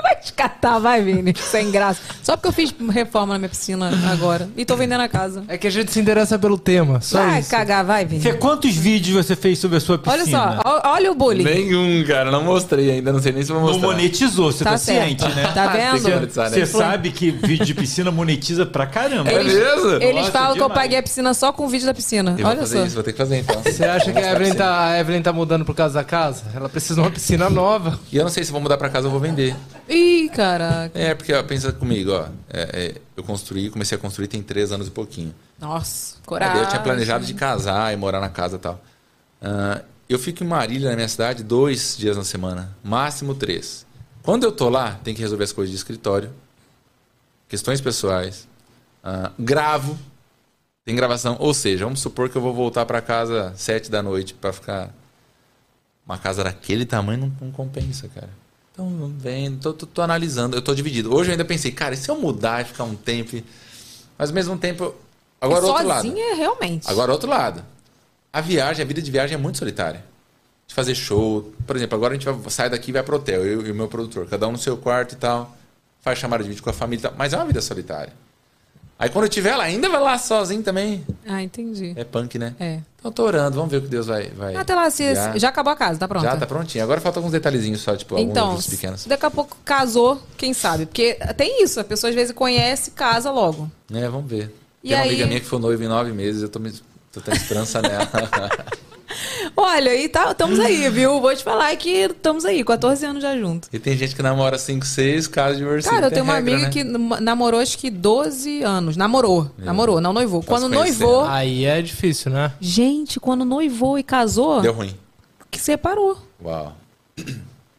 Speaker 1: Vai te catar, vai, Vini. Sem graça. Só porque eu fiz reforma na minha piscina agora. E tô vendendo a casa.
Speaker 5: É que a gente se interessa pelo tema, só
Speaker 1: Vai
Speaker 5: isso.
Speaker 1: cagar, vai, Vini.
Speaker 2: Fê, quantos vídeos você fez sobre a sua
Speaker 1: Olha
Speaker 2: piscina?
Speaker 1: só, ó- olha o bullying.
Speaker 7: Nenhum, cara. Não mostrei ainda, não sei nem se vou
Speaker 2: Não
Speaker 7: mostrar.
Speaker 2: monetizou, você tá,
Speaker 1: Tá certo.
Speaker 2: ciente, né?
Speaker 1: Tá
Speaker 7: Tem que
Speaker 1: vendo?
Speaker 7: monetizar, né?
Speaker 2: Você sabe que vídeo de piscina monetiza pra caramba.
Speaker 7: É mesmo?
Speaker 1: Eles
Speaker 2: Nossa,
Speaker 1: falam que eu
Speaker 2: demais.
Speaker 1: paguei a piscina só com o vídeo da piscina.
Speaker 7: Eu
Speaker 1: olha
Speaker 7: vou fazer
Speaker 1: só.
Speaker 7: isso, vou ter que fazer então.
Speaker 5: Você acha que a Evelyn, tá, a Evelyn tá mudando por causa da casa? Ela precisa de uma piscina nova.
Speaker 7: E eu não sei se vou mudar pra casa ou vou vender.
Speaker 1: Ih, caraca.
Speaker 7: É, porque ó, pensa comigo, ó. É, é, eu construí, comecei a construir tem três anos e pouquinho.
Speaker 1: Nossa,
Speaker 7: É, Daí
Speaker 1: coragem.
Speaker 7: eu tinha planejado de casar e morar na casa e tal. Ah, eu fico em Marília, na minha cidade, dois dias na semana. Máximo três. Quando eu tô lá, tem que resolver as coisas de escritório. Questões pessoais. ah, gravo. Tem gravação. Ou seja, vamos supor que eu vou voltar pra casa sete da noite pra ficar... Uma casa daquele tamanho não, não compensa, cara. Então, não vem, tô, tô- tô analisando, eu tô dividido. Hoje eu ainda pensei, cara, e se eu mudar e ficar um tempo? e- Mas ao mesmo tempo. Agora, outro lado.
Speaker 1: Sozinha, realmente.
Speaker 7: Agora, outro lado. A viagem, a vida de viagem é muito solitária. De fazer show. Por exemplo, agora a gente vai, sai daqui e vai pro hotel, eu e o meu produtor. Cada um no seu quarto e tal. Faz chamada de vídeo com a família e tal. Mas é uma vida solitária. Aí quando eu tiver lá, ainda vai lá sozinho também.
Speaker 1: Ah, entendi.
Speaker 7: É punk, né?
Speaker 1: É.
Speaker 7: Então eu tô orando, vamos ver o que Deus vai. vai
Speaker 1: Até lá, se,
Speaker 7: guiar.
Speaker 1: já acabou a casa, tá pronto.
Speaker 7: Já tá prontinho. Agora falta alguns detalhezinhos só, tipo,
Speaker 1: Então,
Speaker 7: alguns vídeos pequenos.
Speaker 1: daqui a pouco casou, quem sabe? Porque tem isso, a pessoa às vezes conhece, casa logo.
Speaker 7: É, vamos ver.
Speaker 1: E
Speaker 7: Tem uma
Speaker 1: aí?
Speaker 7: amiga minha que foi noiva em nove meses, eu tô, me, tô tendo
Speaker 1: [laughs]
Speaker 7: esperança nela.
Speaker 1: Olha, e tá, estamos aí, viu? Vou te falar que estamos aí, 14 anos já junto.
Speaker 7: e tem gente que namora cinco, seis, casa de divorcio.
Speaker 1: Cara, eu tenho uma
Speaker 7: regra,
Speaker 1: amiga
Speaker 7: né?
Speaker 1: que nam- namorou acho que 12 anos. Namorou, namorou, não noivou.
Speaker 7: Tá
Speaker 1: Quando
Speaker 7: se conhecendo.
Speaker 1: noivou.
Speaker 5: Aí é difícil, né?
Speaker 1: Gente, quando noivou e casou,
Speaker 7: Deu ruim.
Speaker 1: que separou.
Speaker 7: Uau.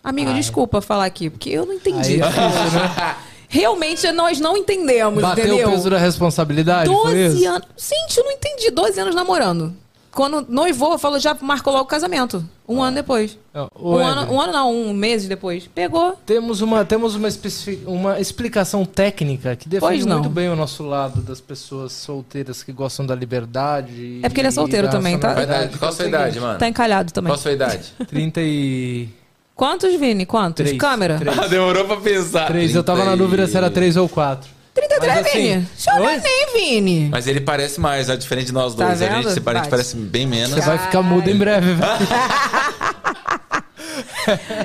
Speaker 1: Amiga, desculpa falar aqui, porque eu não entendi.
Speaker 5: Aí é difícil, né?
Speaker 1: Realmente nós não entendemos,
Speaker 5: Bateu
Speaker 1: entendeu?
Speaker 5: o peso da responsabilidade, foi
Speaker 1: 12
Speaker 5: isso?
Speaker 1: anos. Gente, eu não entendi. 12 anos namorando. quando noivou, falou, já marcou logo o casamento. Um ano depois.
Speaker 5: Não, ô,
Speaker 1: Um
Speaker 5: Evelyn.
Speaker 1: ano, um ano não, um mês depois. Pegou.
Speaker 5: Temos uma, temos uma, especi- uma explicação técnica que
Speaker 1: Pois
Speaker 5: defende
Speaker 1: não.
Speaker 5: muito bem o nosso lado das pessoas solteiras que gostam da liberdade.
Speaker 1: É porque ele é
Speaker 5: e
Speaker 1: solteiro
Speaker 5: da
Speaker 1: também, tá?
Speaker 7: Qual a
Speaker 5: racionalidade.
Speaker 7: idade? Qual a sua idade, mano?
Speaker 1: Tá encalhado também.
Speaker 7: Qual a sua [laughs] idade?
Speaker 5: 30 e...
Speaker 1: Quantos, Vini? Quantos?
Speaker 5: Três.
Speaker 1: Câmera?
Speaker 5: Três.
Speaker 7: Ah, demorou pra pensar.
Speaker 5: 3, eu tava na dúvida se era 3 ou 4.
Speaker 1: 33,
Speaker 5: Mas assim,
Speaker 1: Vini. Deixa eu
Speaker 5: oi?
Speaker 1: olhar bem, Vini.
Speaker 7: Mas ele parece mais, ó, diferente de nós
Speaker 1: Tá
Speaker 7: dois. a gente,
Speaker 1: vendo?
Speaker 7: se parece-
Speaker 1: Bate.
Speaker 7: parece bem menos.
Speaker 5: Você vai ficar mudo em breve, velho.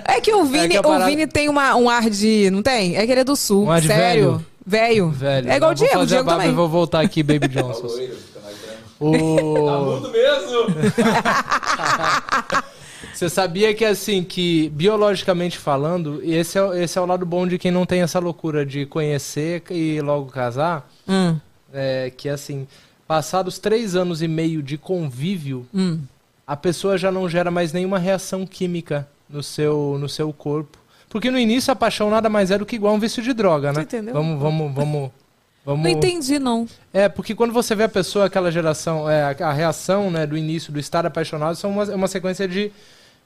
Speaker 1: É que o Vini,
Speaker 5: que a parada-
Speaker 1: o Vini tem uma, um ar de. Não tem? É que ele é do sul.
Speaker 5: Um ar de
Speaker 1: Sério. Velho.
Speaker 5: Velho,
Speaker 1: É igual o
Speaker 5: não, vou
Speaker 1: Diego, o
Speaker 5: fazer a
Speaker 1: Diego
Speaker 5: barba e
Speaker 1: também.
Speaker 5: Vou voltar aqui, Baby Johnson. o...
Speaker 7: mesmo?
Speaker 5: [laughs] Você sabia que, assim, que biologicamente falando, esse é, o- esse é o lado bom de quem não tem essa loucura de conhecer e logo casar,
Speaker 1: Hum.
Speaker 5: é, que, assim, passados três anos e meio de convívio,
Speaker 1: Hum.
Speaker 5: a pessoa já não gera mais nenhuma reação química no seu, no seu corpo. Porque no início a paixão nada mais é do que igual um vício de droga, né?
Speaker 1: Tu entendeu?
Speaker 5: Vamos, vamos, vamos... vamos...
Speaker 1: Não entendi, não.
Speaker 5: É, porque quando você vê a pessoa, aquela geração, é, a, a reação né, do início, do estar apaixonado, são uma, é uma sequência de,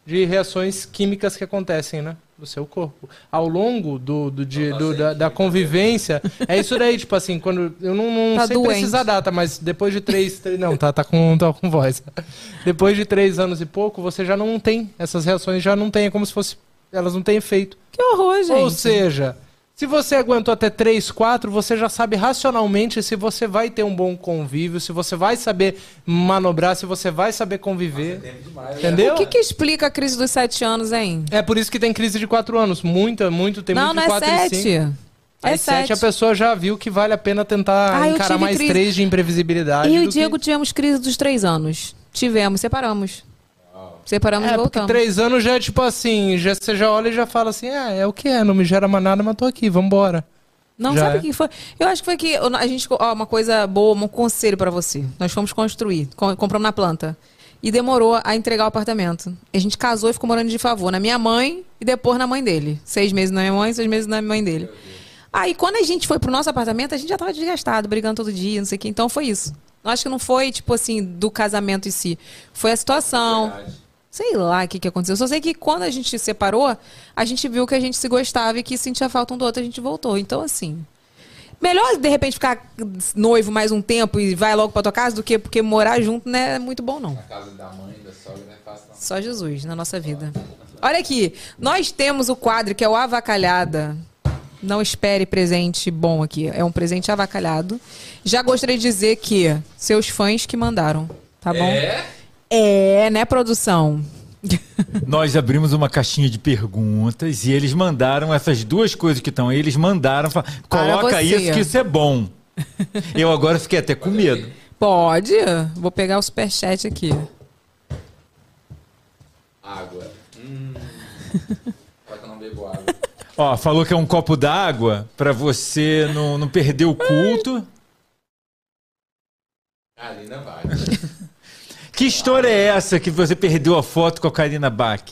Speaker 5: de reações químicas que acontecem né, no seu corpo. Ao longo do, do, de- do- da, da convivência, é isso daí, tipo assim, quando. Eu não, não
Speaker 1: Tá
Speaker 5: sei
Speaker 1: doente.
Speaker 5: precisar a data, mas depois de três. três- não, tá, tá, com, tá com voz. Depois de três anos e pouco, você já não tem. Essas reações já não tem, é como se fosse. Elas não têm efeito.
Speaker 1: Que horror, gente.
Speaker 5: Ou seja, se você aguentou até 3, 4, você já sabe racionalmente se você vai ter um bom convívio, se você vai saber manobrar, se você vai saber conviver. entendeu?
Speaker 1: O que, que explica a crise dos sete anos, hein?
Speaker 5: É por isso que tem crise de 4 anos. Muita, muito, tem
Speaker 1: não,
Speaker 5: muito
Speaker 1: não
Speaker 5: de
Speaker 1: é
Speaker 5: 4 e 5.
Speaker 1: sete. É
Speaker 5: Aí sete,
Speaker 1: sete.
Speaker 5: a pessoa já viu que vale a pena tentar
Speaker 1: Ah, eu
Speaker 5: encarar
Speaker 1: tive
Speaker 5: mais
Speaker 1: crise.
Speaker 5: três de imprevisibilidade.
Speaker 1: Eu e
Speaker 5: do É,
Speaker 1: o Diego tivemos crise dos três anos. Tivemos, separamos. Separamos
Speaker 5: Que...
Speaker 1: e
Speaker 5: É, porque
Speaker 1: voltamos.
Speaker 5: três anos já é tipo assim, já, você já olha e já fala assim, ah, é o que é, não me gera mais nada, mas tô aqui, vambora.
Speaker 1: Não,
Speaker 5: Já
Speaker 1: sabe
Speaker 5: é.
Speaker 1: o que foi? Eu acho que foi que a gente. Ó, uma coisa boa, um conselho pra você. Nós fomos construir, com- compramos na planta. E demorou a entregar o apartamento. A gente casou e ficou morando de favor na minha mãe e depois na mãe dele. Seis meses na minha mãe, seis meses na mãe dele. Aí, quando a gente foi pro nosso apartamento, a gente já tava desgastado, brigando todo dia, não sei o que. Então, foi isso. Eu Acho que não foi, tipo assim, do casamento em si. Foi a situação. Sei lá o que, que aconteceu. Só sei que quando a gente se separou, a gente viu que a gente se gostava e que sentia falta um do outro, a gente voltou. Então, assim. Melhor, de repente, ficar noivo mais um tempo e vai logo pra tua casa do que porque morar junto não é muito bom, não.
Speaker 7: Casa da mãe, da sogra, não é fácil, não.
Speaker 1: Só Jesus na nossa vida. Olha aqui, nós temos o quadro que é o Avacalhada. Não espere presente bom aqui. É um presente avacalhado. Já gostaria de dizer que seus fãs que mandaram, tá bom?
Speaker 7: É?
Speaker 1: É, né, produção?
Speaker 2: Nós abrimos uma caixinha de perguntas e eles mandaram essas duas coisas que estão aí. Eles mandaram, fa- coloca
Speaker 1: você.
Speaker 2: isso que isso é bom. Eu agora fiquei até com medo.
Speaker 1: Pode? Vou pegar o superchat aqui.
Speaker 7: Água. Hum. Só que eu não bebo [laughs] água.
Speaker 2: Ó, falou que é um copo d'água pra você não, não perder o culto.
Speaker 7: Carina Ah, vai. [laughs]
Speaker 2: Que história é essa que você perdeu a foto com a Karina Bach?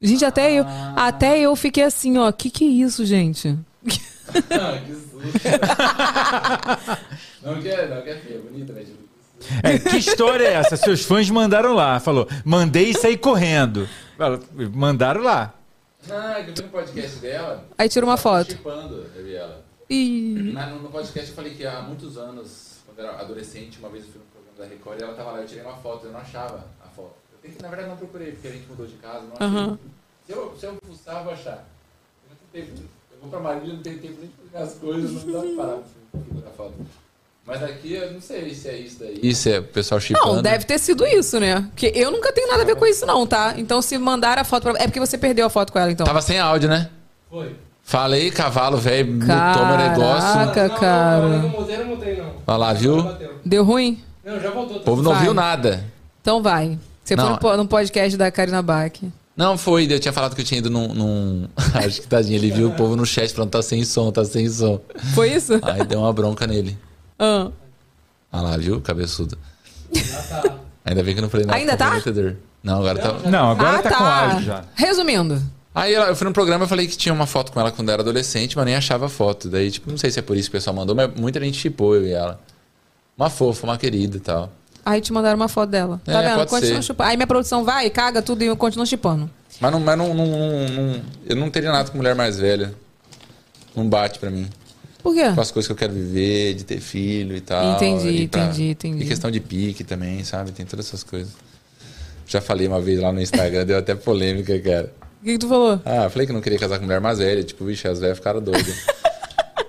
Speaker 1: Gente, até eu, até eu fiquei assim, ó. Que que é isso, gente?
Speaker 7: Ah, que susto. não quer, não quer feia, bonita, né, tipo? mas...
Speaker 2: É, que história é essa? Seus fãs mandaram lá. Falou, mandei e saí correndo. Fala, Mandaram lá.
Speaker 7: Ah, que eu vi no podcast dela.
Speaker 1: Aí tira uma foto.
Speaker 7: Chipando, eu vi ela.
Speaker 1: Ih.
Speaker 7: Na- no, no podcast eu falei que há muitos anos, quando eu era adolescente, uma vez eu fui no programa da Record e ela tava lá, eu tirei uma foto, eu não achava a foto. Eu tenho que, na verdade, não procurei, porque a gente mudou de casa, não achei. Se, eu, se eu fuçar, eu vou achar. Eu não tenho tempo. Eu vou pra Marília, não tenho tempo nem de procurar as coisas, não dá pra parar pra procurar foto. Mas aqui eu não sei se é isso daí. Isso é o pessoal chipando.
Speaker 1: Não, deve ter sido isso, né? Porque eu nunca tenho nada a ver com isso, não, tá? Então, se mandaram a foto pra. É porque você perdeu a foto com ela, então.
Speaker 7: Tava sem áudio, né?
Speaker 5: Foi.
Speaker 7: Falei, cavalo, velho, toma Tá, negócio.
Speaker 1: Caraca, cara.
Speaker 5: mudei, não mudei, não.
Speaker 7: Olha lá, viu? O
Speaker 5: Bateu.
Speaker 1: Deu ruim?
Speaker 5: Não, já voltou. tá
Speaker 7: povo
Speaker 1: não
Speaker 7: não
Speaker 1: Vai. viu
Speaker 7: viu nada.
Speaker 1: Então vai. Você
Speaker 7: Não.
Speaker 1: foi no po- no podcast da Karina Bach.
Speaker 7: Não, foi. Eu tinha falado que eu tinha ido num. num- [laughs] Acho que tadinho, ele viu o povo no chat falando, tá sem som, tá sem som.
Speaker 1: Foi isso?
Speaker 7: Aí deu uma bronca nele.
Speaker 1: Ah.
Speaker 7: Olha lá, viu? Cabeçudo. Ainda bem que eu não falei nada.
Speaker 1: Ainda tá?
Speaker 7: comprometedor. Não, agora tá.
Speaker 2: Não,
Speaker 1: Ah,
Speaker 2: agora tá, com áudio já.
Speaker 1: Resumindo.
Speaker 7: Aí ela- eu fui no programa e falei que tinha uma foto com ela quando eu era adolescente, mas nem achava a foto. Daí, tipo, não sei se é por isso que o pessoal mandou, mas muita gente chipou eu e ela. Uma fofa, uma querida e tal.
Speaker 1: Aí te mandaram uma foto dela. Tá
Speaker 7: É,
Speaker 1: vendo?
Speaker 7: pode
Speaker 1: Continua
Speaker 7: ser.
Speaker 1: chupando. Aí minha produção vai, caga tudo e continua chipando.
Speaker 7: Mas, não, mas não, não- não- não- eu não teria nada com mulher mais velha. Não bate pra mim.
Speaker 1: Por quê?
Speaker 7: Com as coisas que eu quero viver, de ter filho e tal.
Speaker 1: Entendi,
Speaker 7: e pra-
Speaker 1: entendi, entendi.
Speaker 7: E questão de pique também, sabe? Tem todas essas coisas. Já falei uma vez lá no Instagram, [laughs] deu até polêmica, cara.
Speaker 1: O que, que tu falou?
Speaker 7: Ah, eu falei que não queria casar com mulher mais velha. Tipo, vixe, as velhas
Speaker 1: [laughs]
Speaker 7: ficaram doidas.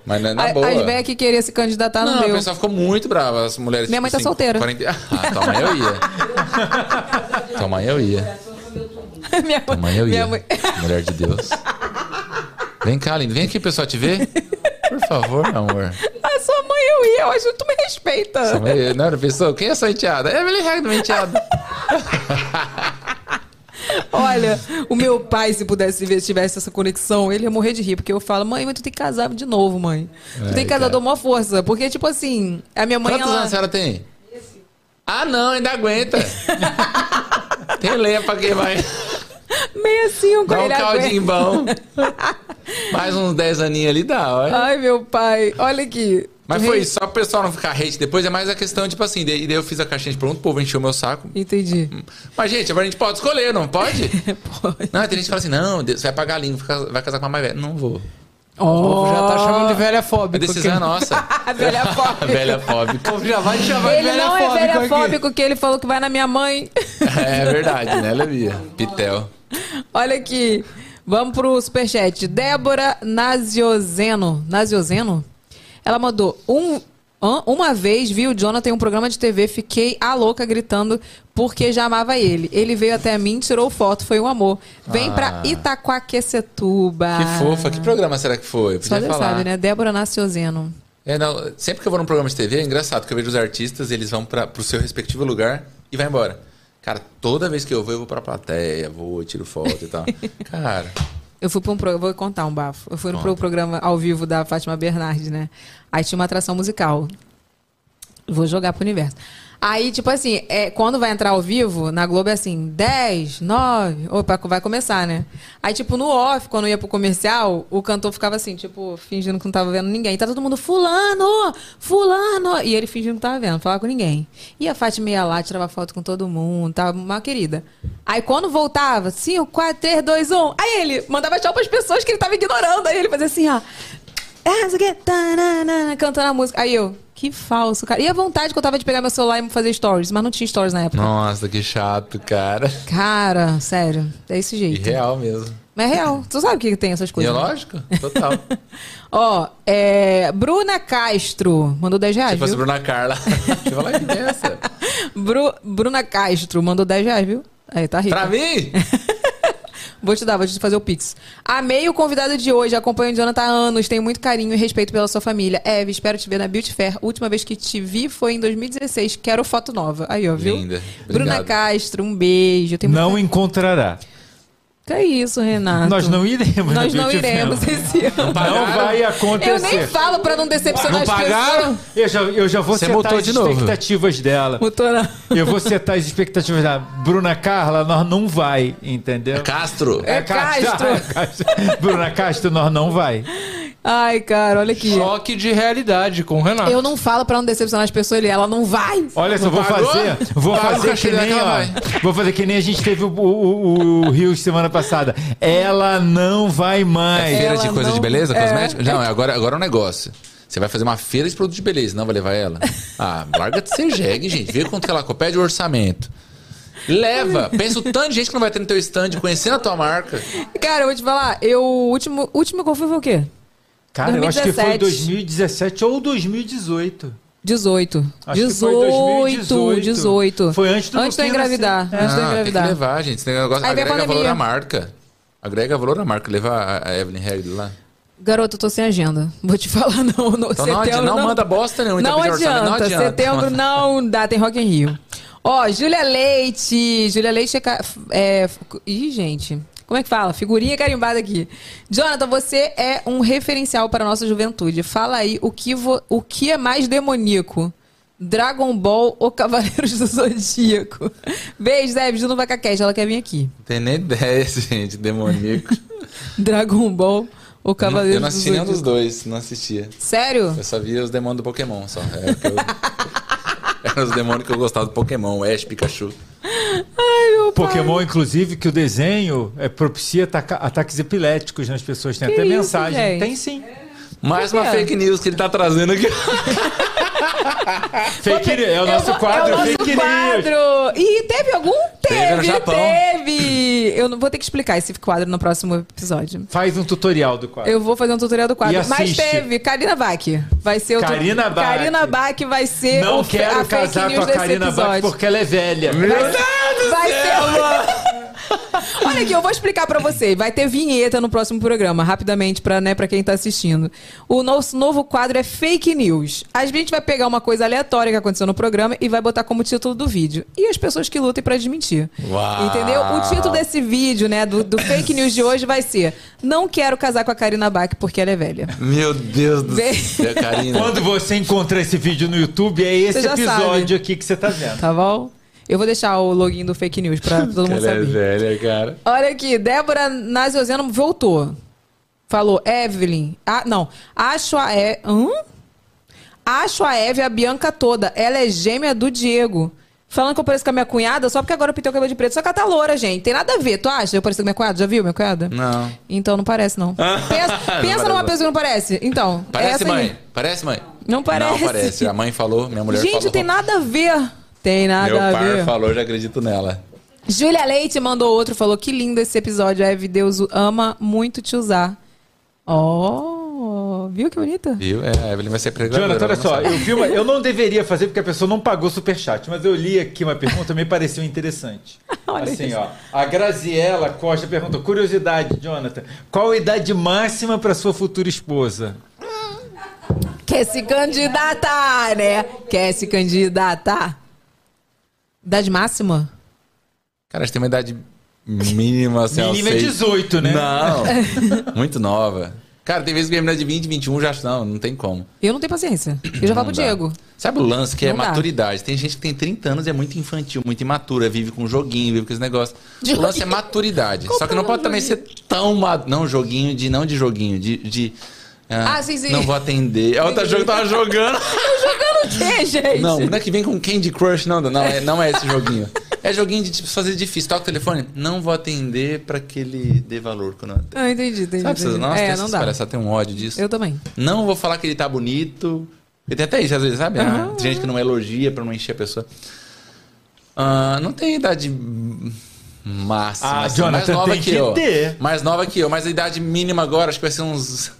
Speaker 7: mas não é na
Speaker 1: A-
Speaker 7: boa.
Speaker 1: As velhas que queriam se candidatar não,
Speaker 7: Não, o
Speaker 1: deu.
Speaker 7: pessoal ficou muito brava. As mulheres. tipo
Speaker 1: Minha mãe tá solteira.
Speaker 7: 40... Ah, tua mãe eu
Speaker 1: [laughs]
Speaker 7: ia. tua mãe eu ia.
Speaker 1: [laughs] minha
Speaker 7: Tua mãe eu
Speaker 1: minha
Speaker 7: ia.
Speaker 1: mãe- [laughs]
Speaker 7: [laughs] Mulher de Deus. Vem cá, lindo. Vem aqui, pessoal,
Speaker 1: [laughs]
Speaker 7: te ver. Por favor, meu amor.
Speaker 1: A sua mãe eu ia, eu acho que tu me respeita.
Speaker 7: Tua mãe, eu- não era pessoa? Quem é sua enteada? É a Evelyn Hag do minha
Speaker 5: [laughs]
Speaker 7: enteada.
Speaker 1: Olha, o meu pai, se pudesse ver, se tivesse essa conexão, ele ia morrer de rir, porque eu falo, mãe, mas tu tem que casar de novo, mãe. Tu tem
Speaker 7: Ai,
Speaker 1: que casar
Speaker 7: É, cara.
Speaker 1: com maior força. Porque, tipo assim, a minha mãe.
Speaker 7: Quantos
Speaker 1: ela-
Speaker 7: anos a senhora tem? Ah, não, ainda
Speaker 5: [laughs]
Speaker 7: aguenta. tem lenha pra quem vai.
Speaker 1: 65,
Speaker 7: Dá um
Speaker 1: ele assim, aguenta.
Speaker 7: caldinho
Speaker 5: [laughs]
Speaker 7: bom. Mais uns 10 aninhos ali dá, olha.
Speaker 5: Ah,
Speaker 1: Ai, meu pai, olha aqui.
Speaker 7: Mas
Speaker 1: Tu
Speaker 7: foi
Speaker 1: re-
Speaker 7: isso, só pro pessoal não ficar hate. Depois é mais a questão, tipo assim, daí daí eu fiz a caixinha de pergunta, o povo encheu meu saco.
Speaker 1: Entendi.
Speaker 7: Hum.
Speaker 1: [laughs]
Speaker 7: Mas, gente, agora a gente pode escolher, não pode?
Speaker 5: [laughs]
Speaker 1: Pode.
Speaker 7: Não, tem gente que fala assim, não, Deus, você vai pagar lindo, vai casar com a mais velha. Não vou. Oh.
Speaker 5: O povo já tá chamando de velha
Speaker 7: A
Speaker 5: fóbica.
Speaker 7: decisão é
Speaker 5: aqui.
Speaker 7: nossa.
Speaker 1: A velha
Speaker 7: A
Speaker 1: pobre.
Speaker 7: velha fóbica.
Speaker 5: O povo [laughs] já vai te chamar de
Speaker 1: Ele
Speaker 5: velha
Speaker 1: não é
Speaker 5: fóbica.
Speaker 1: velha
Speaker 5: aqui.
Speaker 1: fóbico, que ele falou que vai na minha mãe.
Speaker 7: [laughs] É verdade, né, Levia? Pitel.
Speaker 1: Olha aqui. Vamos pro superchat. Débora Naziozeno. Naziozeno? Ela mandou um. hã? Uma vez vi o Jonathan em um programa de TV, fiquei a louca gritando porque já amava ele. Ele veio até mim, tirou foto, foi um amor. Vem pra Itaquaquecetuba.
Speaker 7: Ah. Que fofa, que programa será que foi? Eu
Speaker 1: Ah. Só
Speaker 7: Podia
Speaker 1: Deus
Speaker 7: falar.
Speaker 1: sabe, né? Débora Naziozeno.
Speaker 7: É, não, sempre que eu vou num programa de TV, é engraçado que eu vejo os artistas, eles vão para pro seu respectivo lugar e vai embora. Cara, toda vez que eu vou, eu vou pra plateia, vou, tiro foto
Speaker 1: [laughs]
Speaker 7: e tal. Cara,
Speaker 1: Eu fui pra um pro... Vou contar um bafo. Eu fui pro programa ao vivo da Fátima Bernardes, né? Aí tinha uma atração musical. Vou jogar pro universo. Aí, tipo assim, é, quando vai entrar ao vivo, na Globo é assim, 10, 9, opa, vai começar, né? Aí, tipo, no off, quando ia pro comercial, o cantor ficava assim, tipo, fingindo que não tava vendo ninguém. E tá todo mundo, fulano, fulano. E ele fingindo que não tava vendo, não falava com ninguém. E a Fátima ia lá, tirava foto com todo mundo, tava uma querida. Aí quando voltava, 5, 4, 3, 2, 1. Aí ele mandava tchau pras pessoas que ele tava ignorando. Aí ele fazia assim, ó. Ah, não sei o quê. Tananana, Cantando a música. Aí eu, que falso, cara. E a vontade que eu tava de pegar meu celular e fazer stories, mas não tinha stories na época.
Speaker 7: nossa, que chato, cara.
Speaker 1: Cara, sério, é esse jeito.
Speaker 7: Irreal mesmo.
Speaker 1: Mas é real. Tu sabe que tem essas
Speaker 7: E é
Speaker 1: coisas. né?
Speaker 7: lógico,
Speaker 1: [laughs]
Speaker 7: total.
Speaker 1: Ó, é. Bruna Castro mandou 10
Speaker 7: Se
Speaker 1: reais.
Speaker 7: fosse
Speaker 1: Ah, Viu?
Speaker 7: Bruna Carla. [laughs] Deixa eu falar que é essa.
Speaker 1: Bru- Bruna Castro mandou 10 reais, viu? Aí, tá rico.
Speaker 7: Pra mim?
Speaker 1: Vou te dar, vou te fazer o Pix. Amei o convidado de hoje, acompanho o Jonathan há anos, tenho muito carinho e respeito pela sua família. Eve, espero te ver na Beauty Fair. Última vez que te vi foi em 2016. Quero foto nova. Aí, ó, viu?
Speaker 7: Linda.
Speaker 1: Bruna
Speaker 7: Obrigado.
Speaker 1: Castro, um beijo. Tem
Speaker 2: Não
Speaker 1: muito...
Speaker 2: encontrará.
Speaker 1: Que isso, Renato?
Speaker 2: Nós não iremos. na
Speaker 1: Nós não
Speaker 2: Beauty
Speaker 1: iremos
Speaker 2: Fair.
Speaker 1: esse ano.
Speaker 2: [laughs] Não vai acontecer.
Speaker 1: Eu nem falo pra não decepcionar
Speaker 2: Não
Speaker 1: as
Speaker 2: pagaram?
Speaker 1: pessoas.
Speaker 2: Eu já, eu já vou
Speaker 7: Você
Speaker 2: setar
Speaker 7: botou
Speaker 2: as
Speaker 7: de novo.
Speaker 2: expectativas dela.
Speaker 1: Motora.
Speaker 2: Eu vou setar as expectativas da Bruna Carla, nós não vai, entendeu?
Speaker 7: Castro.
Speaker 1: É Castro.
Speaker 2: É Castro. Bruna Castro, nós não vai.
Speaker 1: Ai, cara, olha aqui.
Speaker 5: Choque de realidade com o Renato.
Speaker 1: Eu não falo pra não decepcionar as pessoas, ele, ela não vai.
Speaker 2: Olha só, vou
Speaker 7: Pagou?
Speaker 2: fazer,
Speaker 7: Pagou
Speaker 2: vou
Speaker 7: o
Speaker 2: fazer
Speaker 7: cachê
Speaker 2: que
Speaker 7: dela que
Speaker 2: nem,
Speaker 7: ela
Speaker 2: ó,
Speaker 7: vai.
Speaker 2: vou fazer que nem a gente teve o, o, o- o Rio semana passada. Ela não vai mais.
Speaker 7: É, Feira de
Speaker 1: Ela
Speaker 7: coisa de
Speaker 1: não-
Speaker 7: beleza,
Speaker 1: é.
Speaker 7: cosmético? Não, agora, agora é um negócio. Você vai fazer uma feira de produto de beleza, não vai levar
Speaker 1: [laughs]
Speaker 7: ela? Ah, larga de ser jegue, gente. Vê quanto que ela co- pede o orçamento. Leva. Pensa o tanto de gente que não vai ter no teu stand conhecendo a tua marca.
Speaker 1: Cara, eu vou te falar, eu. O último, último que eu fui foi o quê?
Speaker 2: Cara, eu acho que foi
Speaker 1: 2017.
Speaker 2: 2017 ou 2018.
Speaker 1: 18.
Speaker 2: Acho
Speaker 1: 18,
Speaker 2: que foi 2018.
Speaker 1: 18.
Speaker 2: Foi antes do
Speaker 1: Antes de eu
Speaker 2: Luquinha
Speaker 1: engravidar.
Speaker 2: nascer.
Speaker 1: Antes de eu
Speaker 7: Ah, tem que
Speaker 1: engravidar.
Speaker 7: levar, gente. Esse negócio
Speaker 1: Aí vem a
Speaker 7: agrega valor
Speaker 1: pandemia.
Speaker 7: à marca. Agrega valor à marca. Levar a- a Evelyn Hagrid lá.
Speaker 1: Garoto, eu tô sem agenda. Vou te [laughs] falar, não. No
Speaker 7: Então não,
Speaker 1: setembro,
Speaker 7: adianta, não, manda bosta nenhuma. então
Speaker 1: Não
Speaker 7: pedir orçamento,
Speaker 1: adianta. Setembro não dá, tem Rock in Rio. Ó, Júlia Leite. Júlia Leite é, ca- é. Ih, gente. Como é que fala? Figurinha carimbada aqui. Jonathan, você é um referencial para a nossa juventude. Fala aí o que, vo- o que é mais demoníaco. Dragon Ball ou Cavaleiros do Zodíaco? Beijo, Zé, Ju no Vacaquete, ela quer vir aqui.
Speaker 7: Não tem nem [laughs] ideia, gente. Demoníaco.
Speaker 1: Dragon Ball ou Cavaleiros
Speaker 7: eu não assisti
Speaker 1: do
Speaker 7: nenhum
Speaker 1: Zodíaco?
Speaker 7: dos dois. Não assistia.
Speaker 1: Sério?
Speaker 7: Eu só via os demônios do Pokémon, só. É o que eu- [laughs] Eram os demônios que eu gostava do Pokémon, Ash, Pikachu.
Speaker 1: Ai, meu pai.
Speaker 2: Pokémon, inclusive, que o desenho é, propicia ataca- ataques epiléticos nas pessoas. Tem
Speaker 1: Que
Speaker 2: até
Speaker 1: isso,
Speaker 2: mensagem.
Speaker 1: gente?
Speaker 2: Tem sim.
Speaker 7: Mais
Speaker 1: Por
Speaker 7: uma
Speaker 1: quê?
Speaker 7: fake news que ele tá trazendo aqui. [laughs]
Speaker 2: Fake news. É o nosso quadro,
Speaker 1: É o nosso
Speaker 2: fake news.
Speaker 1: quadro. E teve algum? Teve,
Speaker 7: Teve no
Speaker 1: teve.
Speaker 7: Japão.
Speaker 1: Eu não vou ter que explicar esse quadro no próximo episódio.
Speaker 2: Faz um tutorial do quadro.
Speaker 1: Eu vou fazer um tutorial do quadro.
Speaker 2: E
Speaker 1: Mas
Speaker 2: assiste.
Speaker 1: teve. Karina Bach. Vai ser o tu-
Speaker 2: Karina Bach.
Speaker 1: Karina Bach vai ser
Speaker 2: Não
Speaker 1: o fe-
Speaker 2: quero
Speaker 1: a
Speaker 2: casar
Speaker 1: fake
Speaker 2: com
Speaker 1: news
Speaker 2: a
Speaker 1: desse
Speaker 2: Karina Bach
Speaker 1: episódio.
Speaker 2: porque é ela é velha.
Speaker 1: Vai ser. Vai ser- Olha aqui, eu vou explicar pra você. Vai ter vinheta no próximo programa, rapidamente, pra, né, pra quem tá assistindo. O nosso novo quadro é Fake News. A gente vai pegar uma coisa aleatória que aconteceu no programa e vai botar como título do vídeo. E as pessoas que lutem pra desmentir.
Speaker 7: Uau.
Speaker 1: Entendeu? O título desse vídeo, né, do, do Fake News de hoje vai ser Não quero casar com a Karina Bach porque ela é velha.
Speaker 7: Meu Deus do
Speaker 1: Vem.
Speaker 7: céu, é Karina.
Speaker 2: Quando você encontrar esse vídeo no YouTube, é esse
Speaker 1: Você já
Speaker 2: episódio
Speaker 1: sabe.
Speaker 2: aqui que você tá vendo.
Speaker 1: Tá bom? Eu vou deixar o login do Fake News pra todo mundo
Speaker 7: Ela é
Speaker 1: saber.
Speaker 7: velha, cara.
Speaker 1: Olha aqui, Débora Naziozeno voltou. Falou, Evelyn. Ah, não. Acho a E. Hum? Acho a Eve a Bianca toda. Ela é gêmea do Diego. Falando que eu pareço com a minha cunhada, só porque agora eu pintei o cabelo de preto. Só que ela tá loura, gente. Tem nada a ver. Tu acha? Eu pareço com a minha cunhada? Já viu minha cunhada?
Speaker 7: Não. Ah,
Speaker 1: Então não parece,
Speaker 7: [laughs]
Speaker 1: não. Pensa,
Speaker 7: Não
Speaker 1: pensa numa
Speaker 7: parece.
Speaker 1: pessoa que não parece. Então. é
Speaker 7: Parece
Speaker 1: essa aí.
Speaker 7: mãe. Parece mãe.
Speaker 1: Não parece.
Speaker 7: Não parece. A mãe falou, minha mulher
Speaker 1: Gente,
Speaker 7: falou.
Speaker 1: tem nada a ver. Tem nada
Speaker 7: Meu é
Speaker 1: a
Speaker 7: par
Speaker 1: ver.
Speaker 7: falou, já acredito nela.
Speaker 1: Júlia Leite mandou outro, falou que lindo esse episódio. Eve Deus ama muito te usar. Oh, viu que bonita?
Speaker 7: Viu? É, a Evelyn vai ser pregadora.
Speaker 2: Jonathan, olha
Speaker 7: ela não
Speaker 2: só,
Speaker 7: sabe.
Speaker 2: eu, vi uma- eu não deveria fazer porque a pessoa não pagou superchat, mas eu li aqui uma pergunta me pareceu interessante.
Speaker 1: [laughs] Olha
Speaker 2: assim,
Speaker 1: isso.
Speaker 2: ó. A Graziela Costa perguntou: curiosidade, Jonathan, qual a idade máxima para sua futura esposa?
Speaker 1: Quer se candidatar, né? Quer se candidatar? Idade máxima?
Speaker 7: Cara, acho que tem uma idade mínima, assim, aos
Speaker 2: Mínima é
Speaker 7: seis-
Speaker 2: 18, né?
Speaker 7: Não,
Speaker 1: [laughs]
Speaker 7: muito nova. Cara, tem vezes que menina de 20, 21 já não, não tem como.
Speaker 1: Eu não tenho paciência. Eu já falo pro
Speaker 7: Não dá. [laughs]
Speaker 1: Diego.
Speaker 7: Sabe o lance que é
Speaker 1: Não dá.
Speaker 7: maturidade? Tem gente que tem 30 anos e é muito infantil, muito imatura, vive com um joguinho, vive com esse negócio. O lance é maturidade. Só que não pode também ser tão ma- não joguinho de não de joguinho, de, de
Speaker 1: Ah, sim, sim.
Speaker 7: Não vou atender. A outra jogo tava
Speaker 1: [laughs]
Speaker 7: jogando.
Speaker 1: Jogando o quê, gente?
Speaker 7: Não, não é que vem com Candy Crush, não, não é, não é esse joguinho. É joguinho de tipo, fazer difícil. Toca o telefone, não vou atender pra que ele dê valor quando eu atendo.
Speaker 1: Ah, entendi, entendi.
Speaker 7: Sabe,
Speaker 1: entendi.
Speaker 7: essas- nossa,
Speaker 1: é,
Speaker 7: tem
Speaker 1: não
Speaker 7: essas
Speaker 1: dá.
Speaker 7: palhaçadas, tem um ódio disso.
Speaker 1: Eu também.
Speaker 7: Não vou falar que ele tá bonito. E tem até isso, às vezes, sabe? Ah, tem gente que não elogia pra não encher a pessoa. Ah, não tem idade máxima.
Speaker 2: Ah,
Speaker 7: assim, mais
Speaker 2: Jonathan,
Speaker 7: nova
Speaker 2: tem
Speaker 7: que,
Speaker 2: que
Speaker 7: eu.
Speaker 2: ter.
Speaker 7: Mais nova que eu, mas a idade mínima agora, acho que vai ser uns.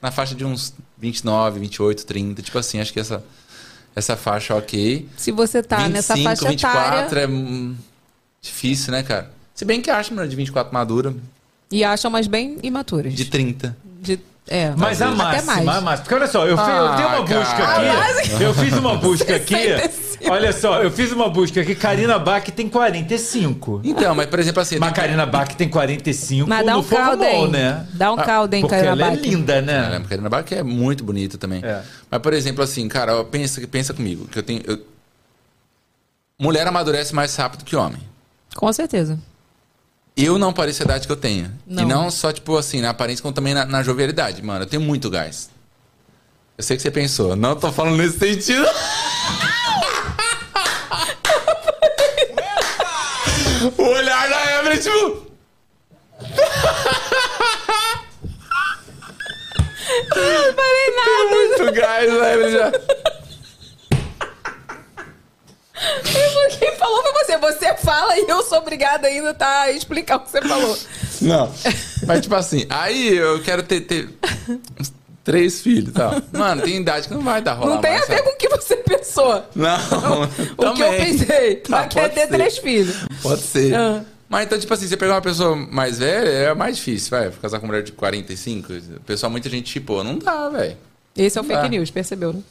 Speaker 7: Na faixa de uns 29, 28, 30. Tipo assim, acho que essa, essa faixa ok.
Speaker 1: Se você tá nessa faixa
Speaker 7: 24
Speaker 1: etária
Speaker 7: é hum, difícil, né, cara? Se bem que acho, menina de 24 madura,
Speaker 1: e acham mais bem imaturas.
Speaker 7: é. de 30.
Speaker 1: De- é,
Speaker 2: Mas a
Speaker 1: até
Speaker 2: máxima,
Speaker 1: mais.
Speaker 2: a máxima. Porque olha só, eu, fi-
Speaker 7: Ah,
Speaker 2: eu dei uma
Speaker 7: cara.
Speaker 2: busca
Speaker 7: A
Speaker 2: aqui. Eu fiz uma busca aqui.
Speaker 1: 65.
Speaker 2: Olha só, eu fiz uma busca aqui. Karina Bach tem 45.
Speaker 7: Então, mas por exemplo assim.
Speaker 2: Mas
Speaker 7: tem-
Speaker 2: Karina Bach tem 45
Speaker 1: Mas dá
Speaker 2: no
Speaker 1: um caldo,
Speaker 2: formal,
Speaker 1: hein?
Speaker 2: né?
Speaker 1: Dá um
Speaker 7: Ah,
Speaker 1: caldo, hein,
Speaker 2: Porque
Speaker 1: Karina
Speaker 2: ela é
Speaker 1: Bach.
Speaker 2: linda, né?
Speaker 7: Ela é Karina Bach é muito bonita também.
Speaker 2: É.
Speaker 7: Mas, por exemplo, assim, cara, ó, pensa, pensa comigo, que eu tenho. eu- Mulher amadurece mais rápido que homem.
Speaker 1: Com certeza.
Speaker 7: Eu não pareço a idade que eu tenho.
Speaker 1: Não.
Speaker 7: E não só, tipo assim, na aparência, como também na, na jovialidade. Mano, eu tenho muito gás. Eu sei o que você pensou. Não tô falando
Speaker 1: [laughs]
Speaker 7: nesse sentido. o olhar da Evelyn, tipo.
Speaker 1: Falei nada.
Speaker 7: Muito gás, a Evelyn já.
Speaker 1: [laughs] Quem falou foi você. Você fala e eu sou obrigada ainda tá, a explicar o que você
Speaker 7: [laughs]
Speaker 1: falou.
Speaker 7: Não. Mas, tipo assim, aí eu quero ter, ter uns três filhos e tal. Mano, tem idade que não vai dar rolar
Speaker 1: Não tem a
Speaker 7: mais,
Speaker 1: ver
Speaker 7: sabe?
Speaker 1: com o que você pensou.
Speaker 7: Não,
Speaker 1: [laughs] O que eu
Speaker 7: também.
Speaker 1: pensei.
Speaker 7: [laughs] Tá,
Speaker 1: mas quer
Speaker 7: pode
Speaker 1: ter
Speaker 7: ser.
Speaker 1: três filhos.
Speaker 7: Pode ser.
Speaker 1: Ah.
Speaker 7: Mas então, tipo assim, você pegar uma pessoa mais velha é mais difícil, vai. Casar com mulher de 45, pessoal, muita gente tipo, não dá, velho.
Speaker 1: Esse é o fake
Speaker 7: Tá.
Speaker 1: news, percebeu,
Speaker 7: [laughs]
Speaker 1: né?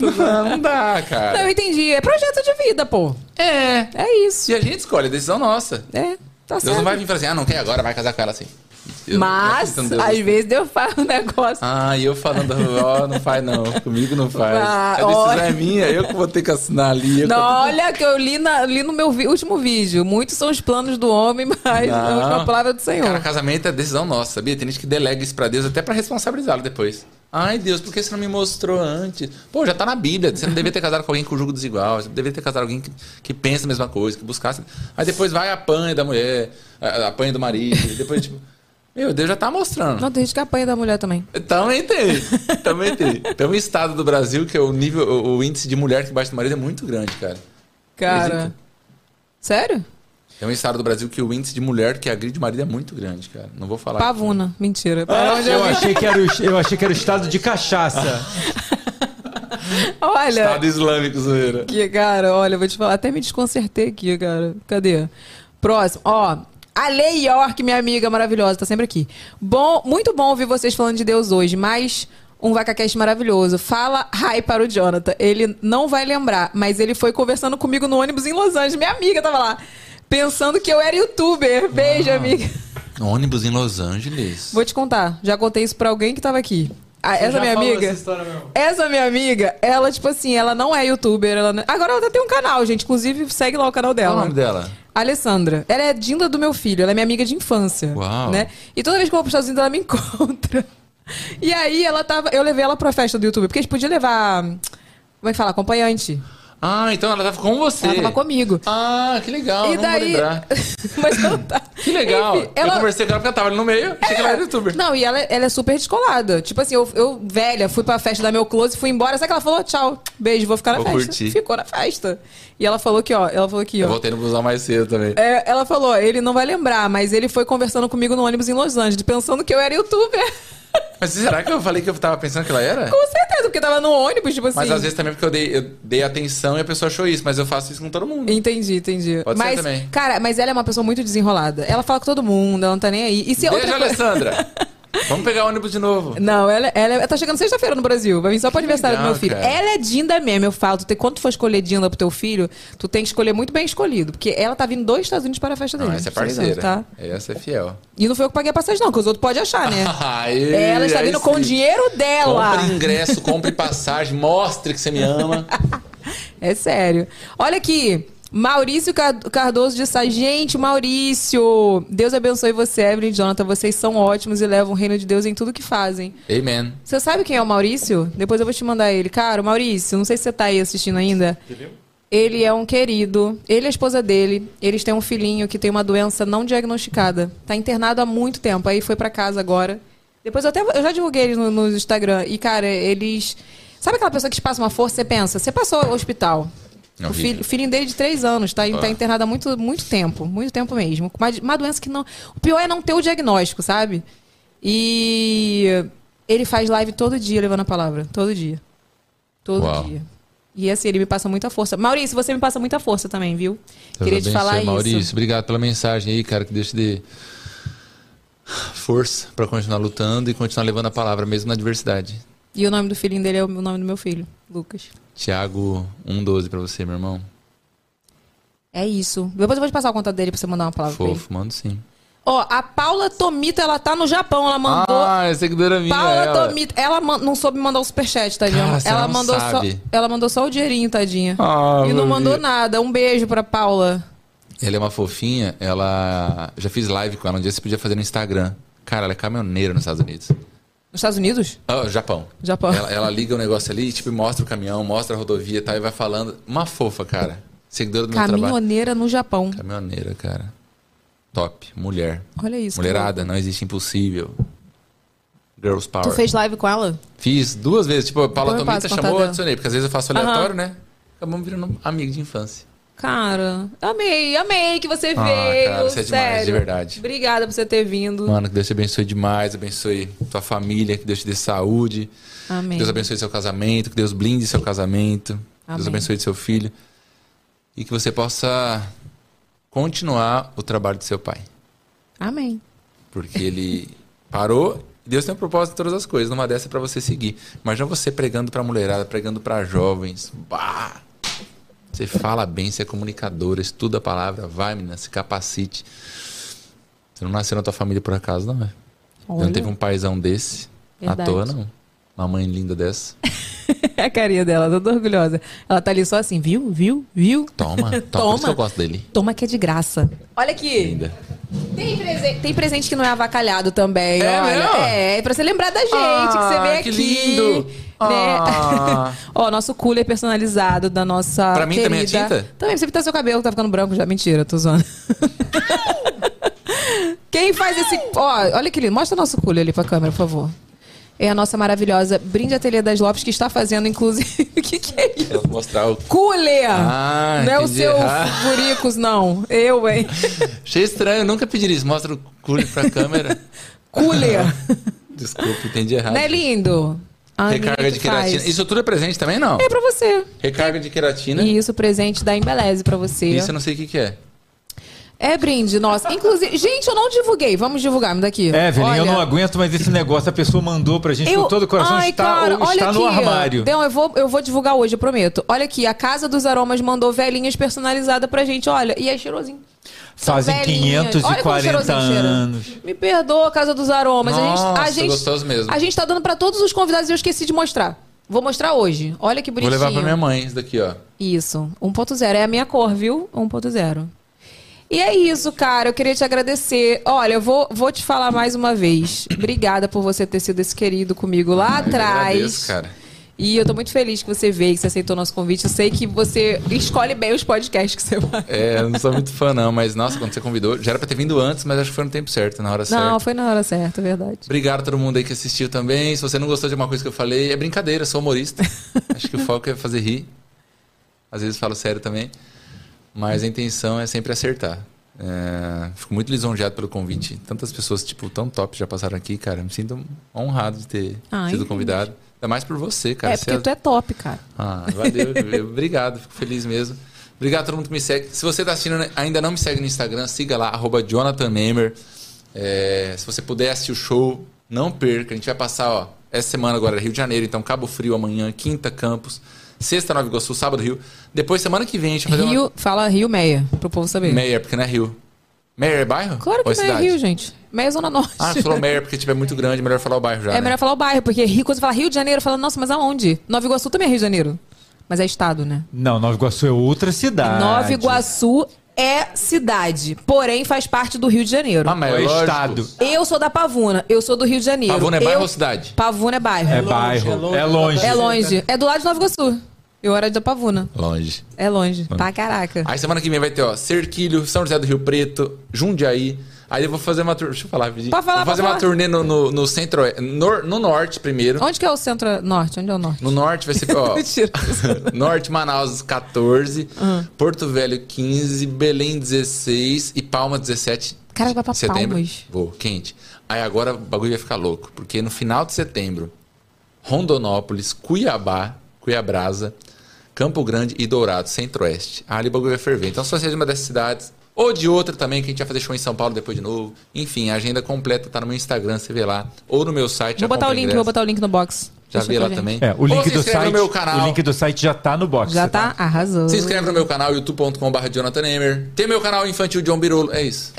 Speaker 7: Não, não
Speaker 1: [laughs]
Speaker 7: dá,
Speaker 1: Não, eu
Speaker 7: cara.
Speaker 1: entendi. É projeto de vida, pô.
Speaker 7: É.
Speaker 1: É isso.
Speaker 7: Se a gente escolhe, é decisão nossa.
Speaker 1: É, tá
Speaker 7: Deus não vai
Speaker 1: certo.
Speaker 7: vir e falar assim, ah, não quer agora, vai casar com ela assim. Eu não
Speaker 1: Mas,
Speaker 7: acredito em Deus.
Speaker 1: às vezes, eu falo um negócio.
Speaker 7: Ah, e eu falando, ó, não faz não, comigo não faz.
Speaker 1: [laughs] Ah,
Speaker 7: a decisão
Speaker 1: olha.
Speaker 7: é minha, eu que vou ter que assinar ali. eu que
Speaker 1: Não,
Speaker 7: vou ter que-
Speaker 1: olha que eu li, na- li no meu vi- último vídeo. Muitos são os planos do homem, [laughs]
Speaker 7: Ah.
Speaker 1: mas não,
Speaker 7: Não.
Speaker 1: é a palavra do Senhor.
Speaker 7: Cara, casamento é decisão nossa, sabia? Tem gente que delega isso pra Deus até pra responsabilizá-lo depois. Ai, Deus, por que você não me mostrou antes? Pô, já tá na Bíblia. Você não deveria ter casado com alguém com julgo desigual. Você deveria ter casado com alguém que, que pensa a mesma coisa, que buscasse. Aí depois vai e apanha da mulher, a- a- apanha do marido. e Depois, tipo. Meu Deus, já tá mostrando. Então,
Speaker 1: Não, tem gente que apanha da mulher também.
Speaker 7: Também tem. Também tem. Tem um estado do Brasil que é o nível, o, o índice de mulher que bate no marido é muito grande, cara.
Speaker 1: Cara.
Speaker 7: Acredita?
Speaker 1: Sério?
Speaker 7: Tem um estado do Brasil que o índice de mulher que agride o marido é muito grande, cara. Não vou falar.
Speaker 1: Pavuna. Mentira.
Speaker 5: Ah,
Speaker 2: eu, achei que era o, eu achei que era o estado de cachaça.
Speaker 1: Olha.
Speaker 7: Estado islâmico, zoeira.
Speaker 1: aqui, cara. Olha, eu vou te falar. Até me desconcertei aqui, cara. Cadê? Próximo. Ó. A Lei York, minha amiga maravilhosa, tá sempre aqui. Bom, muito bom ouvir vocês falando de Deus hoje, mas um VacaCast maravilhoso. Fala hi para o Jonathan. Ele não vai lembrar, mas ele foi conversando comigo no ônibus em Los Angeles. Minha amiga tava lá, pensando que eu era youtuber.
Speaker 5: Ah.
Speaker 1: Beijo, amiga.
Speaker 7: Ônibus em Los Angeles.
Speaker 1: Vou te contar. Já contei isso pra alguém que tava aqui. Ah, essa
Speaker 5: Já
Speaker 1: minha
Speaker 5: falou
Speaker 1: amiga.
Speaker 5: Essa história mesmo.
Speaker 1: Essa minha amiga, ela, tipo assim, ela não é youtuber. Ela não- Agora ela até tem um canal, gente. Inclusive, segue lá o canal
Speaker 7: Qual é o
Speaker 1: dela.
Speaker 7: nome dela?
Speaker 1: Alessandra. Ela é Dinda do meu filho. Ela é minha amiga de infância.
Speaker 7: Uau.
Speaker 1: Né? E toda vez que eu vou pros Estados Unidos, ela me [laughs] encontra. E aí, ela tava... Eu levei ela pra festa do YouTube. Porque a gente podia levar... Como é que fala? Acompanhante.
Speaker 7: Ah, então ela tava com você.
Speaker 1: Ela tava comigo.
Speaker 7: Ah, que legal.
Speaker 1: e
Speaker 7: não
Speaker 1: daí...
Speaker 7: vou lembrar.
Speaker 1: [laughs] Mas ela tá...
Speaker 7: Que legal.
Speaker 1: Enfim,
Speaker 7: Eu
Speaker 1: ela-
Speaker 7: conversei com ela porque ela tava ali no meio. Achei que ela era youtuber.
Speaker 1: É. Não, e ela, ela é super descolada. Tipo assim, eu, eu, velha, fui pra festa da meu close, fui embora. Sabe que ela falou? Tchau, beijo, vou ficar na
Speaker 7: Vou
Speaker 1: festa.
Speaker 7: curtir.
Speaker 1: Ficou na festa. E ela falou que, ó, ela falou aqui,
Speaker 7: Eu
Speaker 1: ó.
Speaker 7: voltei no busão mais cedo também.
Speaker 1: É, ela falou, ele não vai lembrar, mas ele foi conversando comigo no ônibus em Los Angeles, pensando que eu era youtuber. [laughs]
Speaker 7: Mas será que eu falei que eu tava pensando que ela era?
Speaker 1: Com certeza, porque tava no ônibus, tipo assim.
Speaker 7: Mas às vezes também porque eu dei, eu dei atenção e a pessoa achou isso. Mas eu faço isso com todo mundo.
Speaker 1: Entendi, entendi.
Speaker 7: Pode ser
Speaker 1: mas,
Speaker 7: também.
Speaker 1: cara, mas ela é uma pessoa muito desenrolada. Ela fala com todo mundo, ela não tá nem aí. E se é
Speaker 7: Beijo,
Speaker 1: outra coisa- [laughs]
Speaker 7: Alessandra. Vamos pegar ônibus de novo.
Speaker 1: Não, ela, ela tá chegando sexta-feira no Brasil. Vai vir só pro aniversário do
Speaker 7: legal,
Speaker 1: meu filho.
Speaker 7: cara.
Speaker 1: Ela é dinda mesmo, eu falo. Tu tem, quando tu for escolher dinda pro teu filho, tu tem que escolher muito bem escolhido. Porque ela tá vindo dos Estados Unidos para a festa
Speaker 7: Não,
Speaker 1: dele.
Speaker 7: essa é
Speaker 1: Seis
Speaker 7: parceira.
Speaker 1: anos, tá?
Speaker 7: Essa é fiel.
Speaker 1: E não foi eu que paguei a passagem, não, que os outros podem achar,
Speaker 7: [laughs]
Speaker 1: né?
Speaker 7: Aí,
Speaker 1: ela está
Speaker 7: aí
Speaker 1: vindo com o
Speaker 7: sim.
Speaker 1: dinheiro dela.
Speaker 7: é Compre ingresso, compre passagem, mostre que você me
Speaker 1: [laughs]
Speaker 7: ama.
Speaker 1: É sério. Olha aqui. Maurício Car- Cardoso de Sá. Gente, Maurício, Deus abençoe você, Evelyn e Jonathan. Vocês são ótimos e levam o reino de Deus em tudo que fazem.
Speaker 7: Amen.
Speaker 1: Você sabe quem é o Maurício? Depois eu vou te mandar ele. Cara, o Maurício, não sei se você tá aí assistindo ainda. Ele é um querido. Ele e a esposa dele. Eles têm um filhinho que tem uma doença não diagnosticada. Tá internado há muito tempo. Aí foi pra casa agora. Depois eu até vou- eu já divulguei eles no, no Instagram. E, cara, eles. Sabe aquela pessoa que te passa uma força? Você pensa, você passou o hospital.
Speaker 7: Não
Speaker 1: o
Speaker 7: vi.
Speaker 1: filho, o filhinho dele de três anos, tá, tá internado há muito, muito tempo, muito tempo mesmo. Uma, uma doença que não. O pior é não ter o diagnóstico, sabe? E ele faz live todo dia levando a palavra. Todo dia. Todo
Speaker 7: Uau.
Speaker 1: dia. E assim, ele me passa muita força. Maurício, você me passa muita força também, viu? Queria te falar
Speaker 7: Maurício,
Speaker 1: isso.
Speaker 7: obrigado pela mensagem aí, cara, que Deus te dê força pra continuar lutando e continuar levando a palavra, mesmo na adversidade.
Speaker 1: E o nome do filhinho dele é o nome do meu filho, Lucas.
Speaker 7: Tiago 1,12 pra você, meu irmão.
Speaker 1: É isso. Depois eu vou te passar o contato dele pra você mandar uma palavra pra ele.
Speaker 7: Fofo, mando sim.
Speaker 1: Ó, a Paula Tomita, ela tá no Japão. Ela mandou.
Speaker 7: Ah, é seguidora minha.
Speaker 1: Paula
Speaker 7: ela.
Speaker 1: Tomita. Ela man- não soube mandar o superchat, tadinha.
Speaker 7: Cara, você
Speaker 1: ela
Speaker 7: não
Speaker 1: mandou só.
Speaker 7: sabe.
Speaker 1: Ela mandou só o dinheirinho, tadinha.
Speaker 7: Ah,
Speaker 1: e
Speaker 7: meu
Speaker 1: não mandou
Speaker 7: Deus.
Speaker 1: nada. Um beijo pra Paula.
Speaker 7: Ela é uma fofinha, ela. Já fiz live com ela um dia, você podia fazer no Instagram. Cara, ela é caminhoneira nos Estados Unidos.
Speaker 1: Nos Estados Unidos?
Speaker 7: Ah, Japão.
Speaker 1: Japão.
Speaker 7: Ela, ela liga o negócio ali, tipo, mostra o caminhão, mostra a rodovia e tal, e vai falando. Uma fofa, cara. Seguidora do meu trabalho.
Speaker 1: Caminhoneira no Japão.
Speaker 7: Caminhoneira, cara. Top. Mulher.
Speaker 1: Olha isso.
Speaker 7: Mulherada, não existe impossível. Girls
Speaker 1: cara.
Speaker 7: Power.
Speaker 1: Tu fez live com ela?
Speaker 7: Fiz duas vezes. Tipo, a Paula
Speaker 1: Depois eu passo
Speaker 7: Tomita
Speaker 1: o contato
Speaker 7: chamou, eu
Speaker 1: dela.
Speaker 7: adicionei. Porque às vezes eu faço aleatório, né? Acabamos virando um amigo de infância.
Speaker 1: Cara, amei, amei que você
Speaker 7: Ah,
Speaker 1: veio.
Speaker 7: cara, você é demais,
Speaker 1: sério.
Speaker 7: de verdade.
Speaker 1: Obrigada por você ter vindo.
Speaker 7: Mano, que Deus te abençoe demais, abençoe tua família, que Deus te dê saúde.
Speaker 1: Amém.
Speaker 7: Que Deus abençoe seu casamento, que Deus blinde seu casamento. Que Deus
Speaker 1: Amém.
Speaker 7: abençoe seu filho. E que você possa continuar o trabalho do seu pai.
Speaker 1: Amém.
Speaker 7: Porque ele parou. e Deus tem um propósito em todas as coisas. Numa dessa é pra você seguir. Imagina você pregando pra mulherada, pregando pra jovens. Bah! Você fala bem, você é comunicadora, estuda a palavra, vai, menina, se capacite. Você não nasceu na tua família por acaso, não, é? Você
Speaker 1: Olha.
Speaker 7: Não teve um paizão desse à
Speaker 1: Verdade.
Speaker 7: toa, não. Uma mãe linda dessa.
Speaker 1: [laughs] a carinha dela, tô toda orgulhosa. Ela tá ali só assim, viu, viu, viu? [laughs]
Speaker 7: Toma, toma. Por isso que eu gosto dele.
Speaker 1: Toma que é de graça. Olha aqui.
Speaker 7: Linda.
Speaker 1: Tem presente, tem presente que não é avacalhado também.
Speaker 7: É
Speaker 1: olha.
Speaker 7: mesmo?
Speaker 1: É, pra você lembrar da gente, que você vem
Speaker 7: Ah,
Speaker 1: aqui.
Speaker 7: que lindo.
Speaker 1: né?
Speaker 7: Ah.
Speaker 1: [laughs] Ó, nosso cooler personalizado da nossa.
Speaker 7: Pra mim também é
Speaker 1: querida-
Speaker 7: tinta?
Speaker 1: Também, pra você pintar seu cabelo que tá ficando branco já. Mentira, tô
Speaker 7: [laughs]
Speaker 1: zoando. Quem faz esse. Ó, olha que lindo. Mostra o nosso cooler ali pra câmera, por favor. É a nossa maravilhosa Brinde Ateliê das Lopes, que está fazendo, inclusive. [laughs] O que, que é isso?
Speaker 7: Eu vou mostrar o.
Speaker 1: Cooler!
Speaker 7: Ah,
Speaker 1: não é o
Speaker 7: entendi.
Speaker 1: seu
Speaker 7: Ah.
Speaker 1: furicos, não. Eu,
Speaker 7: [laughs]
Speaker 1: hein?
Speaker 7: Achei estranho, eu nunca pediria isso. Mostra o cooler
Speaker 1: [laughs]
Speaker 7: pra câmera.
Speaker 1: Cooler!
Speaker 7: Desculpa, entendi errado.
Speaker 1: Não é lindo? A
Speaker 7: Recarga
Speaker 1: Aninha
Speaker 7: de
Speaker 1: que faz.
Speaker 7: queratina. Isso tudo é presente também, não?
Speaker 1: É pra você.
Speaker 7: Recarga de queratina.
Speaker 1: E isso, presente da Embeleze pra você.
Speaker 7: Isso eu não sei o que, que é.
Speaker 1: É brinde, nossa. Inclusive, gente, eu não divulguei. Vamos divulgar, me daqui.
Speaker 2: É, Evelyn, eu
Speaker 1: Olha,
Speaker 2: não aguento mais esse negócio. A pessoa mandou pra gente com todo o coração.
Speaker 1: Ai,
Speaker 2: está
Speaker 1: cara,
Speaker 2: ou está
Speaker 1: olha
Speaker 2: no
Speaker 1: aqui.
Speaker 2: armário.
Speaker 1: Então, eu vou, eu vou divulgar hoje, eu prometo. Olha aqui, a Casa dos Aromas mandou velhinhas personalizadas pra gente. Olha, e é cheirosinho. São
Speaker 2: Fazem
Speaker 1: velhinhas. Olha como é
Speaker 2: 540
Speaker 1: cheirosinho cheira.
Speaker 2: anos.
Speaker 1: Me perdoa, Casa dos Aromas. a gente,
Speaker 7: Nossa,
Speaker 1: a gente,
Speaker 7: gostoso mesmo.
Speaker 1: A gente tá dando pra todos os convidados e eu esqueci de mostrar. Vou mostrar hoje. Olha que
Speaker 7: Vou
Speaker 1: bonitinho.
Speaker 7: levar pra minha mãe isso daqui, ó.
Speaker 1: Isso. 1.0 é a minha cor, viu? 1.0. E é isso, cara. Eu queria te agradecer. Olha, eu vou, vou te falar mais uma vez. Obrigada por você ter sido esse querido comigo lá
Speaker 7: Ah, Eu que
Speaker 1: atrás.
Speaker 7: agradeço, cara.
Speaker 1: E eu tô muito feliz que você veio, que você aceitou nosso convite. Eu sei que você escolhe bem os podcasts que você vai.
Speaker 7: É, eu não sou muito fã, não, mas nossa, quando você convidou, já era pra ter vindo antes, mas acho que foi no tempo certo, na hora
Speaker 1: Não,
Speaker 7: certa.
Speaker 1: foi na hora certa, é verdade.
Speaker 7: Obrigado a todo mundo aí que assistiu também. Se você não gostou de alguma coisa que eu falei, é brincadeira, eu sou
Speaker 1: [laughs]
Speaker 7: humorista. Acho que o foco é fazer rir. Às vezes falo sério também. Mas a intenção é sempre acertar. É, fico muito lisonjeado pelo convite. Tantas pessoas, tipo, tão top já passaram aqui, cara. Me sinto honrado de ter
Speaker 1: Ah,
Speaker 7: sido
Speaker 1: entendi.
Speaker 7: convidado. Ainda mais por você, cara.
Speaker 1: é,
Speaker 7: Você
Speaker 1: porque tu é top, cara.
Speaker 7: ah, valeu. eu- Obrigado, fico feliz mesmo. Obrigado a todo mundo que me segue. Se você está assistindo né, ainda não me segue no Instagram, siga lá, arroba Jonathan Nehmer. É, se você puder assistir o show, não perca. A gente vai passar, ó, essa semana agora é Rio de Janeiro, então Cabo Frio amanhã, quinta Campos, sexta Nova Iguaçu, sábado Rio. Depois, semana que vem, a gente vai fazer
Speaker 1: Rio, fala Rio Meia, pro povo
Speaker 7: uma...
Speaker 1: saber.
Speaker 7: Meyer, porque não é Rio. Meyer é bairro?
Speaker 1: Claro que
Speaker 7: Ou é
Speaker 1: Meia é
Speaker 7: cidade?
Speaker 1: Rio, gente. Meia é Zona Norte.
Speaker 7: Ah, você falou Meyer porque tipo, é muito grande, é melhor falar o bairro já,
Speaker 1: É
Speaker 7: né?
Speaker 1: melhor falar o bairro, porque Rio, quando você fala Rio de Janeiro, fala, nossa, mas aonde? Nova Iguaçu também é Rio de Janeiro. Mas é estado, né?
Speaker 2: Não, Nova Iguaçu é outra
Speaker 7: Ah,
Speaker 2: cidade.
Speaker 1: Nova Iguaçu é cidade, porém faz parte do Rio de Janeiro.
Speaker 7: Ah, mas
Speaker 2: É
Speaker 7: lógico.
Speaker 2: estado.
Speaker 1: Eu sou da Pavuna, eu sou do Rio de Janeiro.
Speaker 7: Pavuna é
Speaker 1: tá. Eu-
Speaker 7: bairro ou cidade?
Speaker 1: Pavuna é bairro.
Speaker 2: É
Speaker 1: É,
Speaker 2: bairro.
Speaker 5: é longe.
Speaker 2: É longe.
Speaker 1: longe. É do lado de Nova Iguaçu. Eu era da Pavuna.
Speaker 7: Longe.
Speaker 1: É longe. Tá, caraca.
Speaker 7: Aí semana que vem vai ter, ó, Cerquilho, São José do Rio Preto, Jundiaí. Aí eu vou fazer uma turnê. Deixa eu falar rapidinho.
Speaker 1: Pode falar,
Speaker 7: vou fazer
Speaker 1: pode
Speaker 7: uma
Speaker 1: falar.
Speaker 7: turnê no, no, no centro. No, no norte primeiro.
Speaker 1: Onde que é o centro-norte? Onde é o norte?
Speaker 7: No norte vai ser,
Speaker 1: [laughs]
Speaker 7: ó.
Speaker 1: Mentira.
Speaker 7: [laughs] norte, Manaus 14, Porto Velho 15, Belém 16 e Palma 17.
Speaker 1: Cara, vai pra
Speaker 7: de setembro.
Speaker 1: Palmas.
Speaker 7: Vou, quente. Aí agora o bagulho vai ficar louco, porque no final de setembro, Rondonópolis, Cuiabá, Cuiabrasa, Campo Grande e Dourado, Centro-Oeste. Ali o bagulho vai ferver. Então, se você é de uma dessas cidades ou de outra também, que a gente vai fazer show em São Paulo depois de novo. Enfim, a agenda completa tá no meu Instagram, você vê lá. Ou no meu site. já
Speaker 1: Vou botar o
Speaker 7: compra
Speaker 1: link,
Speaker 7: ingresso.
Speaker 1: vou botar o link no box.
Speaker 7: Já
Speaker 1: Deixa
Speaker 7: vê
Speaker 1: pra
Speaker 7: lá
Speaker 1: gente.
Speaker 7: também.
Speaker 2: É, o
Speaker 7: Ou
Speaker 2: link
Speaker 7: se
Speaker 2: do
Speaker 7: inscreve
Speaker 2: site.
Speaker 7: no meu canal.
Speaker 2: O link do site já tá no box.
Speaker 1: Já tá? Arrasou.
Speaker 7: Se inscreve no meu canal, youtube.com.br Jonathan Emer. Tem meu canal infantil John Birolo. É isso.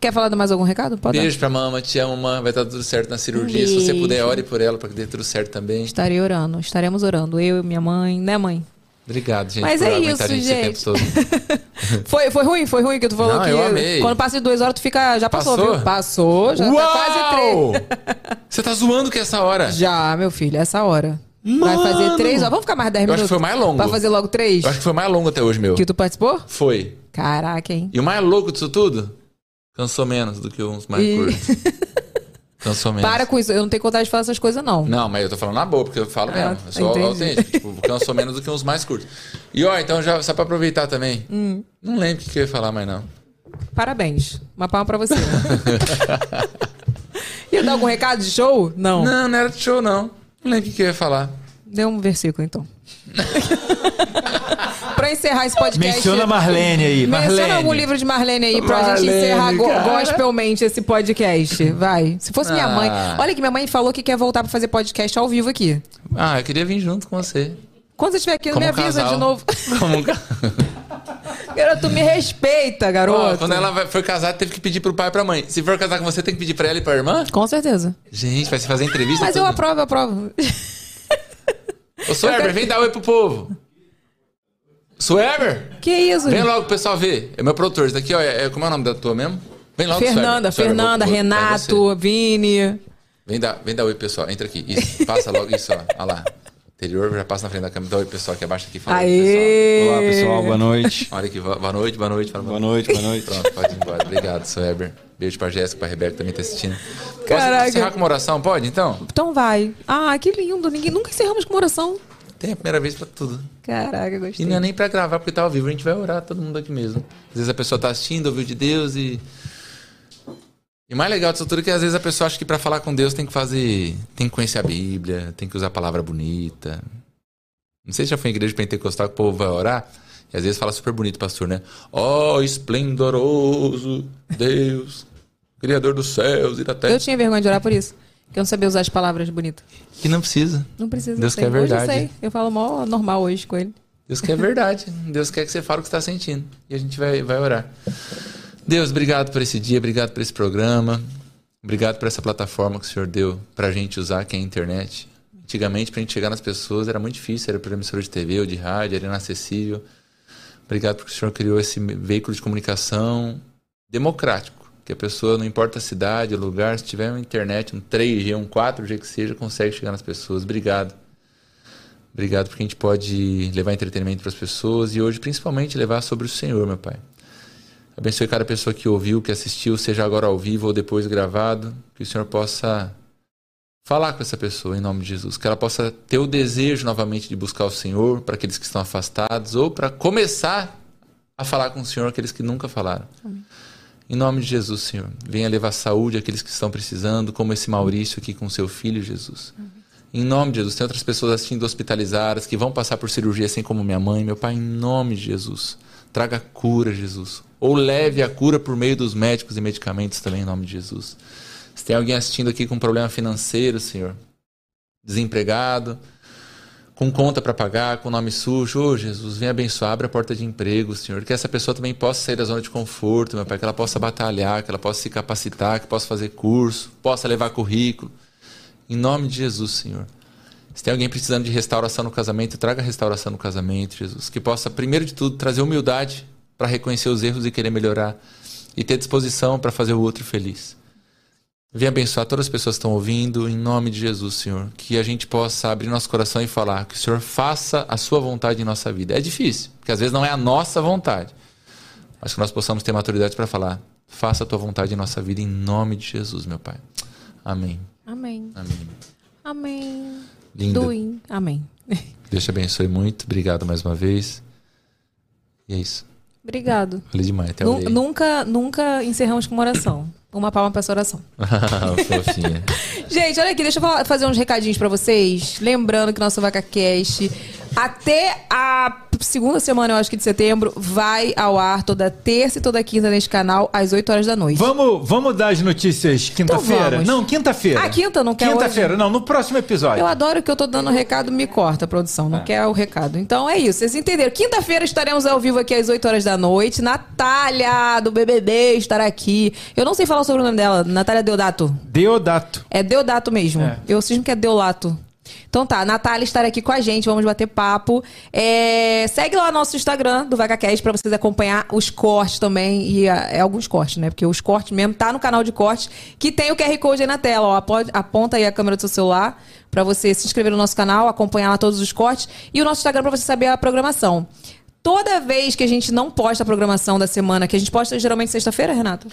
Speaker 1: Quer falar de mais algum recado? Pode dar.
Speaker 7: Beijo pra mama, te amo, mãe. Vai estar tudo certo na cirurgia. Se você
Speaker 1: Beijo.
Speaker 7: puder, ore por ela pra que dê tudo certo também.
Speaker 1: Estarei orando. Estaremos orando. Eu e minha mãe, né, mãe?
Speaker 7: Obrigado, gente,
Speaker 1: Mas
Speaker 7: por
Speaker 1: é
Speaker 7: aguentar
Speaker 1: isso,
Speaker 7: a gente, esse
Speaker 1: gente.
Speaker 7: tempo
Speaker 1: [laughs]
Speaker 7: todo.
Speaker 1: Foi, foi ruim, foi ruim que tu falou
Speaker 7: Não,
Speaker 1: que
Speaker 7: eu amei.
Speaker 1: quando passa de duas horas tu fica. Já passou,
Speaker 7: Passou?
Speaker 1: viu? Passou, [laughs] já tá quase três.
Speaker 7: Você tá zoando que é essa hora?
Speaker 1: Já, meu filho, essa hora. Vai fazer três horas. Vamos ficar mais dez
Speaker 7: Eu
Speaker 1: minutos.
Speaker 7: acho que foi mais longo.
Speaker 1: Vai fazer logo três?
Speaker 7: Eu acho que foi o mais longo até hoje, meu.
Speaker 1: Que tu participou?
Speaker 7: Foi.
Speaker 1: Caraca, hein?
Speaker 7: E o mais louco disso tudo? Cansou menos do que uns mais
Speaker 1: E-
Speaker 7: curtos. Cansou
Speaker 1: [laughs]
Speaker 7: menos.
Speaker 1: Para com isso, eu não tenho coragem de falar essas coisas, não.
Speaker 7: Não, mas eu tô falando na boa, porque eu falo
Speaker 1: Ah,
Speaker 7: mesmo. Eu sou
Speaker 1: entendi.
Speaker 7: autêntico. Tipo, cansou menos do que uns mais curtos. E ó, então já, só pra aproveitar também.
Speaker 1: Hum.
Speaker 7: Não lembro o que, que eu ia falar mais, não.
Speaker 1: Parabéns. Uma palma
Speaker 7: [laughs]
Speaker 1: pra você. Ia dar algum recado de show? Não.
Speaker 7: Não, não era de show, não. Não lembro o que, que eu ia falar.
Speaker 1: Dê um versículo,
Speaker 7: [laughs]
Speaker 1: então. pra encerrar esse podcast.
Speaker 2: Menciona Marlene aí. Marlene.
Speaker 1: Menciona algum livro de Marlene aí pra gente
Speaker 7: Marlene,
Speaker 1: encerrar go
Speaker 7: cara.
Speaker 1: gospelmente esse podcast. Vai. Se fosse minha
Speaker 7: Ah.
Speaker 1: mãe. Olha que minha mãe falou que quer voltar pra fazer podcast ao vivo aqui.
Speaker 7: Ah, eu queria vir junto com você.
Speaker 1: Quando você estiver aqui,
Speaker 7: Como
Speaker 1: me
Speaker 7: um
Speaker 1: avisa
Speaker 7: casal.
Speaker 1: de novo.
Speaker 7: [laughs]
Speaker 1: [laughs]
Speaker 7: Como um ca-
Speaker 1: Garoto, tu me respeita, garoto.
Speaker 7: Ó, quando ela vai- for casar, teve que pedir pro pai e pra mãe. Se for casar com você, tem que pedir pra ela e pra irmã?
Speaker 1: Com certeza.
Speaker 7: Gente, vai se fazer entrevista.
Speaker 1: Mas eu
Speaker 7: tudo.
Speaker 1: aprovo, eu aprovo. [laughs]
Speaker 7: Ô, Sueber,
Speaker 1: quero-
Speaker 7: vem dar oi pro povo. Sueber,
Speaker 1: Que isso,
Speaker 7: vem
Speaker 1: gente?
Speaker 7: logo pro pessoal ver. É meu produtor. Isso daqui, ó, é, é- como é o nome da tua mesmo? Vem logo,
Speaker 1: Fernanda,
Speaker 7: Sônia. Sônia,
Speaker 1: Fernanda,
Speaker 7: vou- vou- vai você.
Speaker 1: Renato, Vini.
Speaker 7: Vem dar, vem dar oi, pessoal. Entra aqui. Isso, passa logo isso, ó. Olha lá. Interior já passa na frente da câmera. Dá oi, pessoal, aqui abaixo aqui. Fala, oi,
Speaker 1: Aê!
Speaker 10: Olá, pessoal, boa noite.
Speaker 7: pessoal. Olha aqui, boa boa noite, boa noite. Fala,
Speaker 10: Boa noite, boa noite.
Speaker 7: Pronto, pode ir embora. Obrigado, seu Weber. Beijo pra Jéssica, pra Rebeca que também tá assistindo.
Speaker 1: Caraca.
Speaker 7: Posso encerrar com uma oração? Pode, então?
Speaker 1: Então vai. Ah, que lindo. Ninguém, nunca encerramos com oração.
Speaker 7: Tem a primeira vez pra tudo.
Speaker 1: Caraca,
Speaker 7: E
Speaker 1: gostei.
Speaker 7: não é nem pra gravar, porque tá ao vivo. A gente vai orar todo mundo aqui mesmo. Às vezes a pessoa tá assistindo, ouviu de Deus e... E o mais legal disso tudo é que às vezes a pessoa acha que pra falar com Deus tem que fazer... Tem que conhecer a Bíblia, tem que usar a palavra bonita. Não sei se já foi em igreja pentecostal que o povo vai orar. E às vezes fala super bonito, pastor, né? Ó esplendoroso Deus, Criador dos céus e da terra.
Speaker 1: Eu tinha vergonha de orar por isso. Que eu não sabia usar as palavras bonitas.
Speaker 7: Que não precisa.
Speaker 1: Não precisa.
Speaker 7: Deus
Speaker 1: sei.
Speaker 7: quer verdade.
Speaker 1: Hoje eu sei. Eu falo mó normal hoje com ele.
Speaker 7: Deus quer verdade. Deus quer que você fale o que você está sentindo. E a gente vai, vai orar. Deus, obrigado por esse dia, obrigado por esse programa. Obrigado por essa plataforma que o Senhor deu para a gente usar, que é a internet. Antigamente, para a gente chegar nas pessoas era muito difícil, era por emissora de TV ou de rádio, era inacessível. Obrigado porque o Senhor criou esse me- veículo de comunicação democrático, que a pessoa, não importa a cidade, o lugar, se tiver uma internet, um 3G, um 4G que seja, consegue chegar nas pessoas. Obrigado. Obrigado porque a gente pode levar entretenimento para as pessoas e hoje principalmente levar sobre o Senhor, meu Pai. Abençoe cada pessoa que ouviu, que assistiu, seja agora ao vivo ou depois gravado, que o Senhor possa falar com essa pessoa em nome de Jesus, que ela possa ter o desejo novamente de buscar o Senhor para aqueles que estão afastados ou para começar a falar com o Senhor aqueles que nunca falaram. Em nome de Jesus, Senhor, venha levar saúde àqueles que estão precisando, como esse Maurício aqui com seu filho Jesus. Em nome de Jesus, tem outras pessoas assistindo hospitalizadas que vão passar por cirurgia, assim como minha mãe, meu pai, em nome de Jesus. Traga cura, Jesus. Ou leve a cura por meio dos médicos e medicamentos também, em nome de Jesus. Se tem alguém assistindo aqui com um problema financeiro, Senhor, desempregado, com conta para pagar, com nome sujo. Ô, Jesus, vem abençoar, abre a porta de emprego, Senhor. Que essa pessoa também possa sair da zona de conforto, meu Pai. Que ela possa batalhar, que ela possa se capacitar, que possa fazer curso, possa levar currículo. Em nome de Jesus, Senhor. Se tem alguém precisando de restauração no casamento, traga restauração no casamento, Jesus. Que possa, primeiro de tudo, trazer humildade para reconhecer os erros e querer melhorar. E ter disposição para fazer o outro feliz. Venha abençoar todas as pessoas que estão ouvindo, em nome de Jesus, Senhor. Que a gente possa abrir nosso coração e falar que o Senhor faça a sua vontade em nossa vida. É difícil, porque às vezes não é a nossa vontade. Mas que nós possamos ter maturidade para falar: faça a tua vontade em nossa vida, em nome de Jesus, meu Pai. Amém.
Speaker 1: Amém.
Speaker 7: Amém.
Speaker 1: Amém.
Speaker 7: Lindo.
Speaker 1: Doim. Amém.
Speaker 7: Deus te abençoe muito. Obrigado mais uma vez. E é isso.
Speaker 1: Obrigado.
Speaker 7: Falei demais. Até
Speaker 1: Nu-
Speaker 7: olhei.
Speaker 1: nunca, nunca encerramos com uma oração. Uma palma pra essa oração.
Speaker 7: [laughs] Fofinha.
Speaker 1: Gente, olha aqui, deixa eu falar- fazer uns recadinhos pra vocês. Lembrando que nosso VacaCast, até a segunda semana, eu acho que de setembro, vai ao ar toda terça e toda quinta neste canal, às 8 horas da noite.
Speaker 2: Vamos, vamos dar as notícias quinta-feira?
Speaker 1: Então vamos.
Speaker 2: não, quinta-feira.
Speaker 1: Ah, quinta? Não quer hoje?
Speaker 2: Quinta-feira, não, no próximo episódio.
Speaker 1: Eu adoro que eu tô dando recado, me corta, produção. Não quer o recado. Então é isso, vocês entenderam. Quinta-feira estaremos ao vivo aqui às 8 horas da noite. Natália, do BBB, estará aqui. Eu não sei falar sobre o nome dela. Natália Deodato.
Speaker 2: Deodato.
Speaker 1: É Deodato mesmo.
Speaker 2: É.
Speaker 1: Eu cismo que é Deolato. Então tá, Natália estará aqui com a gente, vamos bater papo. É, segue lá nosso Instagram do VacaCast pra vocês acompanhar os cortes também. E ah, é, alguns cortes, né? Porque os cortes mesmo tá no canal de cortes, que tem o QR Code aí na tela. Ó, Apo- aponta aí a câmera do seu celular pra você se inscrever no nosso canal, acompanhar lá todos os cortes. E o nosso Instagram pra você saber a programação. Toda vez que a gente não posta a programação da semana, que a gente posta geralmente sexta-feira, né? Renato?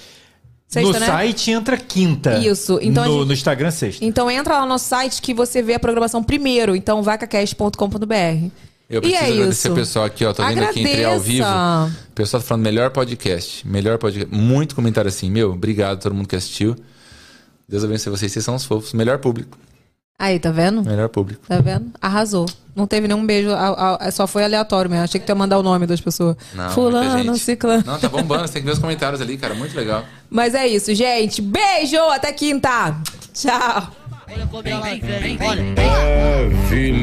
Speaker 2: no site entra quinta.
Speaker 1: Isso, então a
Speaker 2: No,
Speaker 1: gente-
Speaker 2: no Instagram sexta.
Speaker 1: então entra lá no nosso site que você vê a programação primeiro. Então, vacacast.com.br.
Speaker 7: Eu
Speaker 1: e
Speaker 7: preciso
Speaker 1: é
Speaker 7: agradecer
Speaker 1: isso.
Speaker 7: o pessoal aqui, ó. Tô vendo aqui entrei ao vivo.
Speaker 1: Agradeça.
Speaker 7: O pessoal tá falando melhor podcast. Melhor podcast. Muito comentário assim. Meu, obrigado a todo mundo que assistiu. Deus abençoe vocês. Vocês são os fofos. Melhor público.
Speaker 1: Aí, tá vendo?
Speaker 7: Melhor público.
Speaker 1: Tá vendo? Arrasou. Não teve nenhum beijo, a- a- só foi aleatório mesmo. Achei que tu ia mandar o nome das pessoas.
Speaker 7: Não, muita
Speaker 1: Fulano,
Speaker 7: gente.
Speaker 1: ciclano.
Speaker 7: Não, tá bombando. Você tem que ver os comentários ali, cara. Muito legal.
Speaker 1: Mas é isso, gente. Beijo, até quinta. Tchau.
Speaker 4: Olha como ela vem, olha.
Speaker 6: Filho.